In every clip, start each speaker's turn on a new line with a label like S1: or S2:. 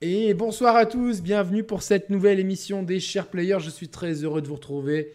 S1: Et bonsoir à tous, bienvenue pour cette nouvelle émission des chers players. Je suis très heureux de vous retrouver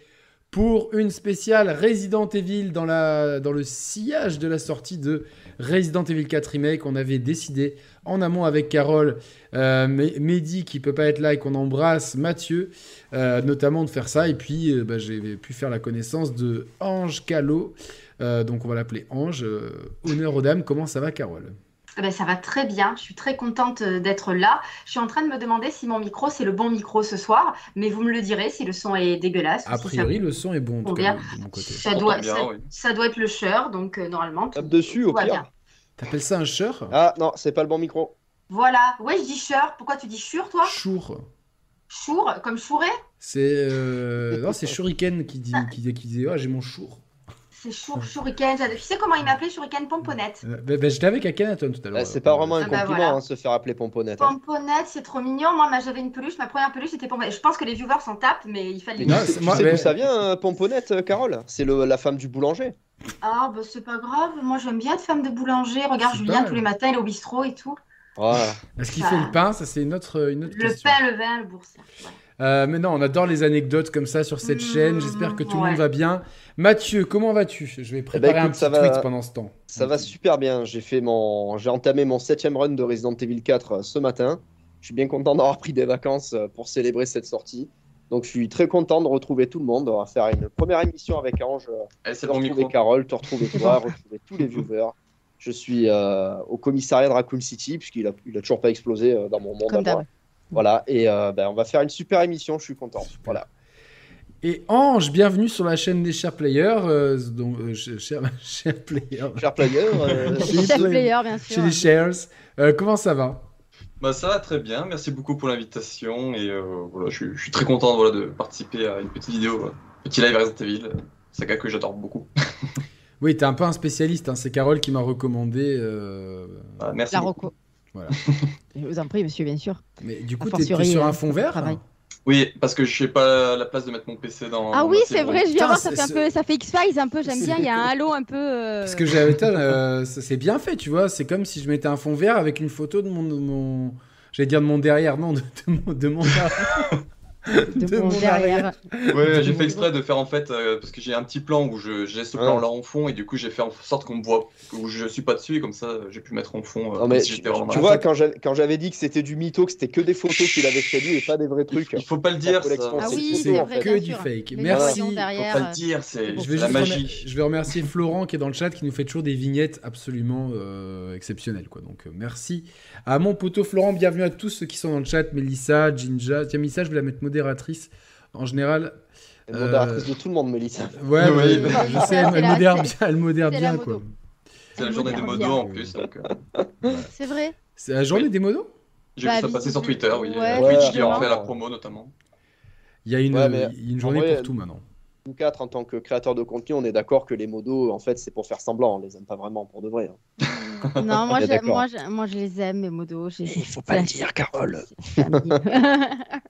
S1: pour une spéciale Resident Evil dans, la, dans le sillage de la sortie de Resident Evil 4 Remake. On avait décidé en amont avec Carole, euh, Mé- Mehdi qui peut pas être là et qu'on embrasse, Mathieu euh, notamment de faire ça. Et puis euh, bah, j'ai pu faire la connaissance de Ange Callot. Euh, donc on va l'appeler Ange. Euh, honneur aux dames, comment ça va Carole
S2: Eh ben, ça va très bien, je suis très contente euh, d'être là. Je suis en train de me demander si mon micro, c'est le bon micro ce soir, mais vous me le direz si le son est dégueulasse.
S1: A
S2: ou si ça-
S1: priori, le son est bon en tout cas, de- de mon côté.
S2: ça,
S3: On
S2: doit,
S3: entend bien,
S2: ça,
S3: oui.
S2: ça doit être le share, donc euh, normalement. tout-
S3: Tape dessus au
S2: tout va
S3: pire.
S2: bien.
S1: T'appelles ça un cheur
S3: Ah non, c'est pas le bon micro.
S2: Voilà, ouais, je dis share. Pourquoi tu dis sure, toi
S1: Chour.
S2: Chour, comme chouré
S1: C'est euh, non, c'est Shuriken qui dit qui, dit- qui disait ah j'ai mon chour.
S2: C'est chour, shuriken. j'adore. Tu sais comment il m'appelait Shuriken Pomponnette
S1: Euh, ben, ben, j'étais avec Akhenaton tout à l'heure.
S3: Ah, c'est pas vraiment un
S2: Ah bah
S3: compliment,
S2: voilà.
S3: hein, se faire appeler pomponnette. hein.
S2: Pomponnette, c'est trop mignon. Moi, ma- j'avais une peluche, ma première peluche était Pomponnette. Je pense que les viewers s'en tapent, mais il fallait.
S3: Mais
S1: Non,
S3: tu sais,
S1: c'est
S3: tu
S1: moi,
S3: sais
S1: mais-
S3: d'où ça vient, euh, pomponnette, euh, Carole C'est le- la femme du boulanger.
S2: Ah, bah c'est pas grave, moi j'aime bien être femme de boulanger. Regarde
S1: C'est
S2: Julien
S1: pas-
S2: tous les matins, il est au bistrot et tout.
S3: Voilà.
S1: Est-ce qu'il fait le pain Ça c'est une autre une autre
S2: Le
S1: question.
S2: pain, le vin, le boursin. voilà.
S1: Euh, mais non, on adore les anecdotes comme ça sur cette
S2: Mmh,
S1: chaîne. J'espère que tout le
S2: ouais.
S1: monde va bien. Mathieu, comment vas-tu Je vais préparer un
S3: Eh ben, écoute,
S1: petit
S3: ça va-
S1: tweet pendant ce temps.
S3: ça va super bien. J'ai fait mon, j'ai entamé mon septième run de Resident Evil 4 euh, ce matin. Je suis bien content d'avoir pris des vacances euh, pour célébrer cette sortie. Donc je suis très content de retrouver tout le monde. On va faire une première émission avec Ange. euh,
S4: Eh, c'est
S3: te
S4: le bon
S3: retrouver
S4: micro.
S3: Carole, te retrouver toi, retrouver tous les viewers. Je suis euh, au commissariat de Raccoon City, puisqu'il a, il a toujours pas explosé euh, dans mon monde.
S5: Comme
S3: à moi.
S5: d'hab.
S3: Voilà, et euh, ben, on va faire une super émission, je suis content. Voilà.
S1: Et Ange, bienvenue sur la chaîne des chers players. euh, donc, euh, ch- cher, cher player,
S3: Cher player, euh,
S1: Chez les
S5: Chef
S1: play-
S5: player, bien sûr.
S1: chez les shares. Euh, comment ça va
S4: Bah, ça va très bien, merci beaucoup pour l'invitation et euh, voilà, je, suis- je suis très content voilà, de participer à une petite vidéo, euh, petit live Resident Evil, euh, saga que j'adore beaucoup.
S1: Oui, t'es un peu un spécialiste. hein, C'est Carole qui m'a recommandé. euh,
S4: Ah, merci.
S5: La
S4: beaucoup.
S5: Rocco.
S1: Voilà.
S5: Je vous en prie, monsieur, bien sûr.
S1: Mais du coup,
S5: A
S1: t'es t'es
S5: fortiori,
S1: sur
S5: euh,
S1: un fond vert
S5: travail.
S1: hein
S4: Oui, parce que je sais pas la place de mettre mon PC dans.
S5: ah
S4: dans
S5: oui,
S4: la
S5: c'est
S4: fibre.
S5: vrai, je viens
S1: Putain,
S5: voir, ça
S1: c'est
S5: fait un
S1: ce-
S5: peu, ça fait X-Files un peu, j'aime
S1: C'est-
S5: bien, il y a un halo un peu. euh,
S1: Parce que j'avais. putain, euh, ça- c'est bien fait, tu vois. C'est comme si je mettais un fond vert avec une photo de mon. de mon- J'allais dire de mon derrière, non, de, de mon, de mon arrière. de
S5: de mon
S1: mon
S5: derrière.
S4: Ouais, j'ai fait exprès de faire en fait, euh, parce que j'ai un petit plan où je- j'ai ce plan
S3: Ouais.
S4: là en fond et du coup j'ai fait en sorte qu'on me voit où je suis pas dessus et comme ça euh, j'ai pu mettre en fond. euh,
S3: non,
S4: comme
S3: mais
S4: si
S3: tu,
S4: j'étais vraiment
S3: tu
S4: là.
S3: vois, quand j'avais, quand j'avais dit que c'était du mytho, que c'était que des photos qu'il avait fait lui et pas des vrais
S4: il,
S3: trucs.
S4: il faut pas le dire, ça.
S3: collection,
S5: Ah
S3: c'est
S5: oui,
S3: tout,
S5: c'est
S3: en
S5: vrai,
S3: fait.
S1: que
S5: bien
S1: du
S5: sûr.
S1: fake.
S5: Les
S1: Merci.
S5: voyants
S4: faut
S6: Ah
S5: derrière,
S4: pas le
S5: euh,
S4: dire, c'est
S1: Je
S4: c'est
S1: vais,
S4: la
S1: juste remer-
S4: magie.
S1: je vais remercier Florent qui est dans le chat, qui nous fait toujours des vignettes absolument euh, exceptionnelles. Quoi. Donc euh, merci à mon poteau Florent, bienvenue à tous ceux qui sont dans le chat, Mélissa, Jinja. Tiens, Mélissa, je vais la mettre modératrice en général.
S3: Elle est modératrice de tout le monde, Mélissa.
S1: Ouais,
S4: Oui.
S1: mais je sais,
S5: Ah,
S1: elle,
S5: c'est la-
S1: modère
S5: c'est-
S1: bien, elle modère
S5: c'est la
S1: bien.
S5: modo.
S1: quoi.
S4: C'est la journée des modos en plus. donc, euh,
S5: C'est vrai.
S1: C'est la journée
S4: Oui.
S1: des modos
S4: J'ai
S5: Bah,
S4: vu ça passer sur
S5: visible-
S4: Twitter, oui. Euh,
S5: ouais,
S4: Twitch qui
S3: visiblement.
S4: en fait la promo notamment.
S1: Il y a une,
S3: Ouais, mais
S1: il y a une journée
S3: en vrai,
S1: pour tout maintenant.
S3: Nous quatre, en tant que créateurs de contenu, on est d'accord que les modos, en fait, c'est pour faire semblant. On les aime pas vraiment pour de vrai. hein.
S5: Non, moi,
S3: est
S5: je,
S3: d'accord.
S5: moi, je, moi, je les aime, mes modos. j'ai-
S3: Mais il faut
S5: c'est
S3: pas le
S5: la-
S3: dire, Carole.
S5: c'est la famille.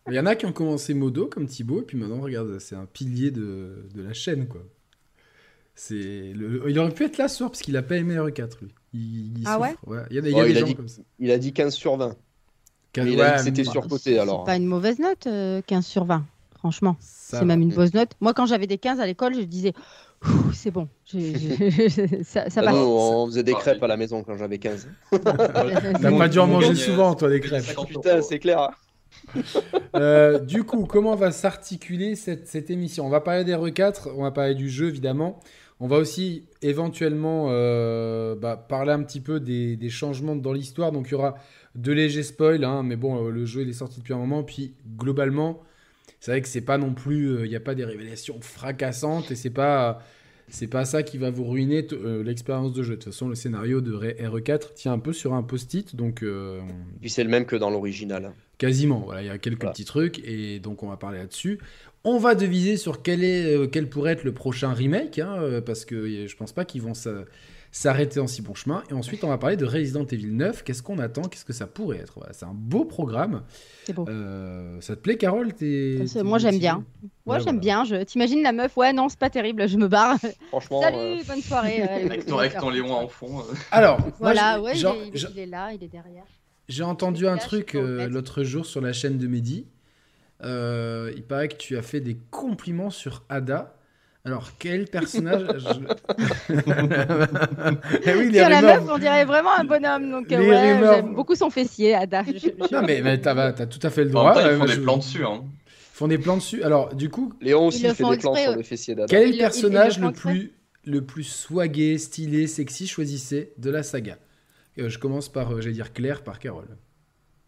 S1: Il y en a qui ont commencé modo comme Thibaut, et puis maintenant, regarde, c'est un pilier de, de la chaîne. quoi. C'est le... Il aurait pu être là ce soir parce qu'il a pas aimé RE4, lui. Il, il
S5: Ah ouais
S1: souffre, Il y a, il y a
S3: Oh,
S1: des
S3: il a
S1: gens
S3: dit-
S1: comme ça.
S3: Il a dit 15 sur 20.
S1: Car-
S3: Mais il a dit que
S1: ouais,
S3: c'était
S1: bah,
S3: sur- Surcoté, alors.
S5: C'est pas une mauvaise note, euh, 15 sur 20, franchement.
S1: ça
S5: c'est
S1: va.
S5: même une
S3: Mm.
S5: bonne note. Moi, quand j'avais des 15 à l'école, je disais, Ouh, c'est bon, j'ai- j'ai- ça, ça
S3: Ah
S5: passe.
S3: non, on faisait des
S4: Ah,
S3: crêpes
S4: oui.
S3: à la maison quand j'avais 15.
S1: Ah, T'as
S4: Nous,
S1: pas dû en
S4: nous, on
S1: manger
S4: gagne,
S1: souvent,
S4: euh,
S1: toi, des crêpes.
S4: 50 euros.
S3: Putain, c'est clair.
S1: Euh, du coup, comment va s'articuler cette, cette émission On va parler des RE4, on va parler du jeu, évidemment. On va aussi éventuellement euh, bah, parler un petit peu des, des changements dans l'histoire. Donc, il y aura de légers spoils, hein, mais bon, euh, le jeu, il est sorti depuis un moment. Puis, globalement, c'est vrai que c'est pas non plus... euh, Il n'y a pas des révélations fracassantes et c'est pas... C'est pas ça qui va vous ruiner t- euh, l'expérience de jeu. De toute façon, le scénario de RE4 tient un peu sur un post-it, donc euh, on-
S3: Puis c'est le même que dans l'original.
S1: Quasiment, voilà, il y a quelques
S3: Voilà.
S1: petits trucs et donc on va parler là-dessus. On va deviser sur quel, est, euh, quel pourrait être le prochain remake, hein, euh, parce que euh, je pense pas qu'ils vont s'a- s'arrêter en si bon chemin. Et ensuite, on va parler de Resident Evil 9. Qu'est-ce qu'on attend Qu'est-ce que ça pourrait être Voilà, C'est un beau programme.
S5: C'est bon.
S1: Euh, ça te plaît, Carole T'es-
S5: Parce que
S1: t'es
S5: moi, j'aime
S1: motivée
S5: bien. Moi,
S1: Ouais,
S5: j'aime
S1: voilà.
S5: bien. Je... T'imagines la meuf Ouais, non, c'est pas terrible, je me barre.
S3: Franchement,
S5: Salut,
S3: euh,
S5: bonne soirée. euh, allez,
S4: Avec
S5: bonne
S4: ton, avec ton
S5: soirée.
S4: Léon en fond. euh.
S1: Alors, moi,
S5: Voilà,
S1: je-
S5: ouais,
S1: genre,
S5: il, est,
S1: je-
S5: il est là, il est derrière.
S1: J'ai entendu un
S5: Là, je
S1: truc
S5: suis pas au
S1: euh,
S5: fait.
S1: l'autre jour sur la chaîne de Mehdi. Euh, il paraît que tu as fait des compliments sur Ada. Alors, quel personnage je- Eh oui, les
S5: Sur la
S1: rumeurs.
S5: meuf, on dirait vraiment un bonhomme. Donc, euh,
S1: Les
S5: ouais,
S1: rumeurs-
S5: j'aime beaucoup son fessier, Ada. Je- je-
S1: Non, mais, mais t'as, t'as tout à fait le
S4: En
S1: droit.
S4: même temps, ils
S1: Ouais,
S4: font
S1: moi,
S4: des
S1: je-
S4: plans dessus. Hein.
S1: font des plans dessus. Alors, du coup,
S3: Léon aussi
S5: Ils le
S3: fait
S5: font
S3: des plans
S5: exprès,
S3: sur
S5: ouais.
S3: le fessier d'Ada.
S1: quel
S5: il- il- il
S1: personnage
S5: le
S1: le,
S5: prend exprès.
S1: plus le plus swagué, stylé, sexy choisissez de la saga Euh, Je commence par, euh, j'allais dire Claire, par Carole.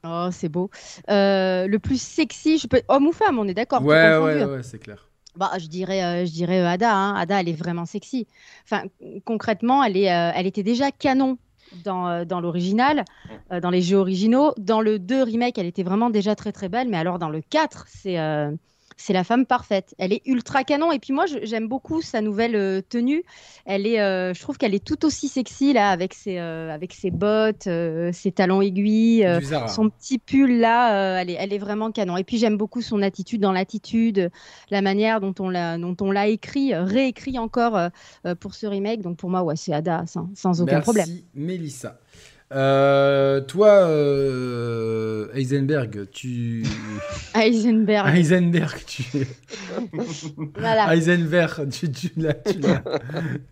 S5: Oh, c'est beau. Euh, le plus sexy, je peux... homme ou femme, on est d'accord. tout
S1: ouais,
S5: confondu,
S1: ouais,
S5: hein.
S1: ouais, c'est clair.
S5: Bah, je dirais, euh, je dirais euh, Ada. hein. Ada, elle est vraiment sexy. Enfin, concrètement, elle est, euh, elle était déjà canon dans, euh, dans l'original, euh, dans les jeux originaux. Dans le 2 remake, elle était vraiment déjà très très belle. Mais alors dans le 4, c'est euh, c'est la femme parfaite. Elle est ultra canon. Et puis moi, je- j'aime beaucoup sa nouvelle euh, tenue. Elle est, euh, je trouve qu'elle est tout aussi sexy là, avec ses, euh, avec ses bottes, euh, ses talons aiguilles. euh,
S1: Du Zara.
S5: son petit pull là, euh, elle, est, elle est vraiment canon. Et puis j'aime beaucoup son attitude dans l'attitude, euh, la manière dont on l'a, dont on l'a écrit, euh, réécrit encore euh, euh, pour ce remake. Donc pour moi, ouais, c'est Ada sans, sans aucun
S1: Merci,
S5: problème.
S1: Mélissa. Euh, toi, euh, Heisenberg, tu.
S5: Heisenberg.
S1: Heisenberg, tu.
S5: Voilà.
S1: Heisenberg, tu, tu l'as. Tu l'as.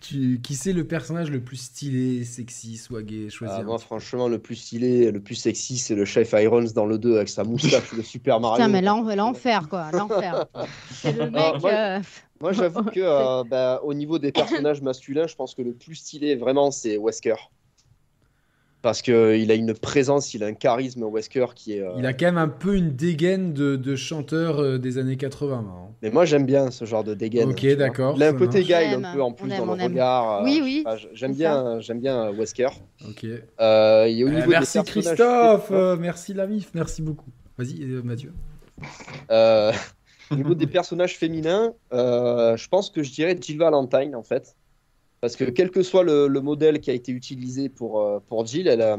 S1: Tu- Qui c'est le personnage le plus stylé, sexy, swagué, choisi hein
S3: Ah, moi, franchement, le plus stylé, le plus sexy, c'est le chef Irons dans le 2 avec sa moustache, le Super Mario.
S5: Putain, mais l'en- l'enfer quoi, l'enfer. C'est le
S1: Ah,
S5: mec.
S3: moi,
S5: euh,
S3: Moi, j'avoue que euh, bah, au niveau des personnages masculins, je pense que le plus stylé, vraiment, c'est Wesker. Parce qu'il a une présence, il a un charisme, Wesker, qui est. euh,
S1: Il a quand même un peu une dégaine de, de chanteur euh, des années 80. hein.
S3: Mais moi, j'aime bien ce genre de dégaine.
S1: Ok,
S3: tu vois.
S1: d'accord,
S3: Il a un
S1: ça
S3: côté
S1: marche.
S3: guile
S5: On
S3: un peu en
S5: aime,
S3: plus
S5: on
S3: dans
S5: aime, on
S3: le
S5: aime.
S3: regard. euh,
S5: Oui,
S3: je sais
S5: oui,
S3: pas, j- J'aime
S5: c'est
S3: bien, j'aime bien Wesker.
S1: Ok.
S3: Euh, et au
S1: Euh,
S3: niveau des
S1: merci
S3: personnages-
S1: Christophe, euh, merci Lamif, merci beaucoup. Vas-y, euh, Mathieu.
S3: Euh, au niveau des personnages féminins, euh, je pense que je dirais Jill Valentine en fait. Parce que quel que soit le, le modèle qui a été utilisé pour, euh, pour Jill, elle a,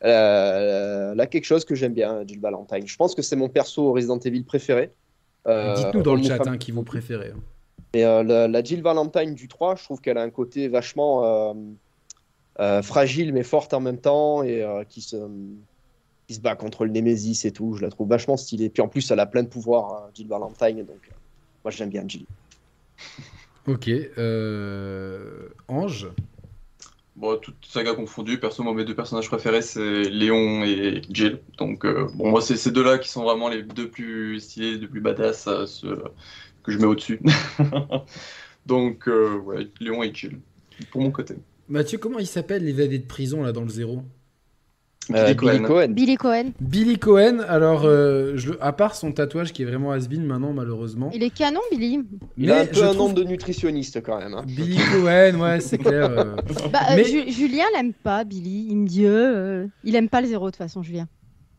S3: elle a- elle a quelque chose que j'aime bien, Jill Valentine. Je pense que c'est mon perso Resident Evil préféré. Euh,
S1: Dites-nous dans le
S3: homme ou
S1: chat
S3: femme.
S1: hein, qui vous préférez. hein.
S3: Mais euh, la, la Jill Valentine du 3, je trouve qu'elle a un côté vachement euh, euh, fragile mais forte en même temps et euh, qui, se, qui se bat contre le Némésis et tout. Je la trouve vachement stylée. Puis en plus, elle a plein de pouvoirs, hein, Jill Valentine. Donc euh, moi, j'aime bien Jill.
S1: Ok. euh, Ange.
S4: Bon, toute saga confondue, perso, moi, mes deux personnages préférés, c'est Léon et Jill. Donc, euh, bon, moi, c'est ces deux-là qui sont vraiment les deux plus stylés, les deux plus badass, euh, ceux que je mets au-dessus. Donc, euh, ouais, Léon et Jill, pour mon côté.
S1: Mathieu, comment il s'appelle les VD de prison là dans le zéro
S3: Euh,
S4: Billy Cohen.
S3: Billy Cohen.
S5: Billy Cohen.
S1: Billy Cohen, alors, euh, je, le- à part son tatouage qui est vraiment has maintenant, malheureusement.
S5: Il est canon, Billy.
S3: Il a un peu
S1: je
S3: un
S1: trouve
S3: nombre de nutritionnistes quand même. hein.
S1: Billy Cohen, ouais, c'est clair. euh.
S5: Bah, euh,
S1: Mais-
S5: Ju- Julien l'aime pas, Billy. Il me dit, euh, il aime pas le zéro de toute façon, Julien.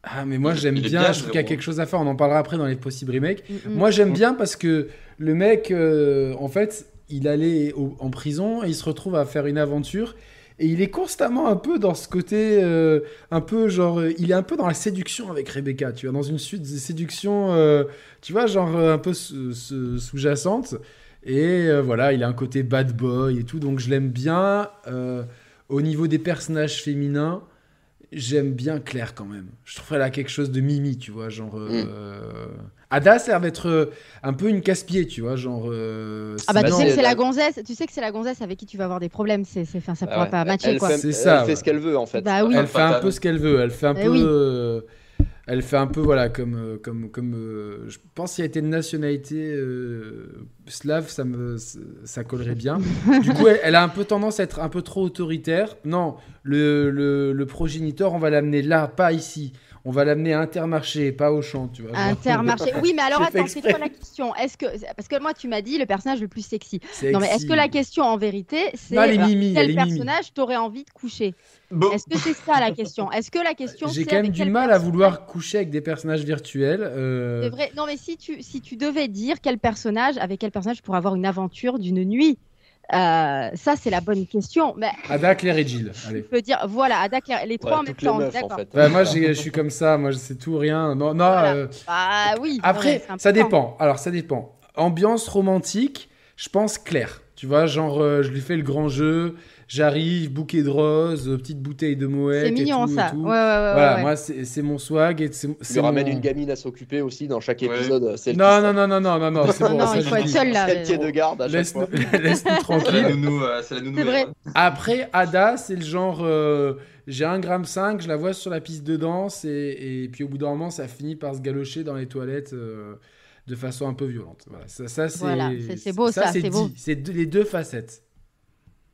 S1: Ah, mais moi, j'aime
S4: Il est
S1: bien,
S4: bien,
S1: je trouve
S4: le
S1: qu'il y a
S4: zéro.
S1: quelque chose à faire. On en parlera après dans les possibles remakes.
S5: Mm, mm.
S1: Moi, j'aime
S4: Mm.
S1: bien parce que le mec, euh, en fait, il allait au- en prison et il se retrouve à faire une aventure. Et il est constamment un peu dans ce côté, euh, un peu genre, euh, il est un peu dans la séduction avec Rebecca, tu vois, dans une suite de séduction, euh, tu vois, genre euh, un peu sou- sou- sous-jacente. Et euh, voilà, il a un côté bad boy et tout, donc je l'aime bien. Euh, au niveau des personnages féminins, j'aime bien Claire quand même. Je trouve qu'elle a quelque chose de mimi, tu vois, genre. euh, Ada, ça a l'air d'être euh, un peu une casse-pied, tu vois, genre. euh,
S5: Ah bah
S1: c'est-
S5: tu
S3: Non,
S5: sais que
S3: c'est
S5: c'est
S3: la-
S5: la gonzesse, tu sais que c'est la gonzesse avec qui tu vas avoir des problèmes, c'est c'est enfin, ça
S3: Ah
S5: pourra
S3: ouais.
S5: pas matcher
S3: elle
S5: quoi.
S3: fait,
S1: C'est
S3: elle
S1: ça,
S3: fait
S1: ouais.
S3: ce qu'elle veut en fait.
S5: Bah oui.
S1: elle fait un
S4: Fatale.
S1: peu ce qu'elle veut, elle fait un
S5: Eh
S1: peu,
S5: oui.
S1: euh, elle fait un peu voilà comme euh, comme comme euh, je pense qu'il y a été de nationalité euh, slave, ça me ça collerait bien. du coup, elle, elle a un peu tendance à être un peu trop autoritaire. Non, le le, le progéniteur, on va l'amener là, pas ici. On va l'amener à Intermarché, pas au champ, tu vois.
S5: Ah,
S1: genre.
S5: Intermarché. Oui, mais alors
S1: J'ai fait
S5: attends, c'est quoi la question Est-ce que parce que moi tu m'as dit le personnage le plus sexy.
S1: C'est
S5: Non mais est-ce
S1: exi.
S5: que la question en vérité c'est
S1: Non, elle est
S5: euh,
S1: mimi, elle
S5: quel
S1: est mimi.
S5: personnage t'aurais envie de coucher
S4: Bon,
S5: Est-ce que c'est ça la question Est-ce que la question
S1: j'ai
S5: c'est
S1: quand même
S5: avec
S1: du
S5: quel
S1: mal à
S5: personnage Ah,
S1: vouloir coucher avec des personnages virtuels. euh,
S5: C'est vrai. Non mais si tu si tu devais dire quel personnage avec quel personnage pour avoir une aventure d'une nuit euh, ça c'est la bonne question. Mais
S1: Ada, Claire et Jill. Allez.
S5: tu peux dire voilà, Ada, Claire, les
S3: Ouais,
S5: trois en même
S3: toutes les
S5: temps,
S3: meufs en
S5: d'accord.
S3: fait.
S1: Bah, moi, j'ai- je suis comme ça. Moi, c'est tout rien. Non, non.
S5: Voilà.
S1: euh,
S5: Bah oui. non, mais
S1: après,
S5: c'est
S1: ça
S5: important.
S1: dépend. Alors, ça dépend. Ambiance romantique, je pense Claire. Tu vois, genre, euh, je lui fais le grand jeu, j'arrive, bouquet de roses, euh, petite bouteille de Moët.
S5: C'est
S1: et
S5: mignon
S1: tout, et
S5: ça.
S1: tout.
S5: Ouais, ouais, ouais,
S1: voilà,
S5: ouais.
S1: moi, c'est c'est mon swag. Et c'est
S3: Je
S1: c'est
S3: lui ramène
S1: mon-
S3: une gamine à s'occuper aussi dans chaque
S4: Ouais.
S3: épisode. c'est le
S1: Non,
S3: qui-
S1: non, non, non, non, non, non, c'est
S5: Non,
S1: bon.
S5: non,
S1: ça,
S5: il
S1: je
S5: faut
S1: le
S5: être
S1: dis.
S5: seul là.
S3: C'est le qui est de garde à chaque
S1: Laisse-nous
S3: fois.
S1: laisse-nous
S4: C'est la
S1: tranquille.
S4: nounou, euh, c'est la nounou.
S5: C'est vrai.
S4: Vérone.
S1: Après, Ada, c'est le genre. euh, j'ai 1,5 g, je la vois sur la piste de danse, et, et puis au bout d'un moment, ça finit par se galocher dans les toilettes euh, de façon un peu violente. Voilà, ça, ça, c'est
S5: Voilà, c'est- c'est beau, ça,
S1: c'est
S5: c'est beau.
S1: dit. C'est deux- les deux facettes.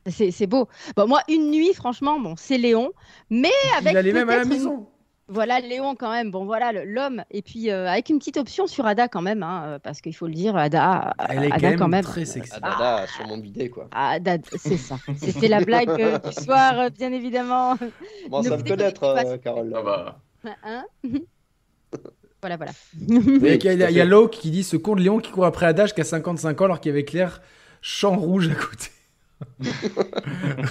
S5: C'est c'est beau. Bon, moi, une nuit, franchement, bon, c'est Léon, mais avec
S1: Il allait même à la
S5: peut-être une-
S1: maison.
S5: Voilà, Léon quand même. Bon, voilà le- l'homme. Et puis euh, avec une petite option sur Ada quand même, hein, euh, parce qu'il faut le dire, Ada, euh,
S1: Elle est
S5: Ada Ah,
S1: quand même très sexy.
S3: Ah, Dada, sur mon bidet, quoi.
S5: Ada, c'est ça. C'était la blague euh, du soir, euh, bien évidemment.
S3: Bon,
S5: Ne
S3: ça me
S5: plus
S3: connaître,
S5: connecte pas,
S3: euh, Carole.
S4: Ah bah,
S5: Hein voilà, voilà.
S1: Mais qu'il y a-
S3: tout à
S1: il y a,
S3: fait.
S1: Locke qui dit ce con de lion qui court après Ada jusqu'à 55 ans alors qu'il y avait Claire champ rouge à côté.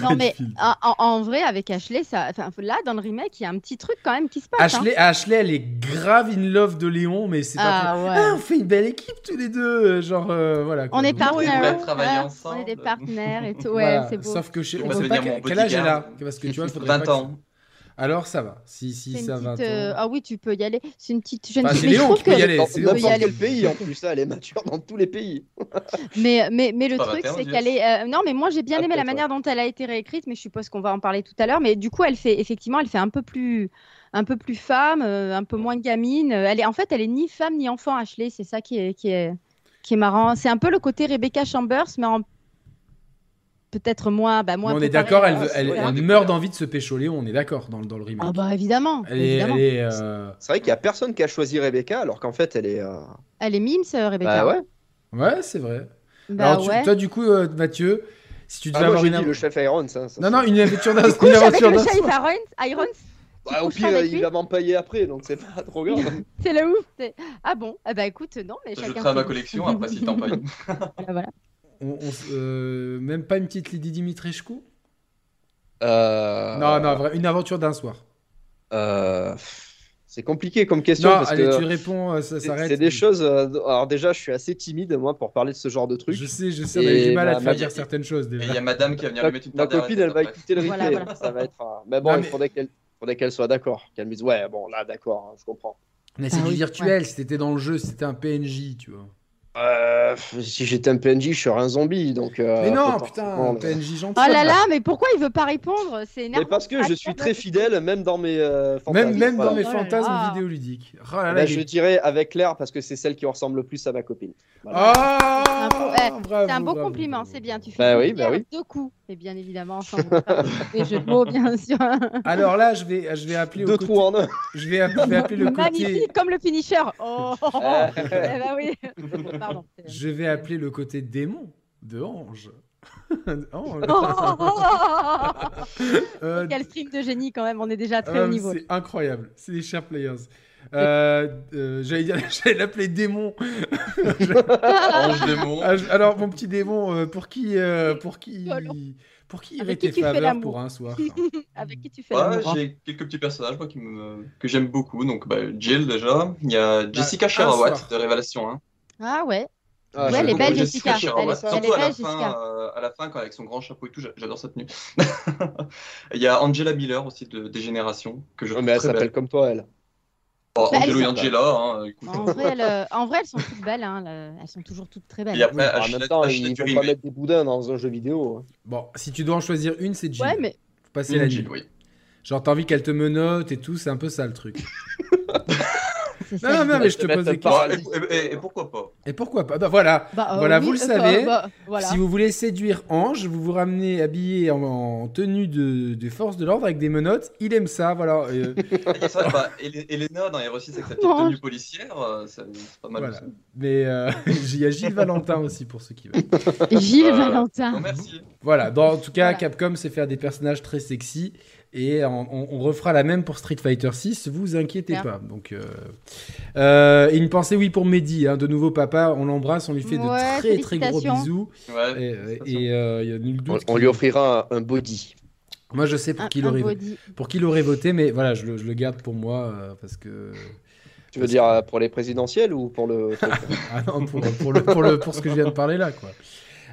S5: Non mais
S1: Filtre.
S5: en, Ah, en- en vrai, avec Ashley, ça, enfin, là dans le remake, il y a un petit truc quand même qui se passe. hein.
S1: Ashley, Ashley, elle est grave in love de Léon, mais c'est pas
S5: Ah
S1: Ah,
S5: ouais.
S1: on fait une belle équipe tous les deux, euh, genre euh, voilà. quoi.
S5: On est
S1: Donc,
S4: partenaires.
S5: partenaires.
S4: doivent travailler
S5: hein,
S4: ensemble.
S5: On est des partenaires et tout. Ouais,
S1: voilà.
S5: c'est beau.
S1: Sauf que je
S4: On
S1: on
S4: va
S1: sait
S4: se
S1: pas
S4: dire mon
S1: quel, quel âge elle a,
S4: bodyguard.
S1: parce que tu vois, il faudrait
S4: 20
S1: pas que-
S4: ans.
S1: Alors ça va, si si
S5: C'est une
S1: ça va.
S5: petite, euh, Ah oui, tu peux y aller. C'est une petite jeune
S1: Enfin,
S5: fille.
S1: c'est
S5: Mais je
S1: Léon
S5: trouve
S1: qui peut y
S5: que-
S1: aller.
S3: Dans
S1: c'est-
S3: n'importe
S5: y aller.
S3: quel pays, en plus, là, elle est mature dans tous les pays.
S5: Mais, mais, mais le
S4: Pas
S5: truc,
S4: 21,
S5: c'est
S4: yes.
S5: qu'elle est. euh, non, mais moi, j'ai bien
S3: Ah,
S5: aimé la
S3: peut-être,
S5: manière dont elle a été réécrite, mais je suppose qu'on va en parler tout à l'heure. Mais du coup, elle fait effectivement, elle fait un peu plus, un peu plus femme, euh, un peu moins gamine. Euh, Elle est, en fait, elle est ni femme ni enfant, Ashley. C'est ça qui est, qui est, qui est marrant. C'est un peu le côté Rebecca Chambers, mais en... peut-être moins, bah,
S1: Mais
S5: moins.
S1: on est
S5: préparée,
S1: d'accord, elle,
S5: euh,
S1: veut- elle,
S5: voilà.
S1: elle
S4: Ouais.
S1: meurt d'envie de se pécho Léon, on est d'accord dans, le- dans le remake.
S5: Ah bah évidemment.
S1: elle est,
S5: évidemment.
S1: elle
S5: Elle, est...
S1: est, euh,
S3: C'est vrai qu'il y a personne qui a choisi Rebecca, alors qu'en fait, elle est. euh,
S5: mimes, euh, Rebecca.
S3: Bah ouais.
S1: ouais c'est vrai.
S5: Bah
S1: Alors tu-
S5: ouais.
S1: toi du coup euh, Mathieu, si tu devais
S3: Ah, moi,
S1: avoir
S3: j'ai
S1: une
S3: dit
S1: av-
S3: le chef Irons. hein, ça,
S1: non
S3: c'est-
S1: non une aventure d'un
S5: Couche
S1: une
S5: avec
S1: aventure
S5: le
S1: d'un
S5: chef
S1: soir.
S5: Irons, Irons
S3: Bah, au
S5: couches
S3: pire,
S5: avec
S3: il
S5: lui
S3: va m'empailler après, donc c'est pas trop grave.
S5: c'est la ouf. c'est- Ah bon Ah bah écoute, non, mais
S4: Je
S5: chacun
S4: l'ajouterai à
S5: ses
S4: ma
S5: goûts.
S4: collection après si t'en payes.
S5: Voilà, voilà.
S1: On- on s- euh, même pas une petite Lydie Dimitrescu
S3: Euh,
S1: Non non vrai, une aventure d'un soir.
S3: euh, C'est compliqué comme question
S1: Non
S3: parce
S1: allez
S3: que
S1: tu réponds euh, ça
S3: c'est
S1: s'arrête.
S3: c'est des choses. euh, alors déjà, je suis assez timide moi pour parler de ce genre de truc.
S1: Je sais, je sais, on avait
S3: Et
S1: du mal à
S3: ma-
S1: te faire
S3: ma-
S1: dire certaines choses
S4: Et il
S1: déjà.
S4: y a madame qui va venir
S3: Ma,
S4: lui mettre une
S3: ma
S4: tarte
S3: copine, elle va écouter le replay.
S5: Voilà, voilà.
S3: Ça va être. un- Mais bon,
S1: Non, mais-
S3: il faudrait qu'elle faudrait qu'elle soit d'accord, qu'elle me dise ouais, bon là, d'accord, hein, je comprends.
S1: Mais c'est
S5: Ah
S1: du
S5: oui,
S1: virtuel, si c'était dans le jeu, si c'était un PNJ, tu vois.
S3: Euh, pff, si j'étais un PNJ, je serais un zombie, donc. euh,
S1: mais non, putain,
S3: potentiellement,
S1: un
S3: mais-
S1: PNJ gentil.
S5: Oh là là, mais pourquoi il veut pas répondre C'est
S3: Mais
S5: énervant.
S3: parce que je suis très fidèle, même dans mes euh, fantasmes.
S1: Même, même
S3: Voilà.
S1: dans mes
S5: Oh là
S1: fantasmes
S5: là.
S1: vidéoludiques. Oh là là,
S3: Là,
S1: il
S3: je
S1: est-
S3: dirais avec Claire parce que c'est celle qui ressemble le plus à ma copine.
S1: Oh,
S5: C'est
S1: bravo,
S5: C'est un beau
S1: bravo,
S5: compliment,
S1: bravo.
S5: c'est bien. Tu fais
S3: Bah oui,
S5: plaisir
S3: bah oui.
S5: deux coups. Et bien évidemment, sans vous faire des jeux de mots, bien sûr.
S1: Alors là, je vais, je vais appeler, au
S3: Deux
S1: côté-
S3: trous en un.
S1: je vais app- je vais appeler le côté,
S5: Magnifique, comme le finisher. Oh
S3: Euh,
S5: Eh bah oui. Pardon.
S1: je vais appeler le côté démon de Ange. Ange.
S5: Oh, oh, oh, oh, oh.
S1: Euh,
S5: Quel stream de génie quand même, on est déjà très
S1: Euh,
S5: haut niveau.
S1: C'est incroyable, c'est des chers players. Euh, euh, j'allais dire, j'allais l'appeler démon.
S4: Ange démon.
S1: Ah, je- Alors mon petit démon, euh, pour qui, euh, pour qui, pour qui irait
S5: Avec qui
S1: tes
S5: tu fais
S1: faveurs
S5: l'amour
S1: pour un soir hein
S5: Avec qui tu fais
S4: Ouais,
S5: l'amour
S4: j'ai quelques petits personnages moi, qui me- que j'aime beaucoup. Donc, bah, Jill déjà. Il y
S3: Bah,
S4: a Jessica
S1: un
S4: Sherawat
S1: soir.
S4: de Révélation hein. 1.
S5: Ah ouais.
S3: Ah,
S5: Ouais,
S3: je-
S5: elle est
S4: J'adore
S5: belle, Jessica.
S4: Sherawat.
S5: Elle est- elle est
S4: Surtout à la
S5: belle, Jessica.
S4: fin, euh, à la fin, quand avec son grand chapeau et tout, j'a- j'adore sa tenue. Il y a Angela Miller aussi de Dégénération que je
S3: Ouais,
S4: trouve
S3: mais elle
S4: très
S3: s'appelle
S4: belle.
S3: comme toi, elle.
S4: Oh,
S5: Bah,
S4: Angelo
S5: elle-
S4: et Angela, hein, écoute.
S5: En vrai, elles, euh, en vrai, elles sont toutes belles. hein, le- Elles sont toujours toutes très belles.
S4: Et après,
S3: En
S4: Ashley-
S3: même temps,
S4: Ashley
S3: ils vont
S4: Turing,
S3: pas
S4: oui.
S3: mettre des boudins dans un jeu vidéo. hein.
S1: Bon, si tu dois en choisir une, c'est Jill.
S5: Ouais, mais
S1: Faut passer la
S4: Jill,
S1: nuit.
S4: oui.
S1: Genre t'as envie qu'elle te menote et tout, c'est un peu ça le truc.
S5: c'est
S1: non,
S5: ça.
S1: non, non, mais je te
S3: Mettre
S1: pose des
S3: un
S1: questions.
S4: Bon,
S3: parasite.
S4: et, et- et- et pourquoi pas
S1: Et pourquoi pas Bah voilà.
S5: Bah,
S1: Voilà, vous le
S5: euh,
S1: savez.
S5: bah, voilà.
S1: Si vous voulez séduire Ange, vous vous ramenez habillé en, en tenue de, de force de l'ordre avec des menottes. Il aime ça, voilà. Et, euh,
S4: Et ça, bah, Ele- Elena dans Hero 6 avec sa petite
S5: Non.
S4: tenue policière, euh, ça- c'est pas mal.
S1: Voilà.
S4: aussi.
S1: mais euh, il y a Gilles Valentin aussi pour ceux qui veulent.
S5: Gilles
S4: Euh,
S5: Valentin.
S4: Non, merci.
S1: Voilà, dans, en tout cas,
S5: Voilà.
S1: Capcom sait faire des personnages très sexy et on, on- on refera la même pour Street Fighter 6, vous inquiétez
S5: Super.
S1: pas. Donc, euh, euh, et une pensée, oui, pour Mehdi, hein, de nouveau papa, on l'embrasse, on lui fait
S5: Ouais,
S1: de très très gros
S5: félicitations.
S1: bisous.
S4: Ouais,
S1: Et
S4: félicitations.
S1: et, euh, il y a nul
S3: On,
S1: doute.
S3: on
S1: qu'il-
S3: lui offrira un, un body.
S1: Moi, je sais pour
S5: Un-
S1: qui
S5: un
S1: l'aurait voté.
S5: body.
S1: Pour qui l'aurait voté, mais voilà, je le, je le garde pour moi euh, parce que
S3: Tu veux dire euh, pour les présidentielles ou pour le.
S1: ah non, pour, pour le, pour le- pour ce que je viens de parler là, quoi.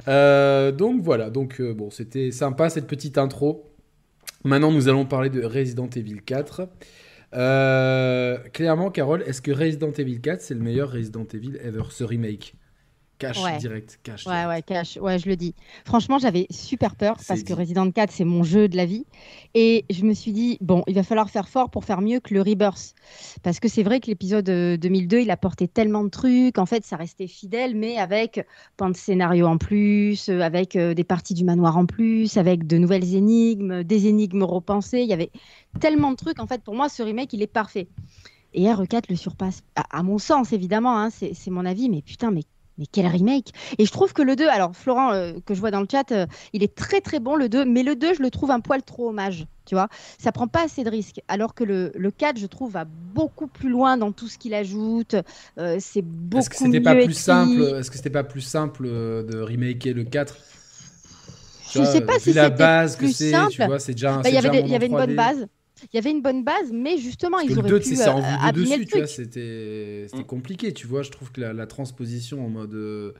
S1: Euh, donc voilà, donc euh, bon, c'était sympa cette petite intro. Maintenant, nous allons parler de Resident Evil 4. Euh, clairement, Carole, est-ce que Resident Evil 4, c'est le meilleur Resident Evil ever, ce remake Cash
S5: Ouais.
S1: direct, cash.
S5: Ouais,
S1: direct.
S5: ouais, cash. Ouais, je le dis. Franchement, j'avais super peur
S1: C'est
S5: parce que
S1: dit.
S5: Resident 4, c'est mon jeu de la vie. Et je me suis dit, bon, il va falloir faire fort pour faire mieux que le Rebirth. Parce que c'est vrai que l'épisode euh, 2002, il apportait tellement de trucs. En fait, ça restait fidèle, mais avec plein de scénarios en plus, euh, avec euh, des parties du manoir en plus, avec de nouvelles énigmes, des énigmes repensées. Il y avait tellement de trucs. En fait, pour moi, ce remake, il est parfait. Et RE4 le surpasse, à, à mon sens, évidemment, hein, c'est c'est mon avis, mais putain, mais, mais quel remake et je trouve que le 2, alors Florent, euh, que je vois dans le chat, euh, il est très très bon le 2, mais le 2, je le trouve un poil trop hommage, tu vois. Ça prend pas assez de risques, alors que le, le 4, je trouve, va beaucoup plus loin dans tout ce qu'il ajoute. Euh, c'est beaucoup
S1: Est-ce que c'était pas
S5: mieux
S1: plus
S5: écrit.
S1: simple Est-ce que c'était pas plus simple euh, de remaker le 4 Tu
S5: Je
S1: vois,
S5: sais pas
S1: vu
S5: si
S1: la
S5: c'était
S1: base que
S5: plus
S1: c'est, tu
S5: simple.
S1: vois, c'est déjà un.
S5: Bah, Il y
S1: c'est déjà
S5: avait, des-
S1: un
S5: il y avait une
S1: moment
S5: bonne
S1: 3D.
S5: base. Il y avait une bonne base, mais justement,
S1: Parce
S5: ils
S1: que
S5: auraient
S1: le 2, tu
S5: pu
S1: sais, c'est en
S5: euh,
S1: vue de
S5: abîmer
S1: dessus,
S5: le
S1: tu vois,
S5: truc.
S1: c'était c'était
S4: Mm.
S1: compliqué, tu vois. Je trouve que la, la transposition en mode. euh,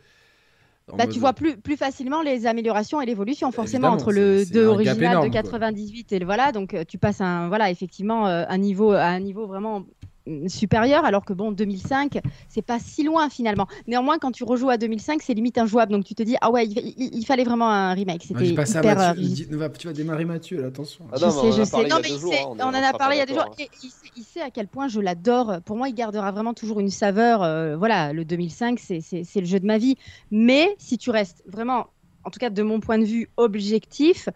S1: en
S5: Bah,
S1: mode- euh,
S5: tu vois plus, plus facilement les améliorations et l'évolution forcément
S1: Évidemment,
S5: entre le
S1: c'est- c'est
S5: 2
S1: un gap
S5: original
S1: énorme,
S5: de
S1: quoi.
S5: 98 et le voilà donc euh, tu passes un voilà effectivement euh, un niveau à un niveau vraiment mm, supérieur alors que bon 2005 c'est pas si loin finalement néanmoins quand tu rejoues à 2005 c'est limite injouable donc tu te dis ah ouais il, il- il fallait vraiment un remake
S1: Non, j'ai
S5: c'était
S1: pas ça,
S5: hyper euh,
S1: Mathieu.
S5: rigide.
S1: Dis- ne va- tu vas démarrer Mathieu, là, attention.
S3: Ah
S5: Je
S3: non, mais on
S5: sais,
S3: en
S5: je
S3: a
S5: sais.
S3: parlé il y
S5: Non,
S3: a hein.
S5: mais
S3: deux
S5: il
S3: jours,
S5: sait-
S3: hein,
S5: on
S3: on est-
S5: en
S3: on
S5: a
S3: sera
S5: parlé il y a
S3: pas
S5: deux jours.
S3: d'accord,
S5: Et il sait, il sait à quel point je l'adore. Pour moi, il gardera vraiment toujours une saveur. euh, voilà, le 2005, c'est- c'est c'est le jeu de ma vie. Mais si tu restes vraiment, en tout cas de mon point de vue objectif,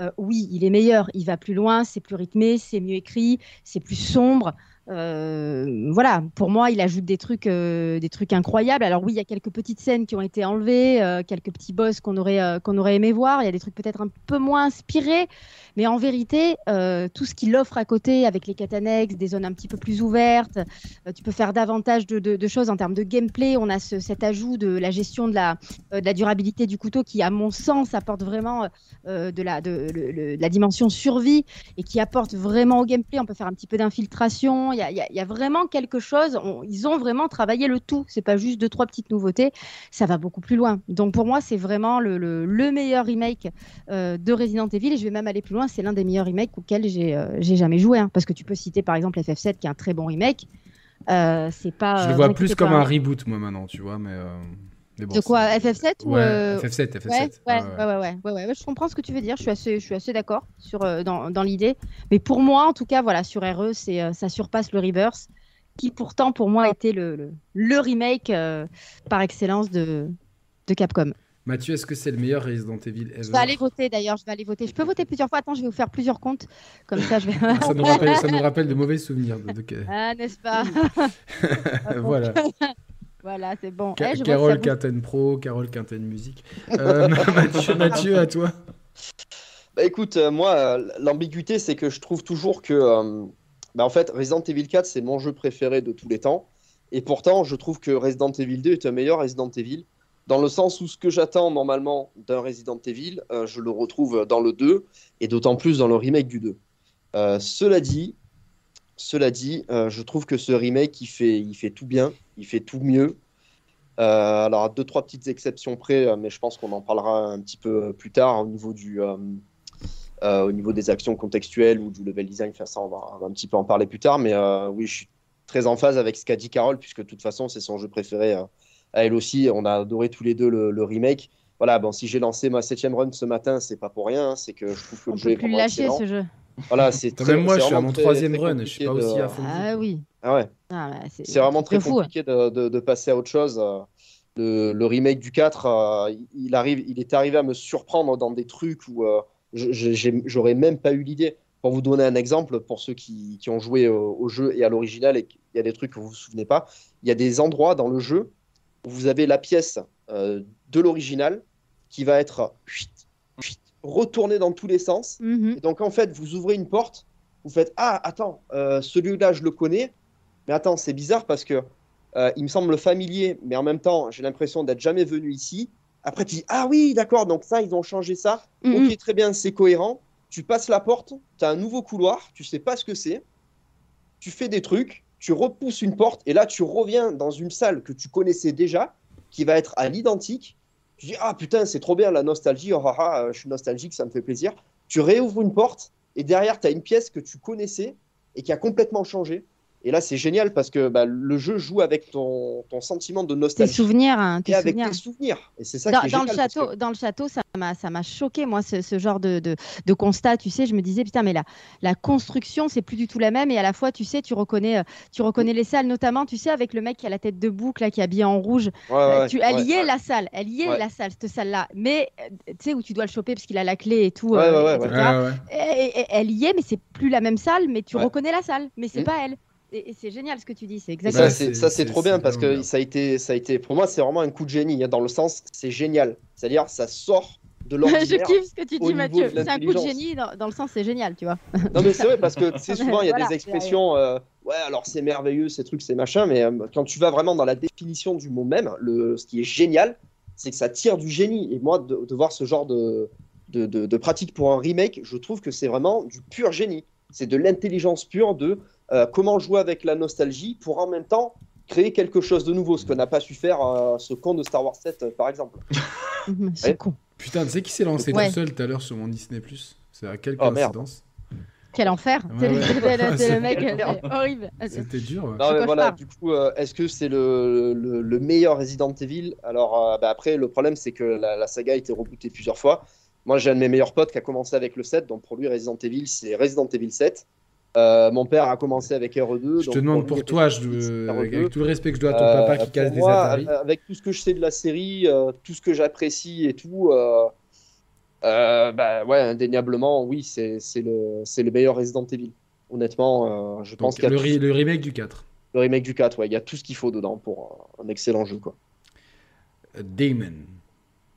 S5: euh, oui, il est meilleur. Il va plus loin, c'est plus rythmé, c'est mieux écrit, c'est plus sombre. Euh, voilà, pour moi, il ajoute des trucs, euh, des trucs incroyables. Alors oui, il y a quelques petites scènes qui ont été enlevées, euh, quelques petits boss qu'on aurait, euh, qu'on aurait aimé voir. Il y a des trucs peut-être un peu moins inspirés, mais en vérité, euh, tout ce qu'il offre à côté, avec les quêtes annexes, des zones un petit peu plus ouvertes, euh, tu peux faire davantage de, de- de choses en termes de gameplay. On a ce- cet ajout de la gestion de la, euh, de la durabilité du couteau qui, à mon sens, apporte vraiment euh, de, la, de- le- le- de la dimension survie et qui apporte vraiment au gameplay. On peut faire un petit peu d'infiltration. Il y a, il y a- il y a vraiment quelque chose. On- ils ont vraiment travaillé le tout. C'est pas juste deux trois petites nouveautés. Ça va beaucoup plus loin. Donc pour moi, c'est vraiment le, le- le meilleur remake euh, de Resident Evil. Et je vais même aller plus loin. C'est l'un des meilleurs remakes auxquels j'ai euh, j'ai jamais joué. hein. Parce que tu peux citer par exemple FF7 qui est un très bon remake. Euh, c'est pas.
S1: Je le
S5: euh,
S1: vois
S5: vous
S1: plus
S5: inquiétez
S1: comme
S5: pas,
S1: un
S5: hein.
S1: reboot, moi, maintenant, tu vois, mais. euh, mais bon,
S5: De quoi,
S1: c'est-
S5: FF7 ou,
S1: Ouais,
S5: euh,
S1: FF7, FF7.
S5: Ouais, ouais,
S1: Ah, ouais, ouais.
S5: ouais, ouais, ouais, ouais, ouais, ouais, je comprends ce que tu veux dire. Je suis assez, je suis assez d'accord sur euh, dans, dans l'idée. Mais pour moi, en tout cas, voilà, sur RE, c'est euh, ça surpasse le Rebirth, qui pourtant pour moi était le le, le remake euh, par excellence de de Capcom.
S1: Mathieu, est-ce que c'est le meilleur Resident Evil ever
S5: Je vais aller voter d'ailleurs, je vais aller voter. Je peux voter plusieurs fois. Attends, je vais vous faire plusieurs comptes comme ça. Je vais...
S1: ça, nous rappelle, ça nous rappelle de mauvais souvenirs. de- de-
S5: ah, n'est-ce pas
S1: voilà.
S5: Voilà, c'est bon.
S1: Ca-
S5: Eh, Ah, je vois que ça
S1: Carole
S5: bouge.
S1: Quinten Pro, Carole Quinten Musique. Euh, Mathieu, Mathieu, à toi.
S3: Bah écoute, euh, moi, euh, l'ambiguïté, c'est que je trouve toujours que. euh, bah en fait, Resident Evil 4, c'est mon jeu préféré de tous les temps. Et pourtant, je trouve que Resident Evil 2 est un meilleur Resident Evil. Dans le sens où ce que j'attends normalement d'un Resident Evil, euh, je le retrouve dans le 2. Et d'autant plus dans le remake du 2. Euh, cela dit. Cela dit, euh, je trouve que ce remake, il fait, il fait tout bien, il fait tout mieux. Euh, alors, à deux, trois petites exceptions près, euh, mais je pense qu'on en parlera un petit peu plus tard au niveau du, euh, euh, au niveau des actions contextuelles ou du level design. Enfin, ça, on va, on va un petit peu en parler plus tard. Mais euh, oui, je suis très en phase avec ce qu'a dit Carole, puisque de toute façon, c'est son jeu préféré euh, à elle aussi. On a adoré tous les deux le, le remake. Voilà, bon, si j'ai lancé ma septième run ce matin, c'est pas pour rien. hein, c'est que je trouve que
S5: On
S3: le jeu
S5: peut
S3: est
S5: plus
S3: vraiment
S5: lâcher
S3: excellent.
S5: ce jeu.
S3: Voilà, c'est
S1: Quand
S3: très-
S1: même, moi,
S3: c'est
S1: je suis à
S3: vraiment
S1: mon
S3: très-
S1: troisième
S3: très
S1: run. Je suis pas
S3: compliqué
S1: aussi
S3: de-
S1: à fond.
S5: Ah oui.
S3: Ah ouais.
S5: Ah, bah, c'est
S3: C'est vraiment
S5: un
S3: très
S5: truc de fou.
S3: compliqué de, de- de passer à autre chose. euh, Le, le remake du 4, euh, il- il, arrive, il est arrivé à me surprendre dans des trucs où euh, je- je- j'ai- j'aurais même pas eu l'idée. Pour vous donner un exemple, pour ceux qui, qui ont joué au, au jeu et à l'original et qu'il y a des trucs que vous vous souvenez pas, il y a des endroits dans le jeu où vous avez la pièce euh, de l'original qui va être chuit, chuit, retournée dans tous les sens
S5: Mhm.
S3: et donc en fait, vous ouvrez une porte, vous faites ah attends, euh, celui-là je le connais, mais attends c'est bizarre parce que euh, il me semble familier, mais en même temps j'ai l'impression d'être jamais venu ici. Après tu dis ah oui d'accord donc ça ils ont changé ça,
S5: Mhm.
S3: ok très bien c'est cohérent. Tu passes la porte, tu as un nouveau couloir, tu sais pas ce que c'est, tu fais des trucs, tu repousses une porte et là tu reviens dans une salle que tu connaissais déjà, qui va être à l'identique. Tu dis, ah putain, c'est trop bien la nostalgie, oh, ah, ah, je suis nostalgique, ça me fait plaisir. Tu réouvres une porte et derrière, tu as une pièce que tu connaissais et qui a complètement changé. Et là, c'est génial parce que bah, le jeu joue avec ton, ton sentiment de
S5: Tes
S3: nostalgie
S5: souvenirs, hein, tes
S3: et avec
S5: souvenirs.
S3: tes souvenirs. Et c'est ça
S5: Dans,
S3: qui est
S5: dans le
S3: génial parce
S5: château,
S3: que-
S5: dans le château, ça m'a, ça m'a choqué moi ce, ce genre de, de, de constat. Tu sais, je me disais putain, mais la, la construction, c'est plus du tout la même. Et à la fois, tu sais, tu reconnais, euh, tu reconnais les salles, notamment, tu sais, avec le mec qui a la tête de bouc là, qui est habillé en rouge.
S3: Ouais, ouais,
S5: Euh, tu, elle
S3: ouais.
S5: y est la salle, elle y est
S3: Ouais.
S5: la salle, cette salle-là. Mais euh, tu sais où tu dois le choper parce qu'il a la clé et tout.
S3: Ouais,
S5: euh,
S3: ouais, ouais,
S5: etc.
S1: Ah Ouais, ouais.
S5: Et- et- et- elle y est, mais c'est plus la même salle, mais tu
S3: Ouais.
S5: reconnais la salle, mais c'est
S3: Mhm.
S5: pas elle. Et, et c'est génial ce que tu dis, c'est
S3: Et
S5: exactement.
S3: ça,
S1: Ouais,
S3: c'est
S1: c'est-
S3: ça, c'est
S1: c'est-
S3: trop bien
S1: c'est
S3: parce
S1: vraiment
S3: que
S1: bien.
S3: ça a été, ça a été, pour moi, c'est vraiment un coup de génie hein, dans le sens, c'est génial. C'est-à-dire, ça sort de
S5: Je
S3: l'ordinaire.
S5: kiffe ce que tu
S3: au
S5: dis,
S3: niveau
S5: Mathieu.
S3: de
S5: C'est un coup de
S3: l'intelligence.
S5: génie dans, dans le sens, c'est génial, tu vois.
S3: non mais c'est vrai parce que c'est souvent il y a
S5: Voilà,
S3: des expressions, euh, ouais, alors c'est merveilleux, ces trucs, ces machins, mais euh, quand tu vas vraiment dans la définition du mot même, le, ce qui est génial, c'est que ça tire du génie. Et moi, de, de voir ce genre de, de, de- de pratique pour un remake, je trouve que c'est vraiment du pur génie. C'est de l'intelligence pure de euh, comment jouer avec la nostalgie pour en même temps créer quelque chose de nouveau, ce que n'a pas su faire euh, ce con de Star Wars 7, euh, par exemple.
S5: Mhm, C'est
S3: Ouais.
S5: con.
S1: Putain, tu sais qui s'est lancé
S5: Ouais.
S1: tout seul tout à l'heure sur mon Disney Plus C'est à quelle
S3: Oh, merde.
S1: coïncidence Ah
S5: Quel enfer.
S1: Ouais,
S5: C'est le-
S1: ouais.
S5: c'est le- c'est le mec,
S3: Quel
S5: euh, c'est horrible.
S1: C'était dur. ouais.
S3: Non,
S5: C'est
S3: mais
S5: quoi
S3: voilà,
S5: je
S3: du coup, euh, est-ce que c'est le, le, le meilleur Resident Evil Alors, euh, bah, après, le problème, c'est que la, la saga a été rebootée plusieurs fois. Moi, j'ai un de mes meilleurs potes qui a commencé avec le 7, donc pour lui, Resident Evil, c'est Resident Evil 7. Euh, mon père a commencé avec RE2.
S1: Je
S3: donc
S1: te demande
S3: lui,
S1: pour
S3: Resident
S1: toi, je-
S3: Evil, c'est
S1: avec,
S3: RE2.
S1: avec tout le respect que je dois à ton
S3: Euh,
S1: papa qui
S3: pour
S1: casse des
S3: moi, euh,
S1: Atari.
S3: a- Avec tout ce que je sais de la série, euh, tout ce que j'apprécie et tout, euh, euh, bah ouais, indéniablement, oui, c'est c'est le, c'est le meilleur Resident Evil. Honnêtement, euh, je pense
S1: Donc,
S3: qu'il y a
S1: le,
S3: tout-
S1: re- le remake du 4.
S3: le remake du 4, ouais, il y a tout ce qu'il faut dedans pour euh, un excellent jeu, quoi.
S1: Euh, Damon.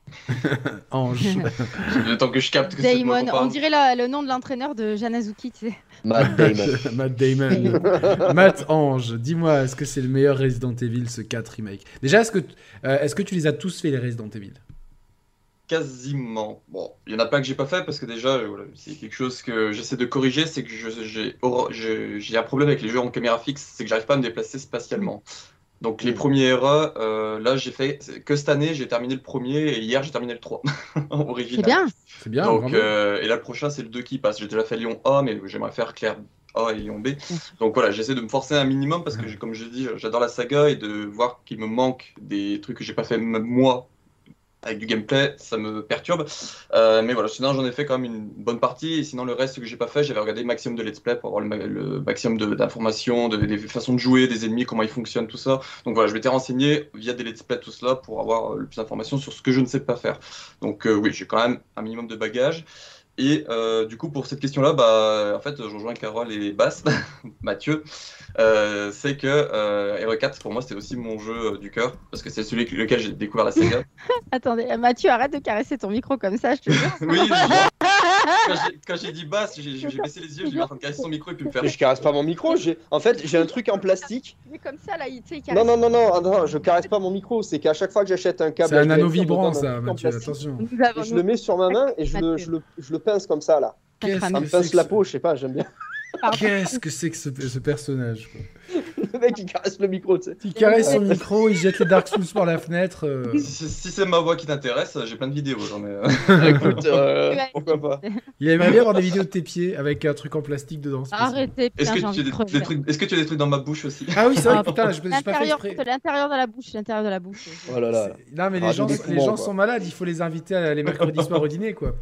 S1: Ange.
S4: Le temps que je capte que c'est de moi
S5: Damon,
S4: qu'on
S5: on
S4: parle.
S5: dirait la- le nom de l'entraîneur de Janazuki, tu sais.
S3: Matt Damon.
S1: Matt Damon. Matt Ange. Dis-moi, est-ce que c'est le meilleur Resident Evil, ce 4 remake Déjà, est-ce que, t- euh, est-ce que tu les as tous fait, les Resident Evil
S4: Quasiment. Bon, il y en a pas que j'ai pas fait parce que déjà, euh, voilà, c'est quelque chose que j'essaie de corriger, c'est que je- j'ai horreur- je- j'ai un problème avec les jeux en caméra fixe, c'est que j'arrive pas à me déplacer spatialement. Donc les premiers RE, euh, là j'ai fait c'est que cette année j'ai terminé le premier et hier j'ai terminé le 3
S5: C'est
S4: original.
S5: bien.
S1: C'est bien.
S4: Donc,
S1: bravo.
S4: euh, et là, le prochain, c'est le 2 qui passe. J'ai déjà fait Lyon A, mais j'aimerais faire Claire A et Lyon B. Donc voilà, j'essaie de me forcer un minimum parce que, j'ai- comme je dis, j'adore la saga et de voir qu'il me manque des trucs que j'ai pas fait m- moi avec du gameplay, ça me perturbe. Euh, mais voilà, sinon, j'en ai fait quand même une bonne partie. Et sinon, le reste que j'ai pas fait, j'avais regardé le maximum de let's play pour avoir le, ma- le maximum de- d'informations, de- des façons de jouer, des ennemis, comment ils fonctionnent, tout ça. Donc voilà, je m'étais renseigné via des let's play, tout cela, pour avoir euh, le plus d'informations sur ce que je ne sais pas faire. Donc euh, oui, j'ai quand même un minimum de bagages. Et euh, du coup, pour cette question-là, bah, en fait, je rejoins Carole et Bass, Mathieu. Euh, c'est que euh, RE4, pour moi, c'était aussi mon jeu euh, du cœur, parce que c'est celui avec lequel j'ai découvert la saga.
S5: Attendez, euh, Mathieu, arrête de caresser ton micro comme ça, je te jure.
S4: oui, je vois. quand j'ai- quand j'ai dit Bass, j'ai j'ai baissé les yeux, j'ai dit, en train de caresser son micro et puis me faire
S3: Mais je caresse pas mon micro, j'ai en fait, j'ai un truc en plastique.
S5: Mais comme ça, là, il, tu sais, il caresse.
S3: Non, non, non, non, ah, non, je caresse pas mon micro, c'est qu'à chaque fois que j'achète un câble.
S1: c'est un
S3: HDMI,
S1: nano
S3: on me
S1: vibrant,
S3: donne un
S1: ça,
S3: truc en
S1: Mathieu.
S3: plastique,
S1: Attention.
S5: Nous avons
S3: et je le mets sur ma main et je le, je le, je le pince comme ça, là.
S5: Sacrament.
S1: Qu'est-ce
S3: Ça me pince la peau, je sais pas, j'aime bien.
S1: Qu'est-ce que c'est que ce, ce personnage quoi.
S3: Le mec, il caresse le micro, tu sais.
S1: Il caresse son micro, il jette les Dark Souls par la fenêtre. euh.
S4: Si, si c'est ma voix qui t'intéresse, j'ai plein de vidéos. J'en ai, euh,
S3: Écoute, euh,
S5: Ouais.
S3: pourquoi pas.
S1: Il aimerait bien avoir des vidéos de tes pieds avec un truc en plastique dedans. c'est possible.
S5: Arrêtez, putain,
S4: Est-ce que,
S5: j'ai envie
S4: tu as
S5: de
S4: des-
S5: crever.
S4: des trucs- est-ce que tu as des trucs dans ma bouche aussi
S1: Ah oui, c'est vrai,
S5: Ah,
S1: putain, je n'ai pas fait
S5: L'intérieur,
S1: exprès.
S5: l'intérieur de la bouche, l'intérieur de la bouche.
S3: Oh là là.
S1: C'est- Non, mais les
S3: Ah,
S1: gens,
S3: des
S1: les
S3: découvents,
S1: gens
S3: quoi.
S1: sont malades, il faut les inviter à les mercredis soirs au dîner, quoi.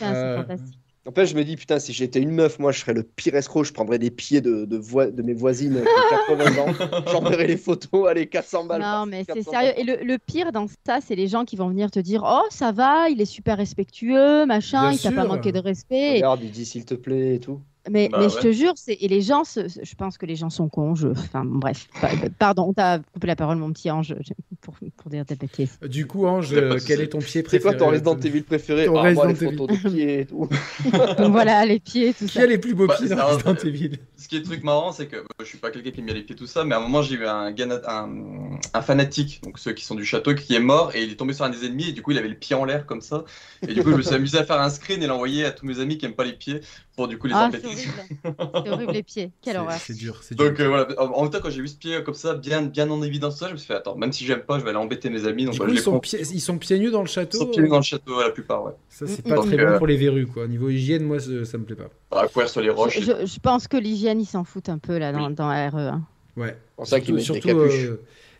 S5: Putain,
S1: Euh,
S5: c'est fantastique.
S3: En fait, je me dis, putain, si j'étais une meuf, moi, je serais le pire escroc. Je prendrais des pieds de, de, voi- de mes voisines qui ont 80 ans. J'enverrais les photos, allez, 400 balles.
S5: Non,
S3: par-ci,
S5: mais c'est
S3: 400
S5: sérieux.
S3: balles.
S5: Et le, le pire dans ça, c'est les gens qui vont venir te dire Oh, ça va, il est super respectueux, machin,
S1: Bien
S5: il t'a pas
S1: sûr. Ah,
S5: manqué de respect.
S3: Regarde, il dit s'il te plaît et tout.
S5: Mais,
S4: Bah
S5: mais je
S4: ouais.
S5: te jure, c'est- et les gens, se- se- je pense que les gens sont cons. Je... Enfin, bon, bref. Pa- Pardon, on t'a coupé la parole, mon petit ange, je- pour, pour dire des bêtises.
S1: Du coup, Ange,
S4: Y a pas de
S1: euh, quel
S4: souci.
S1: est ton pied
S3: C'est
S1: préféré
S3: quoi ton Resident Evil préféré
S1: Ton
S3: Ah, moi, les
S1: Resident Evil.
S3: photos de pieds et tout.
S5: Donc voilà, les pieds, tout
S1: Qui
S5: ça.
S1: a les plus beaux
S4: Bah,
S1: pieds
S4: c'est
S1: dans
S4: un-
S1: Resident Evil
S4: Ce qui est truc marrant, c'est que euh, je suis pas quelqu'un qui me met les pieds tout ça, mais à un moment j'ai eu un, gana- un, un fanatique, donc ceux qui sont du château, qui est mort et il est tombé sur un des ennemis et du coup il avait le pied en l'air comme ça. Et du coup je me suis amusé à faire un screen et l'envoyer à tous mes amis qui aiment pas les pieds pour du coup les
S5: Ah, c'est
S4: athlétismes.
S5: horrible. C'est horrible les pieds. Quelle
S1: C'est-
S5: horreur.
S1: C'est dur, c'est dur.
S4: Donc euh, voilà, en en même temps, quand j'ai vu ce pied euh, comme ça, bien, bien en évidence, ça, je me suis fait, attends, même si j'aime pas, je vais aller embêter mes amis. Donc
S1: du
S4: bah,
S1: coup,
S4: je
S1: ils
S4: les
S1: sont,
S4: prends.
S1: pieds, ils sont pieds nus dans le
S4: Ils
S1: château.
S4: sont pieds nus
S1: euh,
S4: dans le château, à la plupart, ouais.
S1: Ça, c'est
S5: Mm,
S1: pas
S5: mm,
S1: très
S4: mm.
S1: bon pour les verrues, quoi. Niveau hygiène, moi, ça ça me plaît pas.
S4: À courir sur les roches.
S5: Je, je- je pense que l'hygiène, ils s'en foutent un peu là dans, E dans la RE1.
S1: Ouais.
S3: C'est pour ça qu'ils mettent des
S1: surtout
S3: capuches.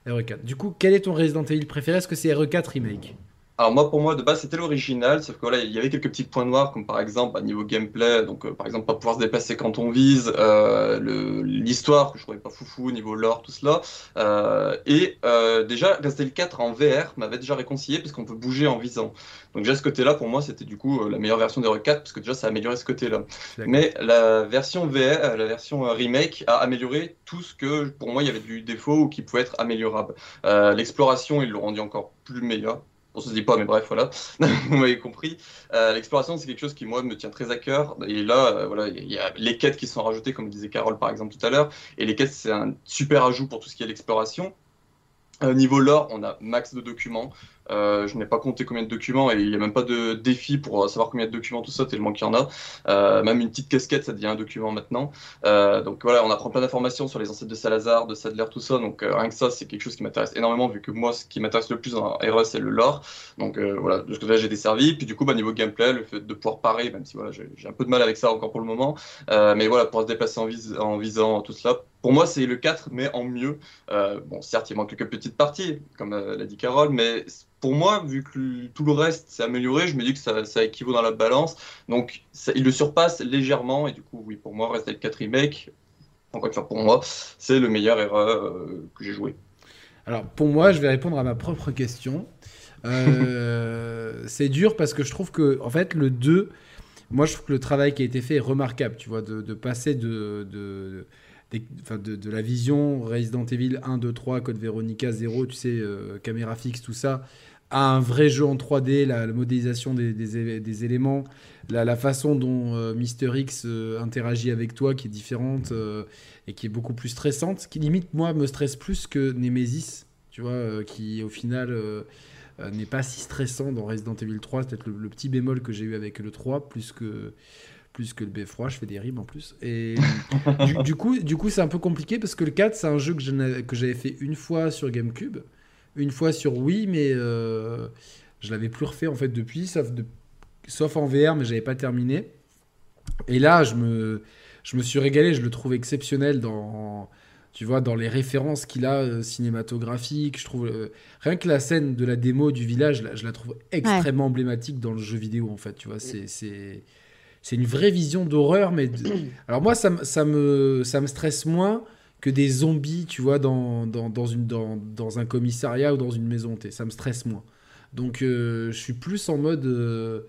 S1: euh, RE4. Du coup, quel est ton Resident Evil préféré Est-ce que c'est RE4 Remake
S4: Alors moi, pour moi, de base, c'était l'original, sauf que voilà, il y avait quelques petits points noirs, comme par exemple, à niveau gameplay, donc euh, par exemple, pas pouvoir se déplacer quand on vise, euh, le- l'histoire, que je trouvais pas foufou, niveau lore, tout cela. Euh, et euh, déjà, Resident Evil 4 en VR m'avait déjà réconcilié, parce qu'on peut bouger en visant. Donc déjà, ce côté-là, pour moi, c'était du coup euh, la meilleure version des RE4, parce que déjà, ça a amélioré ce côté-là.
S1: D'accord.
S4: Mais la version VR, euh, la version euh, remake, a amélioré tout ce que, pour moi, il y avait du défaut ou qui pouvait être améliorable. Euh, L'exploration, ils l'ont rendu encore plus meilleur. On se dit pas, mais bref, voilà. Vous m'avez compris. Euh, L'exploration, c'est quelque chose qui, moi, me tient très à cœur. Et là, euh, voilà, il y a les quêtes qui sont rajoutées, comme disait Carole, par exemple, tout à l'heure. Et les quêtes, c'est un super ajout pour tout ce qui est l'exploration. Euh, niveau lore, on a max de documents. Euh, je n'ai pas compté combien de documents et il n'y a même pas de défi pour euh, savoir combien de documents, tout ça, tellement qu'il y en a. Euh, même une petite casquette, ça devient un document maintenant. Euh, donc voilà, on apprend plein d'informations sur les ancêtres de Salazar, de Sadler, tout ça. Donc euh, rien que ça, c'est quelque chose qui m'intéresse énormément, vu que moi, ce qui m'intéresse le plus dans RE, c'est le lore. Donc euh, voilà, de ce côté-là, j'ai été servi. Puis du coup, bah, niveau gameplay, le fait de pouvoir parer, même si voilà, j'ai j'ai un peu de mal avec ça encore pour le moment. Euh, mais voilà, pour se déplacer en, vis- en visant tout cela, pour moi, c'est le 4, mais en mieux. Euh, bon, certes, il manque quelques petites parties, comme euh, l'a dit Carole, mais c- pour moi, vu que le- tout le reste s'est amélioré, je me dis que ça, ça équivaut dans la balance. Donc, ça- il le surpasse légèrement, et du coup, oui, pour moi, Resident Evil 4 Remake, encore une fois, pour moi, c'est le meilleur erreur euh, que j'ai joué.
S1: Alors, pour moi, je vais répondre à ma propre question. Euh, c'est dur parce que je trouve que, en fait, le 2, moi, je trouve que le travail qui a été fait est remarquable, tu vois, de, de passer de, de, des- enfin, de, de la vision Resident Evil 1, 2, 3, Code Veronica 0, tu sais, euh, caméra fixe, tout ça, à un vrai jeu en 3D, la, la modélisation des, des é- des éléments, la, la façon dont euh, Mister X euh, interagit avec toi qui est différente. euh, et qui est beaucoup plus stressante, qui limite moi me stresse plus que Nemesis, tu vois, euh, qui au final euh, euh, n'est pas si stressant dans Resident Evil 3, c'est peut-être le, le petit bémol que j'ai eu avec le 3 plus que plus que le beffroi, je fais des rimes en plus. Et du, du coup, du coup, c'est un peu compliqué parce que le 4, c'est un jeu que je n'avais- que j'avais fait une fois sur GameCube, une fois sur Wii, mais euh, je l'avais plus refait en fait depuis, sauf de- sauf en VR, mais j'avais pas terminé. Et là, je me, je me suis régalé, je le trouve exceptionnel dans, tu vois, dans les références qu'il a euh, cinématographiques. Je trouve euh, rien que la scène de la démo du village, là, je la trouve extrêmement emblématique dans le jeu vidéo en fait. Tu vois, c'est c'est c'est une vraie vision d'horreur, mais de- alors moi ça, me- ça me ça me stresse moins que des zombies, tu vois, dans, dans, dans une, dans, dans un commissariat ou dans une maison hantée. Ça me stresse moins. Donc euh, je suis plus en mode... euh,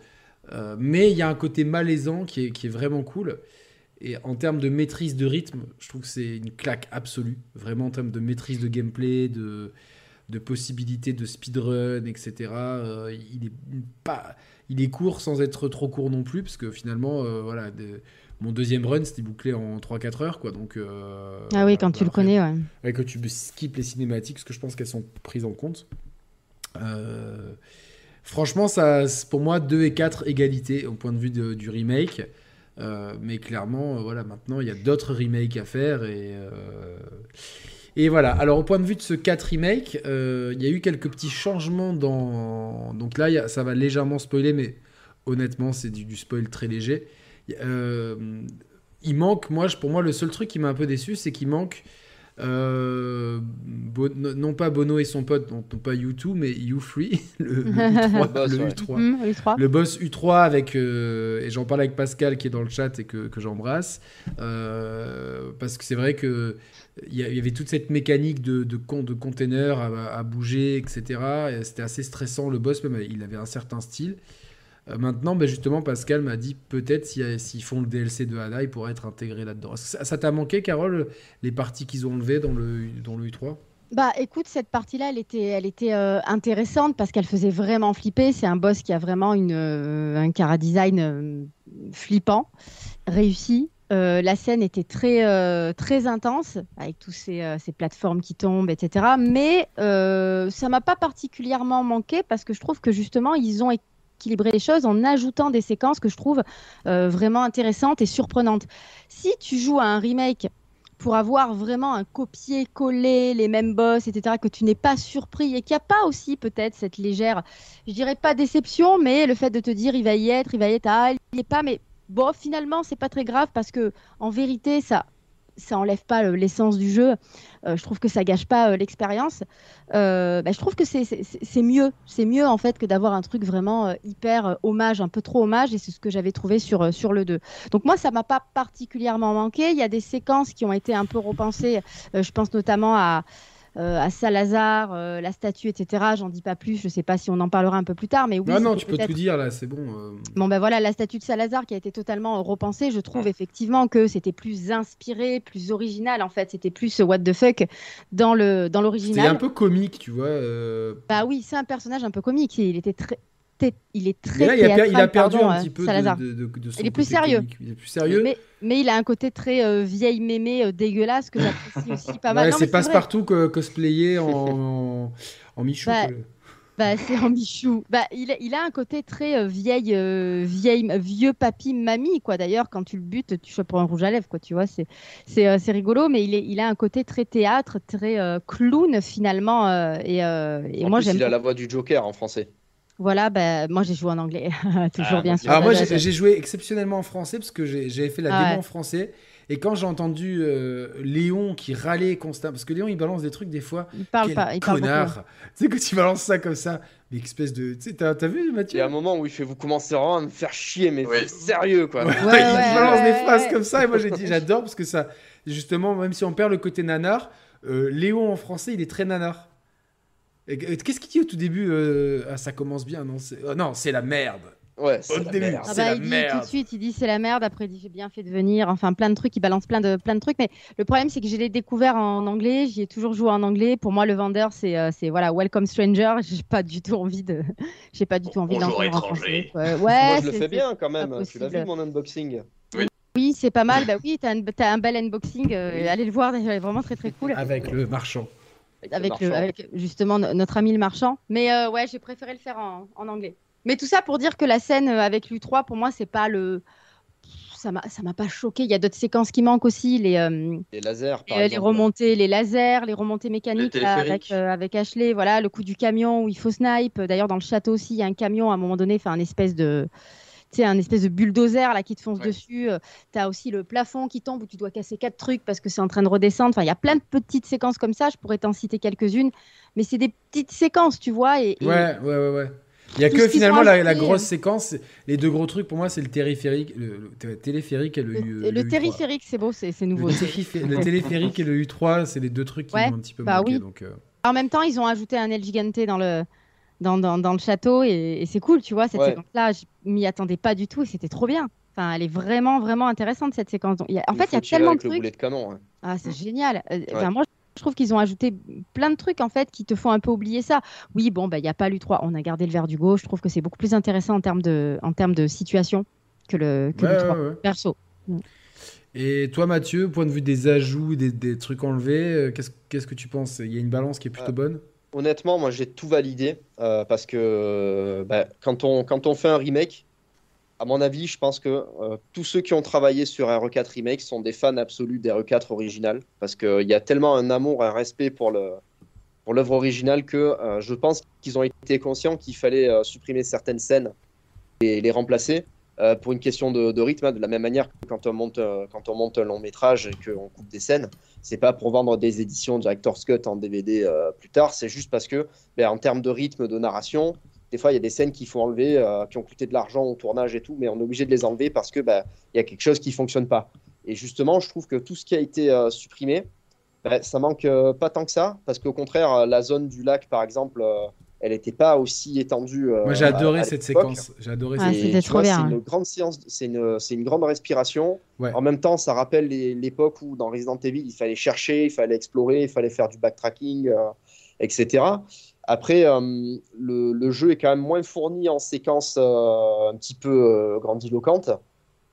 S1: euh, mais il y a un côté malaisant qui est, qui est vraiment cool. Et en termes de maîtrise de rythme, je trouve que c'est une claque absolue. Vraiment en termes de maîtrise de gameplay, de, de possibilités de speedrun, etc. Euh, il, est pas, il est court sans être trop court non plus, parce que finalement, euh, voilà, de- mon deuxième run, c'était bouclé en 3-4 heures. Quoi, donc, euh,
S5: Ah oui, quand
S1: bah,
S5: tu le
S1: après,
S5: connais, ouais.
S1: Ouais, que tu skippes les cinématiques, parce que je pense qu'elles sont prises en compte. Euh, franchement, ça, c'est pour moi, 2 et 4 égalité au point de vue de- du remake. Euh, mais clairement, euh, voilà, maintenant, il y a d'autres remakes à faire. Et, euh, et voilà. Alors, au point de vue de ce 4 remake, euh, il y a eu quelques petits changements dans. Donc là, il y a- ça va légèrement spoiler, mais honnêtement, c'est du, du spoil très léger. Euh, il manque, moi, je- pour moi, le seul truc qui m'a un peu déçu, c'est qu'il manque euh, Bo- non non pas Bono et son pote, donc non pas U2, mais U3, le, le U3,
S3: Le boss,
S1: le
S3: ouais.
S1: U3.
S5: Hum, les
S6: Ah.
S5: trois.
S1: Le boss U3 avec euh, et j'en parle avec Pascal qui est dans le chat et que, que j'embrasse euh, parce que c'est vrai que il y, a- il y avait toute cette mécanique de de, con- de container à, à bouger etc Et c'était assez stressant le boss même il avait un certain style Euh, maintenant ben justement Pascal m'a dit peut-être s'il y a- s'ils font le DLC de Hada il pourrait être intégré là-dedans Est-ce que ça ça t'a manqué Carole les parties qu'ils ont enlevées dans le dans le U3
S5: Bah écoute, cette partie-là, elle était, elle était euh, intéressante parce qu'elle faisait vraiment flipper. C'est un boss qui a vraiment une, euh, un chara-design euh, flippant, réussi. Euh, la scène était très, euh, très intense avec tous ces, euh, ces plateformes qui tombent, etc. Mais euh, ça m'a pas particulièrement manqué parce que je trouve que justement, ils ont é-
S6: équilibrer les choses en ajoutant des séquences que je trouve euh, vraiment intéressantes et surprenantes. Si tu joues à un remake pour avoir vraiment un copier-coller, les mêmes boss, etc., que tu n'es pas surpris et qu'il n'y a pas aussi peut-être cette légère, je dirais pas déception, mais le fait de te dire il va y être, il va y être, ah, il n'y est pas, mais bon, finalement, c'est pas très grave parce que en vérité, ça. Ça enlève pas euh, l'essence du jeu. Euh, je trouve que ça gâche pas euh, l'expérience. bah, je trouve que c'est- c'est c'est mieux, c'est mieux en fait que d'avoir un truc vraiment euh, hyper euh, hommage, un peu trop hommage, et c'est ce que j'avais trouvé sur euh, sur le 2. Donc moi, ça m'a pas particulièrement manqué. Il y a des séquences qui ont été un peu repensées. Euh, je pense notamment à, euh, à Salazar, euh, la statue, etc. J'en dis pas plus. Je sais pas si on en parlera un peu plus tard, mais oui.
S1: non, Ah non,
S6: c'était
S1: tu peux
S6: peut-être-
S1: tout dire là, c'est bon. euh.
S6: Bon ben voilà, la statue de Salazar qui a été totalement euh, repensée, je trouve effectivement que c'était plus inspiré, plus original en fait, c'était plus euh, what the fuck dans le dans
S1: C'était un
S6: l'original.
S1: peu comique, tu vois. euh.
S6: Bah oui, c'est un personnage un peu comique, il était très thé- il est très
S1: Mais là, il a, per- il a
S6: théâtral,
S1: perdu
S6: pardon,
S1: un
S6: euh,
S1: petit peu de,
S6: Salazar.
S1: de, de- de son
S6: Il est plus
S1: côté
S6: sérieux.
S1: comique. Il est plus sérieux.
S6: Mais, mais il a un côté très euh, vieille mémé euh, dégueulasse que j'apprécie aussi pas mal.
S1: Ouais,
S6: Non,
S1: c'est
S6: mais c'est vrai.
S1: passe-partout que cosplayé en, en, en Michou.
S6: Bah,
S1: quoi.
S6: Bah, c'est en Michou. Bah, il, a, il a un côté très euh, vieille, euh, vieille, vieux papy, mamie, quoi. D'ailleurs, quand tu le butes, tu chopes un rouge à lèvres, quoi. Tu vois, c'est, c'est, euh, c'est rigolo, mais il, est, il a un côté très théâtre, très euh, clown, finalement. euh, et euh, et
S3: En
S6: moi,
S3: plus,
S6: j'aime.
S3: il a la voix du Joker en français.
S6: Voilà, bah, moi, j'ai joué en anglais. Toujours
S3: Ah,
S6: bien
S3: bah,
S6: sûr.
S1: Alors moi,
S6: Bah,
S1: j'ai
S6: j'ai-
S1: j'ai joué exceptionnellement en français parce que j'ai j'ai fait la
S6: Ah
S1: démo
S6: ouais.
S1: en français. Et quand j'ai entendu euh, Léon qui râlait constamment, parce que Léon il balance des trucs des fois.
S6: il parle
S1: Quel
S6: pas. Il parle beaucoup. hein.
S1: connard Tu sais que tu balances ça comme ça. Mais espèce de. Tu sais, t'as t'as vu
S3: Il y a
S1: Mathieu
S3: un moment où il fait Vous commencez vraiment à me faire chier, mais
S4: Oui.
S3: c'est sérieux quoi.
S1: Ouais,
S6: ouais,
S1: il balance
S6: ouais,
S1: des
S6: ouais,
S1: phrases
S6: ouais.
S1: comme ça et moi j'ai dit j'adore parce que ça justement même si on perd le côté nanar euh, Léon en français il est très nanar Et- et qu'est-ce qu'il dit au tout début euh, ah, ça commence bien non c'est oh, non c'est la merde
S3: Ouais,
S1: Au
S3: c'est la
S1: début.
S3: merde.
S6: Ah
S1: C'est
S6: bah,
S1: la
S6: il dit tout
S1: merde.
S6: de suite, il dit c'est la merde, après il dit j'ai bien fait de venir, enfin plein de trucs, il balance plein de, plein de trucs, mais le problème c'est que je l'ai découvert en anglais, j'y ai toujours joué en anglais, pour moi le vendeur c'est euh, c'est, voilà, welcome stranger, j'ai pas du tout envie de j'ai pas du tout envie
S4: Bonjour,
S6: d'entendre en
S4: étranger.
S6: français. quoi. Ah Ouais,
S3: Moi, je le
S6: c'est-
S3: fais bien quand même.
S6: pas
S3: Tu l'as
S6: possible.
S3: vu mon unboxing
S6: c'est- Oui, c'est pas mal, bah oui, t'as un, t'as un bel unboxing, euh, allez le voir, d'ailleurs, il est vraiment très très cool.
S1: avec le marchand
S6: Avec,
S3: le
S6: le,
S3: marchand.
S6: avec justement no- notre ami le marchand. Mais euh, ouais, j'ai préféré le faire en, en anglais. Mais tout ça pour dire que la scène euh, avec l'U3, pour moi, c'est pas le. Ça m'a ça m'a pas choqué. Il y a d'autres séquences qui manquent aussi. Les, euh,
S3: Les lasers, par
S6: euh, les
S3: exemple.
S6: remontées, les lasers, les remontées mécaniques
S4: Les
S6: là,
S4: téléphériques.
S6: avec, euh, avec Ashley. Voilà, le coup du camion où il faut snipe. D'ailleurs, dans le château aussi, il y a un camion à un moment donné, fait un espèce de. Tu sais, un espèce de bulldozer là, qui te fonce
S4: Ouais.
S6: dessus. Euh, T'as aussi le plafond qui tombe où tu dois casser quatre trucs parce que c'est en train de redescendre. Enfin, il y a plein de petites séquences comme ça. Je pourrais t'en citer quelques-unes, mais c'est des petites séquences, tu vois. Et, et-
S1: ouais ouais ouais ouais il y a
S6: Tout
S1: que
S6: ce qu'ils
S1: finalement
S6: ont
S1: la,
S6: ajouté,
S1: la grosse
S6: euh.
S1: séquence les deux gros trucs pour moi c'est le téléphérique le, le té- téléphérique et le,
S6: le,
S1: U-
S6: le
S1: U3.
S6: téléphérique, c'est beau, c'est c'est
S1: le,
S6: nouveau.
S1: téléphé- le téléphérique et le U3 c'est les deux trucs qui
S6: Ouais,
S1: m'ont un petit peu
S6: bah
S1: manqué
S6: oui.
S1: donc euh,
S6: En même temps, ils ont ajouté un El Gigante dans le, dans, dans, dans le château et, et c'est cool, tu vois, cette
S3: Ouais.
S6: séquence-là, je m'y attendais pas du tout et c'était trop bien. Enfin, elle est vraiment, vraiment intéressante, cette séquence. Donc, il y a- en
S3: Il
S6: fait, il
S3: faut
S6: y a
S3: tirer
S6: tellement de
S3: avec le
S6: trucs.
S3: boulet de canon. hein.
S6: Ah, c'est génial. Euh, enfin, moi, je trouve qu'ils ont ajouté plein de trucs, en fait, qui te font un peu oublier ça. Oui, bon, bah, il n'y a pas l'U3, on a gardé le verre du gauche. Je trouve que c'est beaucoup plus intéressant en termes de, en termes de situation que le que
S1: ouais,
S6: l'U3.
S1: ouais, ouais.
S6: Perso.
S1: Et toi, Mathieu, point de vue des ajouts, des, des trucs enlevés, euh, qu'est-ce qu'est-ce que tu penses Il y a une balance qui est plutôt
S3: Ouais.
S1: bonne
S3: Honnêtement, moi j'ai tout validé euh, parce que euh, bah, quand, on, quand on fait un remake, à mon avis, je pense que euh, tous ceux qui ont travaillé sur RE4 Remake sont des fans absolus d'RE4 original parce qu'il y a tellement un amour, un respect pour le pour l'œuvre originale que euh, je pense qu'ils ont été conscients qu'il fallait euh, supprimer certaines scènes et les remplacer euh, pour une question de, de rythme, hein, de la même manière que quand on monte, euh, quand on monte un long métrage et qu'on coupe des scènes. C'est pas pour vendre des éditions Director's Cut en DVD euh, plus tard, c'est juste parce que, ben, en termes de rythme, de narration, des fois, il y a des scènes qu'il faut enlever, euh, qui ont coûté de l'argent au tournage et tout, mais on est obligé de les enlever parce que ben, il y a quelque chose qui fonctionne pas. Et justement, je trouve que tout ce qui a été euh, supprimé, ben, ça manque euh, pas tant que ça, parce qu'au contraire, euh, la zone du lac, par exemple, euh, elle n'était pas aussi étendue. euh,
S1: Moi, j'ai adoré
S3: à- à
S1: cette
S3: l'époque.
S1: séquence. J'ai adoré
S6: Ouais,
S1: cette...
S3: Et
S6: c'était
S3: tu
S6: trop
S3: vois,
S6: bien,
S3: C'est
S6: hein.
S3: une grande séance, c'est une, c'est une grande respiration.
S1: Ouais.
S3: En même temps, ça rappelle les- l'époque où dans Resident Evil, il fallait chercher, il fallait explorer, il fallait faire du backtracking, euh, etc. Après, euh, le, le jeu est quand même moins fourni en séquences euh, un petit peu euh, grandiloquentes.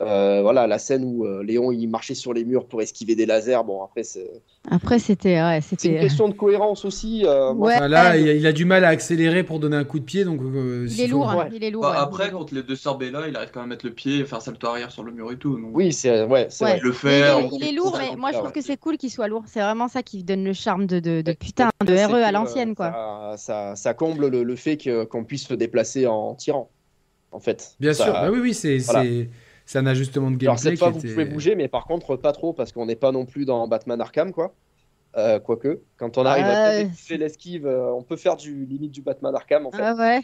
S3: Euh, voilà, la scène où euh, Léon il marchait sur les murs pour esquiver des lasers. Bon, après, c'est
S5: Après, c'était. ouais,
S3: c'est une
S6: euh,
S5: c'était...
S3: question de cohérence aussi. euh, moi,
S5: Ouais,
S1: Enfin, là, il a, il a du mal à accélérer pour donner un coup de pied, donc. euh,
S5: il
S1: s'il
S5: est
S1: faut-
S5: lourd. hein,
S3: Ouais.
S5: Il est lourd.
S4: Bah,
S5: ouais, il est
S4: après,
S5: lourd.
S4: contre les deux sœurs Bella, il arrive quand même à mettre le pied et faire salto arrière sur le mur et tout. donc
S3: Oui, c'est ouais, c'est
S5: Ouais.
S3: vrai.
S4: Il le
S5: Mais il
S4: fait.
S5: est-
S4: en
S5: il est,
S4: compétition,
S5: lourd, mais moi je
S4: ouais.
S5: trouve que c'est cool qu'il soit lourd. C'est vraiment ça qui donne le charme de, de, de
S3: Ouais.
S5: putain de
S3: C'est
S5: RE
S3: que,
S5: à
S3: euh,
S5: l'ancienne, quoi.
S3: Ça, ça- ça comble le, le fait que- qu'on puisse se déplacer en tirant, en fait.
S1: Bien
S3: Ça-
S1: sûr. Bah oui, oui, c'est
S3: voilà.
S1: c'est- c'est un ajustement de gameplay
S3: Alors cette fois,
S1: qui
S3: vous
S1: était-
S3: pouvez bouger, mais par contre, pas trop, parce qu'on n'est pas non plus dans Batman Arkham, quoi. Euh, quoique, quand on arrive à
S5: Ouais.
S3: faire l'esquive, euh, on peut faire du limite du Batman Arkham, en fait.
S5: Ah ouais.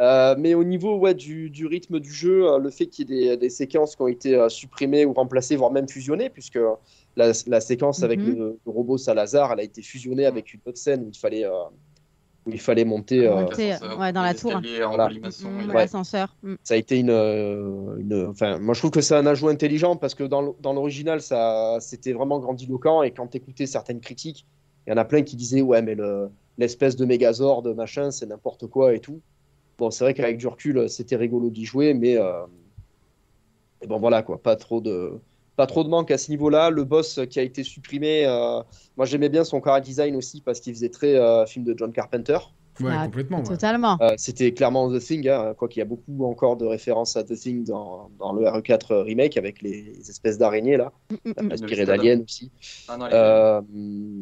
S3: Euh, mais au niveau ouais, du, du rythme du jeu, euh, le fait qu'il y ait des, des séquences qui ont été euh, supprimées ou remplacées, voire même fusionnées, puisque euh, la, la séquence avec
S5: Mhm.
S3: le, le robot Salazar, elle a été fusionnée avec une autre scène où il fallait, euh, où il fallait monter. euh,
S5: Monter. c'est-
S4: L'ascenseur,
S5: Ah ouais, dans la tour.
S4: l'escalier en
S3: Voilà.
S4: colimaçon,
S6: Mmh.
S5: Mm,
S4: il-
S5: dans
S3: Ouais.
S5: L'ascenseur. Mm.
S3: ça a été une, euh, une- enfin, moi je trouve que c'est un ajout intelligent parce que dans l- dans l'original, ça, c'était vraiment grandiloquent et quand t'écoutais certaines critiques, il y en a plein qui disaient ouais mais le- l'espèce de Megazord machin, c'est n'importe quoi et tout. Bon, c'est vrai qu'avec du recul, c'était rigolo d'y jouer, mais euh, et bon voilà quoi, pas trop de pas trop de manque à ce niveau-là. Le boss qui a été supprimé, euh, moi j'aimais bien son car design aussi parce qu'il faisait très euh, film de John Carpenter.
S1: Ouais,
S5: Ah,
S1: complètement. ouais.
S5: Totalement.
S3: Euh, c'était clairement The Thing, hein, quoi qu'il y a beaucoup encore de références à The Thing dans, dans le RE4 remake avec les, espèces d'araignées là,
S5: Mm, mm, mm.
S3: inspirées d'aliens aussi.
S4: Ah non, les-
S3: Euh,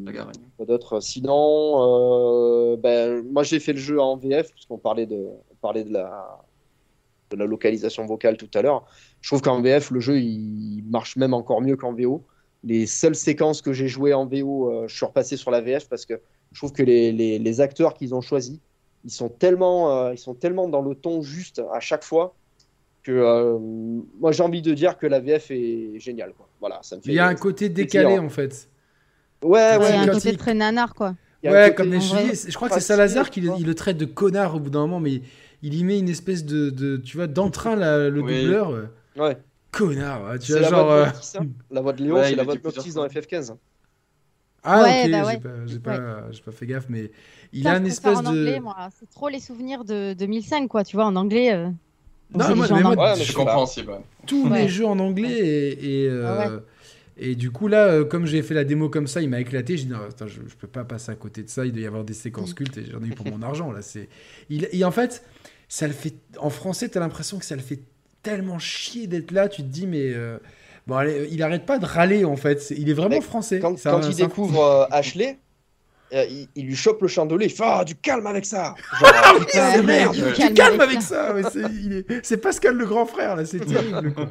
S4: la garagne.
S3: quoi d'autre Sinon, euh, ben, moi j'ai fait le jeu en VF puisqu'on parlait de, on parlait de la de la localisation vocale tout à l'heure. Je trouve qu'en VF le jeu il marche même encore mieux qu'en VO. Les seules séquences que j'ai jouées en VO, euh, je suis repassé sur la VF parce que je trouve que les, les- les acteurs qu'ils ont choisis, ils sont tellement euh, ils sont tellement dans le ton juste à chaque fois que euh, moi j'ai envie de dire que la VF est géniale quoi. Voilà, ça me fait.
S1: Il y a un côté décalé en fait.
S3: Ah Ouais,
S5: Ouais,
S3: ouais,
S5: il y a un
S1: quand
S5: côté
S1: il-
S5: très nanar, quoi.
S3: il y a un
S1: ouais,
S3: côté-
S1: comme les
S5: en vrai,
S1: chevaliers, je crois que c'est
S3: facile,
S1: Salazar qui
S3: tu
S1: le,
S3: vois.
S1: il le traite de connard au bout d'un moment, mais il, il y met une espèce de, de- tu vois, d'entrain là, le
S4: Oui.
S1: doubleur. ouais.
S3: Ouais.
S1: Connard, ouais, tu
S3: C'est
S1: vois,
S3: la
S1: genre.
S3: voix de
S1: euh,
S3: Noctis, hein. La voix de Léon,
S4: Ouais,
S3: c'est
S4: il
S3: la
S4: a
S3: voix
S4: dit
S3: de Noctis
S4: plusieurs
S3: dans FF15.
S1: Ah,
S5: Ouais,
S1: ok,
S5: bah
S1: j'ai
S5: ouais.
S1: pas, j'ai
S5: Ouais.
S1: pas, j'ai pas fait gaffe, mais il
S5: Ça,
S1: a
S5: je
S1: une
S5: préfère
S1: espèce
S5: en
S1: de.
S5: anglais, moi. C'est trop les souvenirs de 2005, quoi. Tu vois, en anglais. euh, on
S1: Non,
S5: faisait les
S1: moi,
S5: gens
S1: mais
S5: en
S1: moi,
S5: anglais.
S3: Ouais, mais
S4: C'est
S3: je-
S1: je-
S4: compréhensible. ouais.
S1: tous
S5: Ouais.
S1: les jeux en anglais et. et, euh,
S5: Ah ouais.
S1: Et du coup, là, euh, comme j'ai fait la démo comme ça, il m'a éclaté. J'ai dit, non, attends, je, je peux pas passer à côté de ça. Il doit y avoir des
S5: Mm.
S1: séquences cultes et j'en ai eu pour mon argent. Là, c'est. Il, et en fait, ça le fait. En français, t'as l'impression que ça le fait tellement chier d'être là. Tu te dis, mais. euh, Bon, allez, il arrête pas de râler, en fait. C'est- Il est vraiment
S3: Mais
S1: français.
S3: Quand,
S1: C'est
S3: quand
S1: un-
S3: il
S1: c'est un-
S3: découvre euh, Ashley, euh, il, il lui chope le chandelier. Il fait Ah, du calme avec ça Genre, Ah,
S1: euh,
S3: putain,
S5: Ouais,
S1: merde,
S5: du
S4: tu
S1: Tu calmes avec ça. ouais, c'est il est- c'est Pascal le grand frère, là. C'est terrible. quoi.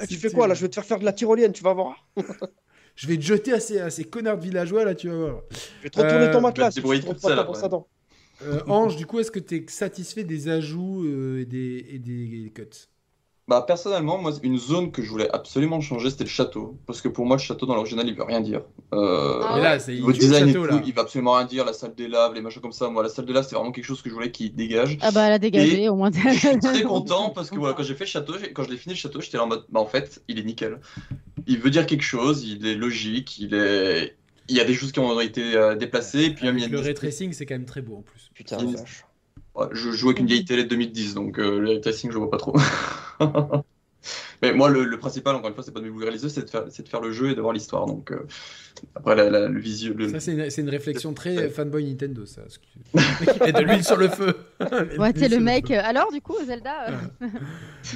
S1: C'est
S3: Tu fais quoi
S1: terrible.
S3: là Je vais te faire faire de la tyrolienne, tu vas voir.
S1: Je vais te jeter à ces, à ces connards de villageois, là, tu vas voir.
S3: Je vais te retourner
S1: Euh,
S3: ton
S4: bah,
S3: matelas si tu
S4: débrouille
S3: te trompes
S4: toute
S3: pas
S4: seule,
S3: dans ton
S4: après.
S3: Satan.
S1: Euh, Ange, du coup, est-ce que tu es satisfait des ajouts euh, et, des, et des cuts
S4: Bah personnellement, moi, une zone que je voulais absolument changer, c'était le château, parce que pour moi, le château dans l'original, il veut rien dire. Euh,
S5: Ah
S1: Mais
S5: ouais.
S1: là, c'est il
S4: Votre
S1: tue le
S4: design et
S1: château,
S4: tout,
S1: là.
S4: il va absolument rien dire, la salle des laves, les machins comme ça. Moi, la salle des laves, c'est vraiment quelque chose que je voulais qu'il dégage.
S5: Ah bah, elle a dégagé, au moins.
S4: Je suis très content parce que voilà, quand j'ai fait le château, j'ai- quand je l'ai fini le château, j'étais là en mode, bah en fait, il est nickel. Il veut dire quelque chose, il est logique, il est, il y a des choses qui ont été euh, déplacées, et puis même, il y a
S1: Avec le
S4: une-
S1: ray tracing, c'est quand même très beau en plus.
S3: Putain,
S4: Il-
S3: la vache.
S4: Ouais, je joue avec une vieille télé de 2010, donc euh, le ray tracing, je vois pas trop. Mais moi, le, le principal, encore une fois, c'est pas de me vulgariser, c'est de faire, c'est de faire le jeu et d'avoir l'histoire. Donc euh, après, la- la- le visu, le-
S1: Ça, c'est une, c'est une réflexion très fanboy Nintendo, ça. parce que- Qui met de l'huile sur le feu.
S5: Ouais, t'es le
S1: L'huile
S5: mec.
S1: sur
S5: euh, Alors, du coup, Zelda. euh,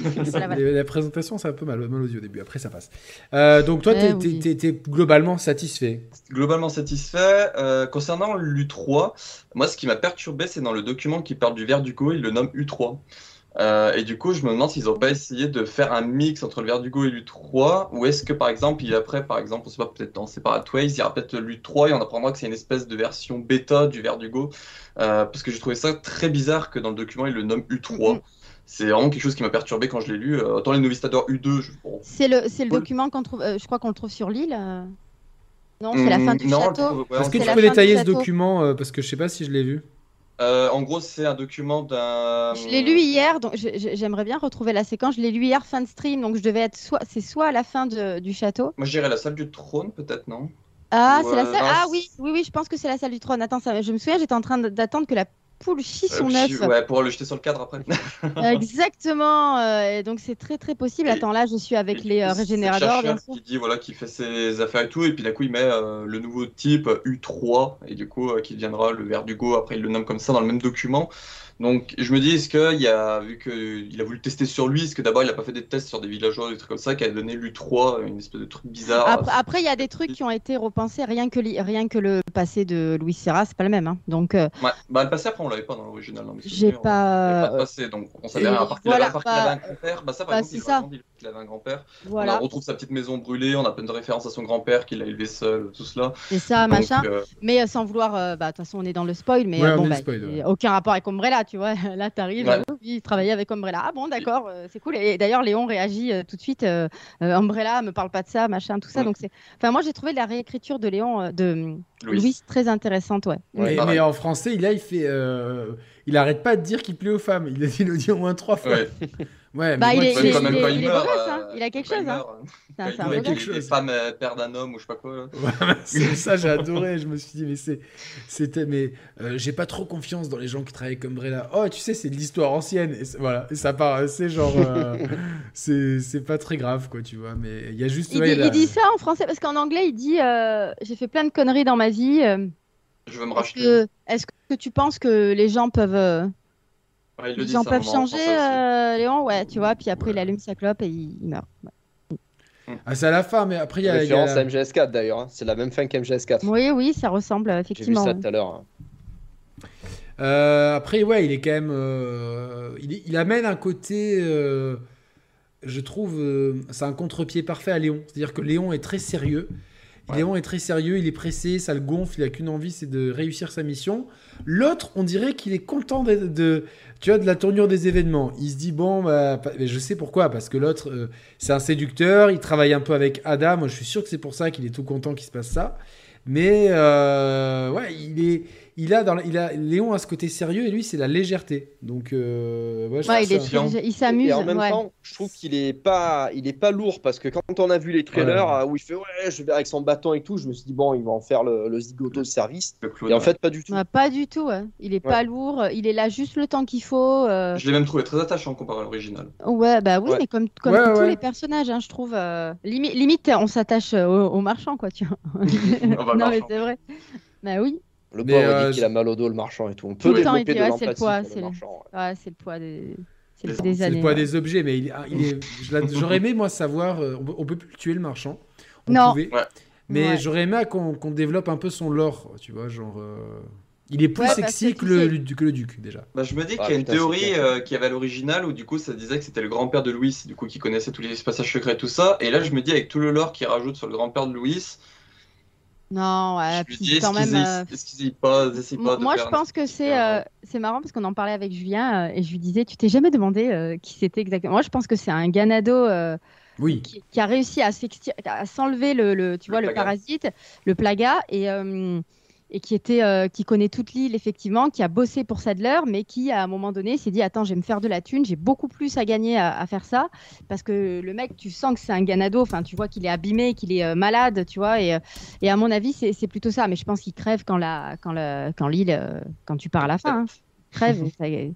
S1: le feu.
S5: c'est la vanne.
S1: La, la présentation, c'est un peu mal, mal aux yeux au début. Après, ça passe. Euh, donc, toi,
S5: Eh
S1: t'es
S5: oui.
S1: t'es- t'es- t'es globalement satisfait.
S4: globalement satisfait. Euh, concernant l'U3, moi ce qui m'a perturbé, c'est dans le document qui parle du Verdugo, il le nomme U3. Euh, et du coup, je me demande s'ils ont pas essayé de faire un mix entre le Verdugo et l'U3, ou est-ce que par exemple, il après, par exemple, on sait pas, peut-être dans Separate Ways, il y aura peut-être l'U3 et on apprendra que c'est une espèce de version bêta du Verdugo, euh, parce que j'ai trouvé ça très bizarre que dans le document, il le nomme U3.
S5: Mhm.
S4: C'est vraiment quelque chose qui m'a perturbé quand je l'ai lu. Euh, autant les Novistador U2, je, bon,
S5: C'est le, c'est le
S4: Ouais.
S5: document qu'on trouve. euh, je crois qu'on le trouve sur l'île. euh. Non, c'est la fin
S4: Hum,
S5: du
S4: non,
S5: château.
S4: le- ouais,
S1: Est-ce
S4: on
S1: que tu
S5: c'est la
S1: peux
S5: fin du
S1: détailler ce
S5: château.
S1: document euh, Parce que je sais pas si je l'ai vu.
S4: Euh, en gros, c'est un document d'un.
S5: Je l'ai lu hier, donc je- je- j'aimerais bien retrouver la séquence. Je l'ai lu hier fin de stream, donc je devais être soit c'est soit à la fin de- du château.
S4: Moi, je dirais la salle du trône, peut-être, non
S5: Ah, c'est la
S4: Ouais,
S5: salle.
S4: non,
S5: Ah
S4: c'est-
S5: oui, oui, oui, je pense que c'est la salle du trône. Attends, ça- je me souviens, j'étais en train de- d'attendre que la
S6: poule chie
S4: Euh,
S6: son
S4: puis,
S6: œuf.
S4: ouais, pour le jeter sur le cadre après.
S6: Exactement. euh, et donc c'est très très possible.
S4: Et-
S6: Attends, là je suis avec les euh,
S4: C'est le
S6: régénérateurs, bien
S4: chercheur
S6: sûr.
S4: qui dit voilà qui fait ses affaires et tout et puis d'un coup il met euh, le nouveau type euh, U3 et du coup euh, qui deviendra le Verdugo après il le nomme comme ça dans le même document donc je me dis est-ce que il y a vu que il a voulu tester sur lui est-ce que d'abord il a pas fait des tests sur des villageois des trucs comme ça qui a donné l'U3 une espèce de truc bizarre
S6: Après, après, il y a des trucs qui ont été repensés. Rien que, li- rien que le passé de Louis Serra, c'est pas le même. hein. Donc, euh,
S4: Ouais. bah le passé après on l'avait pas dans l'original dans mes
S6: j'ai
S4: souvenirs, on- il y avait
S6: pas. euh,
S4: pas de passé donc on savait
S6: Et
S4: rien à part qu'il
S6: voilà,
S4: avait, à part qu'il
S6: bah,
S4: avait un grand-père bah ça par
S6: bah,
S4: exemple
S6: c'est
S4: il,
S6: ça.
S4: a vraiment dit qu'il avait un grand-père
S6: Voilà,
S4: on retrouve sa petite maison brûlée on a plein de références à son grand-père qu'il a élevé seul tout cela
S6: c'est Ah, ça,
S4: Donc,
S6: machin.
S4: euh,
S6: Mais euh, sans vouloir, euh, bah, de toute façon, on est dans le spoil, mais
S1: Ouais,
S6: euh,
S1: on
S6: bon,
S1: est le
S6: bah,
S1: spoil, ouais.
S6: c'est aucun rapport avec Umbrella, tu vois. Là, t'arrives,
S4: Ouais.
S6: euh, oui, il travaillait avec Umbrella. Ah bon, d'accord, euh, c'est cool. Et d'ailleurs, Léon réagit euh, tout de suite. euh, euh, Umbrella, me parle pas de ça, machin, tout ça.
S4: Mm.
S6: Donc, c'est. Enfin, moi, j'ai trouvé la réécriture de Léon, euh, de
S4: Louis.
S6: Louis, très intéressante, ouais.
S1: Mais,
S4: pareil.
S1: mais en français, il a, il fait, euh, il arrête pas de dire qu'il plaît aux femmes. Il, il le dit au moins trois fois.
S4: ouais.
S1: Ouais, mais
S6: Bah,
S1: moi,
S6: il est-
S1: tu sais,
S4: Même quand
S6: il
S4: même
S6: est-
S4: quand
S6: il
S4: il
S6: est
S4: meurt,
S6: beau gosse,
S4: euh,
S6: hein. Il a quelque
S4: quand
S6: chose, hein.
S4: meurt, euh,
S6: C'est un- c'est un
S4: quand
S1: il
S6: beau
S4: il
S1: a
S6: gars.
S4: meurt,
S1: quelque
S4: les- les
S1: chose.
S4: femmes euh, perdent un homme ou je sais pas quoi. là.
S1: Ouais, c'est ça, j'ai adoré. Je me suis dit, mais c'est, c'était, mais euh, j'ai pas trop confiance dans les gens qui travaillent comme Brella. Oh, tu sais, c'est de l'histoire ancienne. Et c'est- voilà, et ça part, euh, c'est genre, euh, c'est, c'est pas très grave, quoi, tu vois. Mais il y a juste.
S6: Il,
S1: ouais,
S6: dit,
S1: la-
S6: il dit ça en français parce qu'en anglais il dit euh, j'ai fait plein de conneries dans ma vie. euh,
S4: Je veux me
S6: est-ce
S4: racheter.
S6: que, est-ce que tu penses que les gens peuvent euh,
S4: Ouais, il le
S6: les
S4: dit,
S6: gens
S4: ça,
S6: peuvent
S4: maman, en
S6: changer
S4: français aussi.
S6: euh, Léon ouais tu vois puis après
S1: Ouais.
S6: il allume sa clope et il, il meurt. Ouais.
S1: Ah, c'est à la fin, mais après il y a. il y a
S3: Référence
S1: la-
S3: à MGS4 d'ailleurs, hein. c'est la même fin qu'MGS4.
S6: Oui oui ça ressemble euh,
S3: J'ai vu
S6: effectivement.
S3: ça tout à l'heure. hein.
S1: Euh, après, ouais, il est quand même. euh, il, est- il amène un côté. euh, je trouve. euh, c'est un contre-pied parfait à Léon. C'est-à-dire que Léon est très sérieux.
S4: Ouais.
S1: Léon est très sérieux, il est pressé, ça le gonfle, il a qu'une envie, c'est de réussir sa mission. L'autre, on dirait qu'il est content de, de- tu vois, de la tournure des événements. Il se dit, bon, bah, pa- mais je sais pourquoi, parce que l'autre, euh, c'est un séducteur, il travaille un peu avec Ada, moi je suis sûr que c'est pour ça qu'il est tout content qu'il se passe ça. Mais euh, ouais, il est, il a, dans, la- il a, Léon a ce côté sérieux et lui c'est la légèreté. Donc euh, ouais, je
S6: Ouais,
S1: trouve
S6: il est
S1: ça-
S6: très léger, il s'amuse
S3: Et en même
S6: ouais.
S3: temps, je trouve qu'il est pas, il est pas lourd parce que quand on a vu les trailers
S1: Ouais.
S3: euh, où il fait ouais, je vais avec son bâton et tout, je me suis dit bon, il va en faire le, le zigoto de service.
S4: Le clown,
S3: Et en fait, pas du tout.
S6: Ouais, pas du tout ouais. il est pas lourd euh, il est là juste le temps qu'il faut. euh,
S4: Je l'ai même trouvé très attachant comparé à l'original.
S6: Ouais bah oui
S3: Ouais.
S6: mais comme, comme
S1: Ouais,
S6: tous
S1: ouais.
S6: les personnages hein, je trouve euh, limi- limite on s'attache euh, aux aux marchands quoi tu vois.
S4: On va
S6: non mais
S4: marchand.
S6: c'est vrai. Bah oui.
S3: Le
S1: Mais,
S3: pauvre il
S1: euh,
S3: dit qu'il a mal au dos, le marchand et tout. On
S6: Tout
S3: peut
S6: le temps, il
S3: développer
S6: dit,
S3: de
S6: ouais, c'est le
S3: l'empathie
S6: poids,
S3: pour le
S6: c'est le-
S3: marchand, ouais.
S6: Ouais, c'est le poids des, c'est le
S4: Des
S6: poids des
S1: C'est
S6: années.
S1: le poids
S6: ouais.
S1: des objets, mais il est, il est- je l'a- j'aurais aimé moi savoir. euh, On, peut- on peut plus le tuer le marchand. On
S6: Non.
S1: pouvait.
S4: Ouais.
S1: Mais
S6: Ouais.
S1: j'aurais aimé à qu'on qu'on développe un peu son lore, tu vois, genre. euh, Il est plus
S6: Ouais, parce
S1: sexy
S6: que
S1: que
S6: tu
S1: le,
S6: sais-
S1: le- que le duc déjà.
S4: Bah, je me dis
S3: Ah,
S4: qu'il y a une
S3: putain, c'est
S4: théorie
S3: clair.
S4: euh, qu'il y avait à l'original où du coup ça disait que c'était le grand-père de Louis, du coup qui connaissait tous les passages secrets et tout ça. Et là je me dis avec tout le lore qu'il rajoute sur le grand-père de Louis,
S6: hein. Non, ouais,
S4: je me
S6: Ah, puis
S4: dis est-ce
S6: quand
S4: qu'ils
S6: même. euh,
S4: essayent- est-ce qu'ils essayent pas, ils essayent pas
S6: Moi,
S4: de
S6: moi, je
S4: faire un
S6: pense que
S4: espèce de
S6: c'est
S4: lien,
S6: euh, c'est marrant parce qu'on en parlait avec Julien euh, et je lui disais, tu t'es jamais demandé euh, qui c'était exactement. Moi, je pense que c'est un ganado euh,
S1: Oui.
S6: qui, qui a réussi à s'extir- à s'enlever le, le- tu
S4: Le
S6: vois, le
S4: plaga.
S6: parasite, le plaga, et, euh, et qui, était, euh, qui connaît toute l'île, effectivement, qui a bossé pour Sadler, mais qui, à un moment donné, s'est dit Attends, je vais me faire de la thune, j'ai beaucoup plus à gagner à, à faire ça. Parce que le mec, tu sens que c'est un ganado, enfin, tu vois qu'il est abîmé, qu'il est euh, malade, tu vois, et, euh, et à mon avis, c'est c'est plutôt ça. Mais je pense qu'il crève quand la- quand le- quand l'île, euh, quand tu pars à la fin. hein. Il crève, ça- il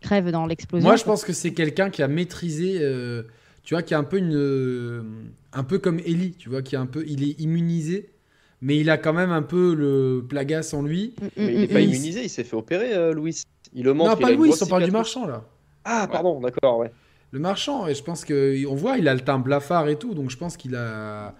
S6: crève dans l'explosion.
S1: Moi, je pense que c'est quelqu'un qui a maîtrisé, euh, tu vois, qui a un peu une, euh, un peu comme Ellie, tu vois, qui a un peu, il est immunisé, mais il a quand même un peu le plagas en lui.
S6: Mm, mm,
S3: Mais il est
S6: mm,
S3: pas
S6: mm.
S1: il-
S3: immunisé, il s'est fait opérer, euh, Louis. Il le montre.
S1: Non,
S3: il
S1: pas
S3: a une
S1: lui,
S3: grosse
S1: on parle du
S3: cicatrice.
S1: marchand là.
S3: Ah, pardon, d'accord, ouais.
S1: Le marchand, et je pense que on voit, il a le teint blafard et tout, donc je pense qu'il a,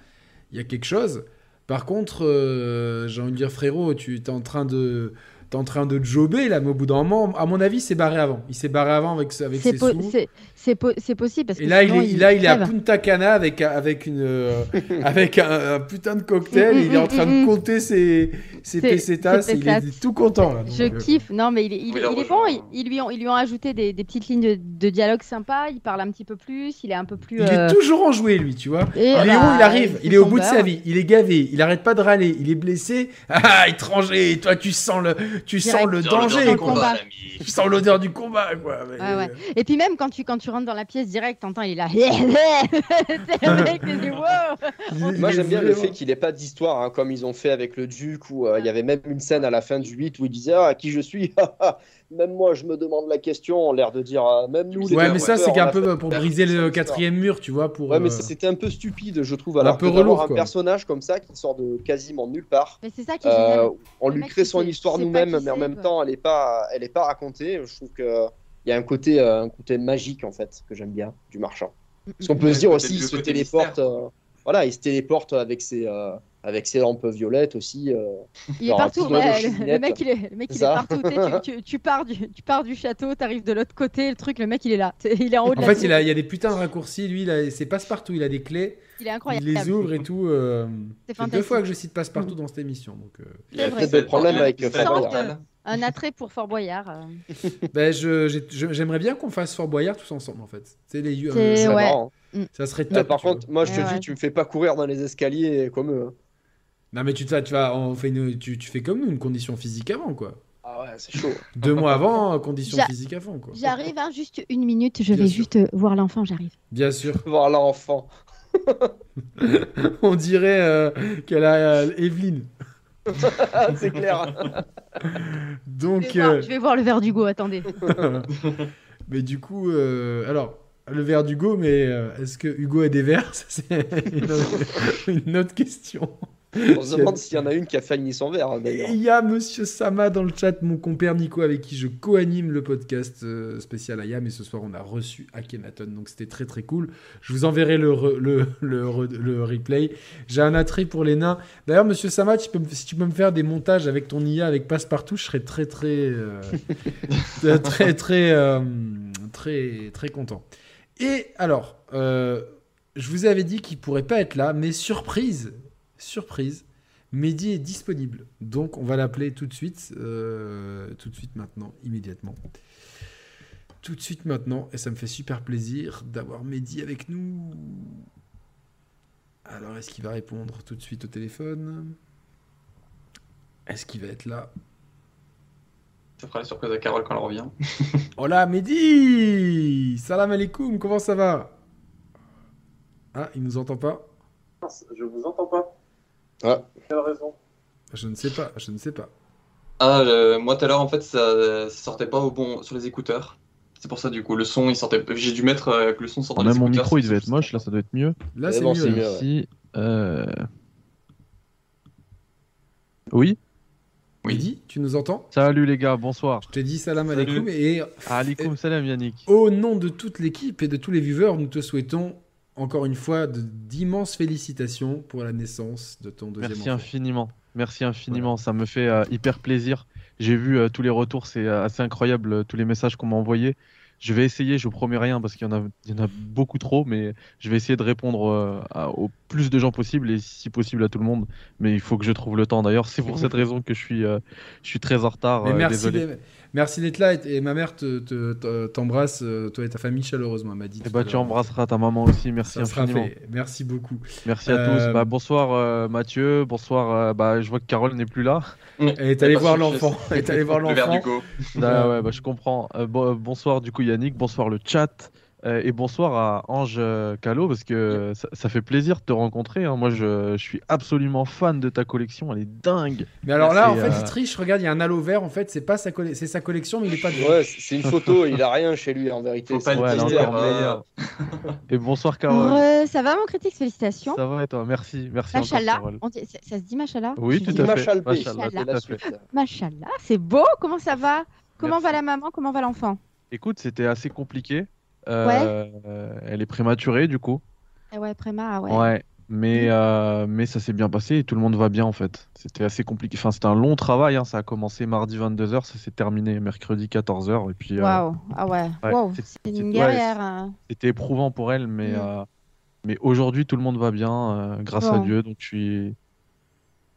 S1: il y a quelque chose. Par contre, euh, j'ai envie de dire, frérot, tu es en train de, t'es en train de jobber là, mais au bout d'un moment, à mon avis, c'est barré avant. Il s'est barré avant avec, ce- avec
S6: C'est
S1: ses
S6: po-
S1: sous.
S6: c'est- c'est po- c'est possible parce que
S1: Et là, il
S6: sinon,
S1: est, là, il est à
S6: crève.
S1: Punta Cana avec, avec, une, euh, avec un, un putain de cocktail.
S6: Mm,
S1: et il est en
S6: mm,
S1: train
S6: mm,
S1: de
S6: mm.
S1: compter ses, ses
S6: C'est-
S1: pesetas.
S6: ses
S1: et Il est
S6: pesetas.
S1: tout content. Là, donc,
S6: Je
S1: euh,
S6: kiffe. Non, mais il est, il
S4: Oui,
S6: est-
S4: la
S6: il est bon.
S4: rejoins.
S6: Ils, ils lui ont, ils lui ont ajouté des, des petites lignes de, de dialogue sympa. Il parle un petit peu plus. Il est un peu plus.
S1: Il
S6: euh,
S1: est toujours enjoué, lui, tu vois.
S6: et,
S1: Léon,
S6: bah,
S1: Ah, il arrive,
S6: fait
S1: il est au
S6: son
S1: bout de sa
S6: beurre.
S1: vie, il est gavé, il arrête pas de râler, il est blessé. Ah, étranger, toi, tu sens le, tu sens
S6: Direct.
S1: le
S4: Dans
S1: danger,
S6: du
S1: quoi.
S6: combat.
S4: l'ami.
S1: Tu sens l'odeur du combat, quoi. Mais-
S6: Ouais, ouais. Et puis même quand tu, quand tu
S5: rentres dans la pièce direct, t'entends, il est là. C'est le mec, tu dis, wow
S1: euh,
S3: Moi, j'aime bien le fait qu'il n'ait pas d'histoire, hein, comme ils ont fait avec le Duc, où
S6: Ah.
S3: euh, il y avait même une scène à la fin du 8 où il disait Ah, qui je suis Même moi, je me demande la question, l'air de dire ah, Même nous, les
S1: Ouais, mais ça, c'est
S3: développeurs,
S1: qu'un
S3: on a
S1: peu
S3: fait
S1: euh, pour
S3: faire
S1: briser
S3: ça,
S1: le
S3: ça.
S1: quatrième mur, tu vois, pour.
S3: Ouais, mais
S1: euh,
S3: ça, c'était un peu stupide, je trouve. Alors,
S1: peu
S3: que d'avoir
S1: relou,
S3: un
S1: quoi.
S3: personnage comme ça qui sort de quasiment nulle part.
S5: Mais c'est ça qui est génial.
S3: Euh, on
S5: Le
S3: lui
S5: mec,
S3: crée
S5: il
S3: son
S5: sait-
S3: histoire
S5: il sait
S3: nous-mêmes,
S5: pas qui
S3: mais en
S5: c'est,
S3: même
S5: quoi.
S3: temps, elle est pas, elle est pas racontée. Je trouve que il y a un côté, euh, un côté magique en fait que j'aime bien du marchand. Parce
S5: Mm,
S3: qu'on peut
S4: Ouais,
S3: se dire
S4: le
S3: aussi,
S4: côté-
S3: il
S4: le
S3: se
S4: côté
S3: téléporte. euh, voilà, il se téléporte avec ses, euh, avec ses lampes violettes aussi. euh.
S5: Il est
S3: Genre,
S5: partout,
S3: tout dans
S5: ouais,
S3: les
S5: le, le
S3: cheminettes.
S5: mec il est, le mec, il est
S3: Ça.
S5: partout. Tu, sais, tu- tu- tu pars du, tu pars du château, t'arrives de l'autre côté, le truc, le mec il est là. T'es- Il est en haut de
S1: En
S5: la
S1: fait,
S5: tour,
S1: il, a, il y a des putains de raccourcis, lui, il a- c'est passe-partout, il a des clés,
S5: il est
S1: il
S5: incroyable.
S1: les ouvre et tout. euh,
S5: C'est
S1: C'est deux
S5: fantastique.
S1: fois que je cite passe-partout dans cette émission. Donc, euh,
S4: Il y a
S5: C'est vrai.
S4: peut-être
S5: Des
S4: des
S3: problèmes
S4: problèmes
S3: avec euh,
S4: avec
S3: Fort
S5: Boyard. Un attrait pour Fort Boyard. euh.
S1: Ben, je- j'ai- je- j'aimerais bien qu'on fasse Fort Boyard tous ensemble, en fait. C'est les euh,
S5: C'est-
S3: C'est
S1: ça-
S5: ouais.
S3: marrant.
S1: Ça serait
S3: Là,
S1: top.
S3: par
S1: tu vois.
S3: contre, moi je te
S5: Eh ouais.
S3: dis, tu me fais pas courir dans les escaliers comme eux. hein.
S1: Non, mais tu, te- tu, vas, on fait une- tu, tu fais comme nous, une condition physique avant, quoi.
S3: Ah ouais, c'est chaud.
S1: Deux mois avant, euh, condition
S5: J'a-
S1: physique avant, quoi.
S5: J'arrive, hein, juste une minute, je
S1: Bien
S5: vais
S1: sûr.
S5: juste euh, voir l'enfant, j'arrive.
S1: Bien sûr.
S3: Voir l'enfant.
S1: On dirait euh, qu'elle a euh, Evelyne.
S5: Ah,
S3: c'est clair.
S5: Je
S1: Donc,
S5: vais, voir,
S1: euh,
S5: je vais voir le verre d'Hugo, attendez.
S1: mais du coup, euh, alors, le verre d'Hugo, mais euh, est-ce que Hugo a des verres Ça, C'est une autre, une autre question.
S3: On se demande s'il y en a une qui a failli son verre hein,
S1: Et
S3: d'ailleurs.
S1: Il y a Monsieur Sama dans le chat, mon compère Nico, avec qui je co-anime le podcast euh, spécial Ayam. Et ce soir, on a reçu Akhenaton, donc c'était très très cool. Je vous enverrai le, re- le, le, re- le replay. J'ai un attrait pour les nains. D'ailleurs, Monsieur Sama, tu peux me- si tu peux me faire des montages avec ton IA, avec Passepartout, je serais très très euh, très très très, euh, très très content. Et alors, euh, je vous avais dit qu'il pourrait pas être là, mais surprise, surprise. Mehdi est disponible, donc on va l'appeler tout de suite, euh, tout de suite maintenant, immédiatement. Tout de suite maintenant, et ça me fait super plaisir d'avoir Mehdi avec nous. Alors, est-ce qu'il va répondre tout de suite au téléphone Est-ce qu'il va être là
S4: Ça fera la surprise à Carole quand elle revient.
S1: Hola Mehdi Salam alaikum, comment ça va Ah, il nous entend pas
S7: Je vous entends pas.
S3: Ah.
S7: Quelle raison
S1: Je ne sais pas, je ne sais pas.
S4: Ah, euh, moi tout à l'heure en fait ça, ça sortait pas au bon sur les écouteurs. C'est pour ça du coup le son il sortait. J'ai dû mettre euh, que le son sortait des
S8: Ah, Même mon
S4: écouteurs,
S8: micro, il
S4: c'est-
S8: devait être moche, là, ça doit être mieux.
S1: Là,
S3: Mais
S1: c'est
S3: bon,
S1: mieux.
S3: Eh c'est
S1: là.
S3: mieux. ouais.
S8: Merci. Euh, Oui,
S4: Oui.
S1: Mehdi, tu nous entends
S8: salut les gars, bonsoir.
S1: Je t'ai dit salam
S4: Salut.
S1: alaikum et
S8: Alikum salam Yannick.
S1: Au nom de toute l'équipe et de tous les viewers, nous te souhaitons encore une fois de- d'immenses félicitations pour la naissance de ton deuxième
S8: Merci
S1: enfant.
S8: infiniment. Merci infiniment, ça me fait euh, hyper plaisir. J'ai vu euh, tous les retours, c'est euh, assez incroyable, euh, tous les messages qu'on m'a envoyés. Je vais essayer, je vous promets rien parce qu'il y, en a- il y en a beaucoup trop, mais je vais essayer de répondre euh, à- au plus de gens possible et si possible à tout le monde. Mais il faut que je trouve le temps d'ailleurs. C'est pour cette raison que je suis, euh, je suis très en retard.
S1: Mais
S8: euh,
S1: merci,
S8: désolé.
S1: d'être- merci d'être là et, et ma mère te- te- te- t'embrasse, euh, toi et ta famille chaleureusement, elle m'a dit.
S8: Et
S1: tout à
S8: bah, tu
S1: l'heure.
S8: embrasseras ta maman aussi, merci
S1: euh, Ça sera
S8: infiniment.
S1: fait. Merci beaucoup.
S8: Merci à
S1: Euh,
S8: tous. Bah, bonsoir euh, Mathieu, bonsoir. euh, bah, je vois que Carole n'est plus là.
S1: Et t'allais
S4: Parce
S1: voir
S4: que
S1: l'enfant. Et t'allais voir
S4: Le verre
S1: l'enfant.
S4: d'Hugo.
S8: Ah ouais, bah, je comprends. Euh, bon- euh, bonsoir du coup Yannick, bonsoir le chat euh, et bonsoir à Ange euh, Callot parce que euh, ça, ça fait plaisir de te rencontrer. hein. Moi je, je suis absolument fan de ta collection, elle est dingue.
S1: Mais alors là, en
S8: C'est,
S1: fait,
S8: euh,
S1: il triche. Regarde, il y a un halo vert. En fait, c'est pas sa, colle- c'est sa collection, mais il est pas. dedans.
S3: Ouais, c'est c'est une photo, il a rien chez lui en vérité.
S4: Faut pas
S3: C'est
S4: le
S8: Ouais, elle est
S3: un
S4: dire,
S3: mystère.
S8: encore
S4: euh,
S8: meilleure. Et bonsoir Carole.
S5: Re- Euh, ça va mon critique, félicitations.
S8: Ah Ça va et toi Merci, merci encore,
S5: Machallah,
S8: Carole.
S5: on dit- ça, ça se dit Machallah
S8: Oui,
S5: Tu
S8: tout
S5: dis
S8: à fait.
S3: Machal P,
S8: Machallah,
S3: c'est
S8: tout
S3: la
S8: à
S3: suite.
S8: fait.
S5: Machallah, c'est beau, comment ça va Comment va
S8: Merci.
S5: la maman Comment va l'enfant
S8: Écoute, c'était assez compliqué. Euh, euh, Elle est prématurée du coup.
S5: Eh ouais, Préma, ah ouais. Mm.
S8: Ouais. Mais, euh, mais ça s'est bien passé et tout le monde va bien en fait. C'était assez compliqué. Enfin, c'était un long travail. hein. Ça a commencé mardi 22h, ça s'est terminé mercredi 14h. Et puis, euh,
S5: Waouh, ah ouais,
S8: ouais,
S5: wow,
S8: c'est-
S5: c'est une
S8: ouais,
S5: guerrière. hein.
S8: c'était éprouvant pour elle. Mais,
S5: Mm.
S8: euh, mais aujourd'hui, tout le monde va bien, euh, grâce à
S5: Bon.
S8: Dieu. Donc, je suis,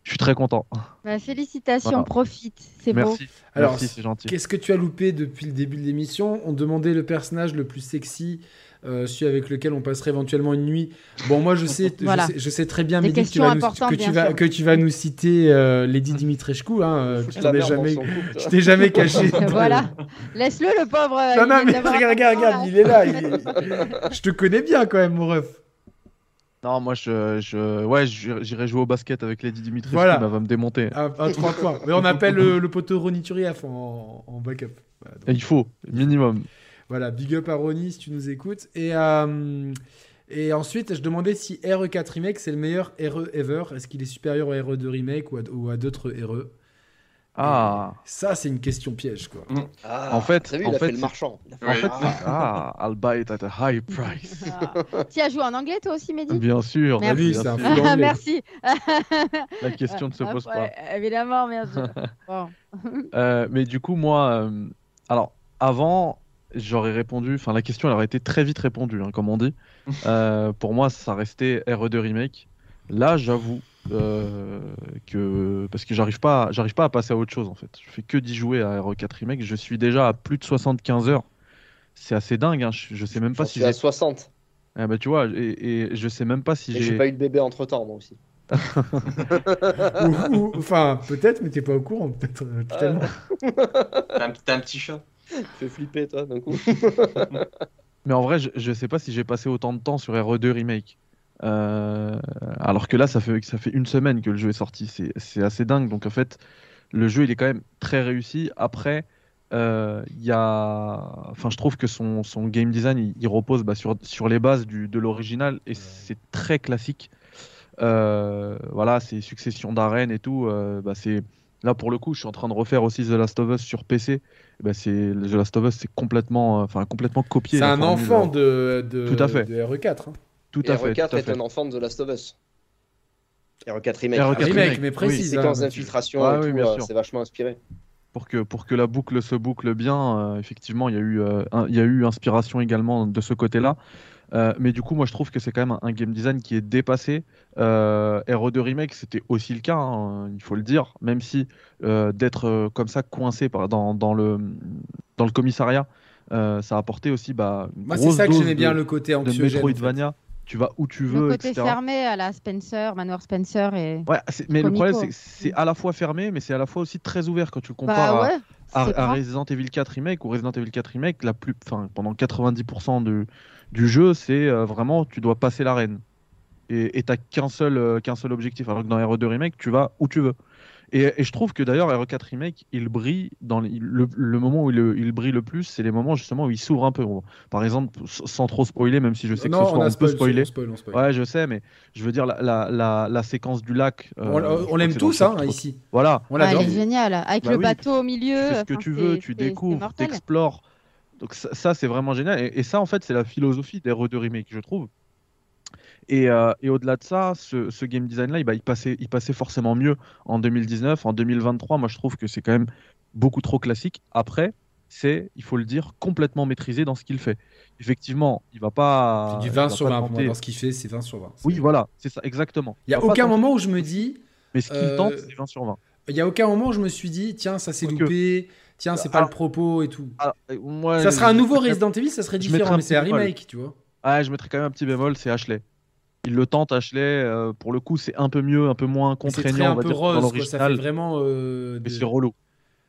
S8: je suis très content.
S5: Bah, félicitations,
S8: Voilà.
S5: profite, c'est beau.
S8: Merci.
S1: Alors,
S8: Merci, c'est gentil.
S1: Qu'est-ce que tu as loupé depuis le début de l'émission On demandait le personnage le plus sexy euh, celui avec lequel on passerait éventuellement une nuit. Bon, moi, je sais, je
S5: Voilà.
S1: sais, je sais très bien,
S5: Des
S1: Mehdi, que tu,
S5: questions
S1: vas nous,
S5: importantes,
S1: que, tu
S5: bien
S1: vas,
S5: sûr.
S1: que tu vas nous citer euh, Lady Dimitrescu, hein, euh, qui t'en est jamais, qui t'est jamais caché.
S5: voilà. Laisse-le, le pauvre.
S1: Non,
S5: euh, il
S1: non,
S5: vient
S1: mais
S5: d'avoir
S1: regarde,
S5: un
S1: regarde,
S5: enfant,
S1: regarde, il est là. il est- Je te connais bien quand même, mon ref.
S8: Non, moi, je, je, ouais, je- j'irai jouer au basket avec Lady Dimitri,
S1: Voilà.
S8: qui va me démonter.
S1: Un, un trois points. Mais on appelle le, le poteau Ronny Turiaf en, en backup. Voilà, donc,
S8: Il faut, minimum.
S1: voilà, big up à Ronny si tu nous écoutes. Et, euh, et ensuite, je demandais si RE4 Remake c'est le meilleur RE ever. Est-ce qu'il est supérieur au RE2 Remake ou à, ou à d'autres RE
S8: Ah,
S1: Ça, c'est une question piège, quoi.
S8: En fait-
S3: Ah, t'as vu,
S8: en
S3: il a
S8: fait,
S3: fait le
S8: c'est-
S3: marchand. Il a fait
S4: Ouais.
S3: le marchand.
S8: ah, I'll buy it at a high price.
S5: Ah. Tu as joué en anglais, toi aussi, Mehdi
S8: Bien sûr.
S5: Merci.
S1: Oui, Bah,
S8: bien
S1: c'est un
S8: sûr.
S1: fou d'anglais.
S5: Merci.
S8: La question ne se
S5: Ah,
S8: pose pas.
S5: ouais, Évidemment, bien sûr. Bon.
S8: Euh, mais du coup, moi, euh, alors, avant, j'aurais répondu, enfin, la question, elle aurait été très vite répondue, hein, comme on dit. Euh, pour moi, ça restait RE2 Remake. Là, j'avoue euh, que. Parce que j'arrive pas, à- j'arrive pas à passer à autre chose, en fait. Je fais que d'y jouer à RE4 Remake. Je suis déjà à plus de 75 heures. C'est assez dingue, hein. je, je sais même pas
S3: J'en
S8: si
S3: suis
S8: j'ai.
S3: à 60.
S8: Ah bah, tu vois, et, et je sais même pas si
S3: Et j'ai
S8: j'ai.
S3: pas eu de bébé entre temps, moi aussi.
S1: Ou- ou- Enfin, peut-être, mais t'es pas au courant, peut-être. euh,
S8: Ah,
S1: totalement.
S4: T'as un, t'as un petit chat.
S3: Fais flipper, toi, d'un coup.
S8: Mais en vrai, je, je sais pas si j'ai passé autant de temps sur RE2 Remake. Euh, alors que là, ça fait, ça fait une semaine que le jeu est sorti. C'est c'est assez dingue. Donc en fait, le jeu, il est quand même très réussi. Après, euh, il y a... enfin, je trouve que son, son game design, il, il repose bah, sur, sur les bases du, de l'original et c'est très classique. Euh, voilà, c'est succession d'arènes et tout. euh, bah, c'est Là, pour le coup, je suis en train de refaire aussi The Last of Us sur PC. Eh ben, c'est The Last of Us, c'est complètement, euh, enfin, complètement copié.
S1: C'est
S8: la
S1: un
S8: formule. hein.
S1: enfant de, de,
S8: Tout à fait.
S1: de RE4. hein.
S8: Tout
S3: Et
S8: à fait.
S3: R4
S8: tout à
S3: est
S8: fait.
S3: un enfant de The Last of Us. R4 Remake.
S8: R4
S3: Après,
S1: Remake,
S8: E remake,
S1: mais
S8: oui.
S1: précise. hein,
S3: Séquence
S1: mais tu-
S3: d'infiltration
S8: Ah
S3: et
S8: oui,
S3: tout,
S8: bien
S3: euh,
S8: sûr.
S3: c'est vachement inspiré.
S8: Pour que pour que la boucle se boucle bien, euh, effectivement, il y a eu euh, un- il y a eu inspiration également de ce côté-là. Euh, mais du coup, moi, je trouve que c'est quand même un, un game design qui est dépassé. Euh, RE2 Remake, c'était aussi le cas, hein, il faut le dire, même si euh, d'être euh, comme ça coincé par, dans, dans le dans le commissariat, euh, ça a apporté aussi bah, une
S1: Moi, c'est
S8: grosse
S1: ça que
S8: dose
S1: j'aimais bien,
S8: de,
S1: le côté
S8: de
S1: anxiogène. en fait.
S8: Metroidvania. Tu vas où tu veux,
S5: Le côté
S8: etc.
S5: fermé à la Spencer, Manoir Spencer et.
S8: Ouais, c'est- mais le
S5: Comico.
S8: problème, c'est que c'est à la fois fermé, mais c'est à la fois aussi très ouvert quand tu le compares
S5: Bah
S8: à-
S5: ouais.
S8: à,
S5: c'est
S8: à
S5: propre.
S8: Resident Evil 4 Remake ou Resident Evil 4 Remake, la plus, enfin, pendant 90% du, du jeu, c'est euh, vraiment tu dois passer l'arène. Et et t'as qu'un seul, euh, qu'un seul objectif. Alors que dans RE2 Remake, tu vas où tu veux. Et, et je trouve que d'ailleurs, RE4 Remake, il brille dans les- le, le moment où il, il brille le plus, c'est les moments justement où il s'ouvre un peu. Par exemple, s- sans trop spoiler, même si je sais que
S1: Non,
S8: ce soir
S1: on a
S8: on peut
S1: spoil,
S8: spoiler.
S1: on spoil, on spoil.
S8: Ouais, je sais, mais je veux dire, la, la, la, la séquence du lac. euh,
S1: On-
S8: je
S1: on
S8: crois que
S1: l'aime
S8: c'est dans le
S1: tous, hein,
S8: chapitre-
S1: ici.
S8: Voilà.
S1: On
S5: Ouais,
S1: l'adore.
S5: elle est géniale, avec
S8: Bah
S5: le
S8: oui,
S5: bateau au milieu.
S8: tu fais ce que
S5: enfin,
S8: tu
S5: c'est-
S8: veux, tu
S5: c'est- c'est
S8: découvres,
S5: mortel.
S8: t'explores. Donc ça, ça, c'est vraiment génial. Et, et ça, en fait, c'est la philosophie des re Remake, je trouve. Et, euh, et au-delà de ça, ce, ce game design-là, eh ben, il, passait, il passait forcément mieux en 2019. En 2023, moi, je trouve que c'est quand même beaucoup trop classique. Après, c'est, il faut le dire, complètement maîtrisé dans ce qu'il fait. Effectivement, il va pas...
S1: C'est du
S8: Ah, il
S1: 20
S8: va
S1: sur
S8: pas
S1: 20 pour moi.
S8: tenter-
S1: Dans ce qu'il fait, c'est 20 sur 20.
S8: Oui, voilà, c'est ça, exactement.
S1: Il n'y a
S8: va pas
S1: aucun
S8: tenter-
S1: moment où je me dis,
S8: Mais ce qu'il
S1: euh,
S8: tente, c'est 20 sur 20.
S1: il y a aucun moment où je me suis dit, tiens, ça s'est
S8: Quoique.
S1: loupé, tiens, c'est pas
S8: Alors-
S1: le propos et tout.
S8: Ah, euh, moi,
S1: Ça serait un
S8: je-
S1: nouveau
S8: je mettrais-
S1: Resident Evil, ça serait
S8: je
S1: différent,
S8: mettrais un
S1: mais c'est un
S8: petit bémol.
S1: remake, tu vois.
S8: Ah, je mettrais quand même un petit bémol, c'est Ashley. Il le tente, Ashley. euh, pour le coup, c'est un peu mieux, un peu moins
S1: Mais C'est très
S8: contraignant,
S1: un
S8: on va
S1: peu
S8: dire, que dans
S1: rose, quoi, ça fait
S8: l'original.
S1: vraiment. euh, de-
S8: Mais c'est relou.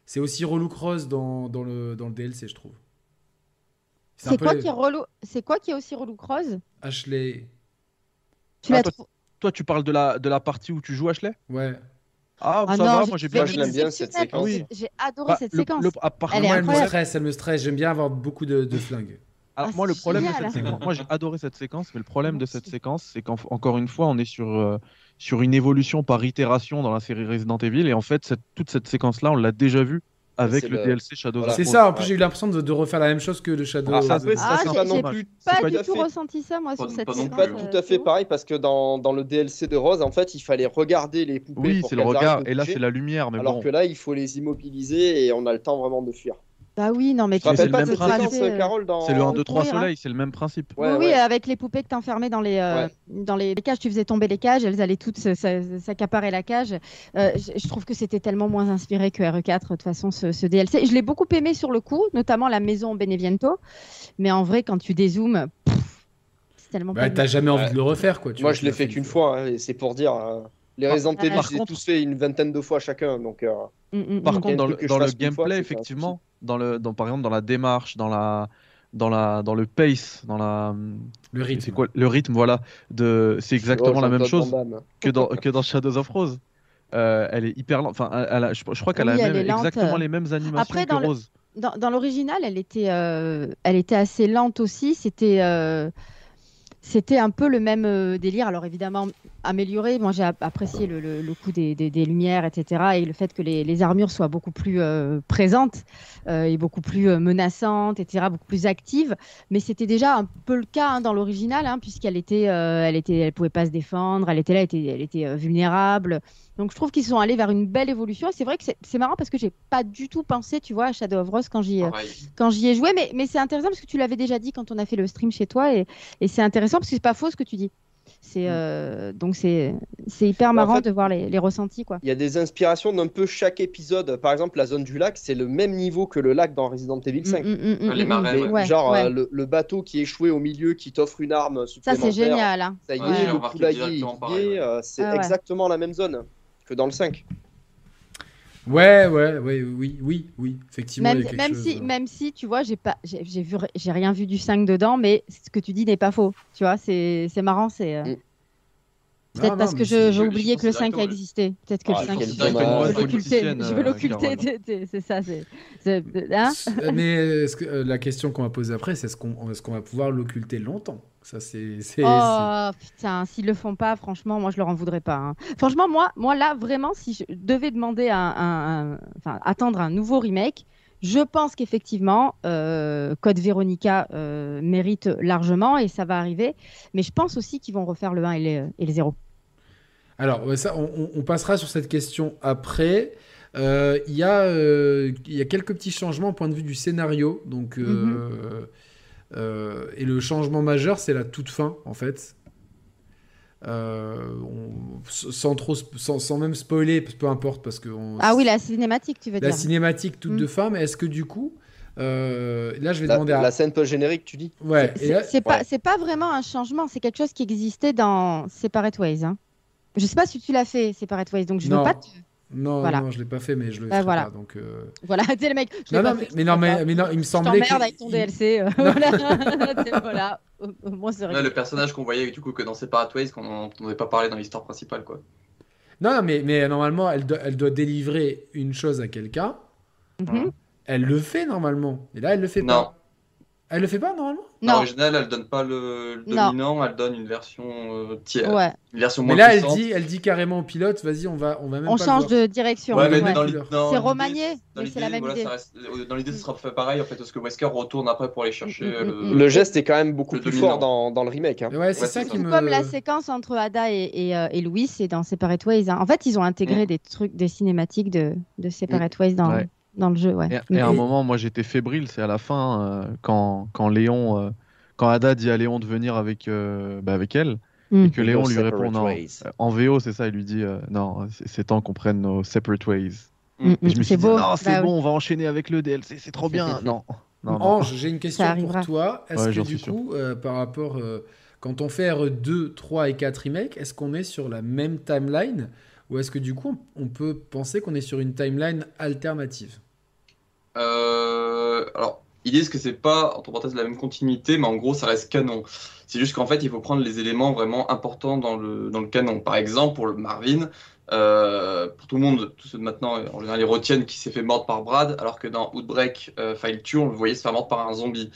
S1: C'est aussi relou que rose dans, dans, le, dans le DLC, je trouve. un
S5: C'est
S1: peu
S5: quoi,
S1: les-
S5: qui est relou... c'est quoi qui est aussi relou que Rose
S1: Ashley.
S5: Tu
S8: Ah,
S5: l'as
S8: toi,
S5: trou-
S8: Toi, tu parles de la, de la partie où tu joues Ashley
S1: Ouais.
S8: Ah,
S5: Ah
S8: ça
S5: non,
S8: va,
S5: j'ai
S8: moi
S5: trouvé
S8: j'ai bien
S3: je l'aime bien, cette
S5: exceptionnelle.
S3: séquence.
S8: Oui.
S5: J'ai adoré
S8: Bah,
S5: cette
S8: le-
S5: séquence.
S8: le- ah, par
S5: Elle
S8: contre,
S5: est
S1: Moi, elle me
S5: incroyable.
S1: stresse, elle me stresse. J'aime bien avoir beaucoup de, de flingues.
S8: Alors,
S5: Ah,
S8: moi, le
S5: c'est
S8: problème de
S5: génial.
S8: cette séquence, moi, j'ai adoré cette séquence, mais le problème
S5: Moi
S8: de cette
S5: aussi.
S8: séquence, c'est qu'encore une fois, on est sur, euh, sur une évolution par itération dans la série Resident Evil, et en fait, cette- toute cette séquence-là, on l'a déjà vue avec
S3: C'est
S8: le,
S3: le-
S8: DLC Shadows
S3: Voilà.
S8: of
S1: C'est
S8: Rose.
S1: ça, en plus,
S3: ouais.
S1: j'ai eu l'impression de, de refaire la même chose que le Shadow.
S8: Ah, ça,
S1: of the-
S8: c'est-
S5: Ah,
S3: c'est
S5: j'ai-
S3: pas
S5: j'ai
S3: non plus.
S5: Pas,
S3: c'est pas
S5: du
S3: tout à
S5: tout
S3: fait-
S5: ressenti ça, moi,
S4: Pas-
S5: sur cette
S4: pas non
S5: séquence.
S3: C'est
S4: plus,
S3: pas
S4: ouais.
S5: euh,
S3: tout à
S5: c'est
S3: fait
S5: bon.
S3: pareil parce que dans, dans le DLC de Rose, en fait, il fallait regarder les poupées.
S8: Oui,
S3: pour
S8: c'est le
S3: qu'elles
S8: regard,
S3: arrêtent de
S8: et là,
S3: bouger,
S8: c'est la lumière, mais
S3: Alors
S8: bon.
S3: que là, il faut les immobiliser et on a le temps vraiment de fuir.
S5: Bah oui, non, mais
S3: Tu te
S5: tu
S8: c'est
S3: rappelles
S8: le
S3: pas
S8: même
S3: de cette
S8: principe.
S3: séquence, Carole dans...
S8: C'est le 1, 2, 3
S5: courir, hein.
S8: soleil, c'est le même principe.
S3: Ouais,
S5: oui, euh, oui,
S3: ouais.
S5: avec les poupées que t'enfermais dans les euh,
S3: Ouais.
S5: dans les, les cages, tu faisais tomber les cages, elles allaient toutes se- se- s'accaparer la cage. Euh, je, je trouve que c'était tellement moins inspiré que RE4 de toute façon ce, ce DLC. Je l'ai beaucoup aimé sur le coup, notamment la maison Beneviento, mais en vrai quand tu dézoomes, pff, tellement
S1: Bah,
S5: pas
S1: t'as
S5: aimé.
S1: jamais envie
S8: Ouais.
S1: de le refaire, quoi. tu
S3: Moi,
S1: vois,
S3: je
S1: tu
S3: l'ai
S1: l'as
S3: fait qu'une fois, hein, et c'est pour dire. euh, les Resident
S5: par
S3: Evil, je les ai
S8: contre-
S3: tous fait une vingtaine de fois chacun, donc euh,
S5: Mm, mm,
S8: Par
S5: mm.
S3: y a
S8: contre, dans
S3: des
S8: le,
S3: trucs que
S8: dans
S3: je
S8: le
S3: fasse une fois,
S8: gameplay,
S3: c'est pas un
S8: effectivement, dans le, dans, par exemple, dans la démarche, dans la, dans la, dans le pace, dans la,
S1: Le rythme.
S8: c'est quoi le rythme, voilà, de, c'est exactement
S3: oh,
S8: la même
S3: Jean-Claude
S8: chose
S3: Van Damme.
S8: que dans, que dans Shadows of Rose. Euh, elle est hyper lente. Enfin, elle- elle a- je, je crois qu'elle
S5: Oui,
S8: a
S5: elle
S8: même-
S5: est lente.
S8: exactement les mêmes animations
S5: Après,
S8: que
S5: dans le-
S8: Rose.
S5: Dans, dans l'original, elle était, euh, elle était assez lente aussi. C'était, euh, c'était un peu le même euh, délire. Alors évidemment amélioré. Moi, j'ai ap- apprécié le, le- le coup des, des- des lumières, etc. Et le fait que les, les armures soient beaucoup plus euh, présentes euh, et beaucoup plus euh, menaçantes, etc. Beaucoup plus actives. Mais c'était déjà un peu le cas hein, dans l'original, hein, puisqu'elle était, euh, elle était, elle pouvait pas se défendre. Elle était là, elle était, elle était euh, vulnérable. Donc je trouve qu'ils sont allés vers une belle évolution. Et c'est vrai que c'est- c'est marrant parce que j'ai pas du tout pensé, tu vois, à Shadow of Rose quand j'y euh,
S4: Pareil.
S5: quand j'y ai joué. Mais, mais c'est intéressant parce que tu l'avais déjà dit quand on a fait le stream chez toi. Et, et c'est intéressant parce que c'est pas faux ce que tu dis. C'est euh, donc c'est c'est hyper
S3: Bah, en
S5: marrant
S3: fait-
S5: de voir les, les ressentis quoi.
S3: Il y a des inspirations d'un peu chaque épisode. Par exemple, la zone du lac, c'est le même niveau que le lac dans Resident Evil 5.
S5: Mm, mm, mm, mm,
S4: Ah, Les
S5: mm.
S4: marins,
S3: Mais
S4: ouais.
S3: genre
S5: ouais.
S3: euh, le, le bateau qui échouait au milieu, qui t'offre une
S5: Ça
S3: arme supplémentaire.
S5: c'est génial. hein.
S3: Ça y est,
S5: Ouais, j'ai
S3: le
S4: remarqué
S3: poulailler, il
S4: exactement
S3: y
S4: pareil,
S3: est,
S4: ouais.
S3: euh, c'est
S5: Ah ouais.
S3: exactement la même zone que dans le 5.
S1: Ouais, ouais, ouais, oui, oui, oui. Effectivement, il
S5: Même,
S1: y a quelque
S5: même
S1: chose,
S5: si
S1: euh,
S5: même si tu vois j'ai pas j'ai j'ai vu j'ai rien vu du 5 dedans mais ce que tu dis n'est pas faux. Tu vois c'est c'est marrant c'est euh,
S3: Mm.
S1: Ah,
S5: Peut-être
S1: non,
S5: parce
S1: mais
S5: que
S1: c'est-
S5: je-
S4: je-
S5: j'ai
S4: je
S5: oublié
S4: pense
S5: que le
S4: que
S5: 5
S4: c'est
S5: existait. Peut-être que
S3: Ah,
S5: le 5
S3: quel
S5: existait. Je
S3: dommage.
S5: vais
S3: Ouais,
S5: l'occulter,
S8: politicienne,
S5: je vais
S8: euh,
S5: l'occulter,
S8: Caroline.
S5: t'es- t'es- c'est ça, c'est. c'est- hein
S1: Mais est-ce que, euh, la question qu'on va poser après, c'est est-ce qu'on est-ce qu'on va pouvoir l'occulter longtemps Ça, c'est. c'est- c'est-
S5: oh putain, s'ils le font pas, franchement, moi je leur en voudrais pas. hein. Franchement, moi, moi là, vraiment, si je devais demander un, un- un- enfin, attendre un nouveau remake, je pense qu'effectivement, euh, Code Veronica euh, mérite largement et ça va arriver. Mais je pense aussi qu'ils vont refaire le 1 et le, et le 0.
S1: Alors, ouais, ça, on, on- on passera sur cette question après. Euh, Il y, a, euh, il y a quelques petits changements au point de vue du scénario. Donc, euh,
S5: Mhm.
S1: euh, et le changement majeur, c'est la toute fin, en fait. Euh, on- sans, trop, sp- sans, sans même spoiler, peu importe, parce que. on-
S5: Ah oui, la cinématique, tu veux
S1: la
S5: dire
S1: cinématique toute
S5: Mm.
S1: de fin, mais est-ce que du coup. euh, là, je vais
S3: La,
S1: demander à.
S3: la scène post-générique, tu dis
S1: Ouais, et là-
S5: C'est c'est pas, c'est pas vraiment un changement, c'est quelque chose qui existait dans Separate Ways. Hein. Je sais pas si tu l'as fait, Separate Ways, donc je
S1: Non.
S5: veux pas. te-
S1: Non,
S5: Voilà.
S1: non, je l'ai pas fait, mais je le
S5: Bah,
S1: ferai
S5: voilà.
S1: pas. Donc, euh,
S5: Voilà, tu sais, le mec. je
S1: non,
S5: l'ai
S1: non,
S5: pas
S1: mais,
S5: fait,
S1: mais
S5: je
S1: non,
S5: sais
S1: mais,
S5: pas.
S1: mais non, il me
S5: Je
S1: semblait.
S5: t'emmerde avec ton
S1: il-
S5: DLC. euh, voilà, C'est- voilà. Au, au moins c'est
S4: Là,
S5: réglé.
S4: le personnage qu'on voyait du coup que dans Separate Ways, qu'on n'avait pas parlé dans l'histoire principale, quoi.
S1: Non, non, mais, mais normalement, elle doit, elle doit délivrer une chose à quelqu'un.
S5: Mhm.
S1: Elle le fait normalement. Et là, elle le fait
S4: Non.
S1: pas. Elle le fait pas normalement.
S4: Dans
S5: Non,
S4: l'original, elle donne pas le, le
S5: Non.
S4: dominant, elle donne une version euh, tiers,
S5: ouais.
S4: une version
S1: Mais
S4: moins
S1: là, elle
S4: puissante.
S1: dit, elle dit carrément au pilote, vas-y, on va, on va même
S5: On
S1: pas le
S5: change
S1: voir.
S5: de direction.
S4: Ouais, mais
S5: ouais.
S4: dans
S1: C'est
S4: l'idée- dans l'idée-
S5: remanié,
S4: dans
S5: mais c'est la
S4: l'idée,
S5: même
S4: voilà,
S5: idée.
S4: ça reste- euh, Dans l'idée, ce sera fait pareil en fait, parce que Wesker retourne après pour aller chercher euh,
S5: Mm, mm,
S4: le.
S3: Le geste est quand même beaucoup
S4: Le
S3: plus
S4: dominant.
S3: fort dans, dans le remake. hein.
S1: Ouais, c'est ça
S4: Ouais, c'est
S1: qui
S4: ça.
S1: me.
S5: Comme la séquence entre Ada et, et, euh, et Louis, c'est dans Separate Ways. hein. En fait, ils ont intégré
S4: Mm.
S5: des trucs, des cinématiques de, de Separate Ways dans,
S8: Ouais.
S5: dans le jeu. Ouais.
S8: Et,
S5: Mais-
S8: et à un
S1: Et-
S8: moment, moi j'étais fébrile, c'est à la fin, euh, quand, quand Léon, euh, quand Ada dit à Léon de venir avec, euh, bah, avec elle,
S5: Mm.
S8: et que Léon
S3: Go
S8: lui
S3: separate
S8: répond non,
S3: ways.
S8: euh, en VO, c'est ça, il lui dit euh, non, c'est- c'est temps qu'on prenne nos separate ways.
S5: Mm, mm,
S8: Et je me suis
S5: C'est
S8: dit,
S5: beau.
S8: non, c'est
S5: Bah oui. Oh.
S8: bon, on va enchaîner avec le DLC, c'est trop bien. non, non, non.
S1: Ange, j'ai une
S5: Ça
S1: question pour
S5: arrivera.
S1: toi. Est-ce
S8: Ouais,
S1: que
S8: j'en
S1: du
S8: suis sûr.
S1: coup, euh, par rapport. euh, quand on fait R2, 3 et 4 remake, est-ce qu'on est sur la même timeline Ou est-ce que du coup, on, on peut penser qu'on est sur une timeline alternative
S4: Euh, alors, ils disent que c'est pas, entre parenthèses, la même continuité, mais en gros, ça reste canon. C'est juste qu'en fait, il faut prendre les éléments vraiment importants dans le, dans le canon. Par exemple, pour le Marvin, euh, pour tout le monde, tous ceux de maintenant, en général, ils retiennent qu'il s'est fait mordre par Brad, alors que dans Outbreak euh, File 2, on le voyait se faire mordre par un zombie,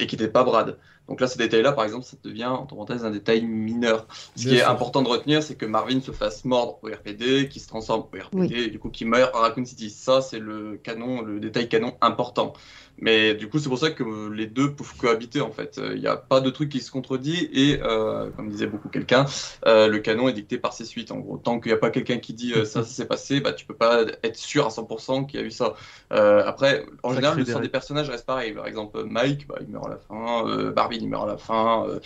S4: et qui n'était pas Brad. Donc là, ce détail-là, par exemple, ça devient, entre parenthèses, un détail mineur. Ce
S1: Bien
S4: qui est
S1: sûr.
S4: important de retenir, c'est que Marvin se fasse mordre au RPD, qui se transforme au RPD, et du coup qui meurt à Raccoon City. Ça, c'est le canon, le détail canon important. Mais du coup, c'est pour ça que euh, les deux peuvent cohabiter en fait. Euh, Il n'y a pas de truc qui se contredit et, euh, comme disait beaucoup quelqu'un, euh, le canon est dicté par ses suites. En gros, tant qu'il n'y a pas quelqu'un qui dit euh, ça, ça s'est passé, bah tu peux pas être sûr à 100% qu'il y a eu ça. Euh, après, en
S8: Sacré
S4: général, le sort
S8: Derek.
S4: des personnages reste pareil. Par exemple, Mike, bah, il meurt à la fin. Euh, Marvin, Marvin il meurt à la fin. euh,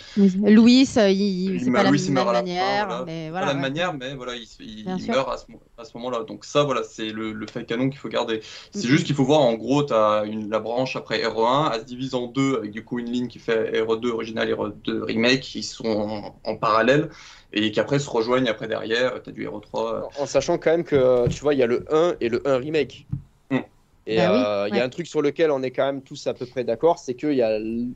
S5: Louis, euh, il,
S4: Il
S5: c'est
S4: meurt-
S5: pas la
S4: Louis, il
S5: même
S4: meurt à la fin,
S5: manière,
S4: voilà.
S5: mais
S4: pas
S5: voilà.
S4: la même
S5: ouais.
S4: manière, mais voilà, il, se- il-
S5: Bien
S4: il
S5: sûr.
S4: meurt à ce, mo- à ce moment-là. Donc ça, voilà, c'est le, le fait canon qu'il faut garder. C'est
S5: Mhm.
S4: juste qu'il faut voir, en gros, tu as une, la branche après RE1, elle se divise en deux, avec du coup une ligne qui fait RE2 original, RE2 remake, qui sont en, en parallèle, et qui après se rejoignent après derrière, tu as du RE3. euh,
S3: En sachant quand même que, tu vois, il y a le 1 et le 1 remake.
S4: Mm.
S3: Et
S5: Bah oui,
S3: euh, il y
S5: ouais.
S3: a un truc sur lequel on est quand même tous à peu près d'accord, c'est qu'il y a l-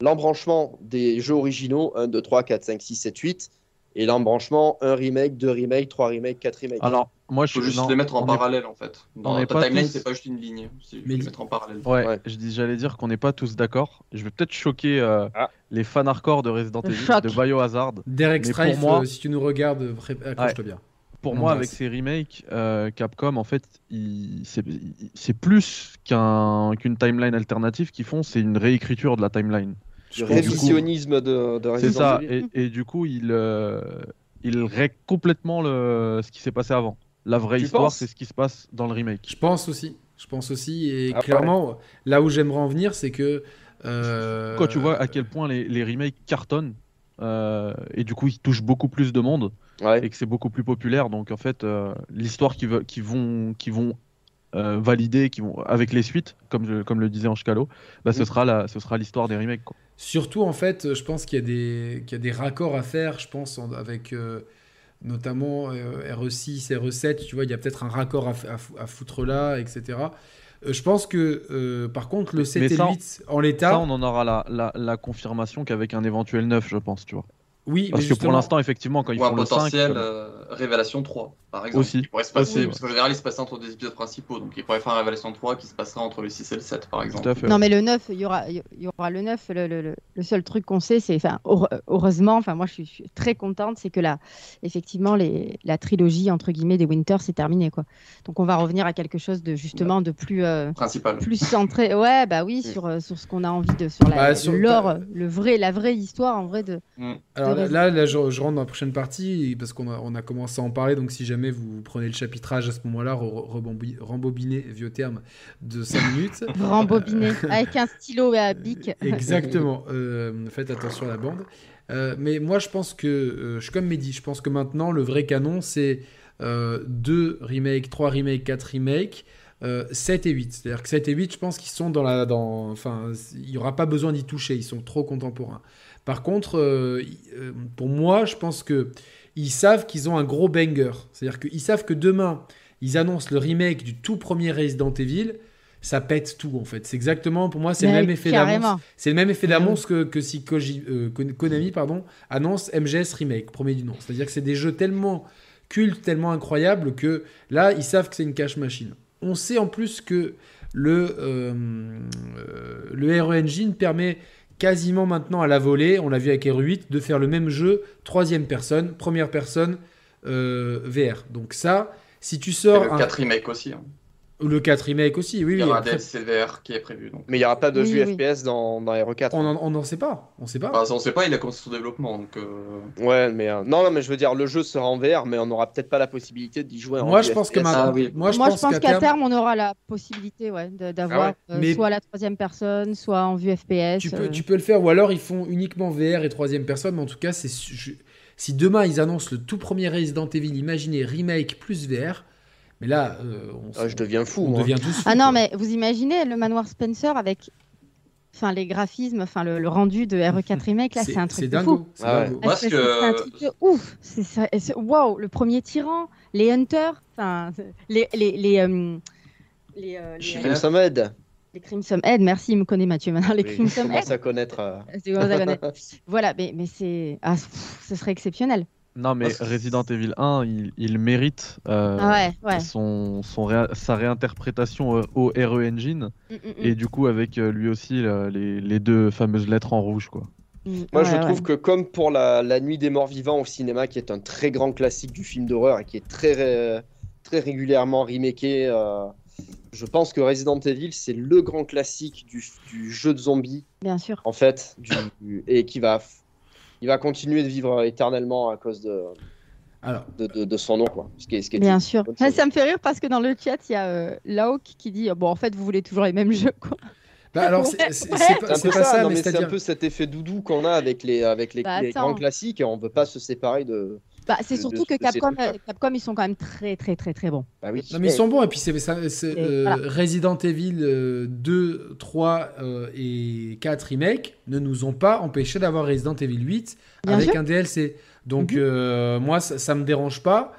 S3: l'embranchement des jeux originaux 1, 2, 3, 4, 5, 6, 7, 8, et l'embranchement 1 remake, 2 remake, 3 remake, 4 remake.
S8: Alors, moi, je
S4: faut juste
S8: non,
S4: les mettre en
S8: on est-
S4: parallèle, en fait. Dans
S8: on est
S4: ta
S8: pas
S4: timeline,
S8: tous-
S4: c'est pas juste une ligne, c'est juste
S1: Mais-
S4: les mettre en parallèle.
S8: Ouais,
S3: Ouais.
S8: je dis- j'allais dire qu'on n'est pas tous d'accord. Je vais peut-être choquer euh,
S3: Ah.
S8: les fans hardcore de Resident
S5: Le
S8: Evil,
S5: choc.
S8: de Biohazard.
S1: Derek
S8: Mais pour
S1: Strife,
S8: moi-
S1: euh, si tu nous regardes, pré- accroche-toi bien.
S8: Pour
S1: Non,
S8: moi,
S1: bah,
S8: avec
S1: c'est-
S8: ces remakes, euh, Capcom, en fait, il- c'est il- c'est plus qu'un- qu'une timeline alternative qu'ils font, c'est une réécriture de la timeline.
S3: du
S8: pense que du coup-
S3: révisionnisme de, de
S8: C'est
S3: Resident
S8: ça,
S3: Evil.
S8: et, et du coup, il, euh, il règle complètement le, ce qui s'est passé avant. La vraie
S3: Tu
S8: histoire,
S3: penses
S8: c'est ce qui se passe dans le remake.
S1: Je pense aussi. Je pense aussi. Et
S3: Ah,
S1: clairement, là où j'aimerais en venir, c'est que. euh,
S8: Quand tu vois à quel point les, les remakes cartonnent, euh, et du coup, ils touchent beaucoup plus de monde,
S3: Ouais.
S8: et que c'est beaucoup plus populaire, donc en fait, euh, l'histoire qui, veut- qui vont, qui vont euh, valider qui vont, avec les suites, comme, je- comme le disait Ange Callot, bah, ce
S3: Mm.
S8: sera la- ce sera l'histoire des remakes. quoi.
S1: Surtout, en fait, je pense qu'il y, a des- qu'il y a des raccords à faire, je pense, en- avec euh, notamment euh, RE6, RE7, tu vois, il y a peut-être un raccord à, f- à f- à foutre là, etc. Euh, je pense que, euh, par contre, le 7
S8: Mais
S1: et
S8: ça,
S1: le 8 en l'état.
S8: Ça, on en aura la, la- la confirmation qu'avec un éventuel 9, je pense, tu vois.
S1: Oui, mais
S8: Parce que pour
S1: justement-
S8: l'instant, effectivement, quand ils
S4: Ou un
S8: font le 5,
S4: potentiel
S8: comme-
S4: euh, Révélation 3, par exemple.
S8: Aussi.
S4: Qui pourrait se passer,
S5: Oui.
S4: parce qu'en général, il se passe entre des épisodes principaux, donc il pourrait faire un Révélation 3 qui se passera entre le 6 et le 7, par exemple.
S8: tout à fait.
S5: Non, mais le 9, il y aura, il y aura le 9. Le, le- le- le seul truc qu'on sait, c'est, enfin, heure- heureusement, enfin, moi, je suis, je suis très contente, c'est que là, effectivement, les, la trilogie, entre guillemets, des Winter, c'est terminé, quoi. Donc, on va revenir à quelque chose de, justement, de plus, euh,
S4: Principal.
S5: plus centré. Ouais, bah oui, sur, euh, sur ce qu'on a envie de, sur la,
S1: Mm. Bah,
S5: le
S1: sur-
S5: lore, euh, le vrai, la vraie histoire, en vrai, de.
S1: Alors là,
S5: De raison.
S1: là, là, je, je rentre dans la prochaine partie parce qu'on a, on a commencé à en parler. Donc, si jamais vous prenez le chapitrage à ce moment-là, re- rebombi- rembobinez, vieux terme, de 5 minutes.
S5: Rembobiné avec un stylo et à bic.
S1: Exactement. Euh, faites attention à la bande. Euh, mais moi, je pense que euh, je suis comme Mehdi. Je pense que maintenant, le vrai canon, c'est 2 remakes, 3 remakes, 4 remakes. 7 et 8. C'est-à-dire que 7 et 8, je pense qu'ils sont dans la. Dans, enfin, il n'y aura pas besoin d'y toucher, ils sont trop contemporains. Par contre, euh, i- euh, pour moi, je pense que ils savent qu'ils ont un gros banger. C'est-à-dire qu'ils savent que demain, ils annoncent le remake du tout premier Resident Evil, ça pète tout en fait. C'est exactement, pour moi, c'est le
S5: Mais
S1: même effet d'annonce.
S5: Carrément.
S1: C'est le même effet d'annonce que, que si Koji- euh, Kon- Konami pardon, annonce MGS Remake, premier du nom. C'est-à-dire que c'est des jeux tellement cultes, tellement incroyables que là, ils savent que c'est une cash machine. On sait en plus que le, euh, euh, le RE Engine permet quasiment maintenant à la volée, on l'a vu avec RE8, de faire le même jeu, troisième personne, première personne, euh, VR. Donc ça, si tu
S4: Et
S1: sors
S4: le
S1: un-
S4: 4 remake aussi. hein.
S1: le 4 Remake aussi, oui,
S4: Il y
S1: oui,
S4: aura un
S1: après,
S4: DLC VR qui est prévu. Donc.
S3: Mais il n'y aura pas de
S5: Oui,
S3: vue
S5: oui.
S3: FPS dans, dans RE4.
S1: on n'en on en sait pas, on sait pas.
S4: Enfin, ça, on sait pas, il a commencé son développement. Donc, euh,
S3: Ouais, mais euh, non, non, mais je veux dire, le jeu sera en VR, mais on n'aura peut-être pas la possibilité d'y jouer Euh, en
S1: Moi, je pense que
S3: FPS.
S1: maintenant,
S4: Ah oui.
S1: moi, je pense, qu'à terme,
S5: on aura la possibilité ouais, de-
S1: Ah
S5: d'avoir euh,
S1: Mais-
S5: soit la troisième personne, soit en vue FPS.
S1: tu
S5: euh,
S1: peux, tu peux le faire, ou alors ils font uniquement VR et troisième personne, mais en tout cas, c'est su- je- si demain ils annoncent le tout premier Resident Evil, imaginez remake plus VR, mais là, euh, on,
S3: Ah, je deviens fou.
S1: on
S3: moi.
S1: devient tous fous,
S5: Ah non,
S1: quoi.
S5: mais vous imaginez le manoir Spencer avec enfin, les graphismes, enfin, le, le rendu de RE4 Remake, là, Mhm. c'est un truc de fou.
S1: dingo. c'est
S3: Ah ouais.
S1: dingo.
S4: Moi,
S5: Ah,
S4: ce
S5: c'est- c'est un
S4: que-
S5: truc de ouf. C'est- c'est- c'est- Waouh, le premier tyran, les hunters, enfin, les les les, euh, les, euh, les-
S4: Chimère.
S3: Jim Samed.
S5: les Crimson Head. Merci, il me connaît Mathieu maintenant. Les
S3: Oui, je
S5: Crimson Head.
S3: commence à connaître. euh,
S5: C'est comme ça qu'on est. voilà, mais, mais c'est. Ah, pff, ce serait exceptionnel.
S8: Non, mais
S4: Parce que-
S8: Resident Evil 1, il, il mérite euh,
S5: Ah ouais, ouais.
S8: son, son réa- sa réinterprétation euh, au RE Engine,
S5: Mm, mm, mm.
S8: et du coup, avec euh, lui aussi euh, les, les deux fameuses lettres en rouge. Quoi.
S5: Mm,
S3: Moi, je
S5: ouais,
S3: trouve
S5: ouais.
S3: que comme pour la, la Nuit des Morts Vivants au cinéma, qui est un très grand classique du film d'horreur et qui est très, ré- très régulièrement remaké, euh, je pense que Resident Evil, c'est le grand classique du, du jeu de zombies,
S5: Bien sûr.
S3: en fait, du- du- et qui va, f- il va continuer de vivre éternellement à cause de,
S1: Alors,
S3: de, de- de son nom. Quoi. Ce qui est, ce qui est
S5: Bien
S3: une
S5: sûr.
S3: bonne
S5: Ça,
S3: chose.
S5: ça me fait rire parce que dans le chat, il y a euh, Laok qui dit Bon, en fait, vous voulez toujours les mêmes jeux, quoi.
S1: Bah, alors, c'est
S5: Ouais,
S1: c'est- c'est pas,
S5: ouais.
S3: C'est
S1: c'est
S3: un peu
S1: pas
S3: ça,
S1: ça,
S3: non,
S1: mais
S3: mais c'est un
S1: c'est-à-dire.
S3: peu cet effet doudou qu'on a avec les, avec les,
S5: Bah,
S3: les
S5: attends.
S3: grands classiques et on veut pas se séparer de.
S5: Bah, c'est
S3: de-
S5: surtout
S3: de-
S5: que
S3: de ces
S5: Capcom,
S3: trucs-là.
S5: euh, Capcom, ils sont quand même très, très, très, très bons.
S3: Bah oui.
S1: Non, mais ils sont bons. Et puis, c'est ça- c'est,
S5: Et
S1: euh,
S5: voilà.
S1: Resident Evil euh, 2, 3 euh, et 4 Remake ne nous ont pas empêché d'avoir Resident Evil 8
S5: Bien
S1: avec
S5: sûr.
S1: un DLC. Donc,
S5: Mhm.
S1: euh, moi, ça, ça me dérange pas.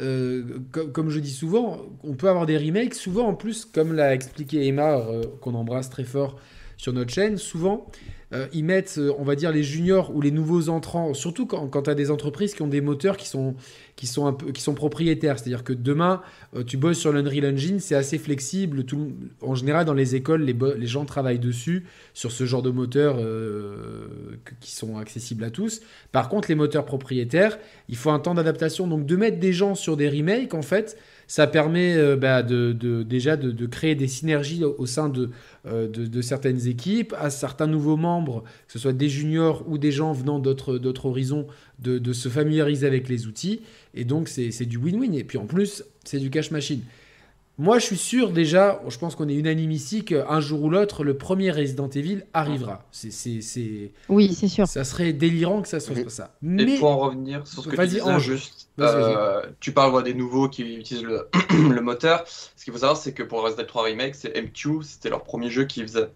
S1: Euh, com- comme je dis souvent, on peut avoir des remakes. Souvent, en plus, comme l'a expliqué Emma, euh, qu'on embrasse très fort sur notre chaîne, souvent, euh, ils mettent, euh, on va dire, les juniors ou les nouveaux entrants, surtout quand, quand tu as des entreprises qui ont des moteurs qui sont, qui sont, un peu, qui sont propriétaires. C'est-à-dire que demain, euh, tu bosses sur l'Unreal Engine, c'est assez flexible. Tout, le monde- en général, dans les écoles, les, bo- les gens travaillent dessus, sur ce genre de moteurs euh, que- qui sont accessibles à tous. Par contre, les moteurs propriétaires, il faut un temps d'adaptation. Donc, de mettre des gens sur des remakes, en fait, ça permet euh, bah, de, de- déjà de, de créer des synergies au, au sein de, euh, de, de certaines équipes, à certains nouveaux membres, que ce soit des juniors ou des gens venant d'autres d'autres horizons, de, de se familiariser avec les outils. Et donc, c'est c'est du win-win. Et puis, en plus, c'est du cash machine. Moi, je suis sûr déjà, je pense qu'on est unanime ici, qu'un jour ou l'autre, le premier Resident Evil arrivera. C'est- c'est- c'est-
S5: Oui, c'est sûr.
S1: ça serait délirant que ça se fasse pas ça.
S4: Et
S1: Mais
S4: pour en revenir sur ce que tu
S1: Vas-y,
S4: disais
S1: Ange.
S4: juste,
S1: Vas-y,
S4: euh, tu parles voilà, des nouveaux qui utilisent le, le moteur. Ce qu'il faut savoir, c'est que pour Resident 3 Remake, c'est M2, c'était leur premier jeu qu'ils faisaient.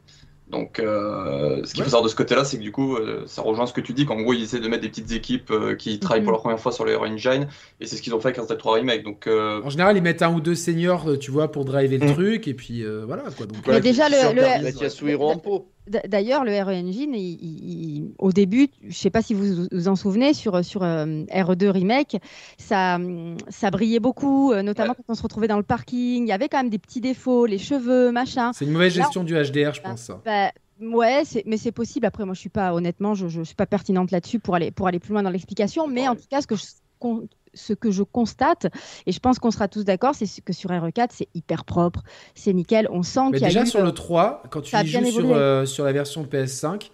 S4: Donc, euh, ce qu'il
S1: Ouais.
S4: faut savoir de ce côté-là, c'est que du coup, euh, ça rejoint ce que tu dis, qu'en gros, ils essaient de mettre des petites équipes euh,
S1: Mm-hmm.
S4: qui travaillent pour la première fois sur le Hero Engine, et c'est ce qu'ils ont fait avec Resident 3 Remake. Donc, euh,
S1: en général, ils mettent un ou deux seniors, euh, tu vois, pour driver le
S4: Mm.
S1: truc. Et puis, euh, voilà, quoi. Donc,
S5: Mais
S4: voilà,
S5: déjà,
S4: qui
S5: le-
S4: s'interdisent,
S3: La
S4: ouais.
S3: Yasuhiro en peau.
S5: D- D'ailleurs, le E RE Engine, il- il- il- au début, je ne sais pas si vous vous en souvenez, sur, sur euh, RE2 Remake, ça, hum, ça brillait beaucoup, euh, notamment quand on se retrouvait dans le parking. Il y avait quand même des petits défauts, les cheveux, machin.
S1: c'est une mauvaise
S5: Là,
S1: gestion du HDR, je pense. ça.
S5: Bah, ouais, c'est- mais c'est possible. Après, moi, je suis pas, honnêtement, je ne suis pas pertinente là-dessus pour aller, pour aller plus loin dans l'explication. Mais en tout cas, ce que je, con- ce que je constate, et je pense qu'on sera tous d'accord, c'est que sur RE4, c'est hyper propre, c'est nickel. On sent
S1: Mais
S5: qu'il y a
S1: déjà
S5: eu,
S1: sur le 3, quand tu
S5: ça a
S1: y
S5: bien
S1: joues sur,
S5: évolué.
S1: euh, sur la version PS5,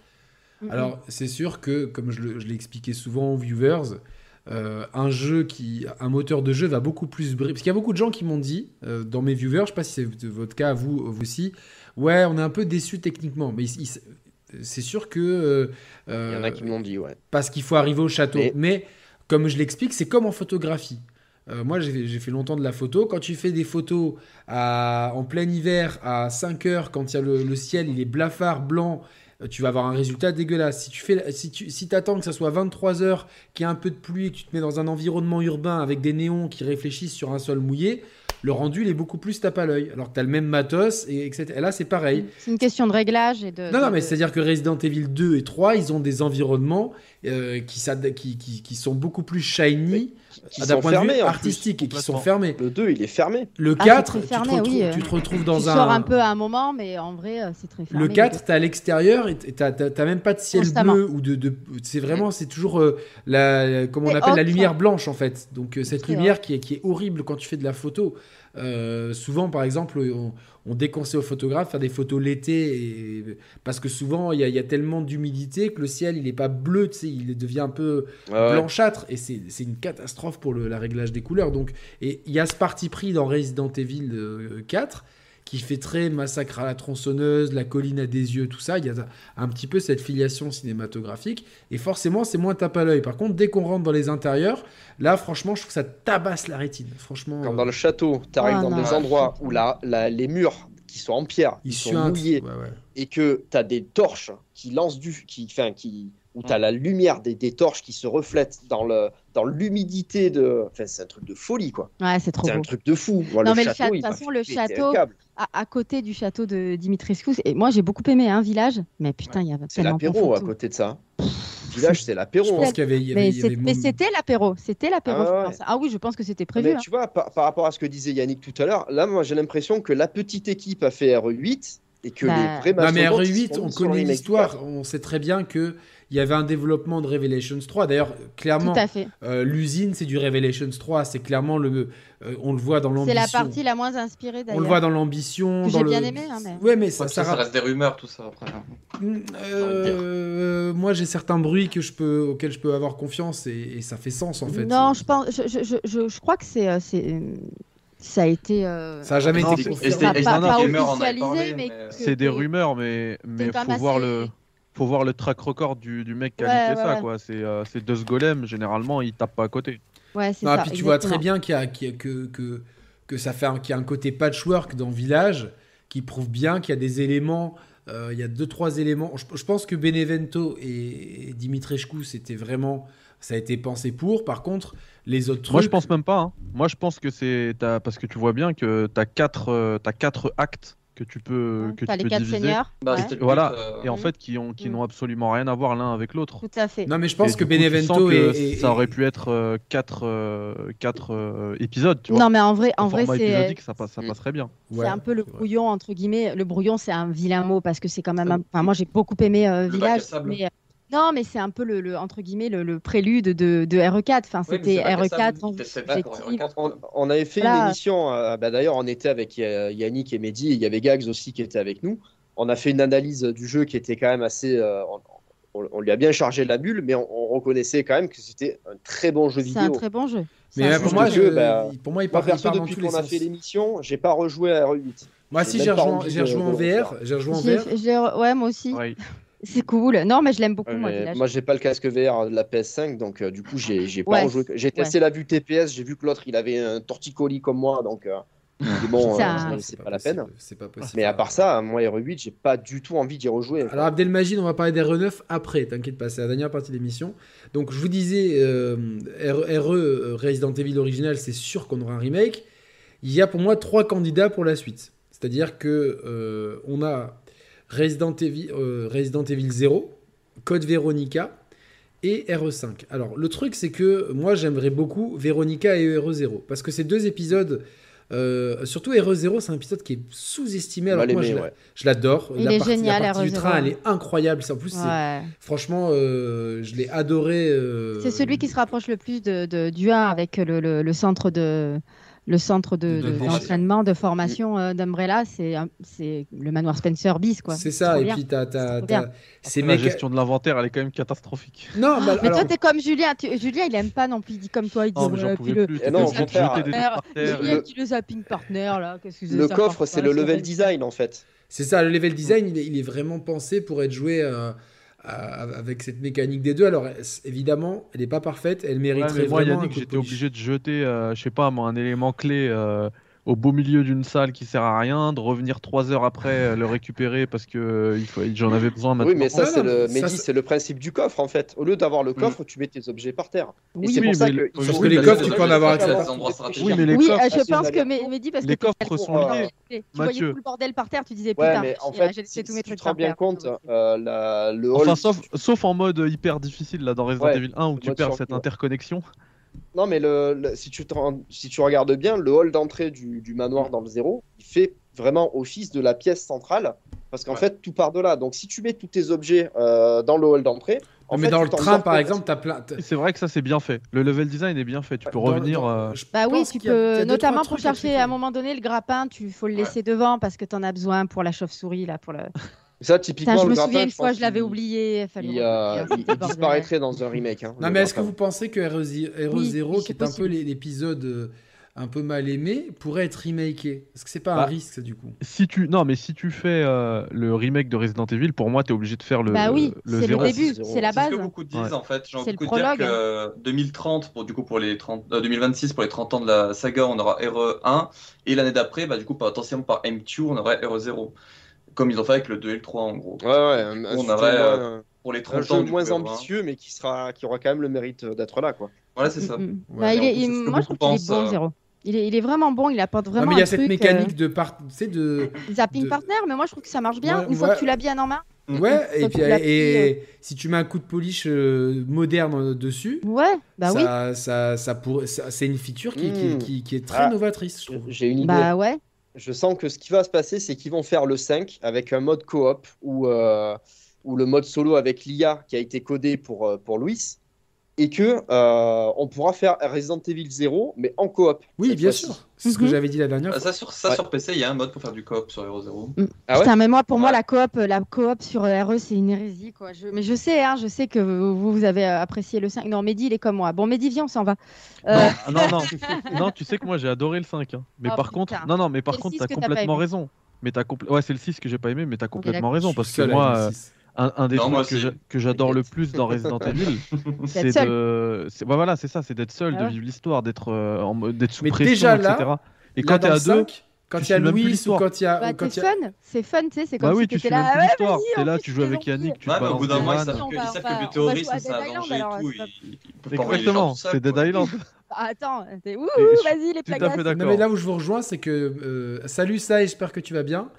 S5: Mm, mm.
S1: alors c'est sûr que, comme je le- je l'ai expliqué souvent aux viewers, euh, un jeu qui, un moteur de jeu va beaucoup plus briller. Parce qu'il y a beaucoup de gens qui m'ont dit, euh, dans mes viewers, je sais pas si c'est v- votre cas, vous, vous aussi, ouais, on est un peu déçu techniquement, mais il- il- c'est sûr que euh,
S3: Il y en a qui me l'ont dit, ouais.
S1: parce qu'il faut arriver au château.
S3: Mais-
S1: Mais comme je l'explique, c'est comme en photographie. Euh, moi, j'ai j'ai fait longtemps de la photo. Quand tu fais des photos à- en plein hiver à 5 heures, quand il y a le, le ciel, il est blafard, blanc, euh, tu vas avoir un résultat dégueulasse. Si tu fais, la- si tu, si t'attends que ça soit 23 heures, qu'il y ait un peu de pluie, et que tu te mets dans un environnement urbain avec des néons qui réfléchissent sur un sol mouillé, le rendu, il est beaucoup plus tape à l'œil. Alors que tu as le même matos, et, etc. Et là, c'est pareil.
S5: c'est une question de réglage et de.
S1: Non, non,
S5: de-
S1: mais
S5: de-
S1: c'est-à-dire que Resident Evil 2 et 3, ils ont des environnements euh, qui, s'ad- qui, qui, qui sont beaucoup plus shiny
S3: Qui
S1: Ah, d'un
S3: sont
S1: point de vue
S3: fermés, en plus.
S1: artistique et qui sont
S8: complètement.
S1: fermés.
S3: Le 2, il est fermé.
S1: Le
S5: Ah,
S1: 4,
S5: c'est
S1: tu, te
S5: fermé,
S1: retrouves,
S5: oui, euh.
S1: tu te retrouves
S5: tu
S1: dans un.
S5: sors un peu à un moment, mais en vrai, euh, c'est très fermé.
S1: Le 4, t'es à l'extérieur et t'as t'as- t'as même pas de ciel
S5: Constamment.
S1: bleu ou de. de- c'est vraiment, c'est toujours euh, la, comment on
S5: C'est
S1: appelle la
S5: ocre.
S1: lumière blanche en fait. Donc euh, cette
S5: Très
S1: lumière qui est, qui est horrible quand tu fais de la photo. Euh, souvent, par exemple, on, on déconseille aux photographes de faire des photos l'été et- parce que souvent il y, a- il y a tellement d'humidité que le ciel il est pas bleu, tu sais, il devient un peu blanchâtre et c'est c'est une catastrophe pour le la réglage des couleurs. Donc, et il y a ce parti pris dans Resident Evil euh, 4 qui fait très massacre à la tronçonneuse, la colline à des yeux, tout ça. Il y a un petit peu cette filiation cinématographique et forcément c'est moins tape à l'œil. Par contre, dès qu'on rentre dans les intérieurs, là franchement, je trouve que ça tabasse la rétine. Franchement,
S3: Quand
S1: euh,
S3: dans le château, tu arrives
S5: Ah,
S3: dans
S5: non.
S3: des endroits où la, la- les murs qui sont en pierre, ils,
S1: il
S3: sont
S1: suinte.
S3: mouillés,
S1: Ouais, ouais.
S3: et que tu as des torches qui lancent du. Qui, enfin, qui, où tu as la lumière des, des torches qui se reflètent dans le dans l'humidité de. Enfin, c'est un truc de folie, quoi.
S5: Ouais, c'est trop
S3: C'est
S5: beau.
S3: un truc de fou. Moi,
S5: Non,
S3: le
S5: mais le
S3: château,
S5: château-
S3: il
S5: de toute
S3: m'a
S5: façon, le
S3: fait péter
S5: château,
S3: câble.
S5: À, à côté du château de Dimitrescu. Et moi, j'ai beaucoup aimé un village, mais putain, il y avait
S3: C'est
S5: tellement pas
S3: l'apéro à
S5: photo.
S3: côté de ça. Le village, c'est
S1: Je
S3: l'apéro. hein.
S1: pense qu'il y avait, il y avait-
S5: Mais
S1: il y avait
S5: c'est- mais
S1: mon-
S5: c'était l'apéro, c'était l'apéro.
S3: Ah
S5: je
S3: ouais.
S5: pense. Ah oui, je pense que c'était prévu.
S3: Mais
S5: hein.
S3: tu vois, par, par rapport à ce que disait Yannick tout à l'heure, là, moi, j'ai l'impression que la petite équipe a fait RE8 et que
S5: Bah.
S3: les vrais
S1: Non, mais
S3: mastodontes, ils se
S1: RE8,
S3: sont
S1: on
S3: mis sur le
S1: connaît
S3: remake.
S1: l'histoire. On sait très bien qu'il y avait un développement de Revelations 3. D'ailleurs,
S5: Tout
S1: clairement,
S5: à fait.
S1: euh, l'usine, c'est du Revelations 3. C'est clairement le. euh, on le voit dans
S5: C'est
S1: l'ambition.
S5: la partie la moins inspirée
S1: On le voit
S5: d'ailleurs.
S1: dans l'ambition.
S5: Que
S1: dans
S5: j'ai
S1: le-
S5: bien aimé, hein, mais-
S1: Ouais, mais
S4: ça,
S1: ça, ça ra-
S4: reste des rumeurs, tout ça, après.
S1: Mm, euh, moi, j'ai certains bruits que je peux, auxquels je peux avoir confiance et, et ça fait sens en fait.
S5: Non, je pense, je, je- je- je- je crois que c'est, euh, c'est, euh, Ça a été. euh,
S1: Ça a jamais
S8: Non,
S1: été
S8: c'est-
S1: confirmé.
S4: ST
S5: Pas- pas- pas
S4: Gamer en a
S5: officialisé,
S4: parlé,
S5: mais
S4: mais-
S5: que-
S8: C'est des
S5: que-
S8: rumeurs, mais, mais
S5: pas
S8: faut voir,
S5: masqué.
S8: le, faut voir le track record du, du mec qui a
S5: Ouais,
S8: niqué
S5: ouais,
S8: ça.
S5: ouais.
S8: quoi. C'est euh, c'est deux golems, généralement, il tape pas à côté.
S5: Ouais, c'est
S1: Non, et
S5: ça.
S1: puis tu vois
S5: exactement.
S1: très bien qu'il y a, qu'il y a- que, que, que ça fait un- qu'il y a un côté patchwork dans Village qui prouve bien qu'il y a des éléments, euh, il y a deux, trois éléments. Je, je pense que Benevento et, et Dimitrescu, c'était vraiment, ça a été pensé pour. Par contre, les autres
S8: Moi, je
S1: trucs,
S8: pense même pas. hein. Moi, je pense que c'est. t'as- Parce que tu vois bien que t'as quatre, euh, t'as quatre actes que tu peux,
S5: Hein,
S8: que
S5: T'as
S8: tu
S5: les
S8: peux
S5: quatre
S8: diviser.
S5: seigneurs.
S4: Bah,
S5: ouais,
S4: c'était le but,
S8: Voilà.
S4: euh,
S8: Et en
S5: Mhm.
S8: fait, qui ont- qui
S5: Mhm.
S8: n'ont absolument rien à voir l'un avec l'autre.
S5: tout à fait.
S1: non, mais je
S8: Et
S1: pense que
S8: du coup, tu sens
S1: Benevento
S8: que
S1: et, et-
S8: ça aurait pu être euh, quatre, euh, quatre, euh, épisodes, tu vois.
S5: Non, mais en vrai,
S8: En
S5: en vrai,
S8: format
S5: c'est.
S8: épisodique, ça, passe- ça
S3: Mm.
S8: passerait bien.
S1: Ouais,
S5: c'est un peu le
S1: c'est vrai.
S5: brouillon entre guillemets. Le brouillon, c'est un vilain mot parce que c'est quand même.
S4: Euh,
S5: un- Enfin, moi, j'ai beaucoup aimé euh,
S4: bac à
S5: Village,
S4: sable.
S5: mais euh, non, mais c'est un peu le, le- entre guillemets le, le prélude de, de RE4. Enfin,
S4: Oui, mais
S5: c'était E
S4: c'est pas
S5: RE4.
S4: cassable.
S5: en-
S4: T'es- c'est pas
S3: E
S4: pour
S5: hein, objectif.
S4: RE4.
S3: On, on avait fait
S5: Voilà.
S3: une émission, euh, bah d'ailleurs on était avec euh, Yannick et Mehdi, et il y avait Gags aussi qui était avec nous. On a fait une analyse du jeu qui était quand même assez... euh, on, on- on lui a bien chargé la bulle, mais on, on reconnaissait quand même que c'était un très bon jeu
S5: C'est
S3: vidéo.
S5: un très bon jeu. C'est
S1: Mais
S5: un
S1: ouais,
S5: très
S1: pour
S5: bon
S1: moi,
S5: jeu.
S1: je,
S3: que, bah,
S1: pour moi, il
S3: Moi
S1: parle,
S3: perso,
S1: parle dans
S3: depuis
S1: tous les
S3: qu'on a
S1: sens.
S3: fait l'émission, j'ai pas rejoué à R8.
S1: Moi,
S3: j'ai
S1: si
S3: même
S1: j'ai
S3: pas
S1: rejoué,
S3: envie
S1: j'ai
S3: de-
S1: rejoué en
S3: de
S1: VR,
S3: le refaire.
S1: j'ai rejoué en
S5: J'ai-
S1: VR.
S5: j'ai- ouais, moi aussi.
S8: Ouais.
S5: C'est cool. Non, mais je l'aime beaucoup.
S3: Ouais,
S5: moi,
S3: mais
S5: Village.
S3: moi, j'ai pas le casque VR de la PS5, donc euh, du coup, j'ai j'ai pas
S5: Ouais.
S3: rejoué. J'ai testé la vue TPS, j'ai vu que l'autre il avait un torticolis comme moi, donc euh, j'ai dit, bon,
S5: Ça-
S3: euh,
S1: hein.
S5: Ah,
S3: c'est- c'est pas, la peine.
S1: possible, C'est pas Ah, possible.
S3: Mais à part ça, moi, R8, j'ai pas du tout envie d'y rejouer.
S1: Alors Abdelmajid, on va parler d'RE9 après, t'inquiète pas, c'est la dernière partie de l'émission. Donc je vous disais, euh, R- RE, euh, Resident Evil original, c'est sûr qu'on aura un remake. Il y a pour moi trois candidats pour la suite. C'est-à-dire que euh, on a Resident Evil, euh, Resident Evil 0, Code Veronica et RE5. Alors le truc c'est que moi j'aimerais beaucoup Veronica et RE0 parce que ces deux épisodes, euh, surtout RE0, c'est un épisode qui est sous-estimé. Alors
S3: Mal
S1: que moi
S3: aimé,
S1: je l'a-
S3: ouais.
S1: je l'adore.
S5: Il
S1: la
S5: est
S1: partie,
S5: génial,
S1: la partie du
S5: R0.
S1: train, elle est incroyable. C'est- En plus, c'est-
S5: Ouais.
S1: franchement, euh, je l'ai adoré. euh,
S5: C'est celui qui se rapproche le plus de, de- du 1 avec le, le- le centre de le centre de,
S1: De
S5: de-
S1: formation.
S5: d'entraînement, de formation euh, d'Umbrella, c'est un- c'est le manoir Spencer bis quoi.
S1: C'est
S5: trop
S1: ça. Et
S5: bien.
S1: puis, t'as, t'as,
S5: trop
S1: t'as-
S5: bien.
S1: ces
S8: la
S1: mecs.
S8: gestion de l'inventaire, elle est quand même catastrophique.
S1: Non, bah,
S5: Mais
S1: alors,
S5: toi t'es comme Julien, tu- Julien il aime pas non plus, il dit comme toi, il dit
S8: Oh, mais
S5: ouais,
S8: j'en
S5: puis
S8: pouvais
S5: le-
S8: plus.
S3: Eh
S8: t'étais
S3: non, au
S8: obligé de
S3: contraire.
S8: jeter des
S5: Par
S8: trucs par terre.
S5: Julien
S3: le-
S5: qui le zapping partner là, qu'est-ce que c'est
S3: Le
S5: ça,
S3: coffre,
S5: par-
S3: c'est
S5: par-
S3: le
S5: sur
S3: level
S5: les-
S3: design en fait.
S1: c'est ça. Le level design, il est, il est vraiment pensé pour être joué euh, à- avec cette mécanique des deux. Alors, elle- évidemment, elle n'est pas parfaite. Elle
S8: Ouais,
S1: mériterait
S8: mais moi,
S1: vraiment. un
S8: Yannick,
S1: coup de
S8: j'étais
S1: polish.
S8: obligé de jeter, euh, je sais pas, moi, un élément clé euh, au beau milieu d'une salle qui sert à rien, de revenir trois heures après euh, le récupérer parce que euh, il faut- j'en avais besoin maintenant.
S3: Oui, mais ça,
S1: Non,
S3: c'est
S1: non, ça,
S3: le,
S1: Mm.
S3: Mehdi,
S1: c'est-
S3: c'est le principe du coffre en fait. Au lieu d'avoir le coffre, tu mets tes objets par terre. Et
S5: Oui,
S3: c'est
S8: mais
S3: pour ça
S8: le-
S3: que.
S8: parce
S1: que les coffres, tu peux en avoir accès.
S4: à des endroits stratégiques.
S8: Oui, mais les
S5: oui,
S8: coffres,
S5: euh, je
S3: c'est
S5: pense
S3: une
S5: que mais, mais dis parce
S8: les
S5: que t'étais
S8: coffres
S5: allé
S8: sont
S5: pour, euh,
S8: liés.
S5: tu voyais
S8: Mathieu.
S5: tout le bordel par terre, tu disais
S3: Ouais,
S5: putain,
S3: mais en
S5: j'ai-
S3: fait,
S5: j'ai laissé
S3: si,
S5: tous mes
S3: si tu
S5: trucs
S3: te rends
S5: par
S3: bien
S5: terre.
S3: compte, euh, la, le hall.
S8: Enfin, sauf, sauf en mode hyper difficile là dans Resident
S3: Ouais,
S8: Evil 1 où
S3: le
S8: tu
S3: mode
S8: perds
S3: survie,
S8: cette
S3: ouais.
S8: interconnexion.
S3: Non, mais le, le- si, tu te rends- si tu regardes bien, le hall d'entrée du, du manoir dans le zéro, il fait vraiment office de la pièce centrale, parce qu'en
S4: Ouais.
S3: fait, tout part de là. Donc, si tu mets tous tes objets euh, dans le hall d'entrée, en
S1: mais
S3: fait,
S1: dans
S3: tu
S1: le
S3: t'en
S1: train,
S3: sors
S1: par
S3: pas.
S1: exemple, t'as plein. t'as-
S8: Et C'est vrai que ça c'est bien fait. Le level design est bien fait. Tu peux
S1: dans-
S8: revenir.
S1: dans-
S8: euh,
S1: je
S5: Bah oui,
S1: pense
S5: tu
S1: qu'il y a- il y a
S5: peux
S1: deux, trois
S5: notamment pour
S1: trucs à
S5: chercher à un moment donné le grappin, tu faut le
S4: Ouais.
S5: laisser devant parce que t'en as besoin pour la chauve-souris là pour le.
S3: Ça, typiquement,
S5: Putain, je
S3: le
S5: me
S3: grappin,
S5: souviens une
S3: je
S5: fois
S3: pense
S5: je l'avais
S3: qu'il-
S5: oublié. fallait
S3: Il,
S5: le Ah,
S3: euh,
S5: refaire,
S3: il-
S5: ce
S3: il
S5: bordel.
S3: disparaîtrait dans un remake. hein,
S1: Non,
S3: le
S1: mais est-ce que
S3: grappin.
S1: vous pensez que RE0,
S5: oui,
S1: qui
S5: c'est
S1: est un peu
S5: possible.
S1: l'é- l'épisode euh, un peu mal aimé, pourrait être remaké Est-ce que c'est pas un
S8: Bah,
S1: risque, ça, du coup
S8: Si tu non mais si tu fais euh, le remake de Resident Evil, pour moi t'es obligé de faire le
S5: Bah oui,
S8: le
S5: c'est le
S8: zéro.
S5: début,
S3: zéro.
S5: c'est la
S4: C'est ce
S5: base.
S4: que beaucoup disent
S8: Ouais.
S4: en fait. J'ai
S5: C'est
S4: envie
S5: le
S4: de dire
S5: prologue,
S4: que euh, 2030, pour, du coup, pour les 30, euh, 2026, pour les 30 ans de la saga, on aura RE1. Et l'année d'après, bah, du coup, par, potentiellement par M2, on aurait RE0. Comme ils ont fait avec le 2 et le 3 en gros.
S3: Ouais, ouais, un, un
S4: On
S3: studio
S4: aurait, euh,
S3: moins-
S4: Pour les
S3: un
S4: 30 ans.
S3: jeu
S4: du
S3: moins
S4: coup, RE1.
S3: ambitieux, mais qui, sera, qui aura quand même le mérite euh, d'être là. Quoi.
S4: Voilà, c'est ça.
S5: Mm, mm.
S1: Ouais,
S5: Bah, il est,
S4: alors, c'est
S5: il-
S4: ce que
S5: moi, je
S4: beaucoup
S5: trouve qu'il est
S4: pensent,
S5: bon,
S4: euh.
S5: zéro. Il est, il est vraiment bon, il apporte
S1: Non,
S5: vraiment
S1: mais il y a
S5: un
S1: cette
S5: truc,
S1: mécanique de, par... tu sais, de...
S5: euh, zapping
S1: de-
S5: partner, mais moi, je trouve que ça marche bien.
S1: Ouais,
S5: Une fois
S1: ouais.
S5: que tu l'as bien en main,
S1: Ouais, et,
S5: Ça,
S1: puis,
S5: tu l'as
S1: et, et si tu mets un coup de polish euh, moderne euh, dessus,
S5: ouais, bah oui,
S1: ça, ça, ça pourrait- ça- c'est une feature qui, qui-
S8: Hmm.
S3: Mm.
S1: qui- qui est très
S3: Ah.
S1: novatrice, je trouve.
S3: J'ai une idée.
S5: bah ouais.
S3: Je sens que ce qui va se passer, c'est qu'ils vont faire le 5 avec un mode coop ou euh, ou le mode solo avec l'IA qui a été codé pour, euh, pour Louis. et que euh, on pourra faire Resident Evil 0, mais en coop.
S1: Oui,
S3: cette
S1: bien
S3: fois-ci.
S1: sûr. C'est ce que
S5: Mhm.
S1: j'avais dit la dernière
S8: Bah,
S4: Ah,
S1: fois.
S4: ça, sur, ça
S3: Ouais.
S4: sur PC, il y a un mode pour faire du coop sur Hero Zero.
S3: Ah ouais
S5: Putain, mais moi, pour moi,
S4: Ouais.
S5: la coop, la coop sur euh, RE, c'est une hérésie, quoi. Je- mais je sais, hein, je sais que vous, vous avez euh, apprécié le 5. Non, Mehdi, il est comme moi. Bon, Mehdi, viens, on s'en va. Euh,
S8: Non, non, non. Non, tu sais que moi j'ai adoré le 5. hein. Mais
S5: Oh,
S8: par
S5: putain.
S8: contre, non, non, mais par
S5: C'est le
S8: contre,
S5: 6
S8: t'as
S5: que t'as pas
S8: complètement
S5: aimé.
S8: raison. Mais t'as compl- Ouais, c'est le 6 que j'ai pas aimé, mais t'as
S5: d'accord.
S8: complètement
S1: Je
S8: raison.
S1: suis
S8: Parce que
S1: seul à
S8: moi,
S1: aimer le
S8: euh,
S1: six.
S8: un, un des
S4: Non, moi
S8: trucs que
S4: aussi.
S8: j'a- que j'adore le plus dans Resident Evil, c'est
S5: seul.
S8: de... c'est- ouais, voilà, c'est ça, c'est d'être seul,
S5: Ah
S8: de
S5: ouais.
S8: vivre l'histoire, d'être euh, en mode- d'être sous
S1: Mais
S8: pression,
S1: déjà là,
S8: etc. Et
S1: Là,
S8: quand t'es
S1: dans
S8: à
S1: le
S8: deux,
S1: cinq, quand
S8: tu
S1: il y a
S8: suis même plus
S1: Louis ou
S8: l'histoire.
S1: quand il y a.
S5: Bah,
S1: ou quand
S5: c'est
S1: il y a-
S5: fun, c'est fun, tu sais, c'est comme
S8: bah
S5: si
S8: oui, tu
S5: t'étais
S8: suis
S5: là.
S8: même
S5: Ah
S8: plus
S5: ouais,
S8: l'histoire.
S5: vas-y,
S8: T'es
S5: en
S8: là,
S5: plus,
S8: tu joues avec
S5: c'est gentil.
S8: Yannick, tu
S4: Ouais,
S8: te
S4: mais au bout
S8: balances
S4: d'un
S8: des
S4: moment, ils
S8: vannes.
S4: savent
S5: on
S4: que,
S5: va-
S4: ils savent
S5: on va-
S4: que
S5: on
S4: le
S5: va
S4: terrorisme,
S5: jouer à
S4: ça a
S5: Dead
S4: danger
S5: Island, alors,
S4: et tout.
S5: stop.
S4: Ils, ils peuvent pas envoyer les gens
S8: Exactement,
S4: tout seuls,
S8: c'est Dead
S4: quoi.
S8: Island.
S5: Bah, Attends, t'es- ouh,
S8: je suis
S5: vas-y, les
S8: tout à
S5: plagas.
S8: fait
S1: Non,
S8: d'accord.
S1: mais là où je vous rejoins, c'est que. euh, salut, ça, j'espère que tu vas bien.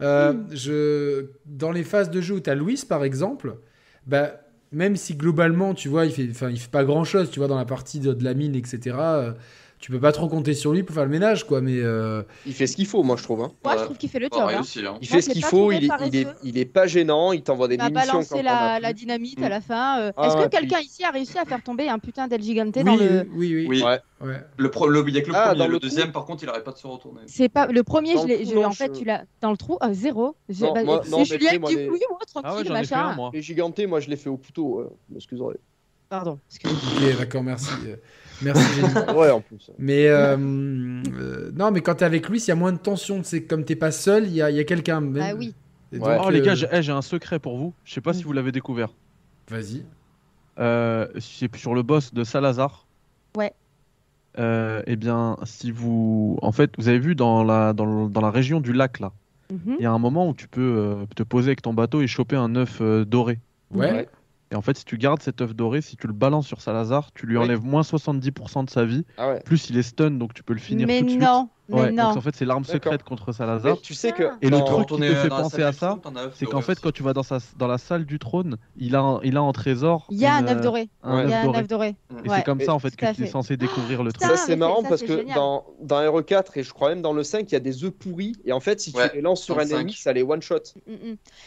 S1: Euh,
S5: Mm.
S1: je, dans les phases de jeu où tu as Louis, par exemple, bah, même si globalement, tu vois, il fait, enfin, il fait pas grand chose, tu vois, dans la partie de, de la mine, etc., euh, tu peux pas trop compter sur lui pour faire le ménage, quoi. Mais euh,
S3: Il fait ce qu'il faut, moi je trouve. hein.
S5: Moi, je
S4: Ouais.
S5: trouve qu'il fait le
S4: Pas
S5: job. hein.
S4: réussi, hein.
S3: Il
S5: Moi,
S3: fait
S5: je
S3: ce
S5: l'ai
S3: qu'il
S5: pas
S3: faut,
S5: trouvé
S3: il est, il, est,
S5: paresseux.
S3: il est pas gênant, il t'envoie des
S5: Il a
S3: munitions quand
S5: balancé
S3: on a
S5: la,
S3: plus.
S5: la dynamite
S3: Mm.
S5: à la fin. euh,
S3: Ah
S5: Est-ce
S3: ouais,
S5: que quelqu'un ici a réussi à faire tomber un putain d'El Gigante
S1: oui,
S5: dans le.
S1: oui, oui,
S4: Oui,
S3: Ouais.
S1: ouais.
S4: le pro- le- il y a que le
S3: Ah,
S4: premier.
S3: dans
S4: Le,
S3: le trou.
S4: deuxième, par contre, il arrête pas de se retourner.
S5: C'est pas le premier,
S3: Dans
S5: je
S3: le
S5: l'ai-
S3: trou,
S5: je-
S3: non,
S5: en fait,
S3: je-
S5: tu l'as dans le trou, euh, zéro. J'ai-
S3: Non,
S5: bah,
S3: moi-
S5: c'est
S3: non, mais
S5: Julien
S3: tu sais,
S5: qui
S3: moi,
S5: dit
S3: les-
S5: oui, moi,
S8: Ah ouais,
S5: tranquille,
S8: j'en ai fait
S5: machin.
S8: un, moi.
S3: Les gigantés, moi je les fais au couteau, euh, excusez-moi.
S5: Pardon. excuse-moi.
S1: Ok, d'accord, merci. Euh, Merci, Jenny.
S3: Ouais, en plus.
S1: Mais euh, euh, non, mais quand t'es avec Louis, il y a moins de tension. C'est comme t'es pas seul, il y a, il y a quelqu'un. Mais-
S5: Ah oui.
S1: Et
S3: Ouais.
S1: donc,
S8: Oh les
S1: euh,
S8: gars, j'ai eh, j'ai un secret pour vous. Je sais pas si vous l'avez découvert.
S1: Vas-y.
S8: Euh, c'est sur le boss de Salazar.
S5: Ouais.
S8: Euh, eh bien, si vous, en fait, vous avez vu dans la dans, le- dans la région du lac là,
S5: Mhm.
S8: il y a un moment où tu peux euh, te poser avec ton bateau et choper un œuf euh, doré.
S5: Mm.
S1: Ouais.
S3: Ouais.
S8: Et en fait, si tu gardes cet œuf doré, si tu le balances sur Salazar, tu lui
S3: Ouais.
S8: enlèves moins 70% de sa vie.
S3: Ah ouais.
S8: Plus il est stun, donc tu peux le finir
S5: Mais
S8: tout de suite.
S5: non,
S8: Ouais,
S5: mais non.
S8: donc en fait, c'est l'arme
S3: D'accord.
S8: secrète contre
S3: Mais
S8: Salazar.
S3: tu sais que.
S8: Et le
S3: dans-
S8: truc qui
S4: Quand on
S8: te
S4: est
S8: fait
S4: dans la
S8: penser
S4: salle
S8: à
S4: du
S8: ça,
S4: trône, t'en as un
S8: C'est
S4: doré
S8: qu'en fait,
S4: aussi.
S8: quand tu vas dans, sa, dans la salle du trône, il a, un- il a en trésor.
S5: Il y a un
S8: une,
S5: œuf
S8: euh,
S5: doré.
S8: un
S3: Ouais.
S5: Il y a
S8: œuf
S5: un
S8: doré.
S5: œuf doré.
S8: Et
S5: Ouais.
S8: c'est comme
S3: Mais-
S8: ça en fait
S5: tout à
S8: que tu es
S5: fait.
S8: censé découvrir le
S5: putain,
S8: truc.
S3: ça
S5: mais
S3: c'est
S5: c'est-
S3: marrant
S5: ça,
S3: parce
S5: c'est
S3: que
S5: génial.
S3: dans, dans RE4 et je crois même dans le 5, il y a des œufs pourris et en fait si
S4: Ouais,
S3: tu les lances sur
S4: dans
S3: un
S4: le
S3: ennemi,
S4: 5.
S3: ça les one shot.
S5: Mm, mm.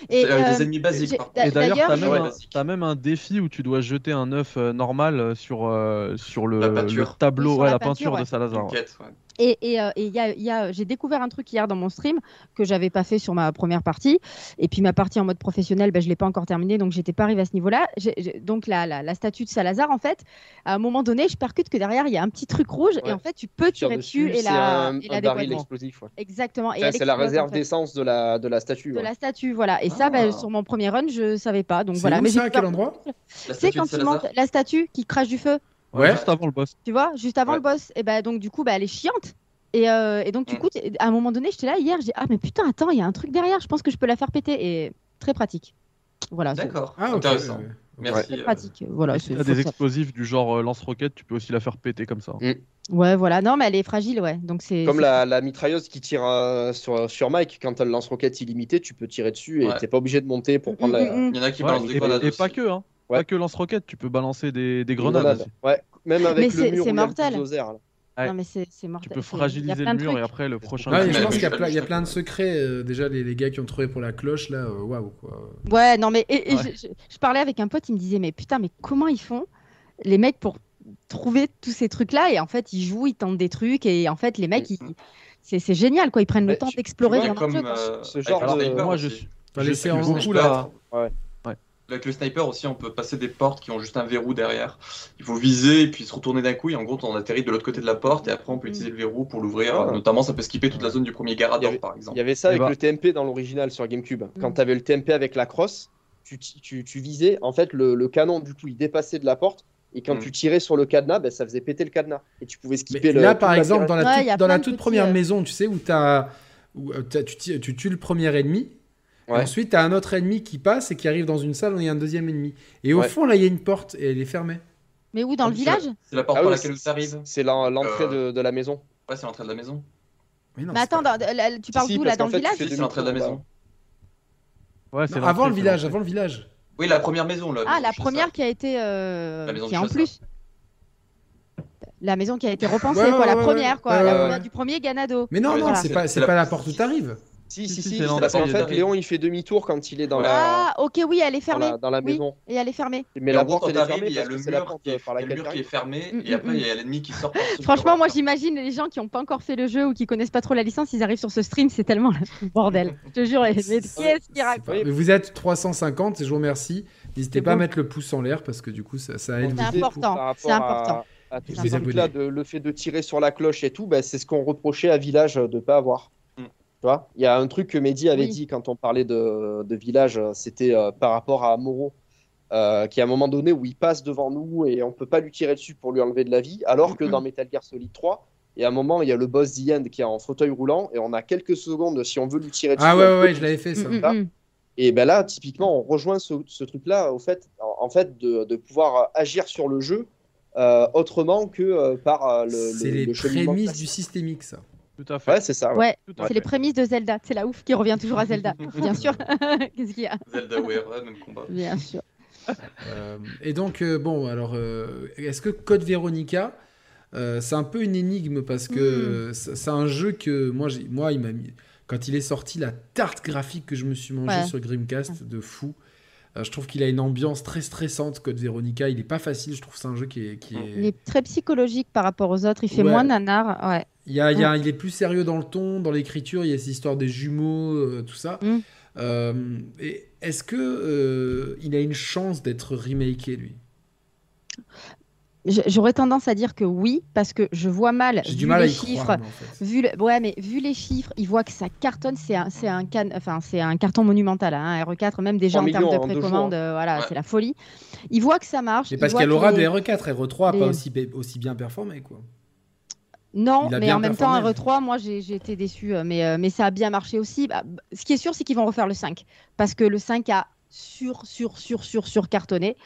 S5: Et,
S4: C'est euh, des
S5: euh,
S4: ennemis basiques,
S5: j'ai-
S4: par
S5: d'a-
S8: Et
S4: contre.
S8: d'ailleurs, t'as
S5: je-
S8: même,
S4: Ouais,
S8: un-
S4: basique.
S8: t'as même un défi où tu dois jeter un œuf euh, normal euh, sur, euh, sur le,
S4: La peinture.
S8: le tableau,
S5: Oui, sur
S8: ouais,
S5: la
S8: la
S5: peinture,
S8: peinture
S5: ouais.
S8: de Salazar. ouais.
S4: T'inquiète, ouais.
S5: Et, et, euh, et il y a- il y a- j'ai découvert un truc hier dans mon stream que j'avais pas fait sur ma première partie. Et puis ma partie en mode professionnel, ben, je l'ai pas encore terminée, donc j'étais pas arrivée à ce niveau-là. J'ai- j'ai- Donc la, la, la statue de Salazar, en fait, à un moment donné, je percute que derrière il y a un petit truc rouge et
S3: Ouais.
S5: en fait tu peux
S3: Tu tires
S5: tirer
S3: dessus,
S5: dessus et
S3: c'est
S5: la,
S3: un,
S5: et
S3: un
S5: la Ah,
S3: baril
S5: déboîtement.
S3: explosif. ouais.
S5: Exactement. Et
S3: Ça,
S5: elle
S3: c'est la
S5: explose, en
S3: réserve
S5: fait,
S3: d'essence de la, de la statue.
S5: de
S3: ouais.
S5: la statue, voilà. Et ça,
S4: Ah.
S5: ben, sur mon premier run, je savais pas. Donc
S1: C'est
S5: voilà.
S1: où,
S5: j'ai
S1: ça, à
S5: découvert-
S1: quel endroit
S4: La
S5: C'est
S4: statue de
S5: quand tu
S4: Salazar.
S5: montes la statue qui crache du feu.
S1: Ouais.
S8: Juste avant le boss.
S5: tu vois, juste avant
S3: Ouais.
S5: le boss. Et ben donc du coup, bah, elle est chiante. Et, euh, et donc du
S4: Mm.
S5: coup, t'es- à un moment donné, j'étais là hier, j'ai dit, ah mais putain, attends, il y a un truc derrière, je pense que je peux la faire péter. Et très pratique. Voilà, c'est
S4: D'accord.
S1: Ah, ok,
S4: Intéressant.
S1: ouais, ouais.
S4: Merci.
S5: très
S4: euh,
S5: pratique. Voilà,
S8: Si
S5: c'est
S8: t'as
S5: faut
S8: des
S5: que ça-
S8: explosifs du genre euh, lance-roquette, tu peux aussi la faire péter comme ça.
S5: Ouais, voilà. Non, mais elle est fragile, ouais. Donc c'est
S3: Comme
S5: c'est-
S3: la, la mitrailleuse qui tire euh, sur, sur Mike, quand elle lance roquette illimitée, tu peux tirer dessus et
S4: Ouais.
S3: t'es pas obligé de monter pour prendre
S5: Mm,
S3: la.
S5: mm, mm.
S4: Il y en a qui
S8: Ouais,
S4: balancent des
S8: et,
S4: grenades.
S8: et
S4: aussi.
S8: pas que, hein.
S3: Ouais.
S8: Pas que lance-roquette, tu peux balancer des, des
S3: une
S8: grenades.
S3: grenade.
S8: aussi.
S3: Ouais, même avec
S5: Mais
S3: le
S5: c'est-
S3: mur
S5: c'est
S3: ou la
S5: mortel.
S3: bulldozer, là.
S8: Ouais.
S5: Non, mais c'est c'est mortel.
S8: Tu peux
S5: Bah, C'est- il y a
S8: fragiliser
S5: plein
S8: le
S5: de
S8: mur et
S5: trucs.
S8: après le prochain. euh,
S1: Ah,
S8: coup,
S1: et je
S8: tu
S1: pense
S8: mets-
S1: qu'il y a plein, il y a plein de secrets. euh, déjà, les, les gars qui ont trouvé pour la cloche, là, euh, waouh, quoi.
S5: Ouais, non, mais et, et
S8: Ouais.
S5: Je, je- je parlais avec un pote, il me disait, mais putain, mais comment ils font les mecs pour trouver tous ces trucs-là Et en fait, ils jouent, ils tentent des trucs, et en fait, les mecs, ils... c'est c'est génial, quoi. Ils prennent le
S3: Mais
S5: temps
S3: tu- tu
S5: d'explorer
S4: Il y
S5: dans
S4: a
S5: leur
S4: comme
S5: jeu. quoi.
S4: euh,
S3: Ce genre
S4: avec le
S3: de-
S4: sniper
S8: Moi, je
S4: aussi.
S8: suis
S1: Enfin, les
S8: Je suis
S1: séances
S8: beaucoup,
S1: en-
S8: là.
S4: Avec le sniper aussi, on peut passer des portes qui ont juste un verrou derrière. Il faut viser et puis se retourner d'un coup. Et en gros, on atterrit de l'autre côté de la porte. Et après, on peut utiliser le verrou pour l'ouvrir.
S3: Ah.
S4: Notamment, ça peut skipper toute la zone du premier Garador,
S3: Il y
S4: par
S3: Il
S4: exemple.
S3: y avait ça
S8: Eh
S3: avec
S8: ben.
S3: le TMP dans l'original sur GameCube. Quand
S5: Mm.
S3: t'avais le TMP avec la crosse, tu, ti- tu, tu visais, en fait, le, le canon, du coup, il dépassait de la porte. Et quand
S4: Mm.
S3: tu tirais sur le cadenas, ben, ça faisait péter le cadenas. Et tu pouvais
S1: Mais
S3: skipper le.
S1: là,
S3: tout
S1: par
S3: le
S1: exemple,
S3: matériel.
S1: dans la,
S5: Ouais,
S1: toute-
S5: il y a
S1: dans la
S5: plein de
S1: toute
S5: petits,
S1: première
S5: euh,
S1: maison, tu sais, où, t'as- où, euh, t'as- tu, ti- tu tues le premier ennemi. et
S3: Ouais.
S1: ensuite, tu as un autre ennemi qui passe et qui arrive dans une salle où il y a un deuxième ennemi. Et au
S3: Ouais.
S1: fond, là, il y a une porte et elle est fermée.
S5: Mais où dans le
S4: Je-
S5: village
S4: C'est la porte
S3: Ah
S4: par
S3: oui,
S4: laquelle Euh.
S3: c'est-
S4: tu arrives.
S3: C'est l'en- l'entrée de, de la maison.
S4: Ouais, c'est l'entrée de la maison.
S1: Mais non,
S5: Mais
S1: c'est
S5: attends,
S1: pas-
S5: dans- dans- là, tu parles
S3: si,
S5: d'où là
S3: parce
S5: dans
S3: qu'en
S5: le
S3: fait,
S5: village
S3: tu
S4: C'est
S3: fais
S4: c'est l'entrée de la maison.
S8: Ouais, c'est
S1: Non, avant le
S8: l'entrée, c'est
S1: village,
S8: l'entrée.
S1: avant le village.
S4: Oui, la première maison. Là,
S5: Ah, la première qui a été euh,
S4: La maison
S5: qui est
S4: du
S5: en plus. La maison qui a été repensée,
S1: Ouais,
S5: quoi, la
S1: ouais, ouais,
S5: première, quoi,
S1: ouais,
S5: la
S1: ouais,
S5: première
S1: ouais.
S5: du premier Ganado.
S1: Mais non,
S4: Ouais,
S1: non,
S5: Ah, voilà.
S1: c'est
S4: c'est-
S1: pas,
S4: c'est
S1: c'est
S4: la-
S1: pas la porte où t'arrives.
S3: Si, si,
S8: Si, si,
S3: si,
S8: c'est
S3: parce
S4: l'entrée
S3: qu'en
S4: de
S3: fait,
S4: Dari.
S3: Léon, il fait demi-tour quand il est dans
S5: Ah,
S3: la,
S5: ok, oui, elle est
S3: dans
S5: fermée.
S3: la, dans la
S5: Oui.
S3: maison.
S5: Et elle est fermée.
S3: Mais
S4: Et en
S3: la
S4: gros,
S3: porte,
S4: quand
S3: elle est
S4: t'arrives,
S3: fermée
S4: il y a
S3: parce
S4: le
S3: que c'est la
S4: mur
S3: porte euh,
S4: qui est- il
S3: par
S4: y a le
S3: laquelle
S4: mur qui est
S3: t'arrives.
S4: fermé,
S5: Mm,
S4: et après,
S5: mm,
S4: il y a l'ennemi qui sort par ce
S5: Franchement,
S4: mur.
S5: moi, j'imagine les gens qui n'ont pas encore fait le jeu ou qui connaissent pas trop la licence, ils arrivent sur ce stream, c'est tellement le bordel. Je te jure, mais qui est-ce qui
S1: C'est
S5: raconte
S1: pas- mais Vous êtes 350, je vous remercie. N'hésitez
S5: C'est
S1: pas à
S5: beau.
S1: mettre le pouce en l'air parce que du coup, ça, ça aide.
S3: Donc,
S5: C'est
S1: beaucoup.
S3: l'idée,
S5: important,
S3: par
S5: c'est
S3: rapport à-
S5: important.
S3: À,
S1: Les
S3: tous ces
S1: abonnés.
S3: trucs-là, de- le fait de tirer sur la cloche et tout, bah, c'est ce qu'on reprochait à Village euh, de pas avoir.
S4: Mm.
S3: Tu vois Il y a un truc que Mehdi avait
S5: Oui.
S3: dit quand on parlait de, de Village, euh, c'était euh, par rapport à Moro, euh, qui à un moment donné où il passe devant nous et on peut pas lui tirer dessus pour lui enlever de la vie, alors que
S5: Mhm.
S3: dans Metal Gear Solid 3, et à un moment, il y a le boss The End qui est en fauteuil roulant et on a quelques secondes si on veut lui tirer dessus.
S1: Ah ouais,
S3: on
S1: ouais,
S3: peut
S1: ouais, je l'avais fait ça.
S5: Mm, mm,
S3: ça.
S5: mm.
S3: et ben là, typiquement, on rejoint ce, ce truc-là, au fait, en, en fait, de, de pouvoir agir sur le jeu euh, autrement que euh, par euh, le.
S1: C'est
S3: le-
S1: les
S3: le cheminement
S1: prémices
S3: classique.
S1: du systémique, ça.
S8: Tout à fait.
S3: Ouais, c'est ça. ouais.
S5: Ouais,
S8: Tout à
S5: c'est
S8: fait.
S5: les prémices de Zelda. C'est la ouf qui revient toujours à Zelda. Bien sûr. Qu'est-ce qu'il y a
S4: Zelda Ware, ouais, même combat.
S5: Bien sûr.
S1: Euh, et donc, euh, bon, alors, euh, est-ce que Code Veronica, euh, c'est un peu une énigme parce que
S5: Mm.
S1: euh, c'est c'est un jeu que moi, j'ai- moi il m'a mis. Quand il est sorti, la tarte graphique que je me suis mangée
S5: Ouais. Mm.
S1: sur Grimcast de fou. Euh, je trouve qu'il a une ambiance très stressante, Code Veronica. Il est pas facile, je trouve c'est un jeu qui est. qui est-
S5: Il est très psychologique par rapport aux autres. Il fait
S1: Ouais.
S5: moins nanar. Ouais.
S1: Il, y a- il y a-
S5: Mm.
S1: il est plus sérieux dans le ton, dans l'écriture, il y a cette histoire des jumeaux, euh, tout ça.
S5: Mm.
S1: Euh, et Est-ce que euh, il a une chance d'être remaké, lui
S5: Je- J'aurais tendance à dire que oui, parce que je vois mal,
S1: J'ai
S5: vu
S1: du mal à
S5: les
S1: y
S5: chiffres,
S1: croire, moi, en fait.
S5: Vu le- ouais, mais vu les chiffres, ils voient que ça cartonne. C'est un, c'est un, can- enfin, c'est un carton monumental. Hein, RE4, même déjà en
S3: 3
S5: termes de
S3: millions en deux
S5: précommande,
S3: jours,
S5: euh, voilà,
S4: Ouais.
S5: c'est la folie. Ils voient que ça marche.
S1: Mais
S5: ils
S1: parce
S5: voient
S1: qu'à
S5: que
S1: l'aura de E
S5: les-
S1: RE4, RE3 n'a
S5: les-
S1: pas aussi, pa- aussi bien performé. quoi.
S5: Non,
S1: il a
S5: mais
S1: bien
S5: en même temps,
S1: performé.
S5: RE3, moi, j'ai j'ai été déçu. Mais, euh, mais ça a bien marché aussi. Bah, b- ce qui est sûr, c'est qu'ils vont refaire le 5. Parce que le 5 a sur, sur, sur, sur, sur cartonné.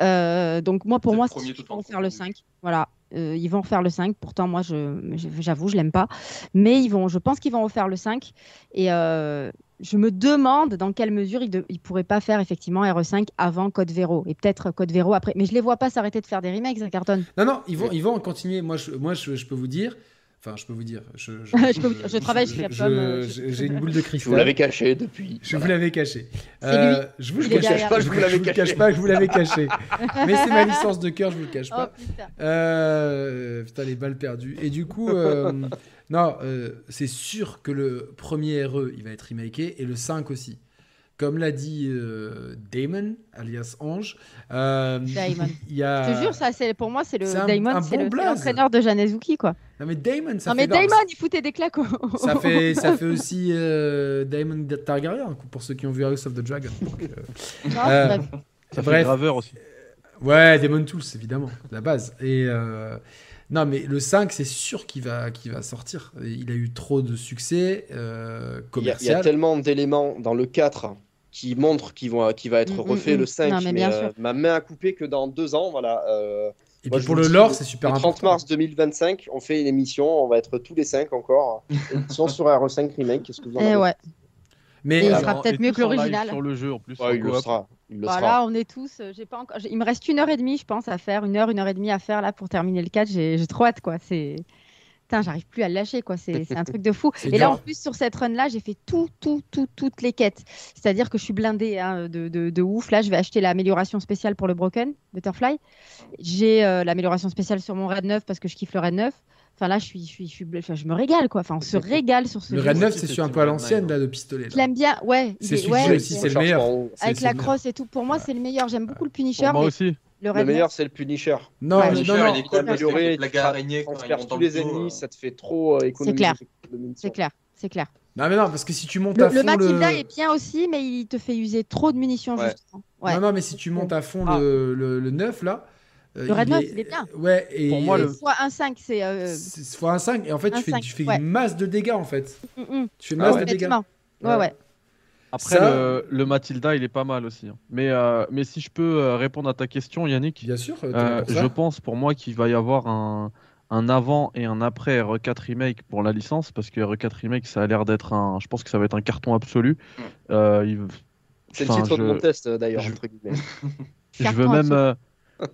S5: Euh, donc, moi, pour
S4: C'est
S5: moi,
S4: le
S5: c'est
S4: premier
S5: sûr
S4: tout
S5: qu'ils vont
S4: en
S5: refaire le
S4: confondu.
S5: 5. Voilà. Euh, ils vont refaire le 5. Pourtant, moi, je- je- j'avoue, je l'aime pas. Mais ils vont, je pense qu'ils vont refaire le 5. Et euh, je me demande dans quelle mesure ils ne pourraient pas faire effectivement RE5 avant Code Véro. Et peut-être Code Véro après. Mais je les vois pas s'arrêter de faire des remakes, ça cartonne.
S1: Non, non, ils vont, ils vont en continuer. Moi, je, moi je, je peux vous dire. Enfin, je peux vous dire. Je,
S5: Je peux vous dire, je travaille chez Capcom, euh,
S1: je- J'ai une boule de cristal.
S3: Je vous l'avais caché depuis.
S1: Je vous l'avais caché. Euh,
S5: C'est
S1: je vous le
S5: Il est
S1: cache
S5: derrière.
S1: pas, je vous l'avais caché. cache pas, je vous l'avais caché. Mais c'est ma licence de cœur, je vous le cache
S5: Oh
S1: pas.
S5: putain.
S1: Euh, putain, les balles perdues. Et du coup, euh, non, euh, c'est sûr que le premier RE, il va être remaké, et le 5 aussi. Comme l'a dit euh, Damon, alias Ange, euh,
S5: Damon.
S1: il y
S5: Je
S1: a...
S5: te jure, ça, c'est pour moi, c'est le
S1: c'est un-
S5: Damon,
S1: un
S5: c'est
S1: bon
S5: le- c'est
S1: blaze.
S5: l'entraîneur de Janezuki, quoi.
S1: Non mais Damon, ça
S5: non,
S1: fait
S5: mais
S1: barbe.
S5: Damon, il foutait des claques. au-
S1: Ça fait, ça fait aussi euh, Damon Targaryen, pour ceux qui ont vu House of the Dragon. Donc, euh,
S5: Non,
S1: Euh,
S5: bref.
S8: Ça
S1: Bref.
S8: fait graveur aussi.
S1: Ouais, Demon Tools, évidemment, la base. Et euh, non, mais le 5, c'est sûr qu'il va, qu'il va sortir. Il a eu trop de succès euh,
S3: Il y a- il y, a
S1: commercial.
S3: tellement d'éléments dans le 4 qui montrent qu'il va, qu'il va être
S5: Mm, mm,
S3: refait
S5: mm.
S3: le 5.
S5: Non, mais bien sûr.
S3: ma main à couper que dans deux ans, voilà. euh,
S1: Et
S3: Moi,
S1: puis
S3: je
S1: pour
S3: vous
S1: le
S3: dis,
S1: lore, c'est super
S3: le 30
S1: important.
S3: mars 2025, on fait une émission, on va être tous les 5 encore. Émission sur RE5 Remake, qu'est-ce que vous en
S5: Eh
S3: avez
S5: ouais.
S1: Mais
S5: Et il
S1: euh,
S5: sera
S8: en-
S5: peut-être
S8: et
S5: mieux
S8: tous
S5: que
S8: en live
S5: l'original.
S8: Sur le jeu en plus. en
S3: Ouais, il le
S8: coop.
S3: sera. Il le sera.
S5: Voilà, Bah, on est tous. euh, J'ai pas encore. j'ai- Il me reste une heure et demie, je pense, à faire. Une heure, une heure et demie à faire là pour terminer le 4. J'ai j'ai trop hâte, quoi. C'est. Putain, j'arrive plus à le lâcher, quoi. C'est c'est un truc de fou.
S1: C'est
S5: Et
S1: dur.
S5: là, en plus, sur cette run-là, j'ai fait tout, tout, tout, toutes les quêtes. C'est-à-dire que je suis blindée hein, de, de- de ouf. Là, je vais acheter l'amélioration spéciale pour le Broken, Butterfly. J'ai euh, l'amélioration spéciale sur mon Raid 9 parce que je kiffe le Raid 9. Enfin, là, je, suis, je, suis, je, suis bl- enfin, je me régale, quoi. Enfin, on se régale sur ce
S1: le
S5: jeu.
S1: Red 9,
S8: aussi,
S1: c'est
S8: c'est
S1: sur un
S8: le
S1: peu à
S8: Red
S1: l'ancienne,
S8: Nine,
S1: là, le pistolet.
S5: Je
S1: là.
S5: l'aime bien, ouais. il
S1: C'est
S5: est-
S1: celui
S5: ouais,
S1: que j'ai aussi,
S5: c'est-
S1: c'est le meilleur.
S3: Franchement,
S1: C'est-
S5: Avec
S1: c'est
S5: la
S1: le meilleur.
S5: crosse et tout. Pour moi, c'est le meilleur. J'aime beaucoup le Punisher,
S8: Pour moi
S5: mais
S8: aussi.
S5: le
S3: Le
S5: Red 9,
S3: meilleur, c'est le Punisher.
S1: Non,
S5: Ouais.
S1: non,
S4: Punisher,
S1: non,
S4: il est cool parce qu'il
S3: Amélioré,
S4: fait la
S3: tu frappes,
S4: araignée quand
S3: On se
S4: il
S3: perd
S4: rentre
S3: tous
S4: dans
S3: les
S4: le dos,
S3: ennemis,
S4: euh.
S3: ça te fait trop euh, économiser.
S5: clair.
S3: de munitions.
S5: c'est clair, c'est clair.
S1: Non, mais non, parce que si tu montes
S5: Le,
S1: à fond
S5: le Matilda
S1: le-
S5: est bien aussi, mais il te fait user trop de munitions,
S3: Ouais.
S5: justement. Ouais.
S1: Non, non, mais si tu montes à fond
S5: Ah.
S1: le, le, le 9, là. euh,
S5: Le Red 9, il est bien.
S1: Ouais, et
S8: Pour moi,
S1: euh,
S8: le-
S5: Soit un 5, c'est. euh,
S1: c'est- fois un 5, et en fait,
S5: un
S1: tu fais,
S5: cinq,
S1: tu fais
S5: ouais.
S1: une masse de dégâts, en fait.
S5: mm, mm,
S1: Tu fais masse
S3: Ah ouais.
S1: de dégâts.
S5: complètement. Ouais, ouais.
S8: Après,
S1: Ça-
S8: le, le Matilda, il est pas mal aussi. hein. Mais, euh, mais si je peux euh, répondre à ta question, Yannick,
S1: Bien sûr, t'es
S8: euh,
S1: là pour ça.
S8: je pense pour moi qu'il va y avoir un, un avant et un après RE4 Remake pour la licence, parce que RE4 Remake, ça a l'air d'être un. Je pense que ça va être un carton absolu.
S4: Mm.
S8: Euh, il-
S3: C'est
S8: enfin,
S3: le titre de
S8: je-
S3: mon test euh, d'ailleurs,
S8: je-
S3: entre guillemets.
S8: je
S5: Carton
S8: veux même,
S5: absolu.
S8: euh,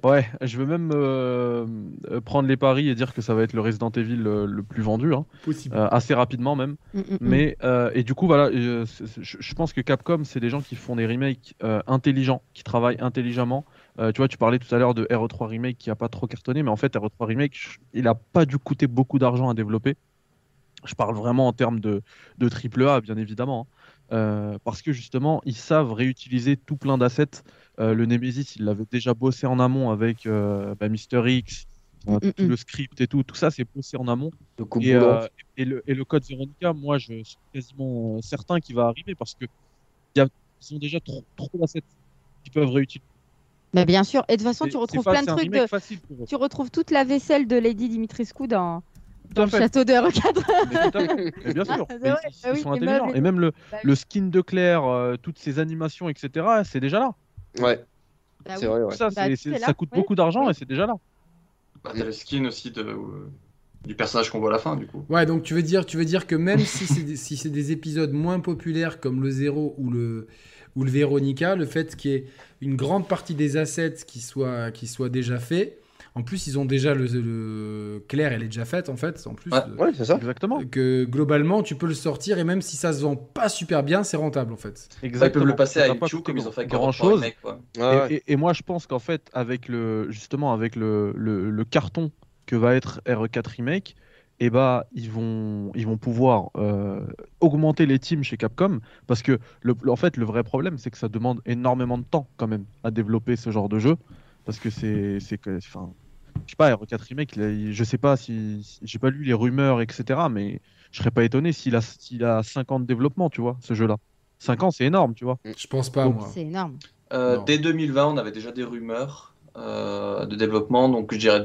S8: Ouais, je veux même euh, euh, prendre les paris et dire que ça va être le Resident Evil le, le plus vendu, hein,
S1: Possible.
S8: euh, assez rapidement même.
S5: Mm, mm, mm.
S8: Mais euh, et du coup voilà, euh, c'est- c'est- je, je pense que Capcom c'est des gens qui font des remakes euh, intelligents, qui travaillent intelligemment. Euh, tu vois, tu parlais tout à l'heure de RE3 remake qui a pas trop cartonné, mais en fait RE3 remake, je- il a pas dû coûter beaucoup d'argent à développer. Je parle vraiment en termes de de triple A bien évidemment, hein. Euh, parce que justement ils savent réutiliser tout plein d'assets. Euh, le Nemesis, il l'avait déjà bossé en amont avec euh, bah, Mister X, euh,
S5: Mm, mm,
S8: tout
S5: mm.
S8: le script et tout, tout ça c'est bossé en amont.
S3: Le coup
S8: Et,
S3: de boudin.
S8: euh, et le, et le code Veronica, moi, je suis quasiment euh, certain qu'il va arriver parce que y a- ils ont déjà trop, trop d'assets qu'ils peuvent réutiliser.
S5: Bah, bien sûr. Et de toute façon,
S8: C'est-
S5: tu retrouves
S8: c'est fa-
S5: plein de
S8: c'est un
S5: trucs.
S8: remake
S5: de-
S8: facile pour eux.
S5: Tu retrouves toute la vaisselle de Lady Dimitrescu dans, dans le
S8: fait.
S5: château de R4.
S8: Mais tout à fait. Mais bien sûr,
S5: C'est
S8: Mais
S5: vrai,
S8: ils,
S5: bah
S8: ils
S5: oui,
S8: sont
S5: les meubles
S8: intelligents.
S5: et
S8: Et même le,
S5: Bah oui.
S8: le skin de Claire, euh, toutes ces animations, etc., c'est déjà là.
S3: Ouais,
S5: Bah
S3: c'est
S5: oui.
S3: vrai,
S8: Tout
S3: ouais.
S8: ça,
S5: Bah,
S8: c'est-
S5: tout
S8: c'est-
S5: est là.
S8: ça coûte
S5: Oui,
S8: beaucoup d'argent
S5: oui.
S8: et c'est déjà là.
S4: Bah, t'as le skin aussi de, euh, du personnage qu'on voit à la fin, du coup.
S1: Ouais, donc tu veux dire, tu veux dire que même si c'est des, si c'est des épisodes moins populaires comme le 0 ou le, ou le Véronica, le fait qu'il y ait une grande partie des assets qui soient, qui soient déjà faits, en plus ils ont déjà le, le- Claire, elle est déjà faite en fait, en plus.
S4: Ouais,
S1: de-
S3: Ouais, c'est ça.
S8: Exactement.
S1: Que globalement, tu peux le sortir et même si ça se vend pas super bien, c'est rentable en fait.
S4: Ils peuvent
S8: Exactement.
S4: le passer à
S8: Ça va pas
S4: Ichu comme
S8: coûter
S4: ils ont fait à
S8: grand
S4: 40 pour
S8: chose.
S4: les mecs, quoi.
S3: Ouais, ouais.
S8: Et, et- et moi, je pense qu'en fait, avec le justement avec le, le, le carton que va être RE4 remake, eh bah ils vont ils vont pouvoir euh, augmenter les teams chez Capcom parce que le, en fait le vrai problème c'est que ça demande énormément de temps quand même à développer ce genre de jeu parce que c'est c'est que enfin je sais pas RE4 remake il a- il- je sais pas si si- j'ai pas lu les rumeurs etc mais je serais pas étonné s'il a s'il a 5 ans de développement tu vois ce jeu là 5 ans c'est énorme tu vois
S1: Je pense pas,
S8: Donc,
S1: moi.
S5: C'est énorme.
S4: Euh,
S1: Non.
S4: dès 2020, on avait déjà des rumeurs euh, de développement, donc je dirais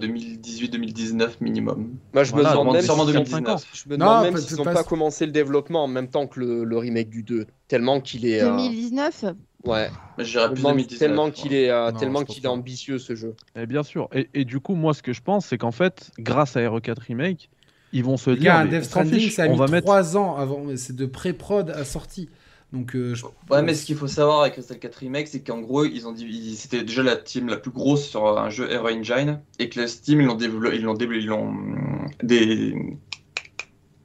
S4: 2018-2019 minimum.
S3: Moi, je
S8: Voilà,
S3: me demande
S4: sûrement,
S3: même
S4: sûrement
S3: si-
S4: 2019.
S3: Je me demande
S1: Non,
S3: même
S1: pas-
S3: s'ils n'ont
S1: pas-
S3: pas commencé le développement en même temps que le, le remake du 2. Tellement qu'il est. euh,
S5: 2019,
S3: ouais.
S4: Mais je dirais
S3: Je me
S4: plus
S3: demande
S4: 2019.
S3: tellement
S4: ouais.
S3: qu'il est, euh,
S1: Non,
S3: tellement
S1: je pense
S3: qu'il est
S1: pas.
S3: ambitieux ce jeu.
S8: Eh bien sûr. Et, et du coup, moi, ce que je pense, c'est qu'en fait, grâce à RE4 Remake, ils vont se
S1: Les
S8: dire.
S1: gars, un
S8: mais
S1: Death
S8: on s'en
S1: Stranding,
S8: fiche,
S1: ça a
S8: on
S1: mis
S8: va
S1: 3
S8: mettre.
S1: ans avant, c'est de pré-prod à sortie. Donc, euh, je-
S4: Ouais, mais ce qu'il faut savoir avec Crystal 4 Remake, c'est qu'en gros, ils ont dit, ils- c'était déjà la team la plus grosse sur un jeu Hero Engine, et que la team, ils l'ont développé, ils l'ont dévelop- ils l'ont, mm, des...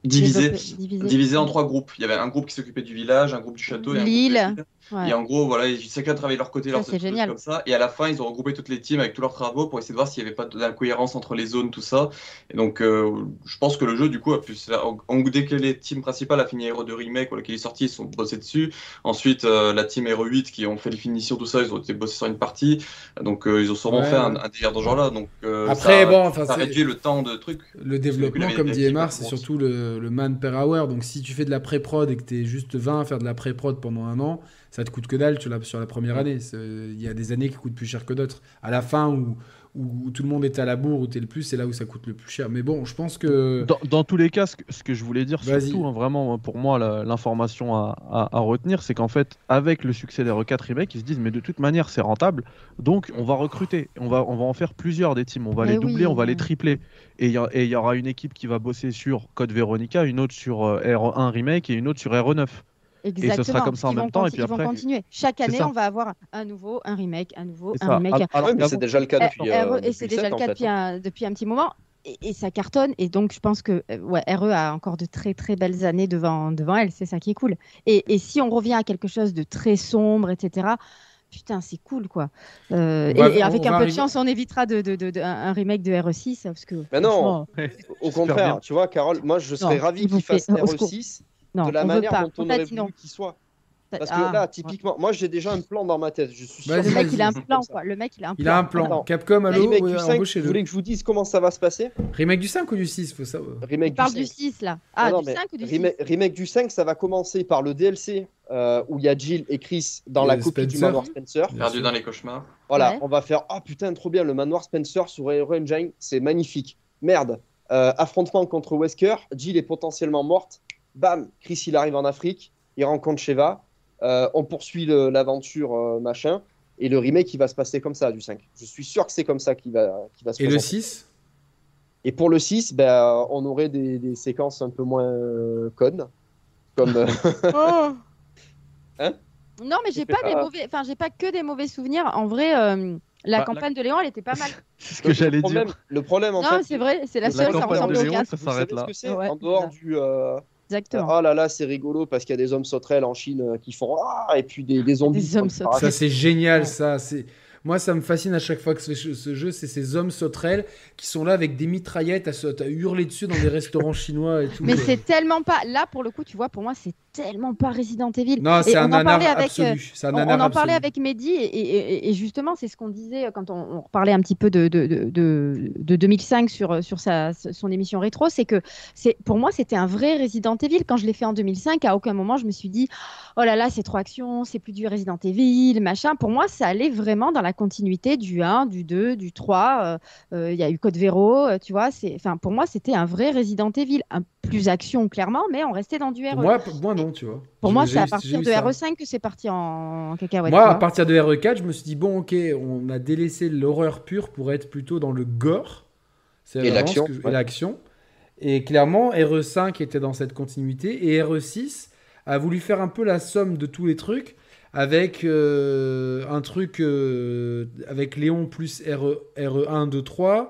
S4: divisé,
S5: Développé- divisé.
S4: divisé en trois groupes. Il y avait un groupe qui s'occupait du village, un groupe du château et un
S5: L'île.
S4: groupe de la ville.
S5: Ouais.
S4: Et en gros, voilà, ils- chacun travaillait de leur côté,
S5: Ça,
S4: leur
S5: c'est
S4: truc
S5: génial.
S4: comme ça. Et à la fin, ils ont regroupé toutes les teams avec tous leurs travaux pour essayer de voir s'il n'y avait pas d'incohérence entre les zones, tout ça. Et donc, euh, je pense que le jeu, du coup, a pu. se faire- en- en- Dès que les teams principales a fini Hero 2 Remake, voilà, qui est sorti, ils sont bossés dessus. Ensuite, euh, la team Hero 8 qui ont fait les finitions, tout ça, ils ont été bossés sur une partie. Donc, euh, ils ont sûrement
S1: Ouais,
S4: fait un,
S1: ouais.
S4: un délire dans ce genre-là. Donc, euh,
S1: Après,
S4: ça,
S1: bon, enfin,
S4: ça
S1: c'est-
S4: réduit le temps de truc.
S1: Le développement,
S4: Parce que
S1: comme
S4: la-
S1: dit
S4: la-
S1: Emar,
S4: la-
S1: c'est surtout le, le man per hour. Donc si tu fais de la pré-prod et que tu es juste 20 à faire de la pré-prod pendant un an, ça te coûte que dalle sur la, sur la première année. C'est- Il y a des années qui coûtent plus cher que d'autres. À la fin où, où, où tout le monde est à la bourre, où tu es le plus, c'est là où ça coûte le plus cher. Mais bon, je pense que...
S8: Dans, dans tous les cas, ce que, ce que je voulais dire,
S1: euh, Vas-y.
S8: surtout, hein, vraiment, pour moi, la- l'information à, à- à retenir, c'est qu'en fait, avec le succès des RE4 Remake, ils se disent, mais de toute manière, c'est rentable, donc on va recruter, on va, on va en faire plusieurs des teams, on va
S5: Mais
S8: les doubler,
S5: Bah oui.
S8: on va les tripler. Et il y, a- et il y aura une équipe qui va bosser sur Code Veronica, une autre sur euh, RE1 Remake et une autre sur RE9.
S5: Exactement.
S8: sera comme ça en
S5: Ils
S8: même
S5: vont
S8: temps, et
S5: conti-
S8: puis
S5: ils vont
S8: après-
S5: continuer. Chaque
S8: C'est
S5: année,
S8: ça.
S5: on va avoir un nouveau, un remake, un nouveau,
S8: C'est
S5: un
S8: ça.
S5: remake.
S8: Alors
S3: Ouais, mais
S8: qu'avant-
S3: c'est déjà le cas
S5: Eh,
S3: depuis.
S5: RE,
S3: euh,
S5: et
S3: depuis
S5: c'est
S3: le
S5: déjà
S3: sept,
S5: le
S3: en
S5: cas
S3: fait. hein.
S5: depuis, un, depuis un petit moment. Et, et ça cartonne. Et donc, je pense que euh, ouais, RE a encore de très, très belles années devant, devant elle. C'est ça qui est cool. Et, et si on revient à quelque chose de très sombre, etc., putain, c'est cool, quoi. Euh,
S1: On va-
S3: Bah,
S5: et, et avec
S1: on
S5: un
S1: va
S5: peu de
S1: arriver-
S5: chance, on évitera de, de- de- de- un un remake de RE6. Parce que,
S3: Mais non,
S5: franchement, euh,
S3: Au
S8: J'espère
S3: contraire,
S8: bien.
S3: tu vois, Carole, moi je serais
S5: Non,
S3: ravi
S5: ils vous
S3: qu'il fasse
S5: fait- au secours.
S3: RE6
S5: non,
S3: de la
S5: on veut
S3: manière
S5: pas.
S3: dont on
S5: Tata
S3: aurait
S5: dit non.
S3: voulu qu'il soit.
S5: Ta-
S3: Parce
S5: ah,
S3: que là, typiquement, moi j'ai déjà un plan dans ma tête. Je suis sûr
S1: Vas-y,
S5: Le
S3: que ça
S5: mec,
S1: vas-y.
S5: il a un
S3: existe
S5: plan,
S3: comme ça.
S5: quoi. Le mec, il a un
S1: Il a
S5: plan.
S1: un plan.
S3: Attends.
S1: Capcom,
S3: Le
S1: allô
S3: remake
S1: Ouais,
S3: du 5, vous
S1: embauchez-le.
S3: voulez que je vous dise comment ça va se passer
S1: Remake du 5 ou du 6 faut savoir.
S3: Remake
S5: On parle
S3: du
S5: du
S3: 5.
S5: 6, là. Ah,
S3: Non, non,
S5: du
S3: mais
S5: 5 ou du 6
S3: remake, remake du 5, ça va commencer par le DLC euh, où il y a Jill et Chris dans
S1: Et
S3: la copie du
S1: Spencer.
S3: manoir Spencer.
S1: Bien
S4: Perdu
S1: sûr.
S4: dans les cauchemars.
S3: Voilà,
S5: Ouais.
S3: on va faire Ah putain, trop bien, le manoir Spencer sur Hero Engine, c'est magnifique. Merde, Euh, affrontement contre Wesker, Jill est potentiellement morte. Bam, Chris il arrive en Afrique, il rencontre Sheva, Euh, on poursuit le- l'aventure euh, machin, et le remake il va se passer comme ça du 5. Je suis sûr que c'est comme ça qu'il va, qu'il va se
S1: Et le
S3: passer.
S1: 6
S3: Et pour le 6, ben, on aurait des, des séquences un peu moins euh, connes. Comme, euh, Hein
S5: Non, mais j'ai
S3: Je sais
S5: pas des
S3: pas.
S5: mauvais, enfin j'ai pas que des mauvais souvenirs. En vrai, euh, La
S8: Bah, la-
S5: campagne de Léon, elle était pas mal.
S8: C'est ce que j'allais
S3: le problème,
S8: dire.
S3: Le problème, en
S5: non,
S3: fait,
S5: c'est vrai, c'est la
S3: la
S5: seule, ça
S8: campagne
S5: ressemble
S8: de
S5: au
S8: Léon,
S5: 4.
S8: ça
S3: vous savez
S8: s'arrête
S3: ce
S8: là.
S3: que c'est
S5: Ouais,
S3: En dehors
S5: voilà.
S3: du. euh,
S5: Exactement.
S3: Ah là là, c'est rigolo parce qu'il y a des hommes sauterelles en Chine euh, qui font ah et puis des, des zombies.
S5: Des hommes
S3: qui font-
S5: sauterelles.
S1: Ça,
S3: Ah,
S1: c'est génial,
S5: Ouais.
S1: ça. C'est... Moi, ça me fascine à chaque fois que ce, ce jeu, c'est ces hommes sauterelles qui sont là avec des mitraillettes à, se- à hurler dessus dans des restaurants chinois et tout.
S5: Mais
S1: Euh,
S5: c'est tellement pas. Là, pour le coup, tu vois, pour moi, c'est tellement pas Resident Evil.
S1: Non,
S5: Et
S1: c'est
S5: on
S1: un
S5: en
S1: nanar
S5: parlait avec. euh,
S1: absolu. C'est un
S5: On,
S1: nanar
S5: on en parlait
S1: absolu.
S5: avec Mehdi et, et- et- et justement c'est ce qu'on disait euh, quand on, on reparlait un petit peu de, de, de- de- de 2005 sur, euh, sur sa, son émission rétro, c'est que c'est pour moi c'était un vrai Resident Evil quand je l'ai fait en 2005. À aucun moment je me suis dit oh là là c'est trop action, c'est plus du Resident Evil machin. Pour moi ça allait vraiment dans la continuité du 1, du 2, du 3. euh, euh, Il y a eu Code Véro, euh, tu vois. C'est enfin pour moi c'était un vrai Resident Evil, un plus action clairement, mais on restait dans du RE.
S1: Pour moi, pour moi, non, tu vois.
S5: euh, Pour
S1: J'ai-
S5: moi,
S1: j'ai
S5: c'est à
S1: eu- j'ai
S5: partir
S1: eu
S5: de
S1: ça.
S5: RE5 que c'est parti en, en cacahuète.
S1: Moi,
S5: quoi.
S1: à partir de RE4, je me suis dit, bon, ok, on a délaissé l'horreur pure pour être plutôt dans le gore. C'est
S3: Et
S1: vraiment
S3: l'action,
S1: ce que je-
S3: ouais.
S1: Et l'action. Et clairement, RE5 était dans cette continuité. Et RE6 a voulu faire un peu la somme de tous les trucs avec euh, un truc euh, avec Léon plus E, RE, RE1, 2, 3.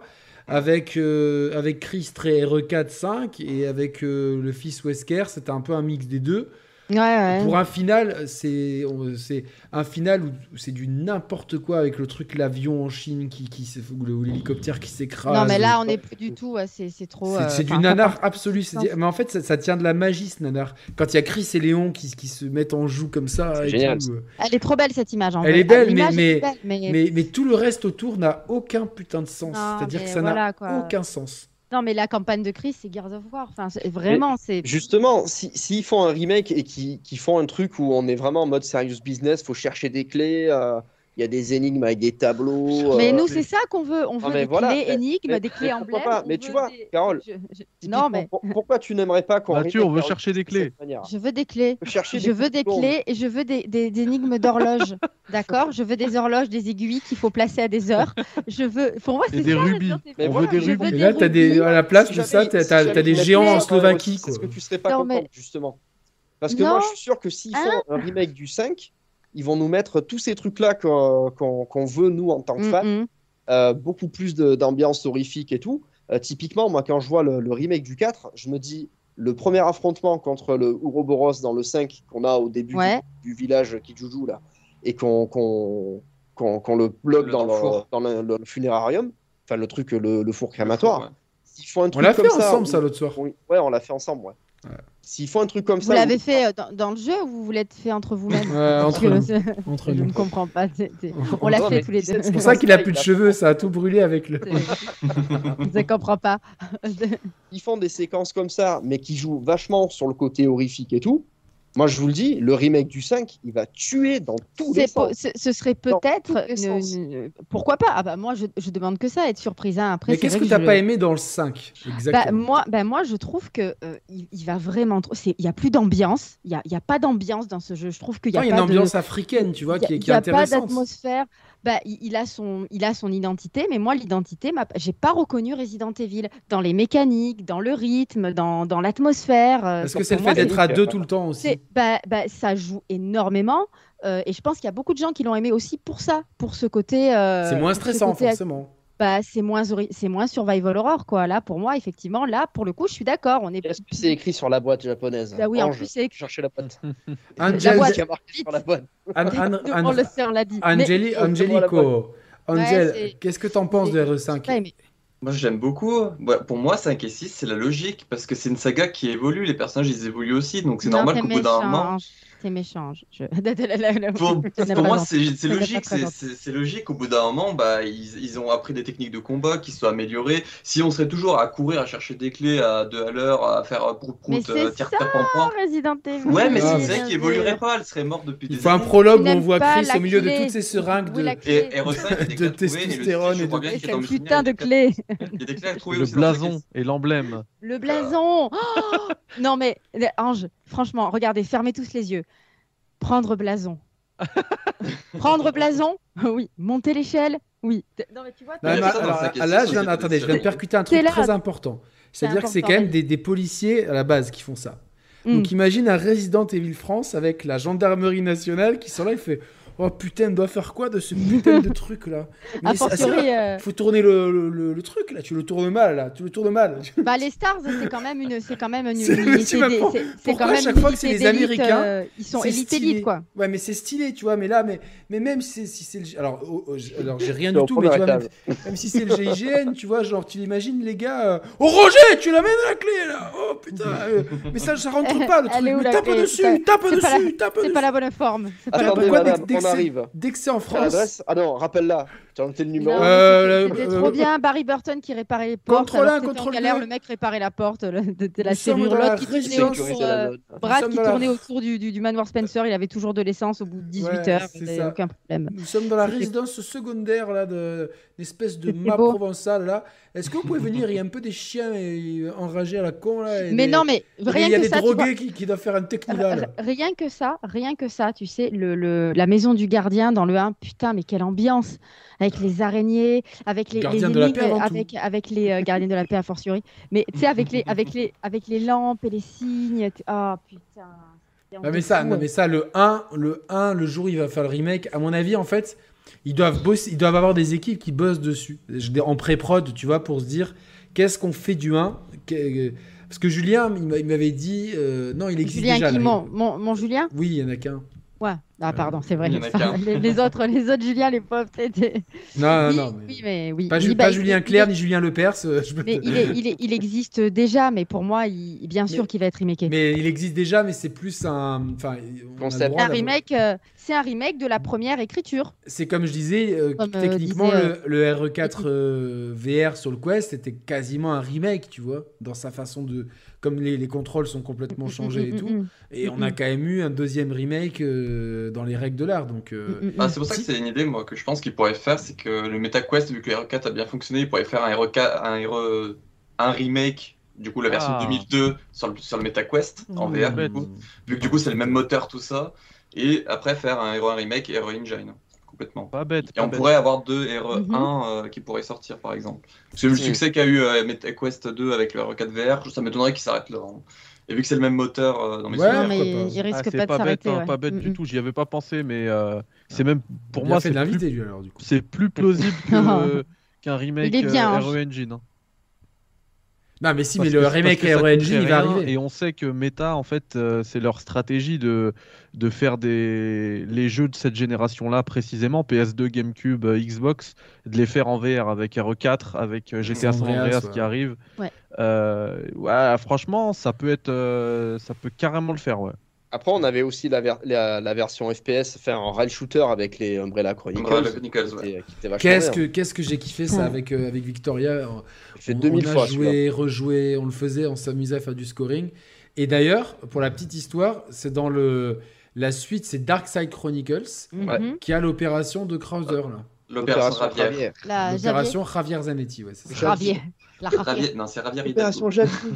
S1: Avec, euh, avec Chris très RE4, 5 et avec euh, le fils Wesker, c'était un peu un mix des deux.
S5: Ouais, ouais.
S1: Pour un final, c'est on- c'est un final où c'est du n'importe quoi avec le truc l'avion en Chine qui qui s'eff- ou le- ou l'hélicoptère qui s'écrase.
S5: non, mais là, on
S3: c'est-
S5: n'est plus du tout. ouais, c'est c'est trop.
S1: C'est-
S5: euh,
S1: c'est du
S5: enfin,
S1: nanar absolu. c'est-
S5: sens.
S1: Mais en fait, ça, ça tient de la magie, ce nanar. Quand il y a Chris et Léon qui, qui se mettent en joue comme ça.
S3: C'est
S1: et
S3: génial,
S1: tout,
S3: ça.
S1: euh,
S5: Elle est trop belle cette image. En
S1: Elle
S5: vrai.
S1: est belle,
S5: L'image
S1: mais-
S5: est belle, mais-
S1: Mais, mais tout le reste autour n'a aucun putain de sens.
S5: Non,
S1: C'est-à-dire
S5: mais
S1: que ça
S5: voilà,
S1: n'a
S5: quoi.
S1: aucun sens.
S5: non, mais la campagne de Chris, c'est Gears of War. Enfin, c'est- vraiment, c'est.
S3: Justement, si- s'ils font un remake et qu'ils qu'ils font un truc où on est vraiment en mode serious business, faut chercher des clés, euh, il y a des énigmes avec des tableaux.
S5: Mais
S3: euh,
S5: nous, c'est ça qu'on veut. On veut des
S3: mais voilà,
S5: clés
S3: mais-
S5: énigmes,
S3: mais
S5: des clés
S3: pourquoi
S5: emblèmes.
S3: pas
S5: on
S3: Mais tu
S5: veut
S3: vois,
S5: des-
S3: Carole,
S5: je- je-
S3: typiquement,
S5: Non, mais
S3: pour- pourquoi tu n'aimerais pas qu'on
S8: Mathieu,
S3: remake
S8: on veut
S3: Harry
S8: chercher des
S3: Potter de
S8: clés.
S3: cette manière
S5: je veux des clés.
S3: Faut chercher
S5: Je veux des
S3: coups de
S5: clés et je veux des, des- des énigmes d'horloges. D'accord Je veux des horloges, des aiguilles qu'il faut placer à des heures. Je veux. Pour moi,
S8: Et
S5: c'est
S8: des
S5: ça.
S8: rubis.
S5: Resident Evil.
S3: Mais
S8: On
S3: voilà,
S8: veut des
S5: je veux
S8: rubis.
S1: Et là, t'as des
S5: rubis.
S1: à la place
S3: Si
S1: de
S3: jamais-
S1: ça, t'as
S3: si
S1: t'as-
S3: jamais
S1: t'as des
S3: ils mettent
S1: géants
S3: ça
S1: en
S3: dans
S1: Slovaquie.
S3: RE6,
S1: quoi.
S3: Est-ce euh, que tu serais pas
S5: Non,
S3: contente,
S5: mais-
S3: justement Parce que moi,
S5: Non.
S3: je suis sûr que s'ils font
S5: Hein
S3: un remake du 5, ils vont nous mettre tous ces trucs-là qu'on qu'on- qu'on veut, nous, en tant que fans,
S5: Mm, mm.
S3: euh, beaucoup plus de- d'ambiance horrifique et tout. Euh, typiquement, moi, quand je vois le, le remake du 4, je me dis le premier affrontement contre le Ouroboros dans le 5 qu'on a au début
S5: Ouais.
S3: du, du village Kijuju, là, et qu'on qu'on- qu'on- qu'on le bloque
S4: Le
S3: dans, le,
S4: four.
S3: dans le, le funérarium, enfin, le truc, le, le four crématoire.
S4: Ouais.
S3: S'ils font un
S1: On
S3: truc
S1: l'a fait
S3: comme
S1: ensemble,
S3: où-
S1: ça, l'autre soir.
S3: oui, ouais, on l'a fait ensemble, ouais.
S1: Ouais.
S3: S'ils font un truc comme
S5: Vous
S3: ça,
S5: l'avez
S3: où-
S5: fait euh, dans, dans le jeu ou vous voulez l'êtes fait entre vous-même
S1: Ouais,
S5: Parce
S1: Euh, entre
S5: que
S1: nous.
S5: c'est-
S1: Entre
S5: Je
S1: nous.
S5: ne comprends pas. c'est- c'est- On
S1: On-
S5: l'a
S3: Non,
S5: fait
S3: mais
S5: tous les
S3: tu sais,
S5: deux.
S3: c'est
S1: C'est pour ça qu'il a plus de cheveux, ça a tout brûlé avec le.
S5: Je ne comprends pas.
S3: ils font des séquences comme ça, mais qui jouent vachement sur le côté horrifique et tout. Moi, je vous le dis, le remake du 5, il va tuer dans tous les
S5: C'est po-
S3: sens.
S5: ce, ce serait
S3: Dans
S5: peut-être.
S3: tous les
S5: une-
S3: sens.
S5: une- Pourquoi pas ah bah Moi, je, je demande que ça, être surprise. hein. Après,
S1: Mais
S5: c'est
S1: qu'est-ce
S5: vrai
S1: que t'as
S5: je-
S1: pas aimé dans le 5 Exactement.
S5: Bah, moi, bah, moi, je trouve que euh, il, il va vraiment. trop- c'est- Il n'y a plus d'ambiance. Il n'y a, il y a pas d'ambiance dans ce jeu. Je trouve qu'il n'y
S1: Putain,
S5: a,
S1: Il y a
S5: pas
S1: une
S5: de-
S1: ambiance africaine, tu vois,
S5: Il y a-
S1: qui est, qui
S5: il
S1: est
S5: y a pas
S1: intéressante.
S5: d'atmosphère. Bah, il, il a son, il a son identité, mais moi, l'identité, m'a- j'ai pas reconnu Resident Evil dans les mécaniques, dans le rythme, dans, dans l'atmosphère. euh,
S1: Parce que
S5: pour-
S1: c'est le
S5: pour
S1: fait
S5: moi,
S1: d'être à deux tout le temps aussi.
S5: c'est- bah, bah, ça joue énormément. euh, et je pense qu'il y a beaucoup de gens qui l'ont aimé aussi pour ça, pour ce côté. euh,
S1: C'est moins
S5: pour ce
S1: stressant,
S5: côté-
S1: forcément.
S5: bah, c'est moins, ori- c'est moins survival horror, quoi. Là, pour moi, effectivement, là, pour le coup, je suis d'accord. On est.
S3: Est-ce que c'est écrit sur la boîte japonaise
S5: Bah oui, en
S3: Ange,
S5: plus, c'est écrit.
S3: cherchez la boîte.
S1: Angel-
S5: boîte.
S3: qui a marqué sur la boîte.
S1: An- an-
S5: Nous,
S1: an-
S5: on le sait, on l'a dit. Mais-
S1: Angeli-
S3: on se voit la
S1: Angelico. Angel,
S5: Ouais, c'est-
S1: qu'est-ce que t'en penses de
S5: c'est-
S1: RE5
S5: Ouais, mais-
S4: Moi j'aime beaucoup. Ouais, pour moi 5 et 6 c'est la logique parce que c'est une saga qui évolue, les personnages ils évoluent aussi donc c'est
S5: Non,
S4: normal
S5: t'es
S4: qu'au bout d'un moment...
S5: méchant, T'es méchant. Je... La- la- la-
S4: Pour,
S5: je n'ai
S4: pour
S5: pas
S4: moi
S5: raison.
S4: c'est c'est
S5: n'ai pas
S4: logique,
S5: très
S4: c'est-
S5: raison.
S4: c'est c'est logique. Au bout d'un moment bah, ils, ils ont appris des techniques de combat qui se sont améliorées. Si on serait toujours à courir, à chercher des clés à deux à l'heure, à faire prout
S5: Mais
S4: prout,
S5: c'est
S4: tire
S5: ça,
S4: tire pam pam.
S5: Resident Evil.
S4: Ouais mais
S1: Ah,
S4: c'est
S1: mais-
S4: une série qui évoluerait pas, elle serait morte depuis
S1: Il
S4: des
S1: faut un
S4: années.
S1: prologue où
S5: Tu
S1: on
S5: n'aimes
S1: voit
S5: pas
S1: Chris
S5: la
S1: au milieu de
S5: clé.
S1: toutes ces seringues
S5: Oui,
S1: de.
S5: la
S4: Et
S5: clé.
S4: RE5 il y a
S1: De
S4: des clés à trouver, mais le style,
S1: testostérone
S4: je
S1: et
S4: crois
S1: de-
S4: bien
S5: Et
S4: qu'il y a
S5: cette
S4: dans le final,
S5: putain
S4: il y
S5: de
S4: a quatre-
S5: clé.
S4: il y a des clés à trouver
S8: Le
S4: aussi dans la
S8: blason et l'emblème.
S5: Le blason. Oh non, mais les- Ange, franchement, regardez, fermez tous les yeux. Prendre blason. Prendre blason Oui. Monter l'échelle Oui. T- Non, mais tu vois,
S1: Non,
S5: t'es-
S1: mais
S4: ça dans
S1: alors,
S4: sa question,
S1: là, je
S4: c'est
S1: viens,
S4: de-
S1: attendez, je viens de percuter un
S5: C'est
S1: truc
S5: là.
S1: très important. C'est-à-dire que c'est
S5: important,
S1: quand même
S5: mais-
S1: des, des policiers à la base qui font ça.
S5: Mm.
S1: Donc imagine un Resident Evil France avec la gendarmerie nationale qui sont là et fait Oh putain, on doit faire quoi de ce putain de truc là
S5: A
S1: Mais ça- ça-
S5: fortiori, euh,
S1: Faut tourner le, le- le- le truc là, tu le tournes mal là, tu le tournes mal.
S5: bah, les Stars, c'est quand même une, c'est quand même une,
S1: C'est-
S5: une
S1: tu
S5: unité
S1: m'as
S5: des-
S1: pas-
S5: c'est- c'est
S1: Pourquoi
S5: quand même
S1: chaque
S5: une
S1: fois que c'est
S5: unité
S1: les
S5: d'élite,
S1: Américains,
S5: euh, ils sont
S1: Hein c'est
S5: élite
S1: stylé.
S5: élite quoi.
S1: Ouais, mais c'est stylé, tu vois. Mais là, mais, mais même si, si c'est le. Alors, oh, oh, j- alors j'ai rien
S3: C'est
S1: du
S3: au
S1: tout, mais tu
S3: premier
S1: vois, même,
S3: étage.
S1: même si c'est le GIGN, tu vois, genre, tu l'imagines, les gars. euh, Oh Roger, tu l'amènes la clé là Oh putain euh, Mais ça, ça rentre pas le
S5: Elle est
S1: truc.
S5: où,
S1: Mais
S5: la
S1: tape
S5: clé
S1: dessus, tape
S5: c'est pas la-
S1: dessus, tape
S5: C'est
S1: dessus.
S5: pas la bonne forme. C'est pas la
S3: Attendez,
S5: bonne
S1: pourquoi
S3: madame,
S1: dès que
S3: on
S1: c'est-
S3: arrive.
S1: Dès que c'est en France,
S3: L'adresse Ah non, rappelle-la. Tu as noté le numéro
S5: Non,
S1: Euh,
S5: mais c'était-
S1: la-
S5: C'était
S1: euh,
S5: trop bien. Barry Burton qui réparait les portes.
S1: Contrôle un,
S5: alors que c'était en
S1: contrôle
S5: galère,
S1: deux.
S5: le mec réparait la porte, le- de, de la
S1: Nous sommes
S5: serrure.
S1: dans la
S5: L'autre qui tournait
S1: région.
S5: autour,
S3: Sécuriser la
S5: euh,
S3: zone.
S5: Brad
S1: sommes
S5: qui
S1: dans la-
S5: tournait autour du, du, du manoir Spencer. Il avait toujours de l'essence au bout de 18
S1: Ouais,
S5: heures.
S1: c'est
S5: Il n'y
S1: ça.
S5: avait aucun problème.
S1: nous sommes dans la résidence secondaire là, de l'espèce de
S5: C'était
S1: mât
S5: beau.
S1: provençal là. Est-ce que vous pouvez venir Il y a un peu des chiens et- enragés à la con là. et
S5: Mais
S1: des-
S5: non, mais
S1: et Il y
S5: rien
S1: a
S5: que
S1: des
S5: ça. tu vois,
S1: drogués qui, qui doivent faire un technila là.
S5: Rien que ça, rien que ça, tu sais, le, le- la maison du gardien dans le 1, putain, mais quelle ambiance! Avec les araignées, avec les, les
S1: Gardien de la paix
S5: énigmes,
S1: avant tout.
S5: avec, avec les euh, gardiens de la paix à fortiori, mais tu sais, avec les, avec, les, avec les lampes et les signes. tu- Ah, putain!
S1: Non Ah, mais ça, non mais ça, le 1, le 1, le jour où il va faire le remake, à mon avis, en fait, ils doivent bosser, ils doivent avoir des équipes qui bossent dessus, Je dis en pré-prod, tu vois, pour se dire qu'est-ce qu'on fait du 1 que- euh, Parce que Julien, il m'a- il m'avait dit, euh, non, il existe
S5: Julien
S1: déjà.
S5: qui
S1: le
S5: mon,
S1: remake.
S5: mon, mon Julien?
S1: Oui, il y en a qu'un.
S5: Ouais, ah, pardon, c'est vrai.
S4: il y en a qu'un.
S5: les, les autres, les autres Julien, les pauvres, tu sais, t'es-
S1: Non, non,
S5: oui,
S1: Ah, non. mais-
S5: oui, mais oui.
S1: Pas, Ju-
S5: Oui, bah,
S1: pas
S5: il-
S1: Julien
S5: il-
S1: Clerc ni Julien Lepers. euh, je peux
S5: Mais
S1: te-
S5: il, est- il, est- il existe déjà, mais pour moi, il, bien sûr
S1: Mais-
S5: qu'il va être remaké.
S1: mais il existe déjà, mais c'est plus un. Enfin, on a le
S3: Concept.
S1: droit
S5: un
S1: d'avoir-
S5: remake, euh, c'est un remake de la première écriture.
S1: C'est comme je disais, euh,
S5: Comme, euh,
S1: techniquement,
S5: disait,
S1: le, le RE4 euh, VR sur le Quest était quasiment un remake, tu vois, dans sa façon de. Comme les, les contrôles sont complètement changés et
S5: Mm,
S1: tout. Et on a quand même eu un deuxième remake euh, dans les règles de l'art. Donc, euh,
S5: Mm,
S4: Ah, c'est pour ça que c'est une idée moi que je pense qu'il pourrait faire, c'est que le MetaQuest, vu que le RE4 a bien fonctionné, il pourrait faire un RE4, un RE, un remake, du coup la version
S8: Ah.
S4: 2002 sur le, sur le MetaQuest en
S1: Mmh.
S4: VR, du
S8: Bête.
S4: coup, vu que du coup c'est le même moteur tout ça, et après faire un RE1 remake et RE Engine complètement.
S8: Pas bête.
S4: Et on
S8: pas
S4: pourrait avoir deux RE1
S5: Mhm.
S4: euh, qui pourraient sortir par exemple. Parce que vu le
S3: Mm.
S4: succès qu'a eu euh, MetaQuest 2 avec le RE4 VR, ça m'étonnerait qu'il s'arrête là. hein. Et vu que c'est le même moteur euh, dans mes
S1: Ouais,
S5: non,
S4: souvenirs,
S5: mais
S1: pourquoi pas.
S5: il
S8: Ah,
S5: risque pas
S8: c'est
S5: de
S8: pas bête,
S5: s'arrêter.
S8: hein,
S5: ouais.
S8: pas bête
S5: Mm,
S8: du
S5: mm.
S8: tout. J'y avais pas pensé, mais euh, c'est même pour
S1: il a
S8: moi
S1: fait
S8: c'est
S1: de l'invité,
S8: plus,
S1: lui, alors, du coup.
S8: c'est plus plausible que- qu'un remake
S5: Il est bien,
S8: euh,
S5: hein.
S8: RE Engine. hein.
S1: Non, mais si,
S8: Parce
S1: mais le
S8: que- parce
S1: remake
S8: que ça
S1: RE
S8: coûterait
S1: Engine, il va
S8: rien,
S1: arriver.
S8: Et on sait que Meta, en fait, euh, c'est leur stratégie de, de faire des, les jeux de cette génération-là, précisément, PS2, GameCube, euh, Xbox, de les faire en VR avec RE4, avec euh, GTA San
S1: Andreas,
S8: Andreas
S1: ouais.
S8: qui arrive.
S5: Ouais.
S8: Euh, ouais, franchement, ça peut être, euh, ça peut carrément le faire, ouais.
S3: Après, on avait aussi la, ver- la, la version FPS, enfin en rail shooter avec les Umbrella Chronicles.
S4: Umbrella Chronicles, ouais.
S3: qui était- qui était vachement
S1: Qu'est-ce
S8: hein.
S3: bien.
S1: que, qu'est-ce que j'ai kiffé ça
S5: Ouais.
S1: avec, euh, avec Victoria en-
S3: J'ai fait
S1: On-
S3: 2000
S1: on a
S3: fois. celui-là.
S1: joué, rejoué, on le faisait, on s'amusait à faire du scoring. Et d'ailleurs, pour la petite histoire, c'est dans le la suite, c'est Dark Side Chronicles
S5: Mhm.
S4: Ouais.
S1: qui a l'opération de Krauser là.
S4: l'opération Ravière.
S3: Javier.
S5: La Javier.
S1: L'opération Javier Zanetti, ouais, c'est ça.
S5: Javier. La Javier.
S4: Ravière- Non, c'est Ravière Hidalgo.
S3: Opération Javier.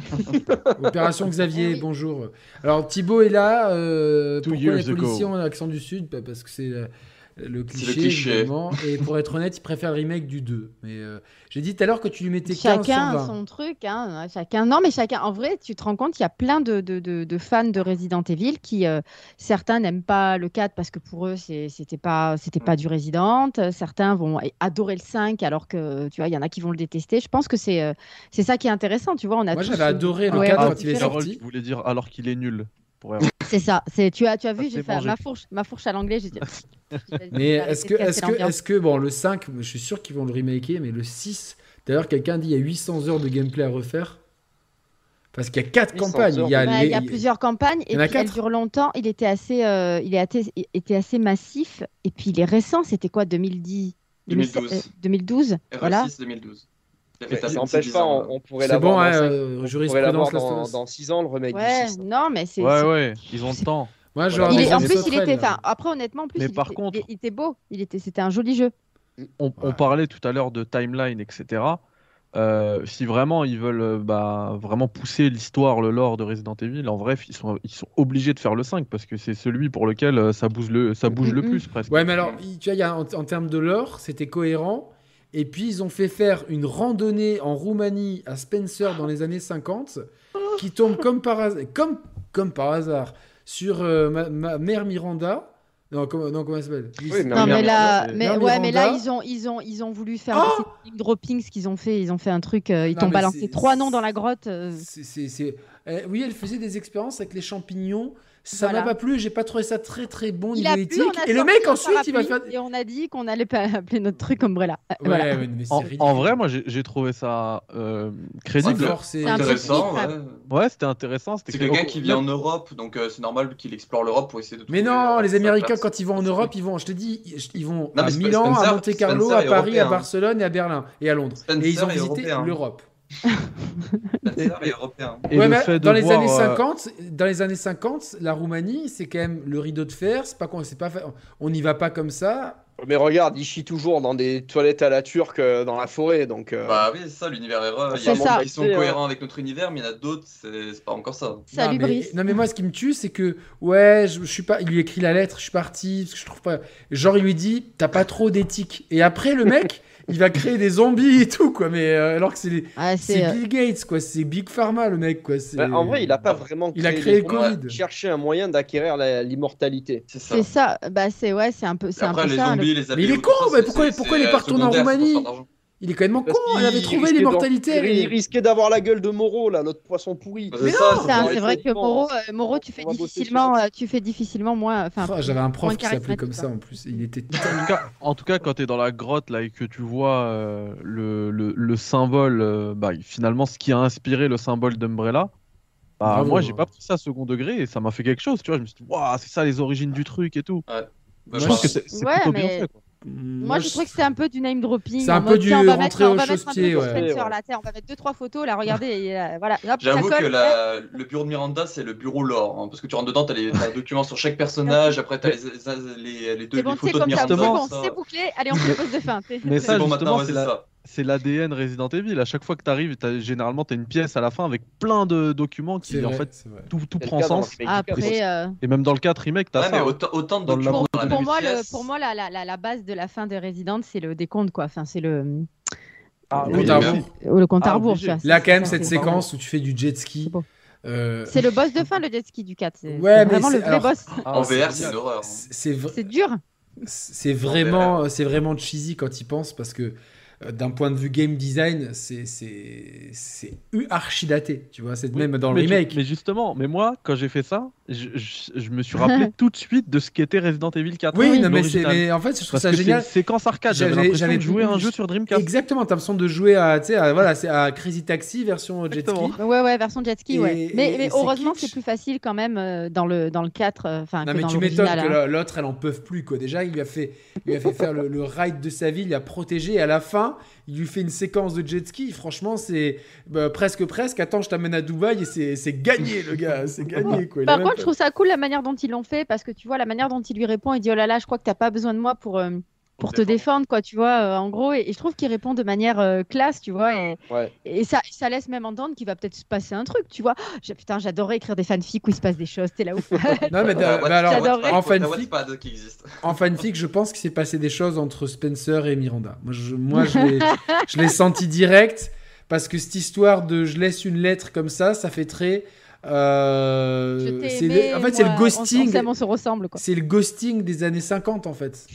S1: Opération
S5: Eh
S1: Xavier,
S5: oui.
S1: bonjour. Alors Thibaut est là. euh,
S8: Two
S1: pourquoi les
S8: years ago.
S1: policiers ont l'accent du Sud Bah, Parce que c'est euh, le cliché.
S4: cliché.
S1: évidemment. Et pour être honnête, il préfère le remake du 2. Mais euh, j'ai dit tout à l'heure que tu lui mettais 15 sur
S5: Chacun
S1: 20.
S5: son truc, hein, ouais, chacun. Non, mais chacun. En vrai, tu te rends compte, il y a plein de, de, de, de fans de Resident Evil qui, euh, certains n'aiment pas le 4 parce que pour eux, c'est- c'était pas, c'était pas du Resident. Euh, Certains vont a- adorer le 5 alors que, tu vois, il y en a qui vont le détester. Je pense que c'est euh, c'est ça qui est intéressant, tu vois. On a
S1: Moi,
S5: tous
S1: j'avais
S5: une-
S1: adoré le
S5: Ouais,
S1: 4
S5: ouais,
S1: quand il est
S5: différent.
S8: Carole,
S1: Ah, sorti.
S8: tu voulais dire alors qu'il est nul. Pour E RE.
S5: C'est ça. C'est tu as tu as vu,
S8: Ça
S5: j'ai
S8: s'est
S5: fait
S8: mangé.
S5: ma fourche ma fourche à l'anglais. J'ai dit. J'ai
S1: Mais
S5: arrêté
S1: est-ce
S5: de
S1: que,
S5: casser
S1: est-ce que,
S5: l'ambiance.
S1: est-ce que, bon, le 5, je suis sûr qu'ils vont le remaker, mais le 6, d'ailleurs, quelqu'un dit il y a 800 heures de gameplay à refaire. Parce qu'il y a 4
S3: 800
S1: campagnes. Il y a,
S5: Ouais,
S1: les-
S5: il y a plusieurs campagnes
S1: Il y
S5: et
S1: en a
S5: puis elle
S1: quatre.
S5: dure longtemps. Il était assez, euh, il est athé- il était assez massif et puis il est récent. C'était quoi 2010
S4: 2012.
S5: euh, 2012.
S4: RE6
S5: Voilà.
S4: 2012. Ça fait
S3: Ouais, Ça
S4: dix-
S3: n'empêche
S4: dix
S3: pas,
S4: ans,
S3: on, on pourrait
S1: C'est
S3: l'avoir
S1: bon, hein,
S3: dans, cinq-
S1: euh,
S3: on pourrait l'avoir
S1: jurisprudence Last of
S3: dans,
S1: Us.
S3: 6 ans, le remake
S5: Ouais,
S3: du 6.
S5: non, mais c'est.
S8: Ouais,
S5: c'est-
S8: ouais, ils ont le temps.
S1: Moi, je
S3: Voilà.
S1: leur
S5: Il est-
S1: laisse
S5: en
S1: des
S5: plus, il
S1: sauterelles,
S5: était.
S1: là.
S5: enfin, après, honnêtement, en plus,
S8: Mais
S5: il,
S8: par
S5: était,
S8: contre-
S5: il était beau. Il était, c'était un joli jeu.
S8: On, on
S1: Ouais.
S8: parlait tout à l'heure de timeline, etc. Euh, si vraiment ils veulent euh, bah, vraiment pousser l'histoire, le lore de Resident Evil, en vrai, ils sont, ils sont obligés de faire le 5 parce que c'est celui pour lequel euh, ça bouge le, ça bouge le
S5: Mhm.
S8: plus presque.
S1: Ouais, mais alors, il- tu vois, il y a, en, en termes de lore, c'était cohérent. Et puis, ils ont fait faire une randonnée en Roumanie à Spencer dans les années 50, qui tombe comme par hasard, comme, comme par hasard sur euh, ma, ma mère Miranda, Non, comment, non, comment elle s'appelle Miss-
S3: Oui, mais
S5: Non, mais
S3: Miranda,
S5: là,
S8: c'est-
S5: mais,
S1: Non, mais
S5: ouais, mais là,
S1: Miranda-
S5: ils ont, ils ont, ils ont voulu faire
S1: Ah
S5: un name dropping, ce qu'ils ont fait. Ils ont fait un truc. euh, ils
S1: Non,
S5: t'ont
S1: mais c'est-
S5: balancé trois noms dans la grotte. euh,
S1: C'est- c'est- c'est- Eh, oui, elle faisait des expériences avec les champignons. Ça
S5: Voilà.
S1: m'a pas plu, j'ai pas trouvé ça très très bon
S5: Il
S1: niveau
S5: a plu, on
S1: éthique.
S5: a
S1: Et le
S5: sorti
S1: mec
S5: un
S1: ensuite, il va faire.
S5: parapluie Et on a dit qu'on allait pas appeler notre truc Umbrella. Euh,
S1: Ouais,
S5: voilà.
S1: ouais, mais c'est
S8: En,
S1: ridicule.
S8: en vrai, moi, j'ai j'ai trouvé ça euh, crédible.
S1: Forcé.
S5: C'est un peu
S4: Intéressant,
S5: petit,
S4: ouais.
S8: Ouais, c'était intéressant. c'était
S4: C'est
S8: cré-
S4: quelqu'un
S8: au-
S4: qui vit en Europe, donc euh, c'est normal qu'il explore l'Europe pour essayer de trouver.
S1: Mais non,
S4: euh,
S1: les
S4: sa
S1: Américains,
S4: place.
S1: quand ils vont en Europe, ils vont, je te dis, ils vont
S4: mais
S1: à
S4: Sp-
S1: Milan, à
S4: Spencer-
S1: Monte Carlo,
S4: Spencer
S1: à
S4: est
S1: Paris, à
S4: européen.
S1: Barcelone et à Berlin et à Londres.
S4: Spencer
S1: et ils ont
S4: est
S1: visité
S4: européen.
S1: l'Europe.
S4: Spencer est européen.
S8: Et
S1: Ouais,
S8: le
S1: mais
S8: fait de
S1: dans les
S8: voir,
S1: années
S8: euh,
S1: 50, dans les années 50, la Roumanie, c'est quand même le rideau de fer. C'est pas qu'on, c'est pas, fa- on n'y va pas comme ça.
S3: Mais regarde, il chie toujours dans des toilettes à la turque euh, dans la forêt, donc. euh,
S4: Bah oui, c'est ça, l'univers est heureux. Il y
S5: C'est
S4: a des gens
S5: ça.
S4: qui sont
S3: C'est, euh,
S4: cohérents avec notre univers, mais il y en a d'autres, c'est c'est pas encore ça.
S1: non, mais,
S5: Salut Brice.
S1: non mais moi, ce qui me tue, c'est que ouais, je, je suis pas. Il lui écrit la lettre, je suis parti parce que je trouve pas. Genre, il lui dit, t'as pas trop d'éthique. Et après, le mec, il va créer des zombies et tout quoi. Mais euh, alors que c'est, les-
S5: Ah,
S1: c'est
S5: c'est, euh,
S1: Bill Gates quoi, c'est Big Pharma le mec quoi. c'est- Euh,
S3: bah, en vrai, il a pas vraiment.
S1: Il a
S3: les
S1: créé le
S3: conditions.
S1: Covid.
S3: Il cherchait un moyen d'acquérir la- l'immortalité.
S4: C'est ça.
S5: c'est ça. Bah, c'est ouais, c'est un peu, c'est un
S4: Après,
S5: peu
S4: les
S5: ça. le-
S4: zombies, les
S1: Mais il est
S4: abeilles,
S1: con,
S4: tout ça,
S1: mais pourquoi-
S4: c'est-
S1: pourquoi
S4: c'est
S1: il est pas retourné en
S4: secondaire, c'est pour
S1: Roumanie
S4: faire de l'argent.
S1: Il est quand même con.
S3: Parce
S1: Il
S3: qu'il
S1: avait trouvé
S3: risquait
S1: l'immortalité.
S3: d'en- Il risquait d'avoir la gueule de Moreau, là, notre poisson pourri.
S4: Bah,
S1: Mais
S4: C'est ça,
S5: Putain,
S4: c'est
S3: vrai,
S5: c'est vrai que
S3: effectivement.
S5: Moreau, euh, Moreau, tu fais
S3: On va bosser sur
S5: difficilement,
S3: ça.
S5: euh, tu fais difficilement moins. Enfin,
S1: Oh, J'avais un prof
S5: moins
S1: qui s'appelait comme ça
S5: charismatique,
S1: en plus. Il était
S8: En tout, cas, en tout cas, quand t'es dans la grotte là et que tu vois euh, le, le, le symbole, euh, bah, finalement ce qui a inspiré le symbole d'Umbrella, bah,
S1: Bravo,
S8: moi j'ai
S1: ouais.
S8: pas pris ça second degré et ça m'a fait quelque chose, tu vois. Je me suis dit, waouh, c'est ça les origines du truc et tout.
S4: Bah,
S1: Moi,
S8: je
S4: je
S8: pense que
S4: pense-
S8: c'est c'est
S5: Ouais,
S8: plutôt bien
S5: mais-
S8: fait. quoi.
S5: Moi, je trouve que c'est un peu du name dropping.
S1: C'est
S5: en
S1: un peu
S5: mode,
S1: du
S5: tiens, on va mettre,
S1: rentrer
S5: on
S1: au
S5: va mettre un peu
S1: chausse-pied,
S5: de
S1: ouais.
S5: Spencer,
S3: Ouais.
S5: là, tiens, on va mettre deux trois photos là. Regardez, et, euh, voilà. Hop, ça
S4: J'avoue que
S5: colle.
S4: la- le bureau de Miranda, c'est le bureau lore. hein, parce que tu rentres dedans, t'as les t'as un document sur chaque personnage, après t'as les, les, les, les deux
S5: C'est bon,
S4: les
S5: c'est
S4: photos de
S5: comme ça. C'est
S4: Miranda.
S5: bon,
S4: ça.
S5: c'est bouclé. Allez, on fait le pause de fin. t'es-
S8: Mais ça,
S4: C'est bon
S8: justement,
S4: maintenant, ouais,
S8: c'est
S4: c'est
S8: la-
S4: ça.
S8: C'est l'ADN Resident Evil. À chaque fois que t'arrives, t'as- généralement t'as une pièce à la fin avec plein de documents qui en fait tout, tout
S3: C'est le
S8: prend
S3: cas dans
S8: sens.
S3: le remake du quatre.
S5: Après, euh,
S8: Et même dans le 4 remake, t'as
S4: Ouais, Ah, mais
S8: ça. hein.
S4: autant, autant de
S8: Dans le
S4: documents
S5: pour,
S4: dans la
S5: pour
S4: même
S5: moi, le-
S4: pièce.
S5: pour moi, la, la, la- la base de la fin de Resident, c'est le décompte, quoi. Enfin, c'est le,
S8: Ah,
S1: Le
S8: oui,
S1: compte à
S8: mais-
S1: rebours.
S5: ou le compte à
S8: Ah,
S5: rebours.
S8: obligé.
S5: tu vois, c'est-
S1: Là, quand même,
S5: c'est-
S1: cette
S5: c'est-
S1: séquence où tu fais du jet ski.
S5: C'est bon.
S1: euh,
S5: C'est le boss de fin, le jet ski du 4. C'est
S1: Ouais,
S5: c'est
S1: mais
S5: vraiment
S1: c'est-
S5: le vrai
S1: alors-
S5: boss.
S8: Ah,
S4: En
S8: c'est
S4: VR, c'est une
S8: génial.
S4: horreur. hein.
S1: C'est vra-
S5: C'est dur.
S1: c'est vraiment, euh, c'est vraiment cheesy quand il pense parce que euh, d'un point de vue game design, c'est c'est c'est u- archi daté. Tu vois, c'est
S8: Oui,
S1: même dans le
S8: mais ju-
S1: remake.
S8: mais justement, mais moi, quand j'ai fait ça, je, je- je me suis rappelé tout de suite de ce qu'était Resident Evil 4.
S1: Oui,
S8: hein,
S1: non, mais, c'est-
S8: l'original.
S1: mais en fait, je trouve
S8: Parce
S1: ça
S8: que c'est une
S1: génial.
S8: séquence arcade. J'avais
S1: J'avais-
S8: l'impression
S1: j'avais
S8: de jouer à un
S1: tout-
S8: jeu sur Dreamcast.
S1: Exactement, t'as l'impression de jouer à, tu sais, à, voilà, c'est à Crazy Taxi version jet ski.
S8: Exactement.
S5: Ouais, ouais, version jet ski, ouais.
S1: Et-
S5: mais
S1: et
S5: mais
S1: c'est
S5: heureusement,
S1: kitsch.
S5: c'est plus facile quand même euh, dans le, dans le 4, euh, enfin, que
S1: Non mais
S5: dans
S1: tu m'étonnes
S5: l'original.
S1: que
S5: hein.
S1: la- l'autre elle en peut plus quoi. Déjà il lui a fait, il lui a fait faire le, le ride de sa vie, il l'a protégé et à la fin il lui fait une séquence de jet ski. Franchement c'est bah, presque presque. Attends je t'amène à Dubaï et c'est c'est gagné le gars, c'est gagné quoi. Il a
S5: Par
S1: même
S5: contre,
S1: pas-
S5: je trouve ça cool la manière dont ils l'ont fait parce que tu vois, la manière dont il lui répond, il dit Oh là là, je crois que t'as pas besoin de moi pour, euh, pour te défendre, quoi, tu vois, euh, en gros. Et, et je trouve qu'il répond de manière euh, classe, tu vois. Et,
S3: Ouais.
S5: et ça, ça laisse même entendre qu'il va peut-être se passer un truc, tu vois. Oh, J'ai- Putain, j'adorais écrire des fanfics où il se passe des choses, t'es là où
S1: Non mais,
S4: T'as
S1: t'as-
S4: Wattpad-
S1: bah, alors
S5: J'adorais.
S1: en
S4: t'as
S1: fanfic,
S4: Wattpad qui existe.
S1: en fanfic, je pense qu'il s'est passé des choses entre Spencer et Miranda. Moi je, moi je l'ai- je l'ai senti direct parce que cette histoire de je laisse une lettre comme ça, ça fait très euh,
S5: Je t'ai
S1: c'est-
S5: aimé,
S1: en fait, c'est
S5: moi,
S1: le
S5: on- On,
S1: ghosting.
S5: s'aime, on se ressemble, quoi.
S1: C'est le ghosting des années 50 en fait.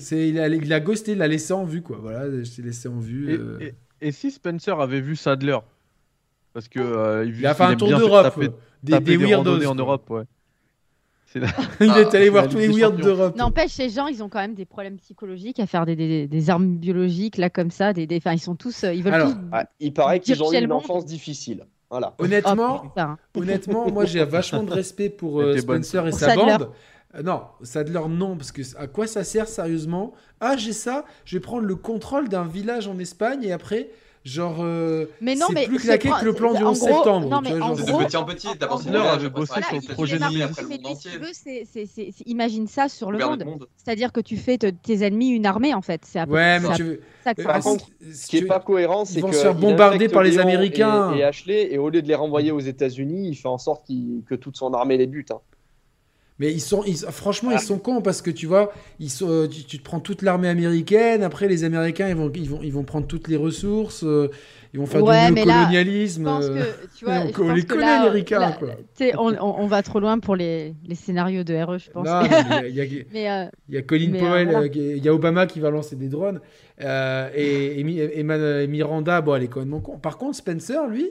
S1: c'est il a, il a ghosté, il l'a laissé en vue quoi. Voilà, je l'ai laissé en vue.
S8: Et,
S1: euh.
S8: et- et si Spencer avait vu Sadler Parce que euh, il,
S1: Il a fait un
S8: aime
S1: tour
S8: bien se
S1: d'Europe, euh,
S8: taper-
S1: des,
S8: taper
S1: des weirdos.
S8: randonnées en
S1: quoi.
S8: Europe, ouais. C'est la-
S1: il
S4: Ah,
S1: est allé voir
S8: la
S1: tous les
S8: Ligue des
S1: weirds
S8: Champions.
S1: d'Europe.
S5: N'empêche, ces gens, ils ont quand même des problèmes psychologiques à faire des, des- des armes biologiques, là, comme ça. Des, des- enfin, ils sont tous. euh, Ils veulent
S1: Alors,
S5: tous.
S3: Ah, il paraît qu'ils ont eu
S5: Virtuellement.
S3: une enfance difficile. Voilà.
S5: Oh,
S1: Honnêtement,
S8: Ah,
S5: putain.
S1: honnêtement, moi j'ai vachement de respect pour
S8: Elle
S1: euh,
S8: était bonne.
S1: Spencer et
S5: Pour
S1: sa
S5: Sadler.
S1: bande. Euh, non, Sadler non, parce que c- à quoi ça sert sérieusement Ah j'ai ça, je vais prendre le contrôle d'un village en Espagne et après genre euh,
S5: Mais non,
S1: c'est
S5: mais
S1: plus
S5: se
S1: claqué
S5: prend-
S1: que le plan du
S5: en
S1: 11
S5: gros-
S1: septembre.
S5: non,
S1: tu
S5: mais
S1: vois,
S5: en
S1: genre,
S4: C'est
S5: gros-
S4: de petit en petit, t'as
S5: en-
S4: pensé
S8: en-
S4: village,
S8: Voilà,
S4: après
S8: bosser
S4: t'as
S8: sur le
S5: il
S4: pensé
S8: projet
S5: fait
S8: de
S4: après
S5: des
S8: l'univers.
S4: le
S5: armées,
S4: monde
S5: mais lui, si
S4: entier.
S5: tu veux, c'est- c'est- c'est- c'est- imagine ça sur le
S4: Regarde
S5: monde. C'est-à-dire que tu fais te- tes ennemis une armée, en fait. C'est à peu
S1: Ouais,
S5: près
S1: mais
S5: ça-
S1: tu veux.
S5: ça que ça
S1: euh,
S3: Par
S5: ressemble.
S3: contre,
S1: si
S3: Ce qui
S1: tu-
S3: est pas cohérent, c'est
S1: vont
S3: que
S1: se faire
S3: il
S1: bombarder
S3: infecte
S1: par les
S3: Léon et-
S1: Américains.
S3: Et, Ashley, et au lieu de les renvoyer aux États-Unis, il fait en sorte qu'il- que toute son armée les bute. hein.
S1: Mais ils sont, ils- franchement, ils sont cons parce que tu vois, ils sont, euh, tu, tu te prends toute l'armée américaine. Après, les Américains, ils vont, ils vont, ils vont prendre toutes les ressources. euh, ils vont faire
S5: Ouais,
S1: du
S5: mais là,
S1: néocolonialisme.
S5: Je pense
S1: euh,
S5: que, tu vois,
S1: on-
S5: je
S1: on
S5: pense
S1: les
S5: que
S1: connaît,
S5: là,
S1: les ricains,
S5: là,
S1: quoi.
S5: tu sais, on, on- on va trop loin pour les, les scénarios de RE, je pense.
S1: non, mais il y a- il y a-
S5: Mais euh,
S1: Il y a Colin
S5: Mais, euh,
S1: Powell,
S5: voilà.
S1: euh, qui- il y a Obama qui va lancer des drones. euh, et, et Mi- et Man- et Miranda, bon, elle est quand même con. Par contre, Spencer, lui,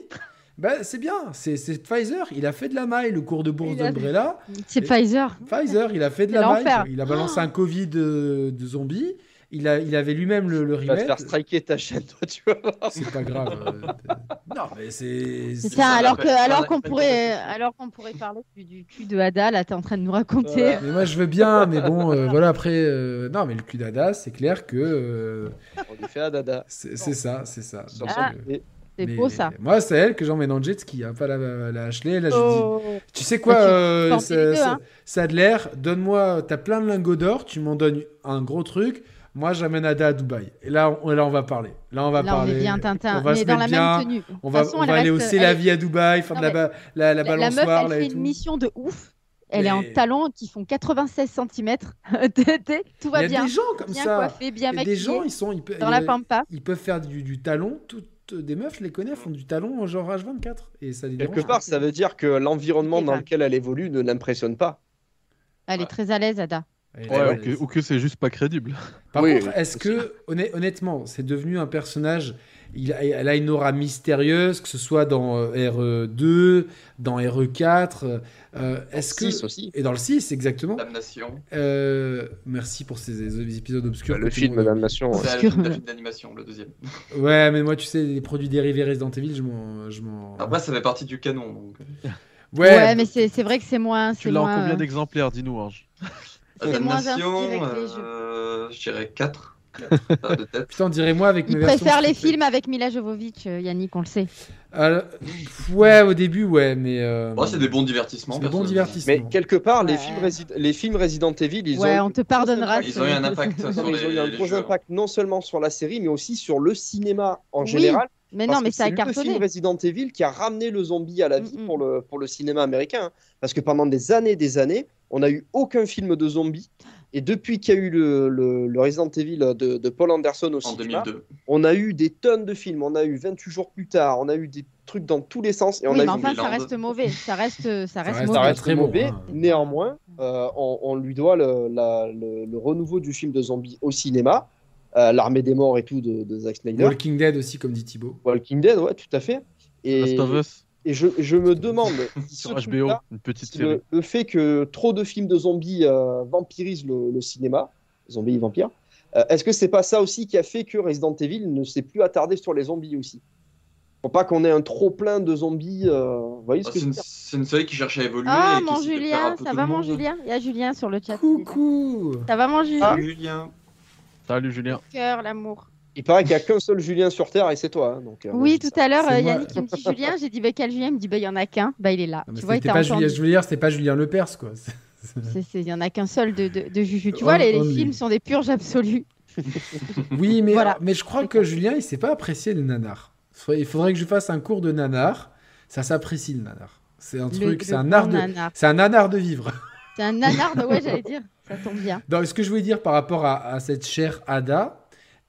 S1: bah, c'est bien. C'est c'est Pfizer. Il a fait de la maille, le cours de bourse
S5: Il a-
S1: d'Umbrella.
S5: c'est Pfizer.
S1: Pfizer, il a fait de la
S5: C'est
S1: maille.
S5: l'enfer.
S1: quoi. Il a balancé un Covid de, de zombie. Il, a, il avait lui-même le, le
S3: Tu vas te
S1: remake.
S3: faire striker ta chaîne, toi, tu vois.
S1: C'est pas grave. euh, non, mais c'est.
S5: C'est
S1: c'est-
S5: ça,
S4: ça,
S5: alors
S4: la
S5: que
S4: peste,
S5: alors
S4: la
S5: qu'on
S4: peste,
S5: pourrait euh,
S4: la peste.
S5: alors qu'on pourrait parler du, du cul de Ada, là t'es en train de nous raconter.
S3: Voilà.
S1: Mais moi, je veux bien, mais bon, euh, voilà, après. euh, non, mais le cul d'Ada, c'est clair que. euh,
S3: On lui fait un dada.
S1: c'est c'est ça, c'est ça.
S3: Sur
S1: Donc,
S3: son
S5: Ah.
S1: euh,
S3: pied.
S5: C'est
S1: Mais
S5: beau ça.
S1: Moi, c'est elle que j'emmène en jet ski, hein, pas la, la Ashley. Là, je dis,
S5: Oh.
S1: tu sais quoi,
S5: Bah, tu
S1: euh,
S5: portes les
S1: ça,
S5: deux,
S1: ça-
S5: hein.
S1: ça a de l'air. Donne-moi, t'as plein de lingots d'or, tu m'en donnes un gros truc. Moi, j'amène Ada à Dubaï. Et là, on, là, on va parler. Là, on va
S5: Là on
S1: parler.
S5: est bien Tintin,
S1: on va
S5: mais
S1: se
S5: dans la
S1: mettre bien,
S5: même tenue. De
S1: Ah, On
S5: toute
S1: va,
S5: façon,
S1: on
S5: elle
S1: va aller au
S5: reste- euh,
S1: C'est la
S5: elle-
S1: vie à Dubaï, faire de
S5: Non,
S1: la,
S5: mais-
S1: ba- la, la
S5: La, la meuf,
S1: balançoire.
S5: elle
S1: là,
S5: fait
S1: et
S5: une
S1: tout.
S5: mission de ouf. Elle est en
S1: Mais-
S5: talons qui font 96 cm. Tout
S1: Il y
S5: va
S1: a
S5: bien.
S1: des gens comme
S5: Bien
S1: ça.
S5: coiffée, bien
S1: Il y a
S5: maquillée.
S1: des gens, euh, ils sont. Ils, pe-
S5: dans la
S1: ils-
S5: pampa.
S1: ils peuvent faire du, du talon. Toutes euh, des meufs, je les connais, font du talon en genre H24. Et ça les
S3: Quelque
S1: dérange
S3: part, ça veut dire que l'environnement
S5: C'est
S3: dans
S5: vrai.
S3: lequel elle évolue ne l'impressionne pas.
S5: Elle est très à l'aise, Ada.
S1: pas. Et
S8: Ouais,
S1: là,
S8: ou que,
S1: les-
S8: ou que c'est juste pas crédible.
S1: Par
S3: Oui,
S1: contre, est-ce que, honn- honnêtement, c'est devenu un personnage. Il a, elle a une aura mystérieuse, que ce soit dans euh, RE2, dans RE4. euh, est-ce que.
S3: Six aussi.
S1: Et dans le 6, exactement.
S4: Damnation.
S1: Euh, merci pour ces, ces épisodes obscurs.
S3: Bah,
S1: que
S3: le
S1: tout
S3: film
S1: monde-
S3: d'animation. ouais.
S4: C'est la
S5: Obscur.
S4: film d'animation, le deuxième.
S1: Ouais, mais moi, tu sais, les produits dérivés Resident Evil, je m'en. je m'en-
S3: Ah,
S4: Après, ça fait partie du canon. Donc.
S5: Ouais, mais c'est c'est vrai que c'est moins.
S8: Tu
S5: c'est
S8: l'as en
S5: moins,
S8: combien
S5: euh,
S8: d'exemplaires, dis-nous, Ange
S5: C'est moins
S4: Damnation,
S5: inspiré que les jeux.
S4: euh, je dirais 4. de tête.
S1: Putain, dirais-moi avec
S5: Il
S1: mes versions
S5: préfère les
S1: scriptées.
S5: films avec Mila Jovovich, euh, Yannick, on le sait.
S1: Alors, pff, ouais, au début, ouais, mais. euh,
S4: Bon, c'est des bons divertissements.
S1: c'est des bons
S4: personnellement.
S1: divertissements.
S3: Mais quelque part, les,
S5: Ouais.
S3: films Resi- les films Resident Evil, ils
S5: ouais,
S3: ont.
S5: on te pardonnera.
S4: Ils
S5: ce-
S4: ont eu un impact sur
S3: Ils ont eu un
S4: les, les
S3: gros
S4: jeux.
S3: impact non seulement sur la série, mais aussi sur le cinéma en
S5: Oui,
S3: général.
S5: Mais
S3: parce
S5: non, mais
S3: que
S5: ça a
S3: c'est le
S5: cartonné. Mm,
S3: film Resident Evil qui a ramené le zombie à la vie
S5: Mm-mm.
S3: pour, le, pour le cinéma américain. hein. Parce que pendant des années des années, on n'a eu aucun film de zombie. Et depuis qu'il y a eu le, le- le Resident Evil de, de Paul Anderson au
S4: En
S3: cinéma,
S4: 2002.
S3: on a eu des tonnes de films. On a eu 28 jours plus tard, on a eu des trucs dans tous les sens. Et on
S5: Oui, mais
S3: a eu
S5: enfin, ça
S4: Zombieland.
S5: reste mauvais. Ça reste, euh, ça reste
S1: reste-
S5: mauvais.
S3: ça
S1: Mauvais,
S3: reste
S1: très
S3: mauvais.
S1: bon, hein.
S3: Néanmoins, euh, on, on lui doit le, la- le- le renouveau du film de zombies au cinéma, euh, l'armée des morts et tout de, de Zack Snyder,
S1: Walking Dead aussi, comme dit Thibaut.
S3: Walking Dead, ouais, tout à fait. Et,
S8: Last of Us
S3: et je, et je me demande si ce
S8: sur HBO,
S3: truc-là,
S8: une petite
S3: si
S8: série.
S3: le, le fait que trop de films de zombies euh, vampirisent le, le cinéma, zombies et vampires, euh, est-ce que c'est pas ça aussi qui a fait que Resident Evil ne s'est plus attardé sur les zombies aussi Pour pas qu'on ait un trop plein de zombies, euh, vous voyez ce
S4: Ah,
S8: Bah,
S3: que
S4: C'est
S3: je veux
S4: une,
S3: dire
S4: c'est une série qui cherche à évoluer.
S5: Ah,
S4: et qui
S5: mon
S4: essaie de faire un
S5: Julien,
S4: peu
S5: ça
S4: tout
S5: va,
S4: le
S5: mon
S4: monde.
S5: Julien Il y a Julien sur le chat.
S1: Coucou
S5: Ça va, mon
S1: Ah.
S5: Julien
S4: Julien.
S8: Salut Julien.
S5: Le cœur, l'amour.
S3: Il paraît qu'il y a qu'un seul Julien sur Terre et c'est toi. hein, donc, euh, moi, je
S5: Oui,
S3: dis
S5: tout
S3: ça.
S5: à l'heure,
S1: C'est
S5: euh,
S1: moi.
S5: Yannick, il me dit Julien. J'ai dit, bah, quel Julien Il me dit, bah, il y en a qu'un. Bah, il est là.
S1: Non, mais
S5: Tu vois, il
S1: c'était
S5: t'a
S1: pas Julien,
S5: entendu.
S1: je veux dire, c'était pas Julien Lepers, quoi.
S5: C'est- c'est- Il y en a qu'un seul de, de, de Juju. Tu
S1: On-
S5: vois, les, les
S1: only.
S5: films sont des purges absolues.
S1: Oui, mais,
S5: Voilà.
S1: mais je crois que Julien, il sait pas apprécier le nanar. Faudrait- Il faudrait que je fasse un cours de nanar. Ça s'apprécie, le nanar. C'est un
S5: Le-
S1: truc,
S5: le
S1: c'est un
S5: grand
S1: art de...
S5: nanar.
S1: C'est un anard de vivre.
S5: C'est un nanar de ouais, j'allais dire. Ça tombe bien.
S1: Non, ce que je voulais dire par rapport à, à cette chère Ada,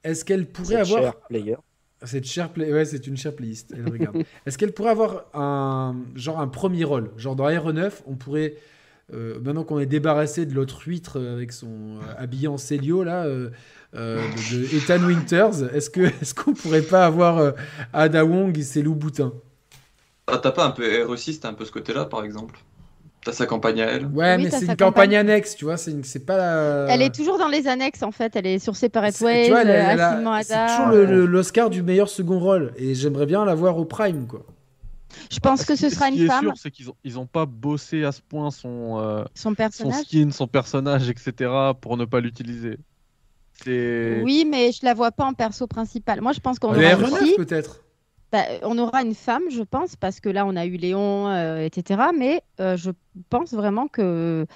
S1: est-ce qu'elle pourrait
S3: Cette
S1: avoir...
S3: chère player.
S1: Cette chère play- Ouais, c'est une chère playlist. Elle regarde. Est-ce qu'elle pourrait avoir un genre un premier rôle Genre dans RE9, on pourrait euh, maintenant qu'on est débarrassé de l'autre huître euh, avec son euh, habillé en Célio là, euh, euh, de, de Ethan Winters, est-ce que est-ce qu'on pourrait pas avoir euh, Ada Wong et ses loups boutins
S4: Ah, t'as pas un peu RE6, t'as un peu ce côté-là, par exemple. T'as sa campagne à elle.
S1: Ouais,
S5: Oui,
S1: mais
S5: t'as
S1: c'est
S5: sa
S1: une campagne
S5: campagne.
S1: annexe, tu vois, c'est une- c'est pas. la-
S5: Elle est toujours dans les annexes, en fait. Elle est sur Separate
S1: euh. C'est-
S5: Ways, euh,
S1: tu vois, elle- elle a-
S5: Assignement
S1: c'est
S5: Ada.
S1: toujours le- le- l'Oscar du meilleur second rôle et j'aimerais bien la voir au prime quoi.
S5: Je pense que ce sera
S8: qui
S5: une
S8: est
S5: femme,
S8: sûr, c'est qu'ils ont, ils ont pas bossé à ce point son, euh,
S5: son
S8: son
S5: personnage.
S8: skin, son personnage, etc. pour ne pas l'utiliser. C'est.
S5: Oui, mais je la vois pas en perso principal. Moi, je pense qu'on
S1: Le
S5: aura
S1: RE9
S5: aussi,
S1: peut-être.
S5: bah, on aura une femme, je pense, parce que là, on a eu Léon, euh, etc. Mais euh, je pense vraiment que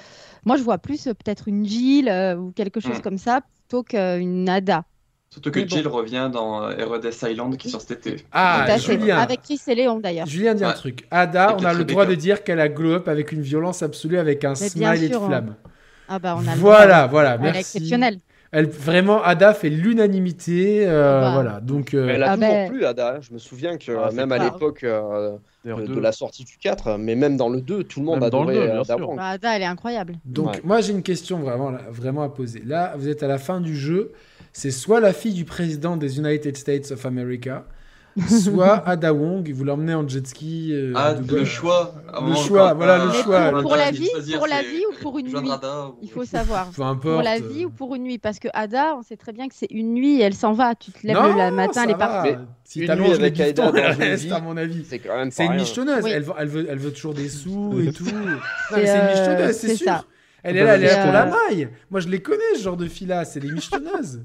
S5: moi, je vois plus euh, peut-être une Jill euh, ou quelque chose
S4: Mm.
S5: comme ça plutôt qu'une Ada.
S4: Surtout que
S5: Mais bon.
S4: Jill revient dans euh, Herodes Island qui sort cet été.
S1: Ah,
S5: Tout à fait.
S1: Julien.
S5: Avec Chris et Léon d'ailleurs.
S1: Julien dit un
S4: Ouais.
S1: truc. Ada,
S4: Et
S1: on a
S4: peut-être
S1: le droit de
S4: Rebecca.
S1: dire qu'elle a glow up avec une violence absolue, avec un
S5: Mais bien
S1: smile et de
S5: sûr, hein.
S1: flamme.
S5: Ah bah on a le
S1: Voilà, voilà,
S5: droit. Elle est
S1: merci.
S5: exceptionnelle.
S1: Elle, vraiment, Ada fait l'unanimité. euh,
S5: Bah.
S1: Voilà, donc. euh,
S3: Elle a
S5: Ah
S3: toujours
S5: ben.
S3: plu, Ada. hein. Je me souviens que
S8: Ah, c'est
S3: même à
S5: pas-
S3: l'époque euh,
S8: D'ailleurs,
S3: de, de
S8: deux.
S3: la sortie du 4, mais même dans le 2, tout le monde
S8: Même dans le
S3: adorait
S8: deux, bien
S3: euh, Ada
S8: sûr.
S3: Wong.
S5: Bah, Ada, elle est incroyable.
S1: Donc
S3: Ouais.
S1: moi j'ai une question vraiment, là, vraiment à poser. Là, vous êtes à la fin du jeu, c'est soit la fille du président des United States of America, soit Ada Wong, vous l'emmenez en jet ski. euh,
S4: Ah,
S1: en double-
S4: le choix. à un
S1: le
S4: moment,
S1: choix,
S4: quand,
S1: voilà, le
S4: euh,
S5: Mais
S1: choix.
S4: on
S5: pour,
S4: a
S5: pour
S4: le
S5: la
S4: droit de
S5: vie,
S4: choisir,
S5: pour la
S4: c'est
S5: vie ou pour une
S4: joindre
S5: nuit
S4: Ada ou-
S5: Il faut savoir.
S1: Peu importe. Oh,
S5: Pour la vie ou pour une nuit Parce que Ada, on sait très bien que c'est une nuit, elle s'en va. Tu te lèves
S1: Non,
S5: le la- matin,
S1: ça
S5: elle est
S1: va.
S5: partie.
S3: Mais
S1: Si
S3: une
S1: t'allonges
S3: nuit
S1: les
S3: avec Ada
S1: bifton,
S3: dans
S1: elle
S3: une vie,
S1: reste à mon avis.
S3: C'est quand même
S1: C'est
S3: pas
S1: une
S3: rien.
S1: michonneuse,
S5: Oui.
S1: elle, veut, elle, veut, elle veut toujours des sous et tout. Non, mais
S5: C'est,
S1: c'est une
S5: euh,
S1: michonneuse, c'est
S5: c'est
S1: sûr.
S5: ça.
S1: Elle est là, elle est là
S5: Mais,
S1: pour la
S5: euh,
S1: maille. Moi, je les connais, ce genre de filles-là. C'est des michetonneuses.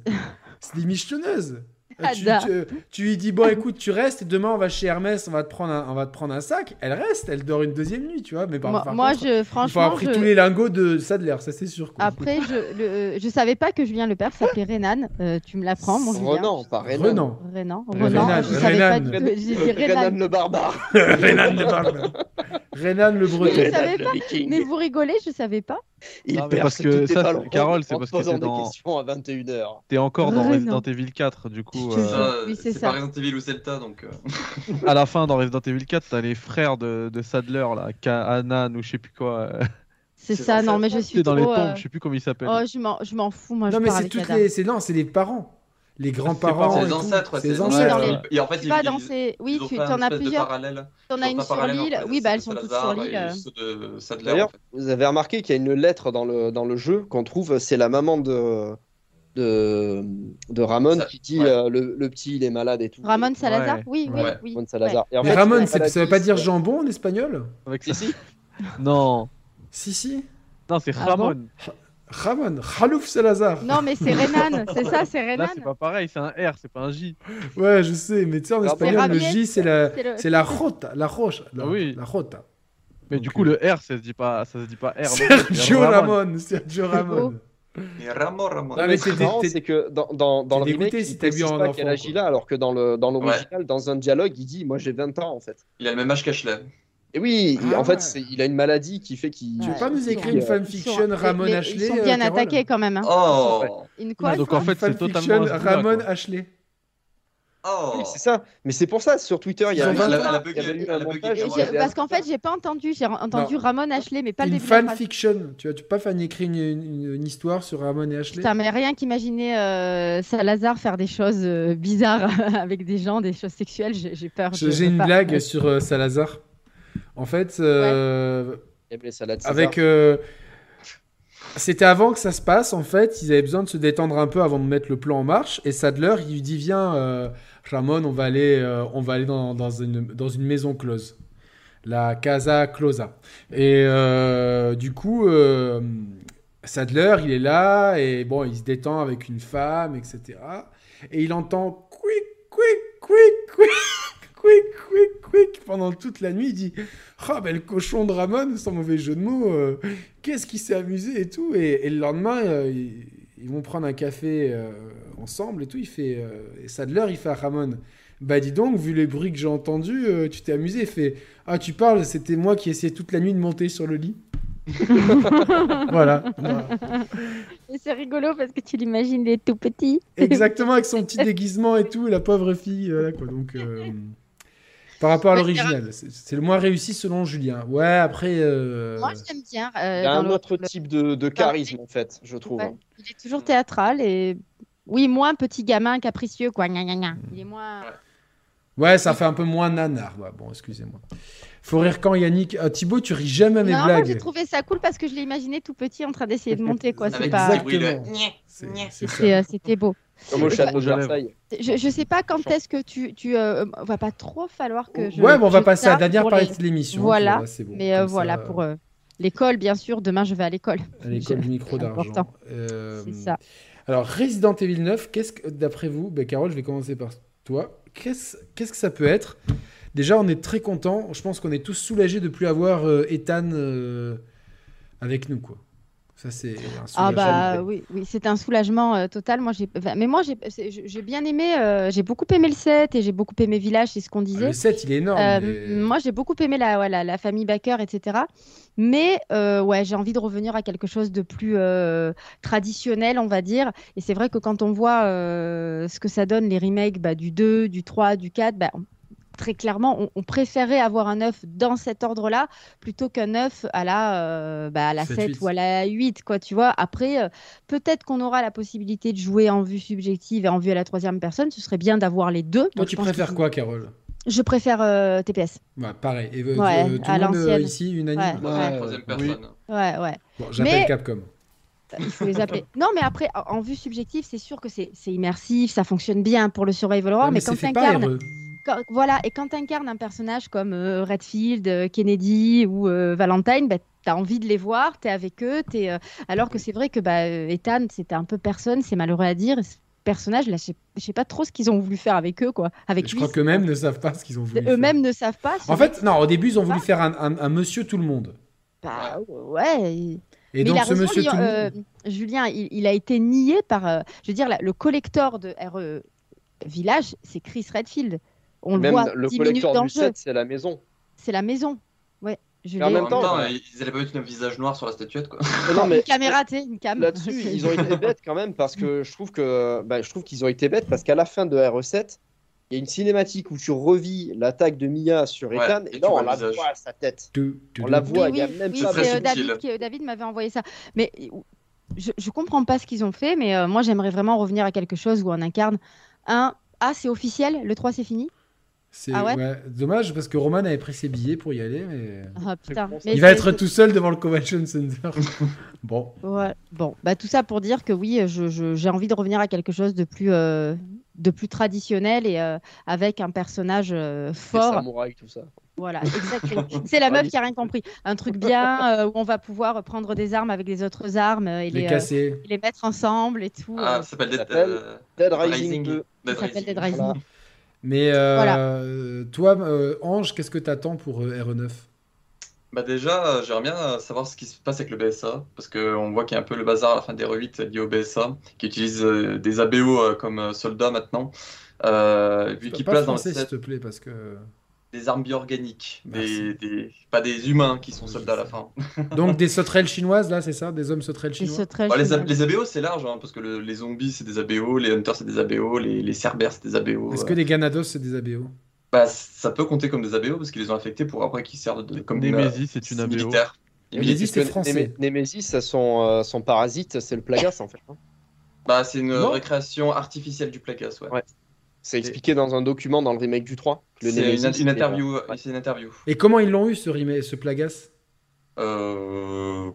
S1: c'est des michetonneuses. Euh, Tu,
S5: Ada.
S1: tu, tu lui dis, bon, écoute, tu restes. Demain, on va chez Hermès, on va te prendre un, on va te prendre un sac. Elle reste, elle dort une deuxième nuit, tu vois. Mais par,
S5: moi,
S1: par
S5: moi,
S1: contre,
S5: je,
S1: il faut avoir
S5: franchement,
S1: pris
S5: je-
S1: tous les lingots de Sadler, ça c'est sûr. quoi.
S5: après, je, le- euh, je savais pas que Julien Lepers s'appelait Renan. Euh, tu me l'apprends, mon Julien.
S3: Renan, pas Renan.
S1: Renan.
S5: Renan.
S1: Renan,
S5: Renan, je savais
S1: Renan.
S5: pas du tout. J'ai dit
S3: Renan
S5: Renan.
S3: le barbare.
S1: Renan le Barbe. Renan le
S5: Je
S1: Breton.
S5: savais
S3: Renan le viking.
S5: Mais vous rigolez, je savais pas.
S3: Il
S8: Non, mais
S3: perce
S8: parce que
S3: toutes tes
S8: ça,
S3: paroles
S8: c'est- Carole, c'est
S3: en te
S8: parce que
S3: posant
S8: t'es
S3: des
S8: dans-
S3: questions à 21h.
S8: T'es encore dans
S5: Renan.
S8: Resident Evil 4, du coup.
S5: Je te
S8: euh,
S4: Ça,
S5: Oui, c'est
S4: c'est
S5: ça.
S4: pas Resident Evil ou Zelda, donc. euh,
S8: à la fin, dans Resident Evil 4, t'as les frères de, de Sadler, là, Kanan ou je sais plus quoi. euh,
S5: C'est
S4: C'est
S5: ça, non,
S4: dans cette
S5: mais je
S4: porte,
S5: suis
S8: T'es dans les
S5: trop.
S8: tombes,
S5: euh,
S8: je sais plus comment ils s'appellent.
S5: Oh, je m'en, je m'en fous, moi,
S1: Non,
S5: je
S1: mais
S5: parle
S1: c'est
S5: avec
S1: toutes
S5: Ada.
S1: les. C'est non, c'est les parents. Les grands-parents.
S4: C'est
S1: et
S4: les
S1: tout.
S4: ancêtres.
S1: C'est les
S5: Oui,
S1: ancêtres.
S5: dans les-
S4: Et en fait,
S5: Tu
S4: ils-
S5: vas
S4: ils-
S5: dans ces... Oui,
S4: ils ont
S5: tu
S4: fait un
S5: en as
S4: espèce de
S5: plusieurs.
S4: parallèle.
S5: T'en
S4: Ils ont
S5: as
S4: fait
S5: une
S4: un
S5: sur
S4: parallèle
S5: l'île.
S4: entre
S5: Oui,
S4: les
S5: bah elles sont
S4: ancêtres
S5: toutes
S4: de
S5: sur
S4: Lazare
S5: l'île.
S4: et
S5: euh.
S4: ceux de Sadler,
S3: D'ailleurs,
S4: en fait.
S3: vous avez remarqué qu'il y a une lettre dans le, dans le jeu qu'on trouve, c'est la maman de, de, de Ramon
S4: Ça-
S3: qui dit
S4: ouais.
S3: euh, le, le petit il est malade et tout.
S5: Ramon Salazar
S8: Ouais.
S5: Oui, oui,
S4: Ouais.
S5: oui.
S3: Ramon Salazar. Et en
S1: Mais
S3: fait,
S1: Ramon,
S3: la
S1: c'est- ça veut
S3: maladie,
S1: pas dire
S3: c'est-
S1: jambon en espagnol
S8: Avec
S3: Si,
S8: ça.
S3: si.
S8: Non,
S1: Si, si.
S8: non, c'est
S5: Ah
S8: Ramon.
S1: Ramon, Khalouf Salazar.
S5: Ouais. Non, mais c'est Renan, c'est ça, c'est
S8: Là,
S5: Renan.
S8: c'est pas pareil, c'est un R, c'est pas un J.
S1: Ouais, je sais, mais tu sais, en
S3: Alors,
S1: espagnol, le
S5: c'est
S1: J, c'est la,
S5: C'est le-
S1: c'est la rota, la roche, la,
S8: Ah oui.
S1: la rota.
S8: Mais du
S1: Donc,
S8: coup,
S1: euh,
S8: le R, ça se dit pas, ça se dit pas R. non plus, c'est
S1: Sergio
S8: Ramon.
S1: Ramon, Sergio Ramon.
S4: Mais Ramon, Ramon.
S1: Non, mais
S3: Mais
S1: c'est
S3: c'est
S1: des-
S3: marrant,
S1: t'es-
S3: c'est que dans, dans, dans
S1: t'es
S3: le remake,
S1: dégoûté si
S3: il
S1: t'as vu
S3: précise
S1: un
S3: pas
S1: enfant,
S3: qu'elle agit
S1: quoi.
S3: là, alors que dans le dans l'original, dans un dialogue, il dit moi j'ai 20 ans en fait.
S4: Il a le même âge qu'Ashley.
S3: Et oui, il-
S1: Ah
S3: en
S1: ouais.
S3: fait, c'est- il a une maladie qui fait qu'il.
S1: Tu veux
S5: Ah Ouais,
S1: pas nous
S5: ils
S1: écrire
S5: sont-
S1: une
S5: ils sont-
S1: fanfiction
S5: mais-
S1: Ramon
S5: mais
S1: Ashley
S5: Ils sont
S1: euh,
S5: bien
S1: Carole
S5: attaqués quand même. hein.
S4: Oh
S5: Une quoi
S8: donc,
S5: quoi
S8: en fait,
S1: Une
S8: c'est totalement
S1: fanfiction
S8: à ce goût-là,
S1: Ramon
S8: quoi.
S1: Ashley.
S4: Oh
S3: Oui, c'est ça. Mais c'est pour ça, sur Twitter, il y a,
S1: Ils ont
S3: il y
S1: 20 ans.
S3: a-
S4: Elle a
S3: il y avait
S4: bugué,
S3: eu
S4: elle
S3: un
S4: a bugué.
S3: montage.
S5: Et
S4: Ouais,
S5: j'ai-
S4: ouais.
S5: Parce qu'en fait, j'ai pas entendu. J'ai entendu Ramon Ashley, mais pas le
S1: Une
S5: début de la phrase.
S1: fanfiction. Tu vois, tu peux pas fanécrire une, une, une histoire sur Ramon et Ashley
S5: Putain, mais rien qu'imaginer euh, Salazar faire des choses euh, bizarres avec des gens, des choses sexuelles, j'ai j'ai peur.
S1: Je-
S5: je
S1: J'ai
S5: veux
S1: une
S5: pas.
S1: blague sur euh, Salazar. En fait, euh,
S3: Il y avait les salades César.
S1: avec. euh, C'était avant que ça se passe, en fait, ils avaient besoin de se détendre un peu avant de mettre le plan en marche. Et Sadler, il lui dit Viens, euh, Ramon, on va aller, euh, on va aller dans, dans une, dans une maison close. La Casa Closa. Et euh, du coup, euh, Sadler, il est là, et bon, il se détend avec une femme, etc. Et il entend Quick, quick, quick, quick, quick, quick, quick pendant toute la nuit. Il dit ah, ben le cochon de Ramon, sans mauvais jeu de mots, euh, qu'est-ce qu'il s'est amusé et tout. Et, et le lendemain, euh, ils, ils vont prendre un café euh, ensemble et tout. Il fait. euh, et Sadler, il fait à Ramon. Bah dis donc, vu les bruits que j'ai entendus, euh, tu t'es amusé. Il fait Ah, tu parles, c'était moi qui essayais toute la nuit de monter sur le lit. voilà. Voilà.
S5: Et C'est rigolo parce que tu l'imagines, il est tout petit.
S1: Exactement, avec son petit déguisement et tout, la pauvre fille. Voilà quoi. Donc. euh, Par rapport à
S5: Ouais,
S1: l'original, c'est c'est le moins réussi selon Julien. Ouais, après. euh,
S5: Moi, j'aime bien. euh,
S3: Il y a
S5: dans
S3: un
S5: le-
S3: autre
S5: le-
S3: type de, de charisme, en fait, je trouve. hein.
S5: Ouais. Il est toujours théâtral et oui, moins petit gamin capricieux quoi. Gna, gna, gna. Il est moins.
S1: Ouais, ça fait un peu moins nanar. Ouais, bon, excusez-moi. Faut rire quand Yannick. Ah, Thibaut, tu ris jamais à mes
S5: non, moi j'ai
S1: blagues.
S5: trouvé ça cool parce que je l'ai imaginé tout petit en train d'essayer de monter quoi. C'est
S4: Avec
S5: pas-
S4: des bruits de-
S1: Exactement. C'est- c'est
S5: c'est,
S1: ça.
S5: euh, C'était beau.
S3: Comme au
S8: Ouais.
S3: château de
S8: J'allais-
S3: Versailles.
S5: Je, je sais pas quand est-ce que tu, tu euh, va pas trop falloir que. Je,
S1: Ouais, bon, on va
S5: je
S1: passer à la
S5: tape
S1: dernière
S5: pour
S1: partie
S5: les-
S1: de l'émission.
S5: Voilà.
S1: c'est bon.
S5: Mais euh,
S1: Comme ça,
S5: voilà pour euh, l'école bien sûr. Demain je vais à l'école.
S1: À l'école du micro
S5: c'est
S1: d'argent.
S5: important.
S1: Euh,
S5: C'est ça.
S1: Alors, Resident Evil 9, qu'est-ce que, d'après vous, ben, Carole, je vais commencer par toi. Qu'est-ce, qu'est-ce que ça peut être Déjà, on est très content. Je pense qu'on est tous soulagés de plus avoir euh, Ethan euh, avec nous, quoi. Ça, c'est un
S5: Ah
S1: soulagement.
S5: bah oui, oui c'est un soulagement euh, total. Moi, j'ai, enfin, mais moi, j'ai, c'est- j'ai j'ai bien aimé, euh, j'ai beaucoup aimé le set et j'ai beaucoup aimé Village, c'est ce qu'on
S1: Ah,
S5: disait.
S1: Le 7, il est énorme.
S5: Euh,
S1: mais-
S5: Moi, j'ai beaucoup aimé la, ouais, la, la famille Baker, etc. Mais euh, ouais, j'ai envie de revenir à quelque chose de plus euh, traditionnel, on va dire. Et c'est vrai que quand on voit euh, ce que ça donne, les remakes bah, du 2, du 3, du 4, bah, on- très clairement, on, on préférait avoir un 9 dans cet ordre-là plutôt qu'un 9 à la, euh, bah, à la
S1: 7,
S5: 7
S1: 8.
S5: ou à la 8, quoi, tu vois. Après, euh, peut-être qu'on aura la possibilité de jouer en vue subjective et en vue à la troisième personne. Ce serait bien d'avoir les deux.
S1: Toi,
S5: Donc,
S1: tu
S5: je pense que
S1: préfères
S5: c'est-
S1: quoi, Carole
S5: Je préfère euh, TPS.
S1: Bah, Pareil. Et, euh, tu-
S5: Ouais,
S1: euh, tout
S5: à
S1: le monde euh,
S5: l'ancienne.
S1: ici, unanime Ah,
S4: Moi,
S8: Ouais.
S4: c'est la troisième personne.
S5: Ouais, ouais.
S1: Bon, j'appelle
S5: Mais-
S1: Capcom. Ah,
S5: Il faut les appeler. Non, mais après, en en vue subjective, c'est sûr que c'est c'est immersif, ça fonctionne bien pour le survival horror,
S1: Ah,
S5: mais,
S1: c'est
S5: quand
S1: fait
S5: t'incarnes-
S1: par RE.
S5: quand- voilà, et quand t'incarnes un personnage comme euh, Redfield, euh, Kennedy ou euh, Valentine, bah, t'as envie de les voir, t'es avec eux, t'es, euh, alors que c'est vrai que bah, euh, Ethan, c'était un peu personne, c'est malheureux à dire, et ce personnage, là, je sais- je sais pas trop ce qu'ils ont voulu faire avec eux, quoi. Avec
S1: Je
S5: lui,
S1: crois qu'eux-mêmes ne savent pas ce qu'ils ont voulu. faire.
S5: eux-mêmes ne savent pas. ce
S1: En fait, non, au début, ils ont
S5: Ah.
S1: voulu faire un, un- un monsieur tout le monde.
S5: Bah, ouais,
S1: Et
S5: Mais
S1: donc,
S5: il a
S1: ce
S5: raison,
S1: monsieur
S5: Lyon-
S1: tout le monde.
S5: euh, Julien, il, il a été nié par, euh, je veux dire, la- le collector de RE Village, c'est Chris Redfield. On le
S3: Même
S5: voit
S3: le
S5: 10 minutes
S3: collecteur
S5: dans
S3: du
S5: le jeu.
S3: 7, c'est la maison.
S5: C'est la maison. Ouais, je
S3: Mais en
S5: l'ai-
S4: En
S3: même
S4: même
S3: temps,
S4: temps,
S3: ouais.
S4: ils ils allaient pas mettre un visage noir sur la statuette, quoi.
S3: Mais non, mais
S5: Une caméra, tu sais, une cam.
S3: là-dessus, ils ont été bêtes quand même parce que je trouve que bah, je trouve qu'ils ont été bêtes parce qu'à la fin de RE7, il y a une cinématique où tu revis l'attaque de Mia sur
S4: Ouais,
S3: Ethan
S4: et
S3: et
S4: tu
S3: là on
S4: vois le
S3: la
S4: visage.
S3: voit à sa tête.
S1: Tout- tout-
S3: On la
S1: tout-
S5: Oui,
S3: voit, il y
S5: oui,
S3: a même
S5: oui,
S3: pas
S5: c'est,
S4: très
S5: euh,
S4: subtil.
S5: David, qui, euh, David m'avait envoyé ça. Mais euh, je, je comprends pas ce qu'ils ont fait, mais euh, moi j'aimerais vraiment revenir à quelque chose où on incarne un. Ah, c'est officiel, le 3 c'est fini.
S1: C'est
S5: Ah ouais
S1: ouais, dommage parce que Roman avait pris ses billets pour y aller. Mais...
S5: Ah, putain.
S3: bon, ça.
S5: Mais
S1: Il va
S5: c'est-
S1: être tout seul devant le Convention Center. bon,
S5: Ouais. Bon, bah tout ça pour dire que oui, je- je- j'ai envie de revenir à quelque chose de plus, euh, de plus traditionnel et euh, avec un personnage euh,
S3: Les
S5: fort.
S3: samouraïs, tout ça.
S5: Voilà, exactement. C'est
S1: Ah
S5: la meuf qui a rien compris. Un truc bien euh, où on va pouvoir prendre des armes avec les autres armes euh, et
S1: les
S5: les, euh,
S1: casser.
S5: et les mettre ensemble et tout.
S4: Ah,
S5: euh.
S4: ça s'appelle
S3: Ça
S4: Dead,
S3: s'appelle
S4: euh,
S3: Dead
S4: Rising.
S3: Rising 2.
S4: Dead
S5: Ça s'appelle Dead
S4: Rising.
S5: Rising.
S3: Voilà.
S1: Mais euh, toi, euh, Ange, qu'est-ce que t'attends pour euh, RE9
S4: Bah déjà, euh, j'aimerais bien euh, savoir ce qui se passe avec le BSA, parce qu'on voit qu'il y a un peu le bazar à la fin des R8 lié au BSA, qui utilise euh, des ABO euh, comme euh, soldats maintenant, euh, vu
S1: Pas
S4: qu'ils placent dans le
S1: français, s'il
S4: set
S1: te plaît, parce que.
S4: des armes bioorganiques, des,
S1: Merci.
S4: des- pas des humains qui sont
S1: Oui,
S4: soldats à la
S1: c'est
S4: fin.
S1: Donc des sauterelles chinoises, là, c'est ça Des hommes sauterelles
S5: Et ce
S1: chinois
S5: très
S4: Bon, Bah, les,
S5: génial.
S4: A- les ABO c'est large, hein, parce que le- les zombies c'est des ABO, les hunters c'est des ABO, les, les cerbères c'est des ABO.
S1: Est-ce
S4: euh.
S1: que les Ganados, c'est des ABO
S4: Bah, ça peut compter comme des ABO parce qu'ils les ont affectés pour après qu'ils servent de- comme des euh,
S8: Nemesis, c'est une ABO.
S4: militaires. Les
S1: Nemesis,
S4: militaires,
S1: c'est français.
S3: Némé- Némésis, ça, son, euh, son parasite, c'est le Plagas en fait. hein.
S4: bah, c'est une
S1: Non.
S4: récréation artificielle du Plagas, ouais.
S3: Ouais. C'est expliqué dans un document dans le remake du 3. Le
S4: C'est
S3: Némésis,
S4: une, une
S3: c'est-
S4: interview. euh, C'est une interview.
S1: Et comment ils l'ont eu, ce, remake- ce Plagas
S4: Euh...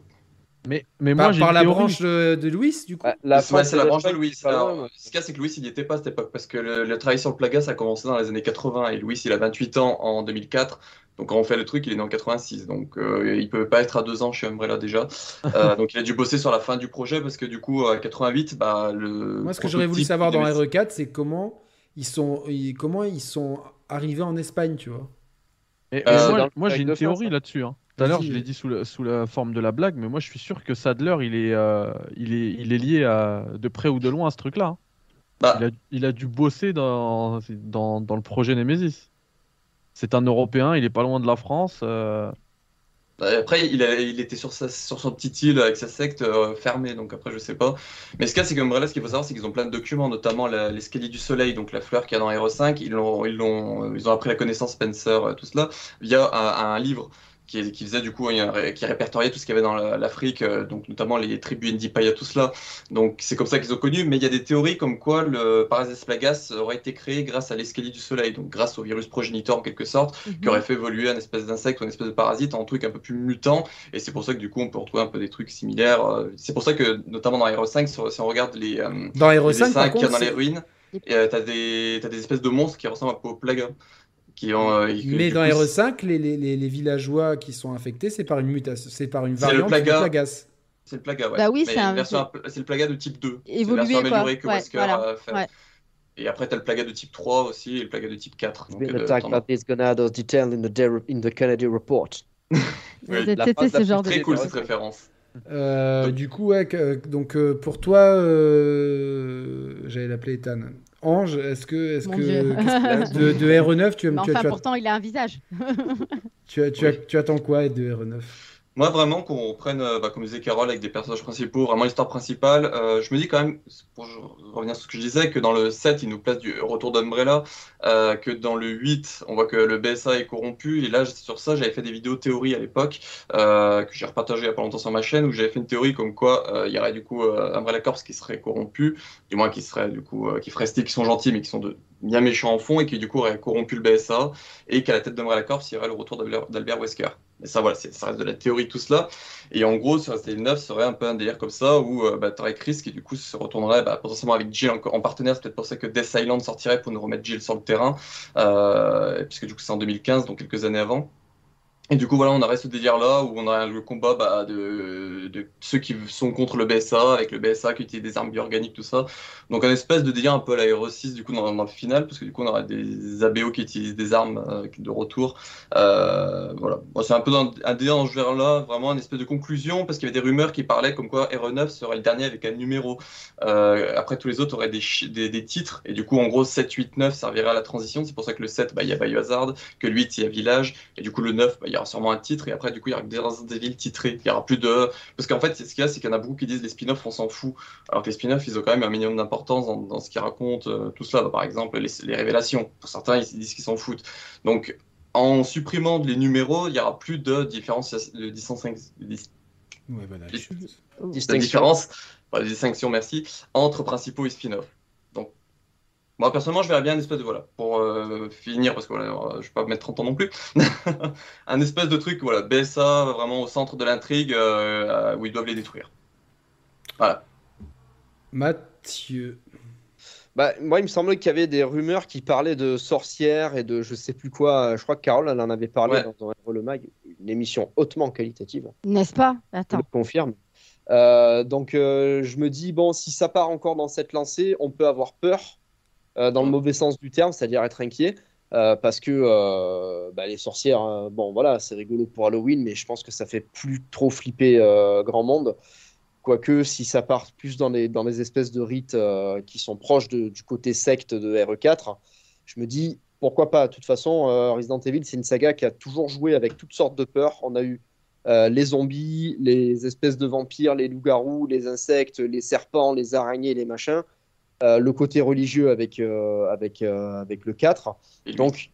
S8: Mais, mais
S1: Par,
S8: moi, j'ai
S1: par
S8: une
S1: la
S8: théorie.
S1: branche euh, de Louis, du coup
S3: Ouais, Ah, la
S4: c'est ouais,
S3: France,
S4: c'est la
S3: elle
S4: branche de
S3: attaque,
S4: Louis.
S3: c'est pas
S4: Alors,
S3: loin, ouais.
S4: ce qu'il y a, c'est que Louis, il n'y était pas à cette époque parce que le, le travail sur le Plagas a commencé dans les années 80 et Louis, il a 28 ans en 2004. Donc, quand on fait le truc, il est né en 86. Donc, euh, il ne peut pas être à deux ans chez Umbrella déjà. Euh, donc, il a dû bosser sur la fin du projet parce que du coup, à 88, bah, le.
S1: Moi, ce que j'aurais voulu
S4: prototype
S1: savoir dans
S4: Nemesis-
S1: RE4, c'est comment ils sont, ils- comment ils sont arrivés en Espagne, tu vois
S4: Euh,
S8: Mais- mais
S4: c'est
S8: moi,
S3: dans-
S8: moi, j'ai
S3: avec
S8: une
S3: deux
S8: théorie
S3: faces, hein.
S8: là-dessus. hein. Tout à l'heure,
S1: Vas-y.
S8: je l'ai dit sous, la- sous la forme de la blague, mais moi, je suis sûr que Sadler, il est, euh, il est, il est lié à, de près ou de loin à ce truc-là. hein.
S4: Bah.
S8: Il, a, il a dû bosser dans, dans, dans le projet Nemesis. C'est un Européen, il est pas loin de la France. euh,
S4: Euh, Après, il, a- il était sur, sa- sur son petit île avec sa secte euh, fermée, donc après, je sais pas. Mais ce qu'il y a, c'est qu'Umbrella, ce qu'il faut savoir, c'est qu'ils ont plein de documents, notamment la- l'escalier du soleil, donc la fleur qu'il y a dans Hero 5. Ils, l'ont- ils, l'ont- euh, ils ont appris la connaissance Spencer, euh, tout cela, via un, un livre qui, est- qui faisait du coup, un- qui répertoriait tout ce qu'il y avait dans la- l'Afrique, euh, donc notamment les tribus Ndipaya, tout cela. Donc c'est comme ça qu'ils ont connu, mais il y a des théories comme quoi le Parasite Plagas aurait été créé grâce à l'escalier du soleil, donc grâce au virus progénitor en quelque sorte qui
S1: Mm.
S4: aurait fait évoluer un espèce d'insecte ou un espèce de parasite en un truc un peu plus mutant. Et c'est pour ça que du coup, on peut retrouver un peu des trucs similaires. euh, C'est pour ça que, notamment dans Hero 5, sur- si on regarde les, euh,
S1: Dans
S4: les
S1: RE5,
S4: dessins
S1: par
S4: qu'il y a
S1: contre,
S4: dans les
S1: c'est-
S4: ruines, et, euh, t'as des, t'as des espèces de monstres qui ressemblent un peu aux plagas. Qui ont, euh, et que,
S1: mais
S4: du
S1: dans
S4: coup,
S1: RE5, les, les- les- les villageois qui sont infectés, c'est par une mutation, c'est par une
S4: C'est le
S1: variante du
S4: plaga.
S1: Plagas.
S4: C'est le plaga, ouais.
S5: Bah oui,
S4: Mais
S5: c'est un-
S4: une version à pla- c'est le plaga de type 2. C'est une
S5: Évolué,
S4: version améliorée
S5: quoi.
S4: que
S5: Ouais,
S4: Wesker
S5: voilà.
S4: a fait.
S5: Ouais.
S4: Et après, t'as le plaga de type 3 aussi et le plaga de type 4. Donc, euh, t'en as-
S3: detailed in the, Kennedy report.
S4: oui,
S5: C'était
S3: la phrase la
S5: ce
S3: plus
S5: genre de.
S4: très
S3: des-
S4: cool
S3: des-
S4: cette référence.
S1: Euh, du coup, ouais, que- donc euh, pour toi, euh, j'allais l'appeler Ethan. Ange, est-ce que, est-ce
S5: Mon
S1: que
S5: Dieu.
S1: qu'est-ce que- de, de RE9, tu, aimes-
S5: Mais
S1: tu, as-
S5: enfin,
S1: tu as-
S5: pourtant, il a un visage.
S1: tu as- tu as- tu attends quoi de E RE9
S4: Moi, vraiment, qu'on reprenne, euh, bah, comme disait Carole, avec des personnages principaux, vraiment l'histoire principale, euh, je me dis quand même, pour revenir sur ce que je disais, que dans le 7, il nous place du retour d'Umbrella, euh, que dans le 8, on voit que le BSA est corrompu, et là, sur ça, j'avais fait des vidéos théories à l'époque, euh, que j'ai repartagé il y a pas longtemps sur ma chaîne, où j'avais fait une théorie comme quoi euh, il y aurait du coup euh, Umbrella Corps qui serait corrompu, du moins qui serait du coup, euh, qui ferait style, qui sont gentils, mais qui sont de bien méchants en fond, et qui du coup aurait corrompu le BSA, et qu'à la tête d'Umbrella Corps, il y aurait le retour d'Albert d'Albert Wesker. Mais ça, voilà, c'est- ça reste de la théorie, tout cela. Et en gros, sur Resident Evil 9 serait un peu un délire comme ça, où euh, bah, t'aurais Chris qui, du coup, se retournerait bah, potentiellement avec Jill en, en partenaire. C'est peut-être pour ça que Death Island sortirait pour nous remettre Jill sur le terrain, euh, puisque du coup, c'est en 2015, donc quelques années avant. Et du coup, voilà, on aurait ce délire-là où on a le combat bah, de, de ceux qui sont contre le BSA, avec le BSA qui utilise des armes biorganiques, tout ça. Donc, un espèce de délire un peu à l'aéro 6, du coup, dans, dans le final, parce que du coup, on aura des ABO qui utilisent des armes euh, de retour. Euh, voilà. Bon, c'est un peu dans, un délire dans ce genre-là, vraiment une espèce de conclusion, parce qu'il y avait des rumeurs qui parlaient comme quoi RE9 serait le dernier avec un numéro. Euh, après, tous les autres auraient des, chi- des, des titres, et du coup, en gros, 7, 8, 9 servirait à la transition. C'est pour ça que le 7, bah, il y a Biohazard, que le 8, il y a Village, et du coup, le 9, bah, il y aura sûrement un titre, et après, du coup, il y aura que des Resident Evil titrés. Il y aura plus de. Parce qu'en fait, c'est ce qu'il y a, c'est qu'il y en a beaucoup qui disent les spin-offs, on s'en fout. Alors que les spin-offs, ils ont quand même un minimum d'importance dans, dans ce qu'ils racontent, euh, tout cela. Bah, par exemple, les, les révélations. Pour certains, ils disent qu'ils s'en foutent. Donc, en supprimant les numéros, il n'y aura plus de différence de distinction,
S1: Ouais, bah, là,
S4: Je-
S1: je-
S4: de
S3: Distinction.
S4: différence, enfin, de distinction, merci, entre principaux et spin-off. Donc, moi personnellement, je verrais bien un espèce de voilà pour euh, finir parce que voilà, euh, je vais pas mettre 30 ans non plus. un espèce de truc voilà, BSA vraiment au centre de l'intrigue euh, euh, où ils doivent les détruire. Voilà.
S1: Mathieu.
S3: Bah, moi, il me semblait qu'il y avait des rumeurs qui parlaient de sorcières et de je sais plus quoi. Euh, Je crois que Carole, elle en avait parlé
S4: Ouais.
S3: dans, dans Ever le Mag, une émission hautement qualitative.
S5: N'est-ce pas
S3: Je
S5: Attends.
S3: le confirme. Euh, donc euh, je me dis, bon, si ça part encore dans cette lancée, on peut avoir peur, euh, dans le mauvais sens du terme, c'est-à-dire être inquiet, euh, parce que euh, bah, les sorcières, euh, bon voilà, c'est rigolo pour Halloween, mais je pense que ça fait plus trop flipper euh, grand monde. Quoique, si ça part plus dans les, dans les espèces de rites euh, qui sont proches de- du côté secte de RE4, je me dis, pourquoi pas De toute façon, euh, Resident Evil, c'est une saga qui a toujours joué avec toutes sortes de peurs. On a eu euh, les zombies, les espèces de vampires, les loups-garous, les insectes, les serpents, les araignées, les machins. Euh, le côté religieux avec, euh, avec, euh, avec le 4.
S4: Et donc,
S3: Donc,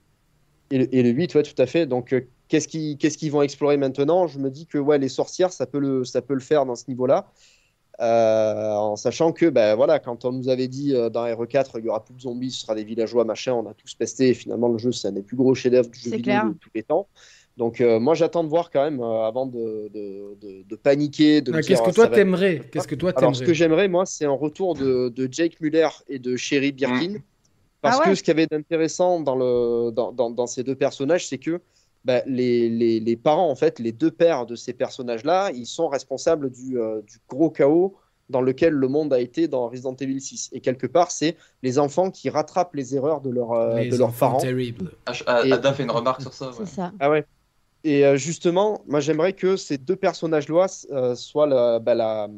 S3: et le, et le 8, ouais, tout à fait. Donc, euh, qu'est-ce qu'ils qu'est-ce qu'ils vont explorer maintenant Je me dis que ouais, les sorcières, ça peut le, ça peut le faire dans ce niveau-là. Euh, en sachant que, ben voilà, quand on nous avait dit euh, dans RE4, il y aura plus de zombies, ce sera des villageois, machin, on a tous pesté. Et finalement, le jeu, c'est un des plus gros chefs-d'œuvre du jeu
S5: C'est
S3: vidéo
S5: clair.
S3: de tous les temps. Donc, euh, moi, j'attends de voir quand même euh, avant de, de, de- de paniquer. De me
S1: Ah,
S3: dire,
S1: Qu'est-ce que
S3: ah,
S1: toi
S3: ça va
S1: t'aimerais Qu'est-ce que toi
S3: alors, ce que
S1: t'aimerais
S3: j'aimerais, moi, c'est un retour de, de Jake Muller et de Sherry Birkin. Parce
S5: Ah ouais.
S3: que ce qu'il y avait d'intéressant dans, le, dans, dans- dans ces deux personnages, c'est que bah, les, les- les parents, en fait, les deux pères de ces personnages-là, ils sont responsables du, euh, du gros chaos dans lequel le monde a été dans Resident Evil 6. Et quelque part, c'est les enfants qui rattrapent les erreurs de, leurs, euh,
S1: Les
S3: de leurs
S1: enfants
S3: parents.
S1: terribles.
S4: H- A-
S3: et-
S4: Ah, Ada fait une remarque sur ça. ouais.
S5: C'est ça.
S3: Ah ouais. Et euh, justement, moi j'aimerais que ces deux personnages-là euh, soient la- bah, la-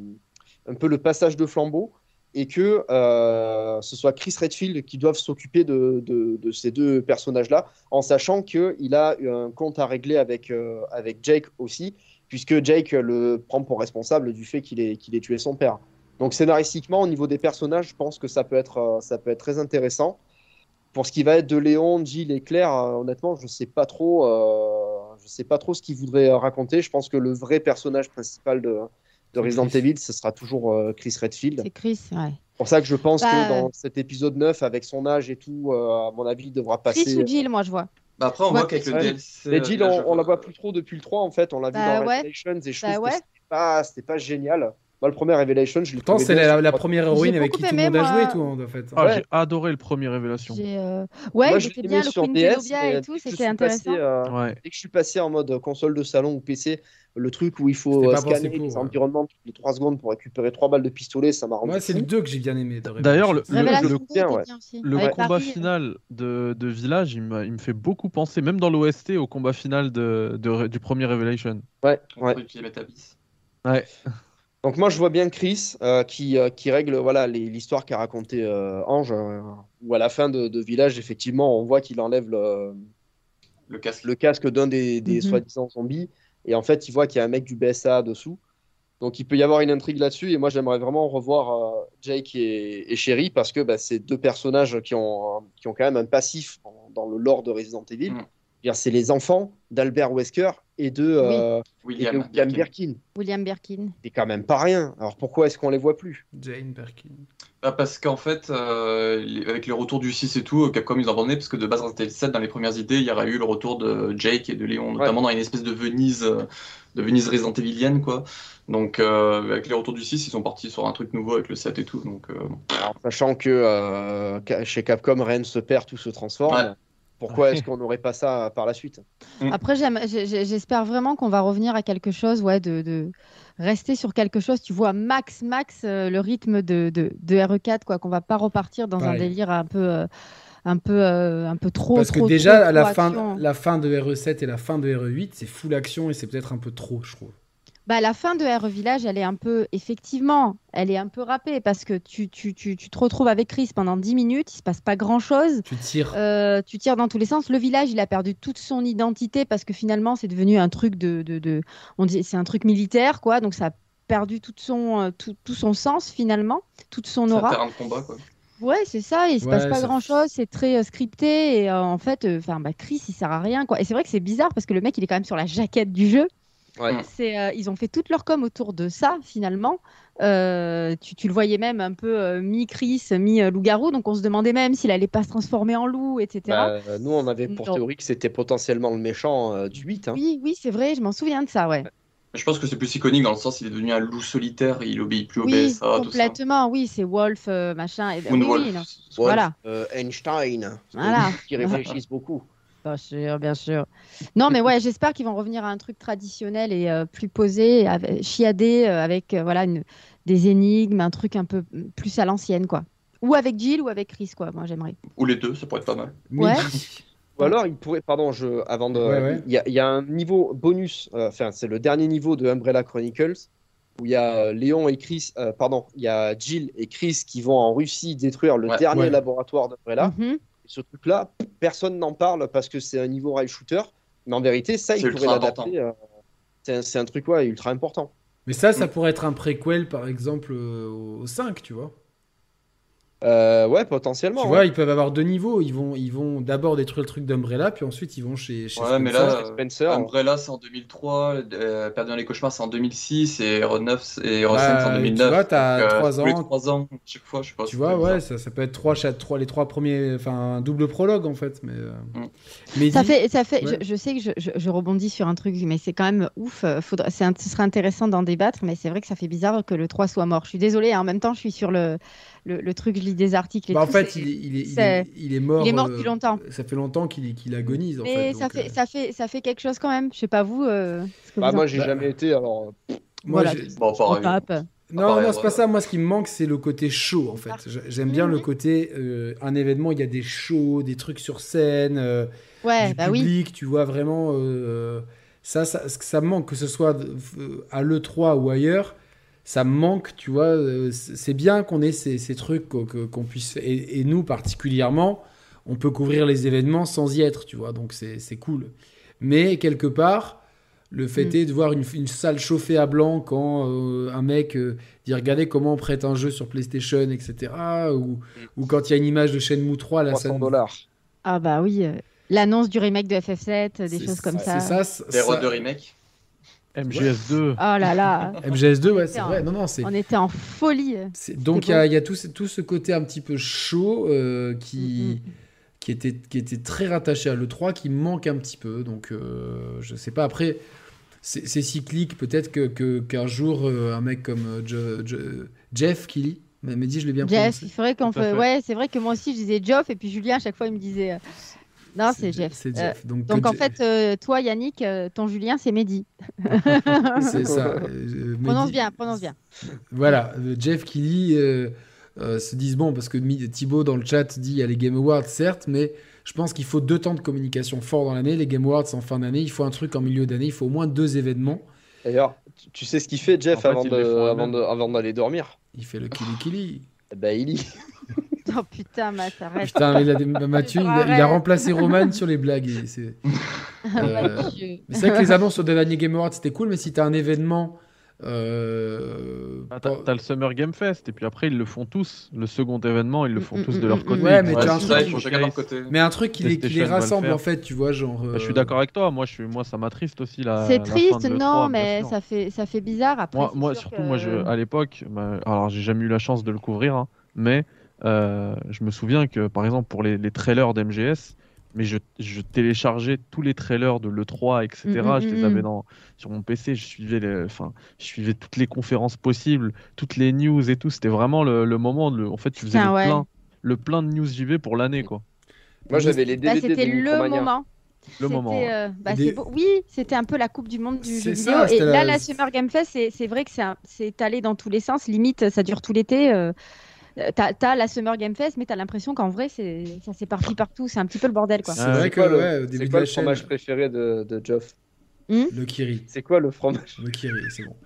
S3: un peu le passage de flambeau et que euh, ce soit Chris Redfield qui doive s'occuper de, de- de ces deux personnages-là, en sachant qu'il a un compte à régler avec, euh, avec Jake aussi, puisque Jake le prend pour responsable du fait qu'il ait, qu'il ait tué son père. Donc scénaristiquement, au niveau des personnages, je pense que ça peut être, euh, ça peut être très intéressant. Pour ce qui va être de Léon, Gilles et Claire, euh, honnêtement, je sais pas trop, euh, je sais pas trop ce qu'ils voudraient euh, raconter. Je pense que le vrai personnage principal de, de Resident Evil, ce sera toujours euh, Chris Redfield.
S5: C'est Chris, ouais.
S3: C'est pour ça que je pense
S5: Bah,
S3: que dans cet épisode 9, avec son âge et tout, euh, à mon avis, il devra
S5: Chris
S3: passer.
S5: ou Jill, moi, je vois.
S4: Bah, après, on
S5: Ouais.
S4: voit qu'avec le
S3: Ouais.
S4: DLC.
S3: Mais
S4: euh,
S3: Jill,
S4: là,
S3: on,
S4: je-
S3: on la voit plus trop depuis le 3, en fait. On l'a
S5: Bah,
S3: vu dans
S5: ouais.
S3: Revelations et je
S5: Bah
S3: trouve
S5: ouais.
S3: que c'était pas, c'était pas génial. Moi, le premier Revelation, je l'ai
S1: Pourtant,
S3: trouvé
S1: c'est
S3: bien,
S1: la,
S3: je
S1: la
S3: crois.
S1: première héroïne
S5: J'ai
S1: avec qui
S5: beaucoup
S1: tout le
S5: aimé,
S1: monde a joué,
S5: moi.
S1: tout, en fait.
S8: Ah,
S3: Ouais.
S8: j'ai adoré le premier Révélation.
S5: J'ai, euh, Ouais,
S3: Moi,
S5: il
S3: je
S5: était
S3: l'ai
S5: bien
S3: mis
S5: le
S3: sur
S5: Queen
S3: DS, mais
S5: Zenobia et tout,
S3: dès que je
S5: c'était
S3: suis passé,
S5: intéressant.
S3: euh,
S8: Ouais.
S3: Dès que je suis passé en mode console de salon ou PC, le truc où il faut
S1: C'était
S3: euh,
S1: pas pensé
S3: scanner
S1: pour,
S3: les
S1: ouais.
S3: environnements toutes les 3 secondes pour récupérer 3 balles de pistolet, ça m'a rendu.
S1: Moi, c'est le
S3: fou.
S1: 2 que j'ai bien aimé. de E
S8: D'ailleurs, le-
S1: Révélation.
S5: Révélation
S3: le
S5: deux
S3: bouquin,
S5: était
S3: ouais.
S5: bien aussi.
S8: Le
S5: Avec
S8: combat
S5: Paris, euh,
S8: final de, de Village, il me, il me fait beaucoup penser, même dans l'OST, au combat final de, de- du premier Revelation.
S3: Ouais,
S4: Contre
S3: ouais.
S4: Metabis.
S8: Ouais.
S3: Donc moi je vois bien Chris euh, qui, euh, qui règle voilà les- l'histoire qu'a raconté euh, Ange, euh, où à la fin de, de Village effectivement on voit qu'il enlève le,
S4: Le casque.
S3: le casque d'un des, des
S5: Mhm.
S3: soi-disant zombies et en fait il voit qu'il y a un mec du BSA dessous. Donc il peut y avoir une intrigue là-dessus et moi j'aimerais vraiment revoir euh, Jake et, et Sherry parce que bah, c'est deux personnages qui ont, euh, qui ont quand même un passif en- dans le lore de Resident Evil.
S4: Mhm.
S3: Je veux dire, C'est les enfants d'Albert Wesker et de,
S5: Oui.
S3: euh, et de
S4: William.
S3: William
S4: Birkin.
S3: Birkin.
S5: William Birkin.
S3: C'est quand même pas rien. Alors pourquoi est-ce qu'on les voit plus
S9: Jane Birkin.
S4: Ah, parce qu'en fait, euh, les- avec le retour du 6 et tout, euh, Capcom ils ont abandonné, parce que de base, c'était le 7, dans les premières idées, il y aurait eu le retour de Jake et de Léon, notamment dans une espèce de Venise, euh, de Venise Resident Evilienne, quoi. Donc, euh, avec le retour du 6, ils sont partis sur un truc nouveau avec le 7 et tout, donc... euh, bon.
S3: Alors, sachant que euh, ca- chez Capcom, rien ne se perd, tout se transforme.
S4: Ouais.
S3: Pourquoi
S8: Ouais.
S3: est-ce qu'on n'aurait pas ça par la suite
S5: Après, j'aime- j'ai- j'ai- j'espère vraiment qu'on va revenir à quelque chose, ouais, de, de rester sur quelque chose. Tu vois, max, max, euh, le rythme de, de, de RE4, quoi, qu'on va pas repartir dans un
S1: Pareil.
S5: délire un peu, euh, un peu, euh, un peu trop.
S1: Parce que
S5: trop,
S1: déjà,
S5: trop,
S1: à la
S5: trop
S1: fin,
S5: action.
S1: la fin de RE7 et la fin de RE8, c'est full action et c'est peut-être un peu trop, je trouve.
S5: Bah, la fin de R Village, elle est un peu, effectivement, elle est un peu râpée parce que tu, tu, tu, tu te retrouves avec Chris pendant 10 minutes, il se passe pas grand-chose.
S1: Tu tires.
S5: Euh, tu tires dans tous les sens. Le village, il a perdu toute son identité parce que finalement, c'est devenu un truc de, de, de- on dit, c'est un truc militaire, quoi. Donc ça a perdu toute son, euh, tout, tout son sens finalement, toute son
S4: C'est un
S5: aura.
S4: terrain de combat, quoi.
S5: Ouais, c'est ça. Il se passe
S1: Ouais,
S5: pas
S1: ça-
S5: grand chose. C'est très euh, scripté et euh, en fait, enfin, bah, Chris, il sert à rien, quoi. Et c'est vrai que c'est bizarre parce que le mec, il est quand même sur la jaquette du jeu.
S3: Ouais.
S5: C'est, euh, ils ont fait toute leur com autour de ça finalement. Euh, tu, tu le voyais même un peu euh, mi-Chris, mi-loup-garou, donc on se demandait même s'il allait pas se transformer en loup, etc.
S3: Bah, Nous, on avait pour
S5: Non.
S3: théorie que c'était potentiellement le méchant euh, du 8. hein.
S5: Oui, oui, c'est vrai, je m'en souviens de ça, ouais.
S4: Mais Je pense que c'est plus iconique, dans le sens, il est devenu un loup solitaire, il obéit plus au
S5: Oui,
S4: BSA, ah, tout ça.
S5: complètement, oui, c'est Wolf, euh, machin. Et, ben, oui,
S4: Moonwolf.
S5: oui, non.
S3: Wolf,
S5: Voilà.
S3: euh, Einstein,
S5: Voilà.
S3: qui réfléchissent beaucoup.
S5: Bien sûr, bien sûr. Non, mais ouais, j'espère qu'ils vont revenir à un truc traditionnel et euh, plus posé, avec- chiadé, euh, avec euh, voilà une- des énigmes, un truc un peu plus à l'ancienne, quoi. Ou avec Jill ou avec Chris, quoi. Moi, j'aimerais.
S4: Ou les deux, ça pourrait être pas mal.
S5: Ouais.
S1: Mehdi.
S3: Ou alors, il pourrait, pardon, je, avant de,
S1: Ouais, ouais.
S3: il y a- il y, a un niveau bonus, euh, enfin, c'est le dernier niveau de Umbrella Chronicles, où il y a euh, Léon et Chris, euh, pardon, il y a Jill et Chris qui vont en Russie détruire le
S4: Ouais.
S3: dernier
S1: Ouais.
S3: laboratoire d'Umbrella.
S5: Mhm.
S3: ce truc-là, personne n'en parle parce que c'est un niveau rail shooter, mais en vérité, ça,
S4: C'est
S3: il pourrait
S4: ultra
S3: l'adapter. euh, C'est un, c'est un truc ouais, ultra important.
S1: Mais ça, ça pourrait être un préquel, par exemple, euh, au 5, tu vois.
S3: Euh, ouais, potentiellement.
S1: Tu
S3: ouais.
S1: vois, ils peuvent avoir deux niveaux. Ils vont, ils vont d'abord détruire le truc d'Umbrella, puis ensuite ils vont chez. chez
S4: Ouais, mais
S1: Spencer.
S4: là, euh,
S3: Spencer, bah,
S4: Umbrella, c'est en 2003, euh, Perdu dans les cauchemars, c'est en 2006, et R9 et R5,
S1: Bah,
S4: c'est en
S1: tu
S4: 2009.
S1: vois, t'as
S4: donc, euh,
S1: trois
S4: tous les
S1: ans.
S4: trois ans, chaque fois, je sais pas.
S1: Tu
S4: euh, c'est
S1: vois,
S4: bizarre.
S1: ouais, ça, ça peut être trois, cha- trois, les trois premiers, enfin un double prologue en fait. Mais, euh,
S4: Mm.
S1: Mehdi,
S5: Ça fait, ça fait.
S1: Ouais.
S5: Je, je sais que je, je- je rebondis sur un truc, mais c'est quand même ouf. euh, Faudra, c'est un- ce serait intéressant d'en débattre, mais c'est vrai que ça fait bizarre que le 3 soit mort. Je suis désolée. hein, en même temps, je suis sur le, le, le truc. Je lis des articles. Et
S1: bah, en
S5: tout,
S1: fait,
S5: c'est-
S1: il, est- il est, il,
S5: c'est-
S1: est, il est mort.
S5: il est mort
S1: euh,
S5: depuis longtemps.
S1: Ça fait longtemps qu'il est- qu'il agonise en
S5: Mais
S1: fait.
S5: ça,
S1: donc,
S5: fait,
S1: euh,
S5: ça, fait, ça fait quelque chose quand même. Je sais pas vous. euh, ce que
S3: bah,
S5: vous en-
S3: moi, j'ai
S1: Bah,
S3: jamais été. Alors,
S1: moi,
S5: voilà, Ah
S1: j'ai-
S4: Bon,
S5: on
S4: pareil.
S5: tape.
S1: Non,
S4: pareil,
S1: non, c'est
S4: bah, ouais.
S1: pas ça. Moi, ce qui me manque, c'est le côté show, en
S5: Ah.
S1: fait. J'a- J'aime
S5: Mm.
S1: bien le côté euh, un événement, il y a des shows, des trucs sur scène, euh,
S5: Ouais,
S1: du
S5: bah oui.
S1: public, tu vois vraiment. euh, ça, ça, ce que ça me manque, que ce soit euh, à l'E3 ou ailleurs, ça me manque, tu vois. euh, c'est c'est bien qu'on ait ces, ces trucs qu'o- que- qu'on puisse. Et, et nous, particulièrement, on peut couvrir les événements sans y être, tu vois. Donc, c'est c'est cool. Mais quelque part, le fait
S5: Mm.
S1: est de voir une, une salle chauffée à blanc quand euh, un mec euh, dit regardez comment on prête un jeu sur PlayStation, etc. Ou, ou quand il y a une image de Shenmue 3, là, ça
S3: 300
S1: nous-
S3: dollars.
S5: Ah bah oui. euh, L'annonce du remake de FF7, euh, des
S1: c'est-
S5: choses comme
S1: c'est
S5: ça.
S1: ça,
S4: Des
S1: ça-
S4: de euh, remake.
S8: MGS2.
S5: Oh là là,
S1: MGS2, ouais,
S5: On
S1: c'est
S5: était
S1: vrai.
S5: en-
S1: Non, non, c'est.
S5: hein. on était en folie.
S1: c'est- Donc il
S5: c'est
S1: y a,
S5: beau.
S1: il y a tout, ce- tout ce côté un petit peu chaud euh,
S5: Mm,
S1: qui, qui, était, qui était très rattaché à l'E3, qui manque un petit peu. Donc euh, je sais pas. Après, c'est c'est cyclique. Peut-être qu'un que, qu'un jour, euh, un mec comme euh, Je- Je- Jeff Kelly, m'a m'a dit, je l'ai bien
S5: Jeff,
S1: prononcé.
S5: il faudrait qu'on
S8: Tout à
S5: fait...
S8: fait.
S5: Ouais, c'est vrai que moi aussi je disais Jeff et puis Julien à chaque fois il me disait euh, non c'est Jeff.
S1: C'est
S5: Euh,
S1: Jeff. donc
S5: donc
S1: que
S5: en
S1: Je-
S5: fait euh, toi Yannick, euh, ton Julien c'est Mehdi.
S1: c'est ça. euh,
S5: Prononce
S1: Mehdi-
S5: bien, prononce bien.
S1: Voilà, euh, Jeff Kelly euh, euh, se disent bon, parce que Mi- Thibaut dans le chat dit il y a les Game Awards, certes, mais je pense qu'il faut deux temps de communication fort dans l'année. Les Game Awards en fin d'année, il faut un truc en milieu d'année, il faut au moins deux événements.
S3: D'ailleurs, Tu- Tu sais ce qu'il fait, Jeff,
S8: En fait,
S3: avant
S8: ils les font
S3: de- avant
S8: eux-mêmes.
S3: de- avant d'aller dormir
S1: Il fait le kili kili.
S3: Eh ben, il lit.
S5: Oh putain, Matt, arrête.
S1: Putain, mais il a des- bah, Mathieu, il a, il a
S5: Arrête.
S1: remplacé Roman sur les blagues. et c'est- Euh,
S5: Mathieu.
S1: mais c'est vrai que les annonces sur The Dernier Game Awards, c'était cool, mais si t'as un événement. euh,
S8: Ah, T'as t'as le Summer Game Fest, et puis après, ils le font tous. Le second événement, ils le font
S5: Mm,
S8: tous
S5: mm,
S8: de
S5: mm,
S8: leur
S5: mm.
S8: côté.
S1: Ouais,
S8: Ils
S1: mais
S8: font
S1: tu
S4: Ouais,
S1: as
S8: la
S1: un
S4: c'est
S1: truc
S4: ça,
S8: Showcase.
S4: ils font chacun de leur côté.
S1: Mais un truc qui les, qui les
S8: PlayStation va le
S1: rassemble
S8: faire.
S1: en fait, tu vois, genre.
S8: Bah, je suis
S1: euh,
S8: d'accord avec toi. Moi, je suis, moi, ça m'attriste aussi la. la
S5: C'est
S8: fin
S5: triste,
S8: de l'E3,
S5: non,
S8: bien
S5: mais
S8: sûr.
S5: ça fait, ça fait bizarre après.
S8: Moi,
S5: c'est
S8: moi
S5: sûr
S8: surtout,
S5: que-
S8: moi, je, à l'époque, ma- alors j'ai jamais eu la chance de le couvrir, hein, mais euh, je me souviens que, par exemple, pour les, les trailers d'MGS, mais je, je téléchargeais tous les trailers de l'E3, etc.
S5: Mm, mm,
S8: je les
S5: mm,
S8: avais
S5: mm.
S8: dans, sur mon PC, je suivais, les, enfin, je suivais toutes les conférences possibles, toutes les news et tout. C'était vraiment le, le moment, le, en fait, tu faisais
S5: Putain, Ah
S8: le,
S5: ouais.
S8: plein, le plein de news JV pour l'année, quoi.
S3: Moi, j'avais les
S5: Bah,
S3: DVD
S5: c'était
S3: de
S5: le
S3: Micromania.
S5: moment.
S8: Le moment.
S5: C'était,
S8: ouais.
S5: euh, bah,
S1: Des-
S5: c'est beau. Oui, c'était un peu la Coupe du Monde du
S1: C'est
S5: jeu
S1: ça,
S5: vidéo. Et
S1: c'était
S5: là,
S1: la-
S5: la Summer Game Fest, c'est c'est vrai que c'est un- c'est étalé dans tous les sens. Limite, ça dure tout l'été. euh, euh, T'as t'as la Summer Game Fest, mais t'as l'impression qu'en vrai, c'est ça s'éparpille partout. C'est un petit peu le bordel, quoi.
S1: C'est
S8: Ah,
S1: vrai
S3: C'est
S1: que,
S3: quoi le,
S1: euh, ouais, au
S3: c'est
S1: début de la
S3: quoi le
S1: chaîne.
S3: fromage préféré de, de Geoff
S1: Le Kiri.
S3: C'est quoi le fromage
S1: Le Kiri, c'est bon.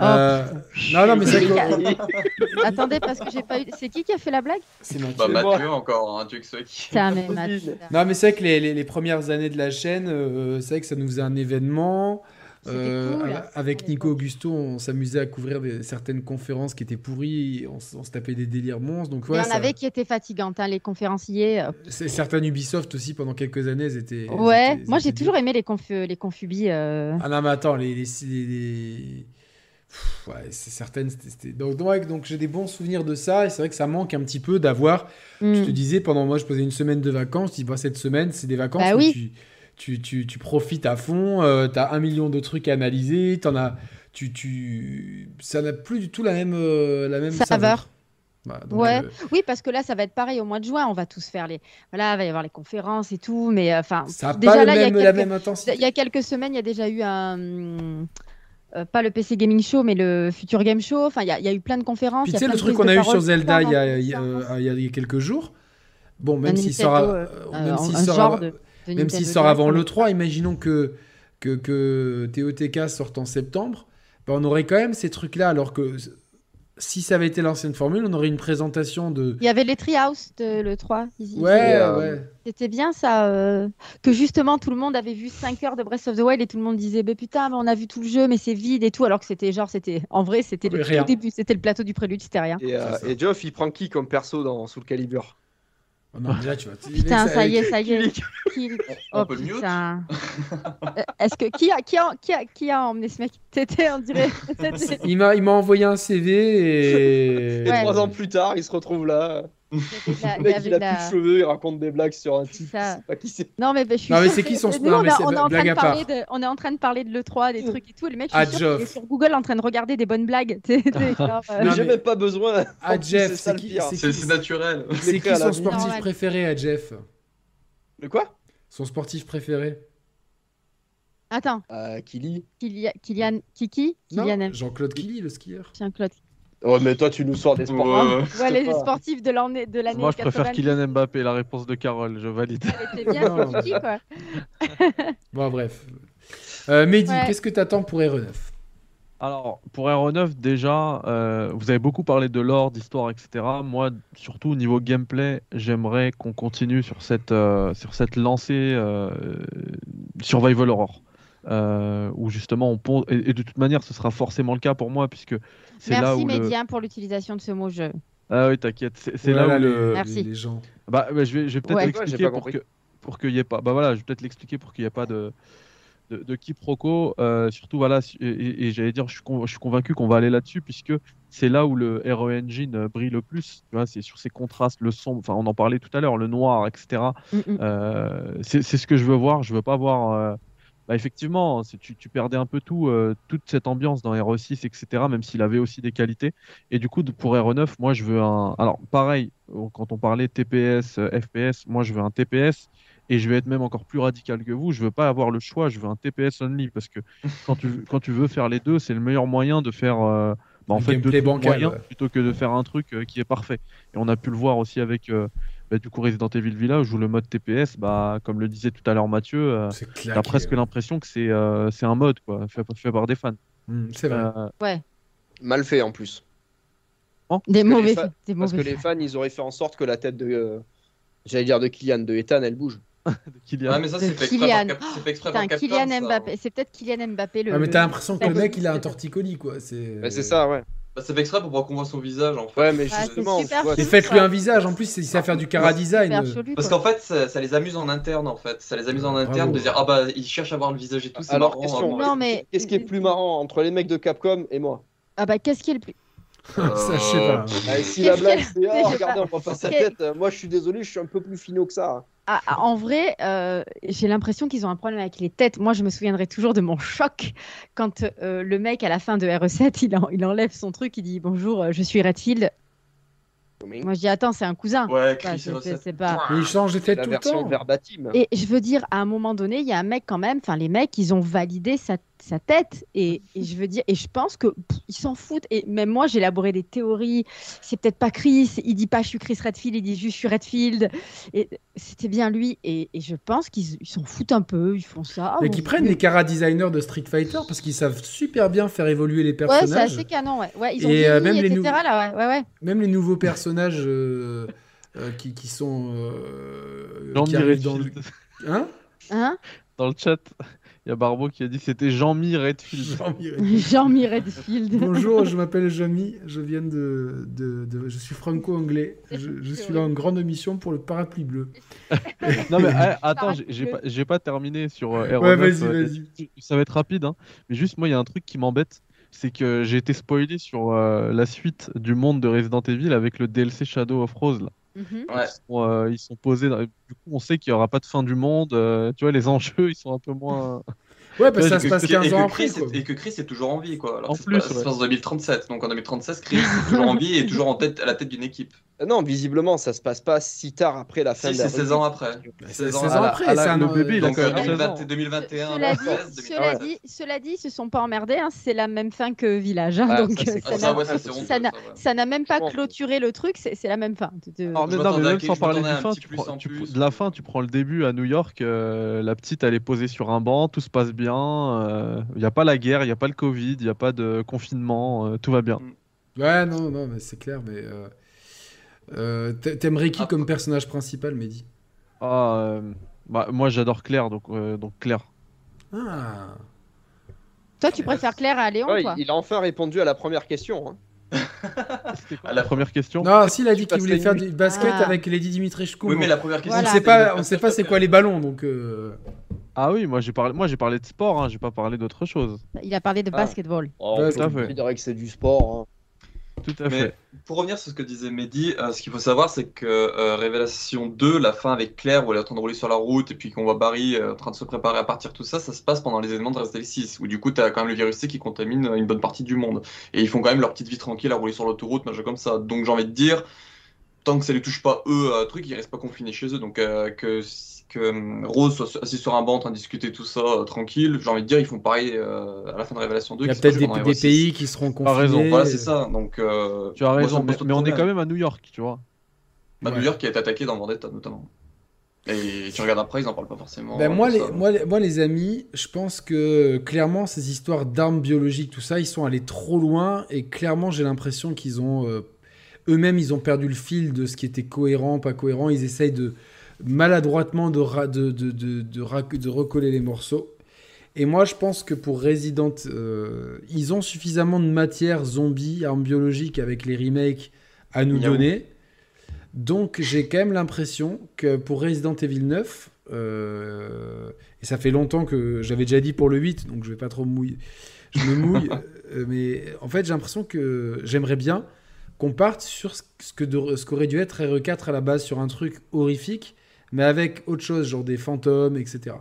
S5: Oh,
S1: Euh, non, non, mais c'est vrai que-
S5: Attendez, parce que j'ai pas eu. C'est qui qui a fait la blague
S1: c'est Mathieu.
S4: Bah,
S3: C'est moi.
S4: Mathieu encore, hein, Dieu que ce soit qui.
S5: Putain, mais Matt,
S3: possible.
S5: putain.
S1: Non, mais c'est vrai que les, les- les premières années de la chaîne, euh, c'est vrai que ça nous faisait un événement.
S5: C'était
S1: Euh,
S5: cool.
S1: a- avec Nico Augusto, on s'amusait à couvrir des- certaines conférences qui étaient pourries, on, s- on se tapait des délires monstres. Donc,
S5: Il
S1: ouais,
S5: y en
S1: ça-
S5: avait qui étaient fatigantes, hein, les conférenciers. euh,
S1: c'est- certaines Ubisoft aussi, pendant quelques années, elles étaient. elles
S5: Ouais,
S1: étaient- elles
S5: moi j'ai
S1: étaient
S5: toujours aimé les, conf... les confubies. euh,
S1: Ah non, mais attends, les. les, les- les- Pff, ouais, c'est certaines. c'était- c'était- Donc, donc, ouais, donc j'ai des bons souvenirs de ça, et c'est vrai que ça manque un petit peu d'avoir. Je
S5: hmm.
S1: te disais, pendant moi, je posais une semaine de vacances, je dis, bah, cette semaine, c'est des vacances
S5: Bah
S1: où
S5: oui.
S1: tu, tu, tu, tu profites à fond, tu t'as un million de trucs à analyser, t'en as. Tu, tu... Ça n'a plus du tout la même, euh, la même
S5: Saveur.
S1: Voilà, donc,
S5: Ouais.
S1: euh,
S5: Oui, parce que là, ça va être pareil au mois de juin. On va tous faire les. Voilà, il va y avoir les conférences et tout. Mais euh, enfin,
S1: ça n'a
S5: déjà
S1: pas le
S5: là, il y a
S1: même, la
S5: quelques-
S1: même
S5: il
S1: intensité.
S5: y a quelques semaines, il y a déjà eu un. euh, pas le PC Gaming Show, mais le Future Game Show. Enfin, il y, a- il y a eu plein de conférences.
S1: Puis
S5: il
S1: tu
S5: y
S1: sais,
S5: plein
S1: le
S5: de
S1: truc
S5: prises
S1: qu'on a
S5: de
S1: eu sur
S5: parole,
S1: Zelda il y, a,
S5: plein
S1: il y a-
S5: d'interventions.
S1: euh, il y a- il y a quelques jours, bon, même
S5: Un
S1: s'il sort, à-
S5: Nintendo,
S1: euh,
S5: euh,
S1: même
S5: un-
S1: s'il
S5: un
S1: sort à-
S5: genre de- de
S1: Même s'il
S5: Nintendo
S1: sort avant
S5: Direct. hein.
S1: l'E3, imaginons que, que, que TOTK sorte en septembre, ben on aurait quand même ces trucs-là, alors que si ça avait été l'ancienne formule, on aurait une présentation de...
S5: Il y avait les Treehouse de l'E3. Ils- ils-
S1: Ouais,
S3: euh,
S1: ouais.
S5: C'était bien ça, euh, que justement tout le monde avait vu 5 heures de Breath of the Wild et tout le monde disait bah, putain, mais on a vu tout le jeu, mais c'est vide et tout, alors que c'était genre, c'était en vrai, c'était le
S1: Rien.
S5: tout début, c'était le plateau du prélude, c'était rien.
S3: Et, euh,
S1: C'est ça.
S3: et Geoff, il prend qui comme perso dans Soul Calibur
S1: Oh non, déjà, tu vois, tu-
S5: Putain, ça y est, ça y est.
S3: Kulik.
S5: Qui-
S4: On
S5: Oh
S4: peut le mute
S5: putain. Euh, Est-ce que qui a, qui, a, qui, a, qui a emmené ce mec T'étais, on dirait. c'était-
S1: Il m'a il m'a envoyé un CV et...
S3: Et
S5: Ouais.
S3: trois ans plus tard, il se retrouve là.
S5: c'était de la- il
S3: Le
S5: y
S3: mec,
S5: avait
S3: il a
S5: de la-
S3: plus de cheveux, il raconte des blagues sur un
S5: C'est
S3: type.
S5: ça.
S3: Je sais pas qui c'est.
S5: Non mais bah, je suis
S1: Non, mais
S5: sûre
S1: c'est
S5: que-
S1: qui son-
S5: nous,
S1: non,
S5: on,
S1: mais
S5: est-
S1: c'est-
S5: on est en
S1: blague
S5: train de
S1: à part.
S5: parler de, on est en train de parler de l'E3, des trucs et tout, et le mec, je
S1: Ah,
S5: suis sûre qu'il est
S1: Geoff.
S5: sur Google en train de regarder des bonnes blagues. tu sais, des- genre,
S1: Non,
S5: euh,
S3: mais j'ai
S1: mais-
S3: même pas besoin. En
S1: Ah,
S3: plus,
S1: Jeff,
S3: c'est ça
S1: c'est
S3: le
S1: qui,
S3: pire.
S1: c'est
S4: C'est
S1: qui-
S4: c'est naturel.
S1: c'est
S3: l'écrit
S1: qui
S3: à
S1: son
S3: la
S1: sportif
S5: Normal.
S1: préféré à Jeff
S3: De quoi
S1: Son sportif préféré
S5: Attends,
S3: euh, Qui lit
S5: Kylia- Kylian, Kiki,
S1: Non,
S5: Kylian Mbappé.
S1: Jean-Claude Killy, le skieur.
S5: Jean-Claude.
S3: Ouais, Oh, mais toi, tu nous sors des sports.
S4: Ouais.
S5: Ouais, les
S3: pas.
S5: sportifs de l'année de l'année
S8: Moi, je préfère
S5: 90,
S8: Kylian Mbappé, la réponse de Carole, je valide.
S5: elle était bien,
S1: Non.
S5: c'est Kiki, quoi.
S1: Bon, bref. Euh, Mehdi,
S5: Ouais.
S1: qu'est-ce que t'attends pour E R9
S8: Alors, pour R9, déjà, euh, vous avez beaucoup parlé de lore, d'histoire, etc. Moi, surtout au niveau gameplay, j'aimerais qu'on continue sur cette, euh, sur cette lancée euh, Survival Horror. euh, où justement on pond et, et de toute manière ce sera forcément le cas pour moi puisque c'est là
S5: Merci
S8: où le...
S5: Médien pour l'utilisation de ce mot jeu.
S8: ah oui t'inquiète c'est c'est
S1: Oh
S8: là, où
S1: là là,
S8: le-
S1: le-
S5: Merci.
S1: les gens.
S8: Bah, bah, je vais, je vais peut-être
S5: Ouais.
S3: Pourquoi j'ai
S8: l'expliquer
S3: pas
S8: pour
S3: compris
S8: que pour qu'il y ait pas. Bah voilà, je vais peut-être l'expliquer pour qu'il n'y ait pas de de, de quiproquo. Euh, surtout voilà, si- et, et- et j'allais dire, je suis, con- je suis convaincu qu'on va aller là-dessus puisque c'est là où le RE Engine euh, brille le plus. Tu vois, c'est sur ces contrastes, le sombre. Enfin, on en parlait tout à l'heure, le noir, etc.
S5: Mm, mm.
S8: Euh, c'est c'est ce que je veux voir. Je veux pas voir. euh, Bah effectivement, c'est- tu, tu perdais un peu tout, euh, toute cette ambiance dans E RE6, etc., même s'il avait aussi des qualités. Et du coup, de- pour RE9, moi, je veux un. Alors, pareil, on- quand on parlait TPS, euh, FPS, moi, je veux un TPS. Et je vais être même encore plus radical que vous. Je veux pas avoir le choix. Je veux un TPS only parce que quand tu, quand tu veux faire les deux, c'est le meilleur moyen de faire. euh, bah, en
S1: Le
S8: fait, deux
S1: gameplay
S8: trucs
S1: bancal,
S8: moyens
S1: ouais.
S8: plutôt que de faire un truc euh, qui est parfait. Et on a pu le voir aussi avec euh, bah, du coup Resident Evil Village où le mode TPS, bah, comme le disait tout à l'heure Mathieu, euh,
S1: C'est
S8: T'as
S1: claqué.
S8: presque l'impression que c'est euh, c'est un mode, quoi, fait, fait par des fans.
S1: Hmm, c'est vrai.
S8: Euh,
S3: Mal fait en plus.
S5: Des
S3: que les
S5: mauvais,
S3: fa-
S5: des
S3: Parce que
S5: mauvais
S3: les fans, ils auraient fait en sorte que la tête de. euh, J'allais dire de Kylian, de Ethan, elle bouge.
S8: Kylian.
S4: Ah, mais ça,
S5: De
S4: c'est fait exprès par
S5: Kylian.
S4: cap- c'est fait exprès
S5: Putain,
S4: par Capcom,
S5: Kylian
S4: ça.
S5: Mbappé. C'est peut-être Kylian Mbappé le.
S1: Ah, mais t'as l'impression que le
S5: le-
S1: mec, il a un torticolis, quoi. C'est
S3: Bah, c'est ça, ouais.
S4: Bah, c'est fait exprès pour pas qu'on voit son visage en fait.
S3: Ouais, mais
S5: Ah, c'est
S3: justement,
S5: super
S3: ouais,
S1: Et
S5: chelou,
S1: faites-lui
S5: ça.
S1: un visage. En plus, c'est ça faire du cara design.
S5: Super chelou,
S4: Parce
S5: quoi.
S4: qu'en fait, ça, ça les amuse en interne en fait. Ça les amuse en
S1: Bravo.
S4: interne de dire ah bah ils cherchent à voir le visage et tout. C'est
S3: Alors,
S4: marrant,
S3: question.
S4: hein,
S5: Non, mais.
S3: Qu'est-ce qui est plus marrant entre les mecs de Capcom et moi
S5: Ah bah, qu'est-ce qui est le plus.
S4: Euh,
S1: Ça, je sais pas.
S3: Ah, et Si la
S5: Qu'est-ce
S3: blague c'est ah,
S5: je sais
S3: regardez, on voit pas sa
S5: Qu'est-
S3: tête. euh, Moi, je suis désolé, je suis un peu plus finot que ça.
S5: Ah, ah, en vrai, euh, j'ai l'impression qu'ils ont un problème avec les têtes. Moi, je me souviendrai toujours de mon choc quand euh, le mec, à la fin de RE7, il, en- il enlève son truc, il dit Bonjour, euh, je suis Redfield. Moi, je dis Attends, c'est un cousin.
S4: Ouais,
S5: Enfin,
S4: Chris
S5: c'est-
S4: et
S1: E
S5: c'est-
S4: Rosset.
S5: c'est pas-
S1: Mais il change de tête
S3: Euh, La
S1: tout le
S3: version
S1: temps.
S3: verbatim.
S5: Et je veux dire, à un moment donné, il y a un mec quand même, enfin les mecs, ils ont validé sa, sa tête. Et, et je veux dire, et je pense que pff, ils s'en foutent. Et même moi, j'ai élaboré des théories. C'est peut-être pas Chris. Il dit pas je suis Chris Redfield, il dit juste je suis Redfield. Et c'était bien lui. Et, et je pense qu'ils ils s'en foutent un peu. Ils font ça. Ah,
S1: Et
S5: bon,
S1: qui
S5: c'est
S1: prennent
S5: mieux.
S1: des cara designers de Street Fighter parce qu'ils savent super bien faire évoluer les
S5: Ouais, c'est
S1: personnages.
S5: assez canon. Ouais, ouais ils ont
S1: Et, euh,
S5: vieilli,
S1: même les
S5: etc.
S1: nouveaux-
S5: Là, ouais, ouais, ouais.
S1: Même les nouveaux personnages euh, euh, qui, qui sont. euh,
S8: Jean
S1: qui arrivent dans le.
S8: Redfield.
S1: Hein
S5: Hein
S8: Dans le chat, il y a Barbeau qui a dit c'était Jean-Mi Redfield.
S1: Jean-Mi Redfield.
S5: Jean-Mi Redfield.
S1: Bonjour, je m'appelle Jamy, je viens de, de, de- Je suis franco-anglais. Je, je suis là en grande mission pour le parapluie bleu.
S8: non mais eh, attends,
S5: Parapluie
S8: j'ai- j'ai
S5: bleu.
S8: pas, j'ai pas terminé sur euh,
S1: Ouais,
S8: R9,
S1: vas-y,
S8: euh,
S1: vas-y.
S8: Ça va être rapide, hein. mais juste moi, il y a un truc qui m'embête, c'est que j'ai été spoilé sur euh, la suite du monde de Resident Evil avec le DLC Shadow of Rose. Là.
S5: Mhm.
S4: Ouais.
S8: Ils, sont, euh, ils sont posés, dans- du coup, on sait qu'il y aura pas de fin du monde. euh, tu vois, les enjeux, ils sont un peu moins.
S1: Ouais, parce que
S8: Ouais,
S1: ça
S8: et
S1: se
S8: que-
S1: passe
S4: Et
S1: 15 ans
S4: que
S1: après.
S4: Chris
S1: Quoi.
S4: est- et que Chris est toujours en vie quoi. Alors
S8: En
S4: c'est
S8: plus,
S4: pas- ça se
S8: ouais.
S4: passe en 2037. Donc en 2036, Chris est toujours en vie et toujours en tête à la tête d'une équipe.
S3: Euh, Non, visiblement, ça se passe pas si tard après la fin
S4: Si
S3: de la
S4: c'est 16 ans après.
S1: Bah, c'est
S4: 16
S1: 16
S4: à
S1: ans
S4: la-
S1: après,
S8: à la-
S1: c'est un
S8: le
S1: an-
S8: bébé, il a
S1: donc,
S4: Donc
S8: quand
S4: euh,
S8: même
S1: euh,
S8: 16
S4: 2020
S8: ans.
S4: 2021,
S5: Cela dit,
S4: 2016,
S5: Cela
S4: 2017.
S5: dit, cela dit, ils se sont pas emmerdés. hein, C'est la même fin que Village. hein,
S3: Ah,
S5: donc,
S3: ça, c'est
S5: euh,
S4: Ah,
S5: ça
S4: ça,
S5: n'a-
S4: ouais, ça, c'est honteux,
S5: ça n'a-
S4: ça, ouais.
S5: ça n'a même pas
S3: Franchement.
S5: clôturé le truc. C'est c'est la même fin. De- de-
S8: Non, mais,
S4: Je
S8: non, mais
S4: m'attendais à
S8: même
S4: quelque-
S8: sans
S4: je
S8: parler
S4: m'attendais
S8: du
S4: à un
S8: fin,
S4: petit
S8: tu
S4: plus
S8: prends-
S4: en
S8: tu
S4: plus.
S8: prends- de la fin, tu prends le début à New York, euh, la petite elle est posée sur un banc, tout se passe bien, euh, il n'y a pas la guerre, il n'y a pas le Covid, il n'y a pas de confinement, euh, tout va bien.
S1: Ouais, non, non, mais c'est clair, mais. euh, euh, t'a- T'aimerais qui
S4: Ah.
S1: comme personnage principal, Mehdi
S8: Ah, euh, bah, moi j'adore Claire, donc, euh, donc Claire.
S1: Ah
S5: Toi, tu préfères Claire à Léon,
S3: Ouais,
S5: quoi.
S3: il a enfin répondu à la première question. hein.
S8: C'était quoi
S4: À la-
S8: la première question
S1: Non, s'il a dit qu'il
S3: passes
S1: voulait
S3: la
S1: faire
S3: nuit.
S1: du basket
S5: Ah.
S1: avec Lady Dimitrescu.
S4: Oui,
S1: on-
S4: mais la première question
S1: on ne
S5: Voilà.
S1: sait
S4: c'était
S1: pas,
S4: de-
S1: on sait pas c'est quoi les ballons, donc. euh,
S8: Ah oui, moi j'ai parlé, moi j'ai parlé de sport, hein, j'ai pas parlé d'autre chose.
S5: Il a parlé de
S3: Ah.
S5: basketball.
S3: Oh,
S1: Ouais,
S3: on
S1: tout
S8: à
S3: peut
S8: fait.
S3: considérer que c'est du sport. hein.
S8: Tout à
S4: Mais
S8: fait.
S4: pour revenir sur ce que disait Mehdi, euh, ce qu'il faut savoir, c'est que euh, Révélation 2, la fin avec Claire où elle est en train de rouler sur la route et puis qu'on voit Barry euh, en train de se préparer à partir, tout ça, ça se passe pendant les événements de Resident Evil 6, où du coup, tu as quand même le virus C qui contamine euh, une bonne partie du monde. Et ils font quand même leur petite vie tranquille à rouler sur l'autoroute, machin comme ça. Donc j'ai envie de dire, tant que ça les touche pas eux, euh, truc, ils restent pas confinés chez eux. Donc euh, que, que hum, Rose soit assise sur un banc en train de discuter tout ça euh, tranquille, j'ai envie de dire, ils font pareil euh, à la fin de Révélation 2.
S1: Il y a
S4: qui se passe
S1: peut-être des,
S4: pendant
S1: des
S4: Resident Evil 6.
S1: pays qui seront confinés.
S8: raison,
S4: Voilà, c'est ça. Donc, euh,
S8: Tu as
S4: moi, ça
S8: raison,
S4: me
S8: mais,
S4: pose pas de
S8: mais on est
S4: problème.
S8: quand même à New York, tu vois.
S4: Bah,
S1: Ouais.
S4: New York qui a été attaqué dans Vendetta notamment. Et tu regardes après, ils en parlent pas forcément.
S1: Ben, moi,
S4: tout
S1: les,
S4: ça.
S1: moi, les- moi, les amis, je pense que clairement, ces histoires d'armes biologiques, tout ça, ils sont allés trop loin. Et clairement, j'ai l'impression qu'ils ont. euh, Eux-mêmes, ils ont perdu le fil de ce qui était cohérent, pas cohérent. Ils essayent de maladroitement de, ra- de, de, de, de ra- de recoller les morceaux. Et moi, je pense que pour Resident, euh, ils ont suffisamment de matière zombie, armes biologiques avec les remakes à nous
S4: Miaou.
S1: donner. Donc, j'ai quand même l'impression que pour Resident Evil 9, euh, et ça fait longtemps que j'avais déjà dit pour le 8, donc je vais pas trop me mouiller. Je me mouille, euh, mais en fait, j'ai l'impression que j'aimerais bien qu'on parte sur ce ce que de- ce qu'aurait dû être RE4 à la base, sur un truc horrifique, mais avec autre chose, genre des fantômes, etc.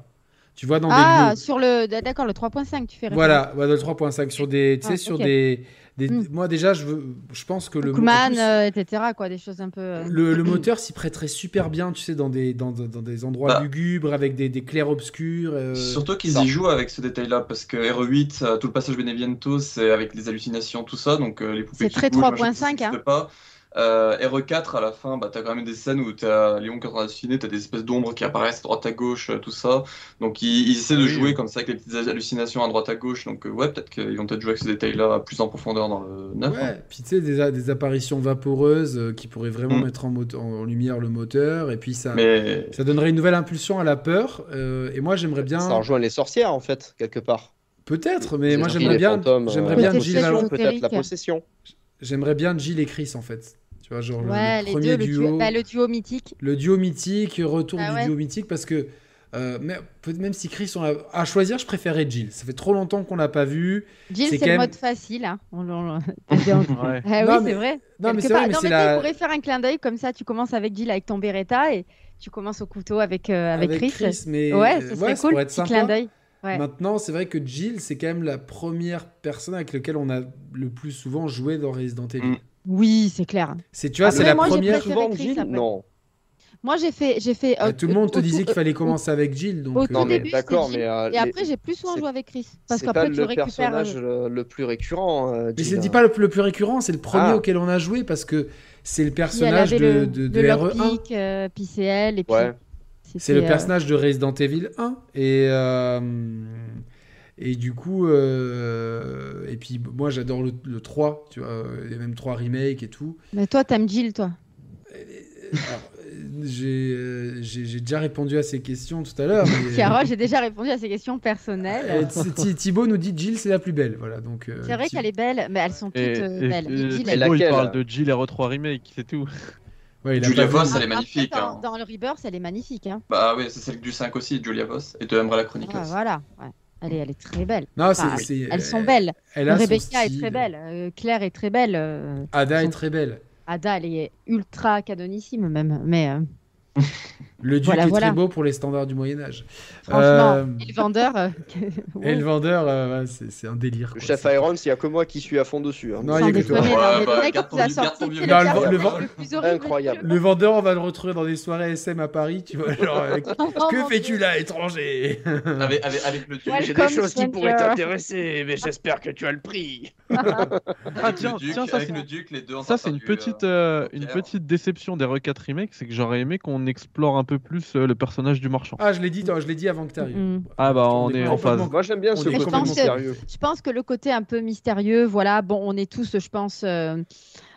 S1: Tu vois, dans des
S5: Ah,
S1: lieux-
S5: sur le. D'accord, le 3.5, tu fais référence.
S1: voilà, bah, voilà, le 3.5 sur des, tu sais,
S5: Ah,
S1: sur
S5: ok.
S1: des, des-
S5: Hmm.
S1: moi déjà, je veux, je pense que le, en
S5: Cookman,
S1: plus,
S5: euh, etc. Quoi, des choses un peu. euh,
S1: le, le moteur s'y prêterait super bien, tu sais, dans des, dans, dans- dans des endroits
S4: Bah.
S1: lugubres avec des, des clairs obscurs. euh,
S4: Surtout qu'ils
S3: ça.
S4: y jouent avec ce détail-là, parce que RE8, euh, tout le passage Beneviento, c'est avec les hallucinations, tout ça, donc euh, les poupées
S5: C'est
S4: qui
S5: très
S4: bougent,
S5: 3.5,
S4: machin, tout ça, ça
S5: hein.
S4: se fait pas. Euh, RE4, à la fin, bah, t'as quand même des scènes où t'as Léon qui est en train d'halluciner, t'as des espèces d'ombres qui apparaissent à droite à gauche, euh, tout ça. Donc ils, ils essaient de
S8: Oui.
S4: jouer comme ça avec les petites hallucinations à droite à gauche. Donc euh, ouais, peut-être qu'ils vont peut-être jouer avec ces détails-là plus en profondeur dans le 9. hein.
S1: Ouais, puis tu sais, des, a- des apparitions vaporeuses euh, qui pourraient vraiment
S4: Mm.
S1: mettre en, mot- en lumière le moteur, et puis ça,
S4: Mais
S1: ça donnerait une nouvelle impulsion à la peur. euh, et moi, j'aimerais bien.
S3: Ça rejoint les sorcières, en fait, quelque part.
S1: Peut-être, mais
S3: Les
S1: moi,
S3: esprits,
S1: j'aimerais
S3: les
S1: bien,
S3: fantômes,
S1: j'aimerais
S3: euh,
S5: bien
S3: la
S5: Gilles
S3: possession,
S5: Valon.
S3: peut-être la
S5: Ésotérique.
S3: possession.
S1: j'aimerais bien Jill et Chris, en fait. Tu vois, genre le-
S5: Ouais,
S1: le,
S5: les
S1: premier
S5: deux, le
S1: duo.
S5: duo, bah, le duo mythique.
S1: Le duo mythique, retour
S5: Ah
S1: du
S5: ouais.
S1: duo mythique, parce que euh, mais- peut- même si Chris, on l'a- à choisir, je préférais Jill. Ça fait trop longtemps qu'on l'a pas vu.
S5: Jill,
S1: C'est
S5: c'est
S1: quand
S5: le
S1: même-
S5: mode facile. hein. On l'en- Ah
S8: Ouais.
S1: Non, mais-
S5: oui, c'est vrai.
S1: Non, mais c'est vrai,
S5: Quelque part-
S1: mais
S5: non,
S1: c'est
S5: mais tu sais,
S1: la.
S5: pourrais faire un clin d'œil comme ça. Tu commences avec Jill avec ton Beretta et tu commences au couteau avec, euh, avec, Chris.
S1: mais
S5: Ouais,
S1: euh,
S5: ce
S1: ouais,
S5: serait
S1: ça
S5: cool.
S1: pourrait être
S5: Petit
S1: sympa.
S5: clin d'œil. Ouais.
S1: Maintenant, c'est vrai que Jill, c'est quand même la première personne avec laquelle on a le plus souvent joué dans Resident Evil.
S4: Mm.
S5: Oui, c'est clair.
S1: C'est, tu vois,
S5: Après,
S1: c'est la
S5: Ah, moi, j'ai
S1: première.
S5: préféré
S3: Souvent,
S5: Chris,
S3: Gilles,
S5: après.
S3: non.
S5: Moi, j'ai fait. j'ai fait
S1: Bah,
S5: euh,
S1: tout le monde te
S5: au
S1: disait qu'il
S5: euh,
S1: fallait
S5: au-
S1: commencer avec Jill, donc.
S5: au
S1: euh,
S5: tout
S3: Non, mais
S5: début,
S3: d'accord,
S5: c'était
S3: mais. euh,
S5: Et
S3: les-
S5: après, j'ai plus souvent
S3: c'est-
S5: joué avec Chris. Parce
S3: c'est pas
S5: qu'après, tu
S3: le
S5: récupères. euh,
S3: personnage euh, le plus récurrent. euh,
S1: Mais c'est
S3: Jill.
S1: dit pas le, le plus récurrent, c'est le premier
S3: Ah.
S1: auquel on a joué parce que c'est le
S5: Puis elle
S1: personnage
S5: avait
S1: de,
S5: le,
S1: de, de
S5: le
S1: RE1.
S5: Lockpick, euh, puis c'est elle, et puis
S3: Ouais.
S1: C'est le
S5: c'était, euh,
S1: personnage de Resident Evil 1. Et, euh, et du coup, euh, et puis moi j'adore le, le 3, tu vois, il y a même 3 remakes et tout.
S5: Mais bah, toi, t'aimes Jill, toi.
S1: Alors, euh, j'ai euh, j'ai- j'ai déjà répondu à ces questions tout à l'heure. mais-
S5: Carole, j'ai déjà répondu à ces questions
S1: Euh,
S5: personnelles.
S1: Thi- Thi- Thibaut nous dit Jill, c'est la plus belle. Voilà, donc, euh,
S5: C'est vrai
S1: Thi-
S5: qu'elle est belle, mais elles sont toutes
S8: Et,
S5: euh,
S8: et-
S5: belles.
S8: et
S5: Et Jill,
S3: mais
S5: elle-
S8: Thibaut, il
S3: laquelle
S8: parle de Jill et R3 Remake, c'est tout.
S1: Ouais, il a
S4: Julia
S1: pas
S4: Voss,
S1: fait-
S4: elle est
S5: Après,
S4: magnifique.
S5: dans,
S4: hein.
S5: dans le Rebirth, elle est magnifique. Hein.
S4: Bah oui, c'est celle du 5 aussi, Julia Voss, et de Umbrella Chronicles.
S5: Ah, voilà, ouais. elle, est, elle est très belle.
S1: Non,
S5: Enfin,
S1: c'est- c'est-
S5: Ah, Elles sont
S1: elle-
S5: belles.
S1: elle a son
S5: Rebecca est
S1: style.
S5: très belle. euh, Claire est très belle. euh,
S1: Ada est très belle.
S5: Ada, elle est ultra canonissime, même. Mais euh,
S1: Le duc
S5: Voilà,
S1: est
S5: voilà.
S1: très beau pour les standards du Moyen Âge.
S5: franchement,
S1: Euh,
S5: et le vendeur. euh, wow.
S1: Et le vendeur, euh, ouais, c'est c'est un délire.
S3: Le
S1: quoi.
S3: chef
S1: C'est-
S3: Irons, il y a que moi qui suis à fond dessus. hein.
S1: Non, il y a
S5: Sans
S1: que toi.
S5: déconner,
S4: Ouais,
S5: non, mais
S4: bah,
S5: le mec,
S4: garde
S5: quand
S4: ton
S5: il a
S4: vieux- garde
S5: sorti,
S4: ton
S5: c'est
S4: vieux
S5: le
S1: mec.
S5: gars
S1: Non, Bah, le-
S5: le
S1: le-
S5: plus horrible.
S3: Incroyable.
S1: Le vendeur, on va le retrouver dans des soirées SM à Paris. Tu vois, genre, euh,
S5: Oh,
S1: que fais-tu là, étranger
S4: Avec, avec, avec le duc.
S5: Ouais,
S4: J'ai-
S5: J'ai des Welcome, choses qui stranger. pourraient
S8: euh,
S9: t'intéresser, mais j'espère que tu as le prix.
S8: Ah, tiens,
S4: le duc,
S8: tiens, ça,
S4: avec
S8: c'est-
S4: le duc, les deux en train
S8: Ça, c'est une
S4: de faire du, euh,
S8: petite, euh, une
S4: poker.
S8: petite déception des R4 Remake, c'est que j'aurais aimé qu'on explore un peu plus euh, le personnage du marchand.
S1: Ah, je l'ai dit, toi, je l'ai dit avant que tu arrives.
S5: Mm.
S8: Ah bah, on est en
S1: complètement-
S8: phase.
S3: Moi, j'aime bien
S1: On
S3: ce
S1: est
S3: côté
S5: complètement-
S3: mystérieux.
S5: Je pense que le côté un peu mystérieux, voilà, bon, on est tous, je pense. euh,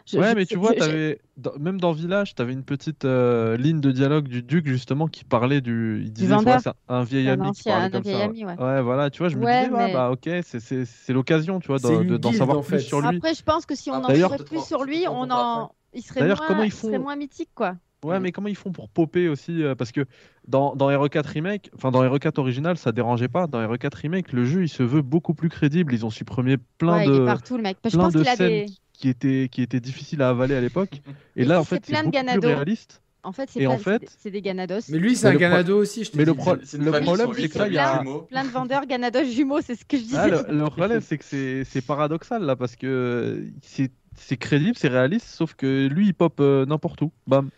S5: je-
S8: ouais,
S5: je-
S8: mais tu
S5: je-
S8: vois,
S5: je-
S8: t'avais- dans- même dans Village, t'avais une petite euh, ligne de dialogue du Duc, justement, qui parlait du. Il disait, tu vois,
S5: vendeur.
S8: c'est un vieil
S5: Un
S8: ami qui
S5: ancien-
S8: parlait
S5: un
S8: comme
S5: vieil
S8: ça.
S5: ami, ouais.
S8: Ouais, voilà, tu vois, je me
S5: Ouais,
S8: disais, ouais,
S5: mais-
S8: bah ok, c'est- c'est c'est l'occasion, tu vois,
S1: C'est
S8: d'en
S1: une
S8: de- d'en
S1: guilde,
S8: savoir
S1: en
S8: plus
S1: fait.
S8: sur lui.
S5: Après, je pense que si on en
S8: D'ailleurs,
S5: saurait plus
S4: peut-être
S5: sur
S4: en-
S5: lui,
S4: peut-être en
S5: on
S4: comprendra
S5: en. Il serait,
S8: D'ailleurs,
S5: moins,
S8: comment ils
S5: il serait
S8: font
S5: moins mythique, quoi.
S8: Ouais,
S4: Mm.
S8: mais comment ils font pour popper aussi euh, Parce que dans, dans RE4 Remake, enfin dans RE4 original, ça dérangeait pas. Dans RE4 Remake, le jeu, il se veut beaucoup plus crédible. Ils ont supprimé plein
S5: ouais, il est
S8: de,
S5: partout, le mec. Parce que je
S8: plein
S5: pense
S8: de
S5: qu'il a
S8: scènes
S5: des.
S8: qui- qui, étaient, qui étaient difficiles à avaler à l'époque. Et
S5: Et
S8: là,
S5: si
S8: en fait,
S5: c'est
S8: c'est
S5: plein de
S8: beaucoup plus
S5: Ganado.
S8: réaliste.
S5: En fait, c'est
S8: Et en
S5: pas- c'est
S8: fait-
S5: des- c'est des Ganados.
S1: Mais lui, c'est
S8: Mais
S1: un
S8: le pro-
S1: ganado aussi, je te
S8: Mais le
S1: dis.
S8: pro-
S4: C'est une
S8: le
S4: famille,
S8: problème,
S4: ils sont
S8: c'est
S4: huit,
S8: que là, il y
S4: plein
S8: a,
S4: de jumeaux.
S5: Plein de vendeurs Ganados jumeaux, c'est ce que je disais.
S8: Ah, le, le problème, c'est que c'est c'est paradoxal là, parce que euh, c'est c'est crédible, c'est réaliste, sauf que lui, il pop euh, n'importe où. Bam.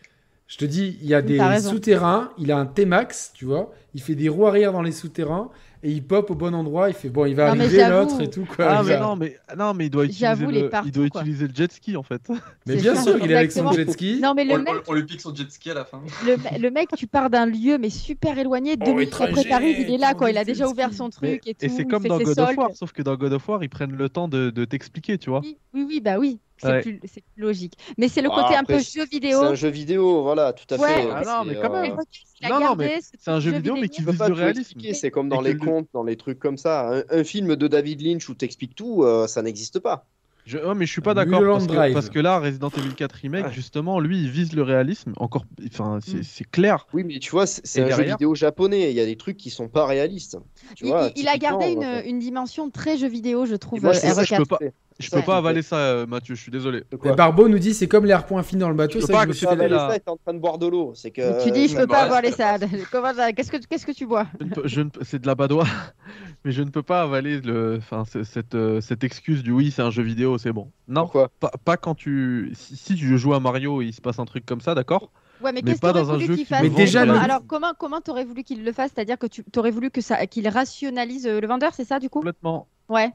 S1: Je te dis, il y a
S5: Mais
S1: des
S5: Mm, t'as raison.
S1: souterrains, il a un T-Max, tu vois, il fait des roues arrière dans les souterrains et il pop au bon endroit, il fait bon, il va
S5: Non, mais
S1: arriver
S5: j'avoue.
S1: l'autre et tout quoi.
S8: Ah,
S1: il
S8: mais
S1: va-
S8: non, mais, non, mais il doit utiliser,
S5: J'avoue, les
S8: le, il doit
S5: partout, quoi.
S8: utiliser le jet ski en fait.
S1: Mais
S5: C'est
S1: bien
S5: ça,
S1: sûr, il est avec son
S5: exactement.
S1: jet ski.
S5: Non, mais
S4: On,
S5: le mec,
S4: on- on lui pique son jet ski à la fin.
S5: le, me- le mec, tu pars d'un lieu, mais super éloigné. Deux
S1: Oh,
S5: minutes après,
S1: étranger,
S5: t'arrives, il est là,
S1: tu
S5: quoi. Il a
S1: envie de
S5: déjà
S1: jet
S5: ouvert
S1: ski.
S5: son truc
S8: Mais-
S5: et tout.
S8: et c'est
S5: il
S8: comme
S5: fait
S8: dans
S5: ses
S8: God of
S5: soldes.
S8: War, sauf que dans God of War, ils prennent le temps de, de t'expliquer, tu vois.
S5: Oui, oui, oui, bah oui, c'est
S8: Ouais.
S5: plus, c'est plus logique. Mais c'est le
S3: Ah,
S5: côté un
S3: après,
S5: peu
S3: c'est-
S5: jeu
S3: C'est
S5: vidéo.
S3: un jeu vidéo, voilà, tout à
S5: Ouais,
S3: fait.
S5: Ah
S8: non,
S3: C'est,
S8: mais quand
S5: Mais
S8: même.
S3: euh,
S5: regarde, il a
S8: Non, non,
S5: gardé
S8: mais
S5: ce
S8: C'est un jeu vidéo, mais qui
S5: vidéo.
S3: On peut
S8: vise
S3: pas
S8: le
S3: tout
S8: réalisme.
S3: expliquer, c'est comme dans
S8: Et
S3: les
S8: que le-
S3: contes, dans les trucs comme ça. Un, un film de David Lynch où t'expliques tout, euh, ça n'existe pas.
S8: Je... ouais, mais je suis pas
S1: Un
S8: d'accord
S1: Mulholland
S8: parce, que-
S1: Drive.
S8: parce que là, Resident Evil 4 Remake, justement, lui, il vise le réalisme. Encore, enfin, c'est
S5: Mm.
S8: c'est clair.
S3: Oui, mais tu vois, c'est c'est
S8: Et
S3: un jeu
S8: derrière
S3: vidéo japonais. Il y a des trucs qui sont pas réalistes. Tu
S5: Il,
S3: vois,
S5: il- il a
S3: typiquement,
S5: gardé une,
S3: euh,
S5: une dimension très jeu vidéo, je trouve.
S3: moi,
S5: euh,
S3: c'est ça,
S5: RE4.
S8: je peux pas,
S3: c'est-
S8: je
S3: ça,
S8: peux pas
S3: c'est-
S8: avaler ça, euh, Mathieu. Je suis désolé.
S3: de quoi
S1: Mais Barbeau nous dit c'est comme l'air point fini dans le bateau,
S8: Je
S1: ça
S8: peux
S1: que
S8: pas
S1: je me suis
S8: que
S1: fait
S8: ça
S3: Ah, bah,
S1: la-
S8: là.
S3: ça, t'es en train de boire de l'eau. C'est que euh,
S5: Tu dis, je peux
S4: bah,
S5: pas
S4: ouais,
S5: avoir
S4: c'est
S5: les salades. Comment ça- Qu'est-ce que qu'est-ce que tu bois
S8: Je ne peux- je ne peux- C'est de la badoie, mais je ne peux pas avaler le, enfin, c'est- cette, euh, cette excuse du oui, c'est un jeu vidéo, c'est bon. Non,
S3: Pourquoi
S8: pas, pas quand tu, si, si tu joues à Mario, et il se passe un truc comme ça, d'accord.
S5: Ouais, mais,
S8: Mais
S5: qu'est-ce que
S8: pas
S5: t'aurais
S8: dans un
S5: voulu
S8: jeu
S5: qu'il
S8: qui
S5: fasse
S1: Mais déjà,
S5: Alors,
S1: le-
S5: alors, comment comment t'aurais voulu qu'il le fasse C'est-à-dire que tu t'aurais voulu que ça qu'il rationalise euh, le vendeur, c'est ça du coup
S8: Complètement.
S5: Ouais.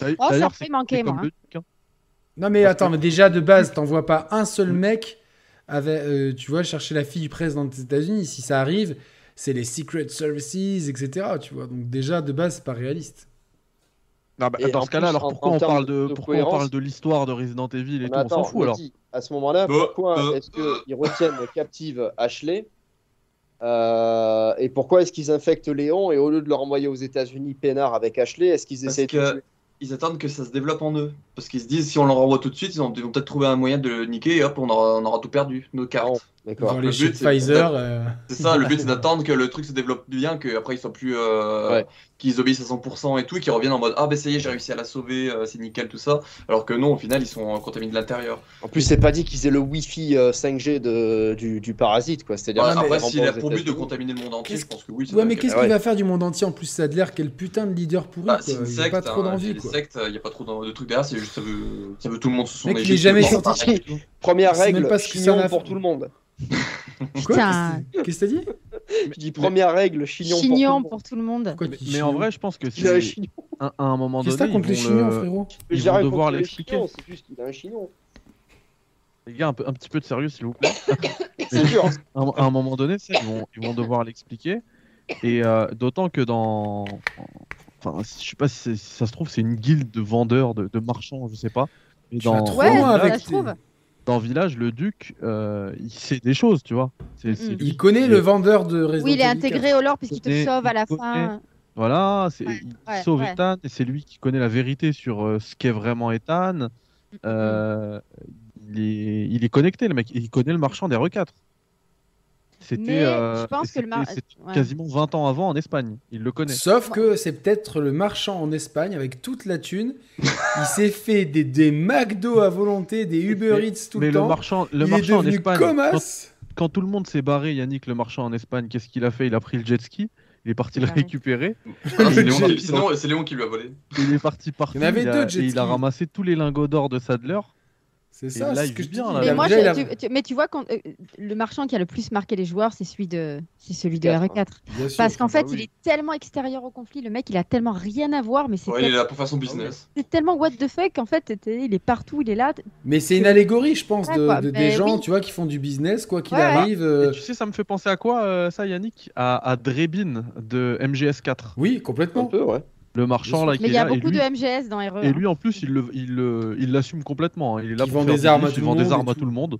S8: D'ailleurs,
S5: Oh, ça
S8: c'est-
S5: aurait manqué
S8: c'est comme
S5: moi. hein.
S8: le Duc, hein.
S1: Non, mais
S8: Parce
S1: attends,
S8: que-
S1: mais déjà de base, t'en vois pas un seul mec avec, euh, tu vois, chercher la fille du président des États-Unis. Si ça arrive, c'est les Secret Services, etc. Tu vois, donc déjà de base, c'est pas réaliste.
S8: Non, bah,
S3: Et
S8: dans
S3: en
S8: ce cas-là,
S3: plus,
S8: alors
S3: en-
S8: pourquoi
S3: en
S8: on
S3: termes
S8: parle de,
S3: de
S8: pourquoi on
S3: cohérence-
S8: parle de l'histoire de Resident Evil et
S3: Mais
S8: tout On
S3: attends,
S8: s'en fout alors.
S3: Lottie, à ce moment-là,
S4: Oh,
S3: pourquoi
S4: euh,
S3: est-ce qu'ils retiennent captive Ashley Euh, Et pourquoi est-ce qu'ils infectent Léon et au lieu de le renvoyer aux États-Unis peinard avec Ashley, est-ce qu'ils
S4: Parce
S3: essayent de le
S4: que
S3: tuer
S4: ils attendent que ça se développe en eux. Parce qu'ils se disent, si on leur renvoie tout de suite, ils ont- ils vont peut-être trouver un moyen de le niquer et hop, on aura, on aura tout perdu, nos cartes.
S8: Oh.
S3: Non, D'accord.
S1: Dans les
S4: le
S1: chez
S4: but, c'est-
S1: Pfizer, euh,
S4: C'est ça, le but c'est d'attendre que le truc se développe bien, qu'après ils soient plus. euh,
S3: Ouais.
S4: qu'ils obéissent à 100% et tout, et qu'ils reviennent en mode Ah ben ça y est, j'ai réussi à la sauver, euh, c'est nickel, tout ça. Alors que non, au final, ils sont euh, contaminés de l'intérieur.
S3: En plus, c'est pas dit qu'ils aient le Wi-Fi euh, 5G de, du, du parasite, quoi. C'est-à-dire
S4: Voilà,
S3: qu'ils
S4: après,
S3: les
S4: s'il a
S3: renvoient aux
S4: pour but de
S3: États-Unis.
S4: contaminer le monde entier, je
S1: Qu'est-ce-
S4: pense que oui. ça
S1: Ouais,
S4: doit
S1: mais
S4: être-
S1: qu'est-ce
S3: ouais.
S1: qu'il va faire du monde entier en plus Sadler Quel putain de leader pourri
S4: Bah,
S1: quoi.
S4: Ah c'est une
S1: Il a
S4: secte,
S1: pas trop
S4: hein, c'est
S1: d'envie
S4: une
S1: quoi.
S4: secte, il n'y a pas trop de, de trucs derrière, c'est juste ça veut, ça veut tout le monde sous son
S1: Mec, il est
S4: égide,
S1: jamais
S4: tout le monde
S1: sorti.
S4: pareil et tout.
S3: Première
S1: Je sais même
S3: règle,
S1: pas ce que ça en
S3: chignon
S1: a
S3: pour
S1: fait.
S3: tout le monde.
S1: Quoi
S5: Putain.
S1: Qu'est-ce que- Qu'est-ce que t'as dit
S3: Je dis première règle, chignon, pour tout le
S5: Chignon
S3: monde.
S5: pour tout le monde.
S1: Pourquoi
S8: Mais,
S1: tu dis
S8: mais en
S1: chignon
S8: vrai, je pense que
S3: Il a un
S8: c'est
S3: chignon.
S8: à à un moment
S1: Qu'est-ce que
S8: donné,
S1: t'as
S8: ils
S1: contre les
S8: vont
S1: chignons,
S8: le-
S1: hein, frérot
S3: Mais
S8: Ils
S3: j'ai
S8: vont
S3: rien
S8: devoir
S3: contre les
S8: l'expliquer.
S3: chignons, C'est juste qu'il a un chignon.
S8: les gars, un, peu- un petit peu de sérieux, s'il vous plaît.
S3: C'est dur.
S8: à, un- à un moment donné, ça, ils vont, ils vont devoir l'expliquer. Et euh, d'autant que dans. Enfin, je sais pas si, c'est- si ça se trouve, c'est une guilde de vendeurs, de, de marchands, je sais pas. Et
S1: Tu vas
S8: dans,
S1: trop
S5: Ouais,
S1: loin
S5: ça
S1: avec
S5: se trouve.
S8: dans Village, le duc, euh, il sait des choses, tu vois. C'est- c'est
S5: Mm.
S8: lui
S1: Il connaît le vendeur de Resident
S5: Oui, il est
S1: Evil
S5: intégré au lore puisqu'il te
S8: Côté-
S5: sauve à la
S8: côté-
S5: fin.
S8: Voilà, c'est-
S5: Ouais,
S8: il
S5: ouais,
S8: sauve
S5: ouais.
S8: Ethan et c'est lui qui connaît la vérité sur euh, ce qu'est vraiment
S5: Mm,
S8: Ethan. Euh, il, est, il est connecté, le mec. Il connaît le marchand des R4.
S5: Mais
S8: C'était euh,
S5: je pense que le mar...
S8: c'était- c'était
S5: ouais.
S8: quasiment 20 ans avant en Espagne. Il le connaît.
S1: Sauf que c'est peut-être le marchand en Espagne avec toute la thune. Il s'est fait des, des McDo à volonté, des Uber Eats tout
S8: Mais
S1: le,
S8: le,
S1: temps.
S8: marchand, le
S1: il
S8: marchand
S1: est
S8: en
S1: devenu
S8: Espagne,
S1: comme
S8: quand,
S1: as.
S8: quand tout le monde s'est barré, Yannick, le marchand en Espagne, qu'est-ce qu'il a fait Il a pris le jet ski, il est parti
S5: Il
S8: le
S5: a arrêté.
S8: récupérer,
S4: Ah, c'est
S8: Le
S4: Léon
S8: jet-
S4: qui- c'est Léon- C'est Léon qui lui a volé.
S8: il est parti partout,
S1: Il y en avait
S8: a,
S1: deux de jet
S8: et il a
S1: ski.
S8: ramassé tous les lingots d'or de Sadler.
S1: C'est ça,
S8: là,
S1: c'est
S8: il
S1: ce que
S8: vit
S1: je dis.
S8: bien,
S1: Il
S8: là.
S1: a
S5: Mais,
S8: la-
S5: moi,
S1: déjà,
S5: je-
S1: il a-
S5: tu, tu- mais tu vois, quand, euh, le marchand qui a le plus marqué les joueurs, c'est celui de, c'est celui de
S3: E Quatre, hein. Ah
S5: R4.
S1: Bien sûr.
S5: Parce qu'en fait,
S8: bah
S5: il
S8: oui.
S5: est tellement extérieur au conflit, le mec, il a tellement rien à voir, mais c'est
S4: Ouais, il est
S5: tel-
S4: là pour faire son business.
S5: c'est tellement what the fuck, en fait, t'es- il est partout, il est là.
S1: Mais c'est une allégorie, je pense,
S5: Ouais,
S1: de,
S5: quoi,
S1: de-
S5: mais
S1: des gens,
S5: oui.
S1: tu vois, qui font du business, quoi qu'il
S5: Ouais, ouais.
S1: arrive.
S8: Et
S1: euh,
S8: tu sais, ça me fait penser à quoi, euh, ça, Yannick à, à Drebin de MGS4.
S1: Oui,
S3: Un
S1: complètement.
S3: peu, ouais.
S8: Le marchand, là, qui
S5: Mais il
S8: est
S5: y a
S8: là, et
S5: beaucoup
S8: lui-
S5: de MGS dans E, RE.
S8: Et lui, en plus, il le- il le- il l'assume complètement. hein. Il est là
S1: Il
S8: pour
S1: vend
S8: faire
S1: des
S8: du
S1: armes à
S8: business,
S1: tout
S8: il
S1: le
S8: vend des
S1: monde et
S8: armes à
S1: tout.
S8: tout le monde.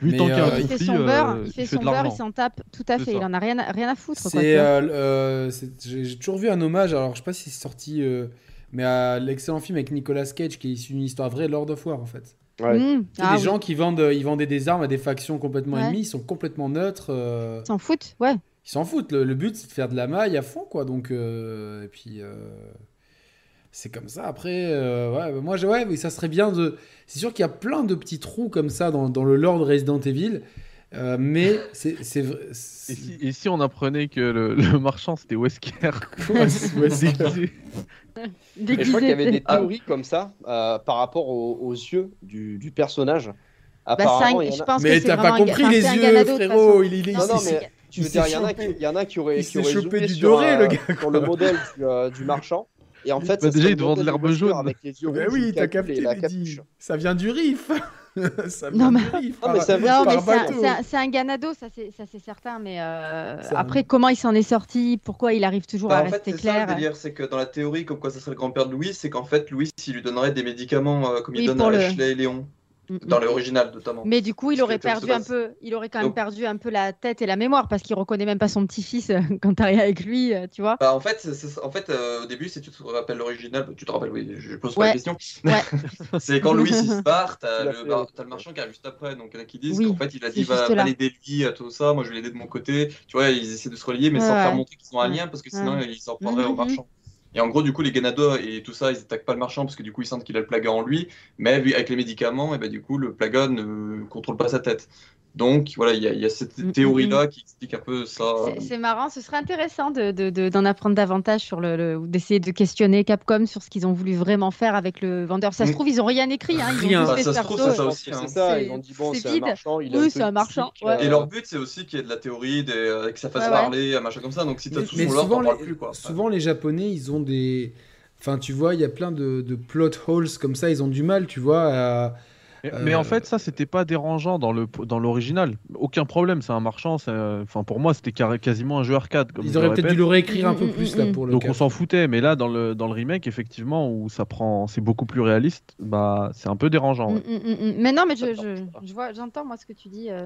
S8: Lui,
S1: Mais,
S8: tant qu'il y a
S1: euh,
S8: un
S5: Il fait
S8: conflit,
S5: son beurre,
S8: euh,
S5: il
S8: il
S5: fait son
S8: fait de
S5: beurre, il
S8: l'argent.
S5: s'en tape tout à
S8: C'est
S5: fait.
S8: ça.
S5: Il en a rien, à- rien à foutre. quoi,
S1: C'est,
S5: tu vois.
S1: euh, euh, c'est- j'ai j'ai toujours vu un hommage, alors je sais pas si c'est sorti, euh, mais à l'excellent film avec Nicolas Cage qui est issu d'une histoire vraie, Lord of War, en fait.
S3: Ouais.
S5: Mmh.
S1: Tu sais,
S5: Ah
S1: des
S5: oui,
S1: gens qui vendent, euh, ils vendaient des armes à des factions complètement
S5: Ouais.
S1: ennemies, ils sont complètement neutres. euh,
S5: ils s'en foutent, ouais.
S1: ils s'en foutent. Le, le but, c'est de faire de la maille à fond, quoi. Donc, euh, et puis, euh, c'est comme ça. Après, euh, ouais, bah, moi, je- ouais, mais ça serait bien de. C'est sûr qu'il y a plein de petits trous comme ça dans, dans le lore de Resident Evil, euh, mais c'est c'est vrai.
S8: Et si, et si on apprenait que le, le marchand, c'était Wesker
S1: Ouais, c'est- ouais, c'est-
S8: déguisé
S3: Et je crois qu'il y avait des
S4: Ah.
S3: théories comme ça euh, par rapport aux, aux yeux du, du personnage.
S5: Bah, c'est
S3: Apparemment,
S5: un-
S3: il y
S5: je
S3: en a-
S5: pense
S1: Mais
S5: que
S1: t'as
S5: c'est vraiment
S1: pas
S5: un ga-
S1: compris
S5: enfin,
S1: les
S5: c'est un
S1: yeux,
S5: ganado, de toute
S1: frérot.
S5: façon.
S1: Il, il, est-
S3: Non, non,
S1: il
S3: mais
S5: c'est-
S3: tu veux
S1: il
S3: dire,
S1: s'est
S3: il y en a
S1: chopé.
S3: qui, il y en a qui auraient,
S1: Il
S3: qui
S1: s'est
S3: auraient
S1: chopé
S3: zoomé
S1: du
S3: sur,
S1: doré,
S3: euh,
S1: le gars,
S3: sur
S1: quoi.
S3: le modèle du, euh, du marchand. Et en fait,
S8: Bah,
S3: ça
S8: déjà,
S3: serait
S8: ils
S3: le
S8: te vendent
S3: modèle du
S8: l'herbe
S3: Wesker
S8: jaune.
S3: Avec les yeux
S1: Bah
S3: rouges,
S1: oui,
S3: le
S1: t'as
S3: cagoule et
S1: capté,
S3: la
S1: mais dis,
S3: capuche.
S1: ça vient du riff. ça vient
S5: Non, mais-
S1: du riff.
S3: Non, mais
S1: par-
S3: ça-
S5: Non,
S1: par
S5: mais c'est un-
S1: bateau.
S5: c'est un, c'est un ganado, ça c'est ça, c'est certain, mais euh,
S1: C'est un-
S5: après, comment il s'en est sorti, pourquoi il arrive toujours
S4: Bah,
S5: à
S4: en fait,
S5: rester
S4: c'est ça
S5: clair
S4: le délire, c'est que dans la théorie, comme quoi ça serait le grand-père de Louis, c'est qu'en fait, Louis, il lui donnerait des médicaments euh, comme
S5: Oui,
S4: il donne
S5: pour
S4: à
S5: le-
S4: Ashley et Léon,
S5: Mm, mm.
S4: dans l'original notamment.
S5: Mais du coup, il
S4: Parce
S5: aurait
S4: que Tom
S5: perdu un
S4: Sebas-
S5: peu, il aurait quand même
S4: Donc-
S5: perdu un peu la tête et la mémoire parce qu'il reconnaît même pas son petit-fils euh, quand t'arrives avec lui, euh, tu vois.
S4: Bah, en fait, c'est- c'est- en fait euh, au début, si tu te rappelles l'original, bah, tu te rappelles, oui, je pose pas
S5: Ouais.
S4: la question.
S5: Ouais.
S4: c'est quand Louis il se barre, t'as
S3: Tu l'as
S4: le,
S3: fait,
S4: bar-
S3: ouais.
S4: t'as le marchand qui arrive juste après. Donc il y en a qui disent
S5: Oui,
S4: qu'en fait, il a
S5: c'est
S4: dit va,
S5: juste là.
S4: va l'aider lui à tout ça, moi je vais l'aider de mon côté. Tu vois, ils essaient de se relier, mais sans
S5: Ouais,
S4: faire
S5: ouais.
S4: montrer qu'ils ont un
S5: Ouais.
S4: lien parce que sinon ils s'en prendraient
S5: Mhm,
S4: au
S5: mhm.
S4: marchand. Et en gros, du coup, les Ganado et tout ça, ils attaquent pas le marchand parce que du coup, ils sentent qu'il a le plaga en lui, mais lui, avec les médicaments, et ben, du coup, le plaga ne contrôle pas sa tête. Donc voilà, il y, a- il y a cette
S5: Mhm,
S4: théorie-là qui explique un peu ça.
S5: C'est- C'est marrant, ce serait intéressant de- de- de- d'en apprendre davantage sur le, le- ou d'essayer de questionner Capcom sur ce qu'ils ont voulu vraiment faire avec le vendeur. Ça se
S4: Mm.
S5: trouve, ils ont rien écrit, hein, ils
S1: Rien.
S5: ont
S1: Bah,
S5: juste fait
S4: ça
S5: ce
S4: se trouve,
S5: perso.
S4: ça,
S3: Je pense
S4: aussi,
S3: que
S4: hein.
S3: C'est ça,
S5: C'est-
S3: ils ont dit bon,
S5: c'est
S3: c'est un
S5: vide.
S3: marchand. il est
S5: Oui,
S3: peu
S5: c'est un marchand,
S3: mystique,
S5: ouais.
S3: euh,
S4: Et leur but, c'est aussi qu'il y ait de la théorie, des... euh, que ça fasse
S5: Ouais, ouais.
S4: parler, un machin comme ça. Donc si t'as
S1: Mais
S4: tout
S1: mais
S4: son lore,
S1: souvent,
S4: t'en
S1: les,
S4: parles plus, quoi.
S1: souvent, les Japonais, ils ont des. Enfin, tu vois, il y a plein de, de plot holes comme ça. Ils ont du mal, tu vois, à,
S8: Mais,
S1: Euh,
S8: mais en fait, ça, c'était pas dérangeant dans le dans l'original. Aucun problème, c'est un marchand. c'est, euh, Enfin, pour moi, c'était carré- quasiment un jeu arcade. Comme
S1: Ils
S8: je le
S1: auraient peut-être
S8: répète.
S1: dû le réécrire un
S5: Mm,
S1: peu
S5: mm,
S1: plus
S5: mm,
S1: là
S5: mm.
S1: pour le
S8: Donc
S1: cas.
S8: on s'en foutait, mais là dans le dans le remake effectivement où ça prend c'est beaucoup plus réaliste, bah c'est un peu dérangeant. ouais.
S5: Mm, mm, mm, mm. Mais non, mais je,
S8: Ça
S5: je,
S8: marche pas.
S5: je vois, j'entends moi ce que tu dis. euh,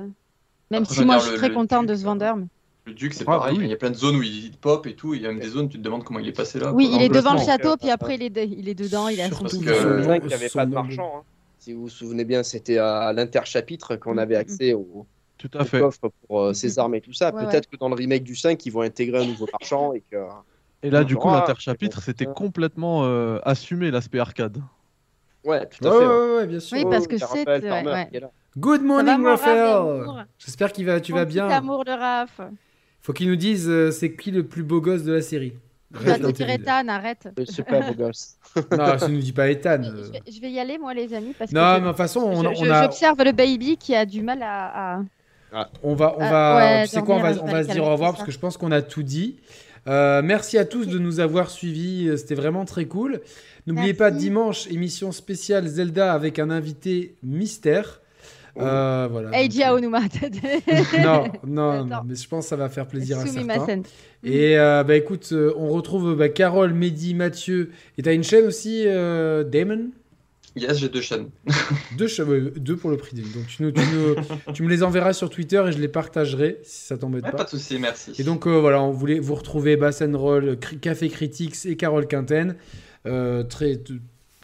S5: Même
S4: Après, Ah, je
S5: si
S4: veux
S5: moi
S4: dire,
S5: je suis
S4: le-
S5: très
S4: le-
S5: contente de ce vendeur. mais-
S4: Le Duc, c'est
S8: Ah,
S4: pareil.
S8: oui.
S4: Il y a plein de zones où il pop et tout. Il y a même des zones, tu te demandes comment il est passé là.
S5: Oui,
S4: quoi.
S5: il est devant le
S8: complètement.
S5: château, puis après il est, de- il est dedans, il est à son
S1: Surtout
S5: tour.
S4: Parce
S1: que-
S4: que-
S1: son-
S4: Ouais,
S1: son
S7: qu'il n'y avait pas de
S1: noble-
S7: marchand. hein.
S3: Si vous vous souvenez bien, c'était à, à l'interchapitre qu'on avait accès au,
S8: Tout
S3: au
S8: à fait.
S3: coffre pour euh, ses
S5: Mhm.
S3: armes et tout ça.
S5: Ouais,
S3: Peut-être que dans le remake du 5, ils vont intégrer un nouveau marchand et que.
S8: Et là du coup
S3: Ah,
S8: l'interchapitre c'était
S3: bon.
S8: complètement euh, assumé l'aspect arcade.
S3: Ouais, tout
S1: Ouais,
S3: à fait. ouais.
S1: ouais, ouais, bien sûr.
S5: Oui,
S3: Oh,
S5: parce que
S3: t'as
S5: c'est-
S3: Raphaël
S5: ouais,
S3: Farmer
S5: ouais.
S3: qui est là.
S1: Good
S5: Ça va,
S1: morning,
S5: mon Raph,
S1: Raphaël.
S5: l'amour
S1: J'espère qu'il va, tu
S5: Mon
S1: vas
S5: petit
S1: bien.
S5: amour de Raph.
S1: Faut qu'ils nous disent euh, c'est qui le plus beau gosse de la série.
S5: Tu vas
S1: Reste
S5: te dire
S1: intelligent.
S5: Ethan, arrête.
S3: C'est- C'est pas beau gosse.
S1: Non, ça nous dit pas Ethan.
S5: Je
S1: euh.
S5: je vais, je vais y aller moi les amis parce
S1: Non, mais
S5: que
S1: de toute façon,
S5: je-
S1: on,
S5: je-
S1: on
S5: je-
S1: a-
S5: j'observe le baby qui a du mal à, à-
S1: on va, on
S5: Euh,
S1: va,
S5: ouais,
S1: tu sais quoi, on va,
S5: dormir,
S1: on
S5: je
S1: va
S5: vais
S1: se
S5: le
S1: dire
S5: calmer,
S1: au revoir
S5: c'est
S1: parce
S5: ça.
S1: que je pense qu'on a tout dit. Euh, merci à tous de nous avoir suivis, euh, c'était vraiment très cool. N'oubliez pas
S5: Merci.
S1: dimanche émission spéciale Zelda avec un invité mystère.
S5: Oh.
S1: Euh, voilà.
S5: Eiji
S1: donc,
S5: Aonuma.
S1: euh, Non, non, non,
S5: Attends.
S1: mais je pense que ça va faire plaisir à certains.
S5: Sumimasen.
S1: Et euh, bah écoute, euh, on retrouve euh, bah, Carole, Mehdi, Mathieu. Et t'as une chaîne aussi, euh, Damon
S4: Yes, j'ai deux chaînes.
S1: deux, cha- ouais, deux pour le prix d'une. Donc tu, nous- tu nous- tu me les enverras sur Twitter et je les partagerai si ça t'embête
S4: Ouais,
S1: pas.
S4: pas de souci, merci.
S1: Et donc euh, voilà, on voulait vous retrouver Bass and Roll, Cri- Café Critics et Carole Quinten euh, très t-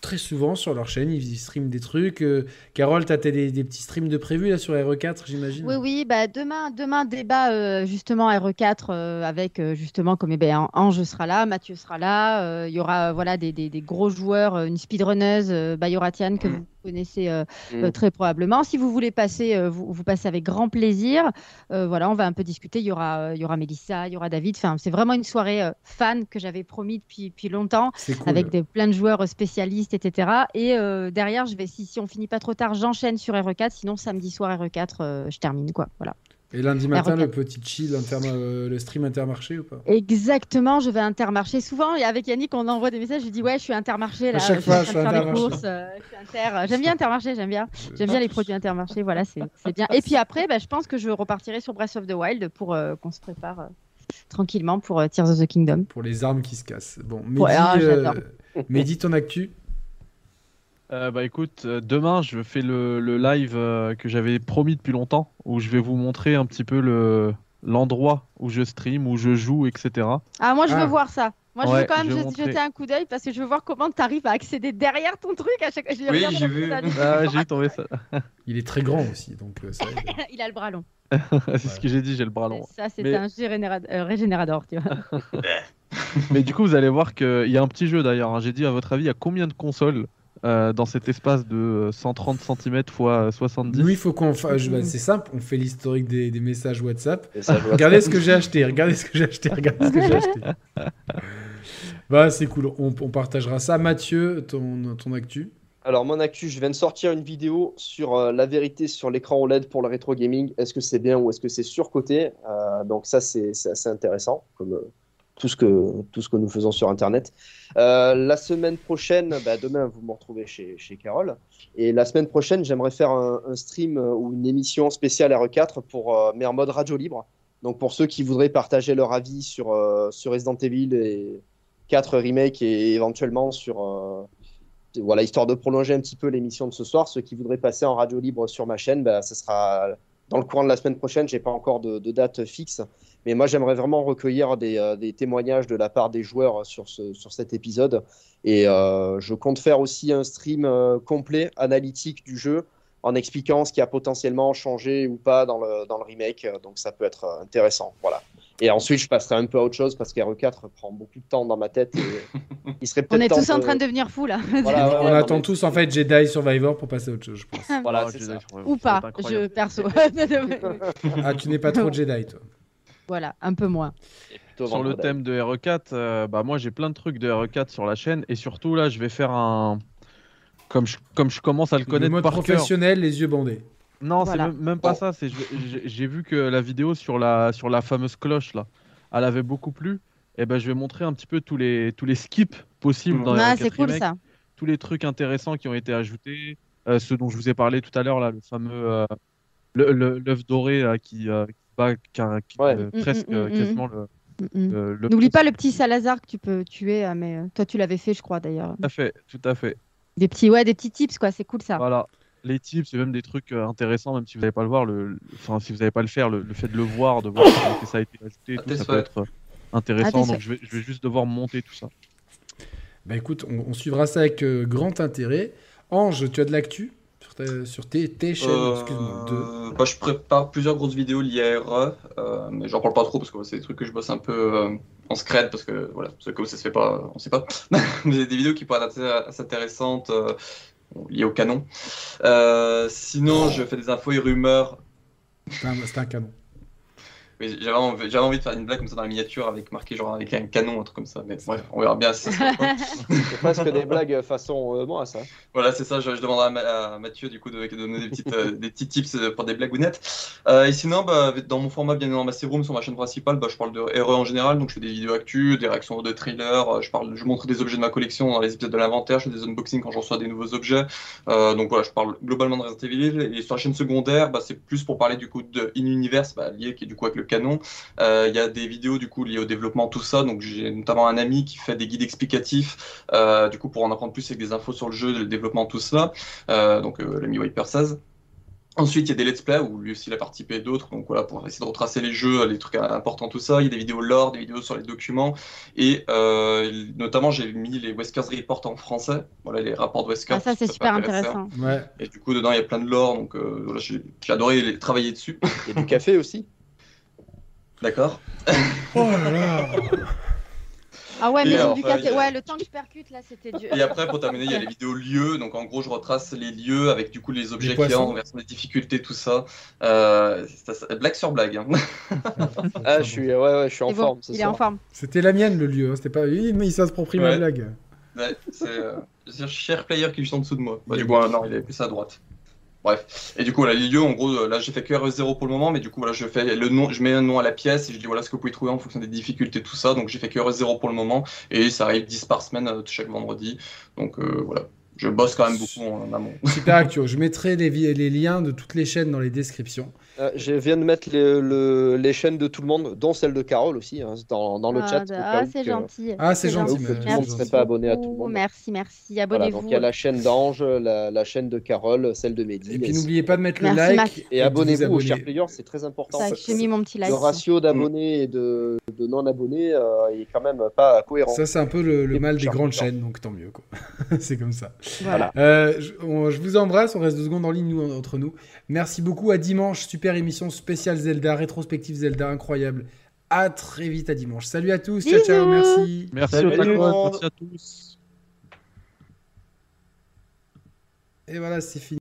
S1: très souvent sur leur chaîne, ils streament des trucs. Euh, Carole, t'as t'as des, des petits streams de prévus là sur RE4, j'imagine.
S5: Oui, oui, bah demain, demain débat euh, justement RE4 euh, avec euh, justement comme eh ben, Ange sera là, Mathieu sera là, euh, il y aura euh, voilà des, des- des gros joueurs, euh, une speedrunneuse, euh, Bayoratian que
S4: Mm.
S5: vous connaissez euh,
S3: Mm.
S5: euh, très probablement. Si vous voulez passer, euh, vous, vous passez avec grand plaisir. Euh, voilà, on va un peu discuter. Il y aura, euh, il y aura Mélissa, il y aura David. Enfin, c'est vraiment une soirée euh, fan que j'avais promis depuis, depuis longtemps
S1: C'est cool.
S5: avec des, plein de joueurs euh, spécialistes, etc. Et euh, derrière, je vais, si, si on finit pas trop tard, j'enchaîne sur RE4. Sinon, samedi soir RE4, euh, je termine quoi. Voilà.
S1: Et lundi matin,
S5: RE4.
S1: le petit chill, interma- euh, le stream intermarché ou pas
S5: Exactement. Je vais à Intermarché souvent. Et avec Yannick, on envoie des messages. Je dis ouais, je suis à Intermarché là.
S1: À chaque
S5: je suis
S1: fois,
S5: en
S1: je
S5: train
S1: suis
S5: de
S1: à
S5: faire des
S1: Intermarché.
S5: courses, euh, je suis Inter. J'aime bien Intermarché. J'aime bien. J'aime bien les produits Intermarché. Voilà, c'est c'est bien. Et puis après, bah, je pense que je repartirai sur Breath of the Wild pour euh, qu'on se prépare euh, tranquillement pour euh, Tears of the Kingdom.
S1: Pour les armes qui se cassent. Bon, Mehdi,
S5: Ouais, ah, j'adore.
S1: euh, Mehdi, ton actu
S8: Euh, bah écoute, euh, demain je fais le, le live euh, que j'avais promis depuis longtemps, où je vais vous montrer un petit peu le l'endroit où je stream, où je joue, etc.
S5: Ah, moi, je
S1: Ah.
S5: veux voir ça. Moi, je
S8: Ouais,
S5: veux quand même
S8: je vais
S5: je-
S8: montrer.
S5: jeter un coup d'œil parce que je veux voir comment tu arrives à accéder derrière ton truc à chaque.
S4: Oui,
S5: regardé
S4: j'ai
S5: la
S4: vu.
S5: photo,
S8: Ah, j'ai tombé ça.
S1: Il est très grand aussi, donc euh, ça aide.
S5: Il a le bras long.
S8: c'est ce que j'ai dit, j'ai le bras long.
S5: Ça, c'est
S8: Mais-
S5: un généra- euh, régénérador, tu vois.
S8: Mais du coup, vous allez voir qu'il y a un petit jeu d'ailleurs. hein. J'ai dit, à votre avis, il y a combien de consoles euh, dans cet espace de euh, 130 cm x 70
S1: Nous, il faut qu'on fasse. je- bah, c'est simple, on fait l'historique des, des messages WhatsApp.
S3: Et ça, je vois
S1: Regardez ce que j'ai acheté, regardez ce que j'ai acheté, regardez ce que j'ai acheté. bah, c'est cool, on, on partagera ça. Mathieu, ton, ton actu.
S3: Alors, mon actu, je viens de sortir une vidéo sur euh, la vérité sur l'écran OLED pour le rétro gaming. Est-ce que c'est bien ou est-ce que c'est surcoté Euh, Donc, ça, c'est c'est assez intéressant, comme euh, tout, ce que, tout ce que nous faisons sur Internet. Euh, la semaine prochaine, bah, demain, vous me retrouvez chez, chez Carole. Et la semaine prochaine, j'aimerais faire un, un stream euh, ou une émission spéciale RE4 pour, euh, mais en mode radio libre. Donc, pour ceux qui voudraient partager leur avis sur, euh, sur Resident Evil et 4 Remake et éventuellement sur. euh, voilà, histoire de prolonger un petit peu l'émission de ce soir, ceux qui voudraient passer en radio libre sur ma chaîne, bah, ce sera dans le courant de la semaine prochaine. J'ai pas encore de, de date fixe, mais moi j'aimerais vraiment recueillir des, euh, des témoignages de la part des joueurs sur, ce- sur cet épisode. Et euh, je compte faire aussi un stream euh, complet analytique du jeu en expliquant ce qui a potentiellement changé ou pas dans le, dans le remake. Donc ça peut être euh, intéressant. Voilà. Et ensuite, je passerai un peu à autre chose parce qu'RE4 prend beaucoup de temps dans ma tête. Et il serait
S5: On
S3: peut-être
S5: est tous
S8: euh,
S3: temps
S5: en train de devenir fous, là.
S3: Voilà, ouais,
S1: on
S3: ouais, non,
S1: attend
S3: mais-
S1: tous en fait Jedi Survivor pour passer à autre chose, je pense.
S3: Voilà,
S8: Ah,
S3: c'est
S8: Jedi
S3: ça.
S8: Survivor,
S5: Ou
S8: ça va
S5: pas,
S8: être
S5: je
S8: incroyable.
S5: perso.
S1: Ah, tu n'es pas trop Jedi, toi.
S5: voilà, un peu moins.
S3: Plutôt
S8: Sur le
S3: vendredi.
S8: thème de RE4, euh, bah moi j'ai plein de trucs de RE4 sur la chaîne et surtout là je vais faire un. Comme je, comme je commence à le
S1: Le
S8: connaître
S1: mode
S8: par cœur.
S1: professionnel, les yeux bandés.
S8: Non,
S5: Voilà.
S8: c'est même, même pas
S3: Bon.
S8: ça. c'est- je- J'ai j'ai vu que la vidéo sur la, sur la fameuse cloche là, elle avait beaucoup plu. eh ben, je vais montrer un petit peu tous les, tous les skips possibles dans E
S5: Ah,
S8: les
S5: c'est cool ça.
S8: tous les trucs intéressants qui ont été ajoutés, euh, ce dont je vous ai parlé tout à l'heure, là, le fameux euh, le- le- l'œuf doré là, qui, euh, qui bat car- qui,
S3: Ouais.
S8: euh,
S5: Mm,
S8: presque
S5: mm,
S8: euh,
S5: mm,
S8: quasiment le.
S5: Mm, mm.
S8: le- le-
S5: N'oublie pas le petit Salazar que tu peux tuer, euh, mais euh, toi tu l'avais fait, je crois d'ailleurs.
S8: Tout à fait, tout à fait.
S5: Des petits, ouais, des petits tips quoi, c'est cool ça.
S8: Voilà. Les tips, c'est même des trucs euh, intéressants, même si vous n'allez pas le voir, le, le- enfin si vous n'allez pas le faire, le, le fait de le voir, de voir comment que ça a été ajouté,
S4: Ah,
S8: tout,
S4: t'es
S8: ça peut
S4: souhait.
S8: être euh, intéressant.
S5: Ah, t'es
S8: donc je vais, je vais juste devoir monter tout ça.
S1: Bah écoute, on, on suivra ça avec euh, grand intérêt. Ange, tu as de l'actu sur, ta- sur tes, tes chaînes,
S4: Euh,
S1: excuse-moi. de-
S4: bah, je prépare plusieurs grosses vidéos l'IR, euh, mais j'en parle pas trop parce que c'est des trucs que je bosse un peu euh, en secret parce que voilà, parce que comme ça se fait pas, euh, on sait pas. mais j'ai des vidéos qui pourraient être assez- assez intéressantes euh, bon, liées au canon. Euh, sinon, je fais des infos et rumeurs.
S1: C'est un, c'est un canon.
S4: Mais J'avais envie, j'avais envie de faire une blague comme ça dans la miniature avec marqué genre avec un canon, un truc comme ça. Mais bref, on verra bien si ça se fait pas.
S3: C'est presque des blagues façon euh, moi, ça.
S4: Voilà, c'est ça, je, je demanderai à, Ma- à Mathieu du coup de, de donner des, petites, euh, des petits tips euh, pour des blagounettes. Euh, et sinon, bah, dans mon format, bien dans ma room sur ma chaîne principale, bah, je parle de RE en général, donc je fais des vidéos actu, des réactions de trailers, euh, je, parle, je montre des objets de ma collection dans les épisodes de l'inventaire, je fais des unboxings quand je reçois des nouveaux objets. Euh, donc voilà, je parle globalement de Resident Evil. Et sur la chaîne secondaire, bah, c'est plus pour parler du coup de In-Universe, bah, lié qui est du coup avec le canon. Euh, Il y a des vidéos du coup liées au développement, tout ça. Donc j'ai notamment un ami qui fait des guides explicatifs euh, du coup, pour en apprendre plus avec des infos sur le jeu, le développement, tout cela. Euh, donc, euh, l'ami Wiper 16. Ensuite, il y a des let's play où lui aussi il a participé et d'autres. Donc voilà, pour essayer de retracer les jeux, les trucs importants, tout ça. Il y a des vidéos lore, des vidéos sur les documents. Et euh, notamment, j'ai mis les Wesker's Report en français. Voilà, les rapports de Wesker.
S5: Ah, ça
S4: qui
S5: c'est
S4: peuvent
S5: super
S4: intéresser.
S5: intéressant.
S1: Ouais.
S4: Et du coup, dedans, il y a plein de lore. Donc euh, voilà, j'ai j'ai adoré les- travailler dessus.
S3: Il y a du café aussi.
S4: D'accord
S1: Oh là là
S5: Ah ouais,
S4: Et
S5: mais
S4: alors,
S5: du
S4: euh,
S5: café.
S4: il y a-
S5: Ouais, le temps que je percute là, c'était dur.
S4: Et après, pour terminer, il y a les vidéos lieux. Donc, en gros, je retrace les lieux avec du coup les objets qu'il y a
S1: poissons.
S4: en versant des difficultés, tout ça. Euh, ça- ça- blague sur blague. hein.
S3: Ah, je suis, ouais, ouais, je suis en
S5: C'est bon,
S3: forme. ce
S5: il est
S3: soir.
S5: en forme.
S1: C'était la mienne le lieu, hein, c'était pas. Oui, mais il s'approprie ma
S4: Ouais.
S1: blague.
S4: Ouais, c'est euh, c'est Cher Player qui est juste en dessous de moi. Bah,
S1: Il
S4: du
S1: est
S4: coup, non, il est plus à droite. Bref. Et du coup, voilà, les lieux, en gros, euh, là, j'ai fait que R0 pour le moment, mais du coup, voilà, je fais le nom, je mets un nom à la pièce et je dis voilà ce que vous pouvez trouver en fonction des difficultés, tout ça. Donc, j'ai fait que R0 pour le moment et ça arrive 10 par semaine euh, chaque vendredi. Donc, euh, voilà. Je bosse quand même beaucoup en amont.
S1: Super actu. Je mettrai les, vi- les liens de toutes les chaînes dans les descriptions.
S3: Euh, je viens de mettre les, le- les chaînes de tout le monde, dont celle de Carole aussi, hein, dans, dans le
S5: Ah,
S3: chat.
S5: d-
S3: au cas
S5: Ah,
S3: où
S5: c'est
S3: que- euh,
S5: gentil.
S1: Ah, c'est
S5: C'est
S1: gentil.
S5: gentil,
S1: mais-
S3: que tout le
S1: c'est
S3: monde
S5: merci.
S3: serait
S1: gentil.
S3: pas abonné à tout le
S5: Oh,
S3: monde.
S5: merci, merci.
S3: Voilà,
S5: Abonnez-vous.
S3: donc il y a la chaîne d'Ange, la, la chaîne de Carole, celle de Mehdi.
S1: Et puis
S3: et-
S1: n'oubliez pas de mettre le
S5: Merci, Max.
S1: like.
S3: et
S1: de vous
S3: abonnez-vous aux
S1: abonner.
S3: chers players, c'est très important.
S5: Ça,
S1: Ça,
S5: Bah, J'ai mis mon petit like.
S3: Le ratio d'abonnés et de, de non-abonnés euh, est quand même pas cohérent.
S1: Ça, c'est un peu le, le
S3: Et
S1: mal des
S3: Charles
S1: grandes
S3: Charles.
S1: chaînes, donc tant mieux. quoi. c'est comme ça.
S5: Voilà.
S1: Euh, je, on- je vous embrasse, on reste deux secondes en ligne nous, entre nous. Merci beaucoup, à dimanche, super émission spéciale Zelda, rétrospective Zelda, incroyable. À très vite, à dimanche. Salut à tous, ciao ciao,
S5: Bisous.
S1: merci.
S8: Merci
S3: Salut
S8: au Taco,
S3: tout le monde.
S8: merci à tous.
S1: Et voilà, c'est fini.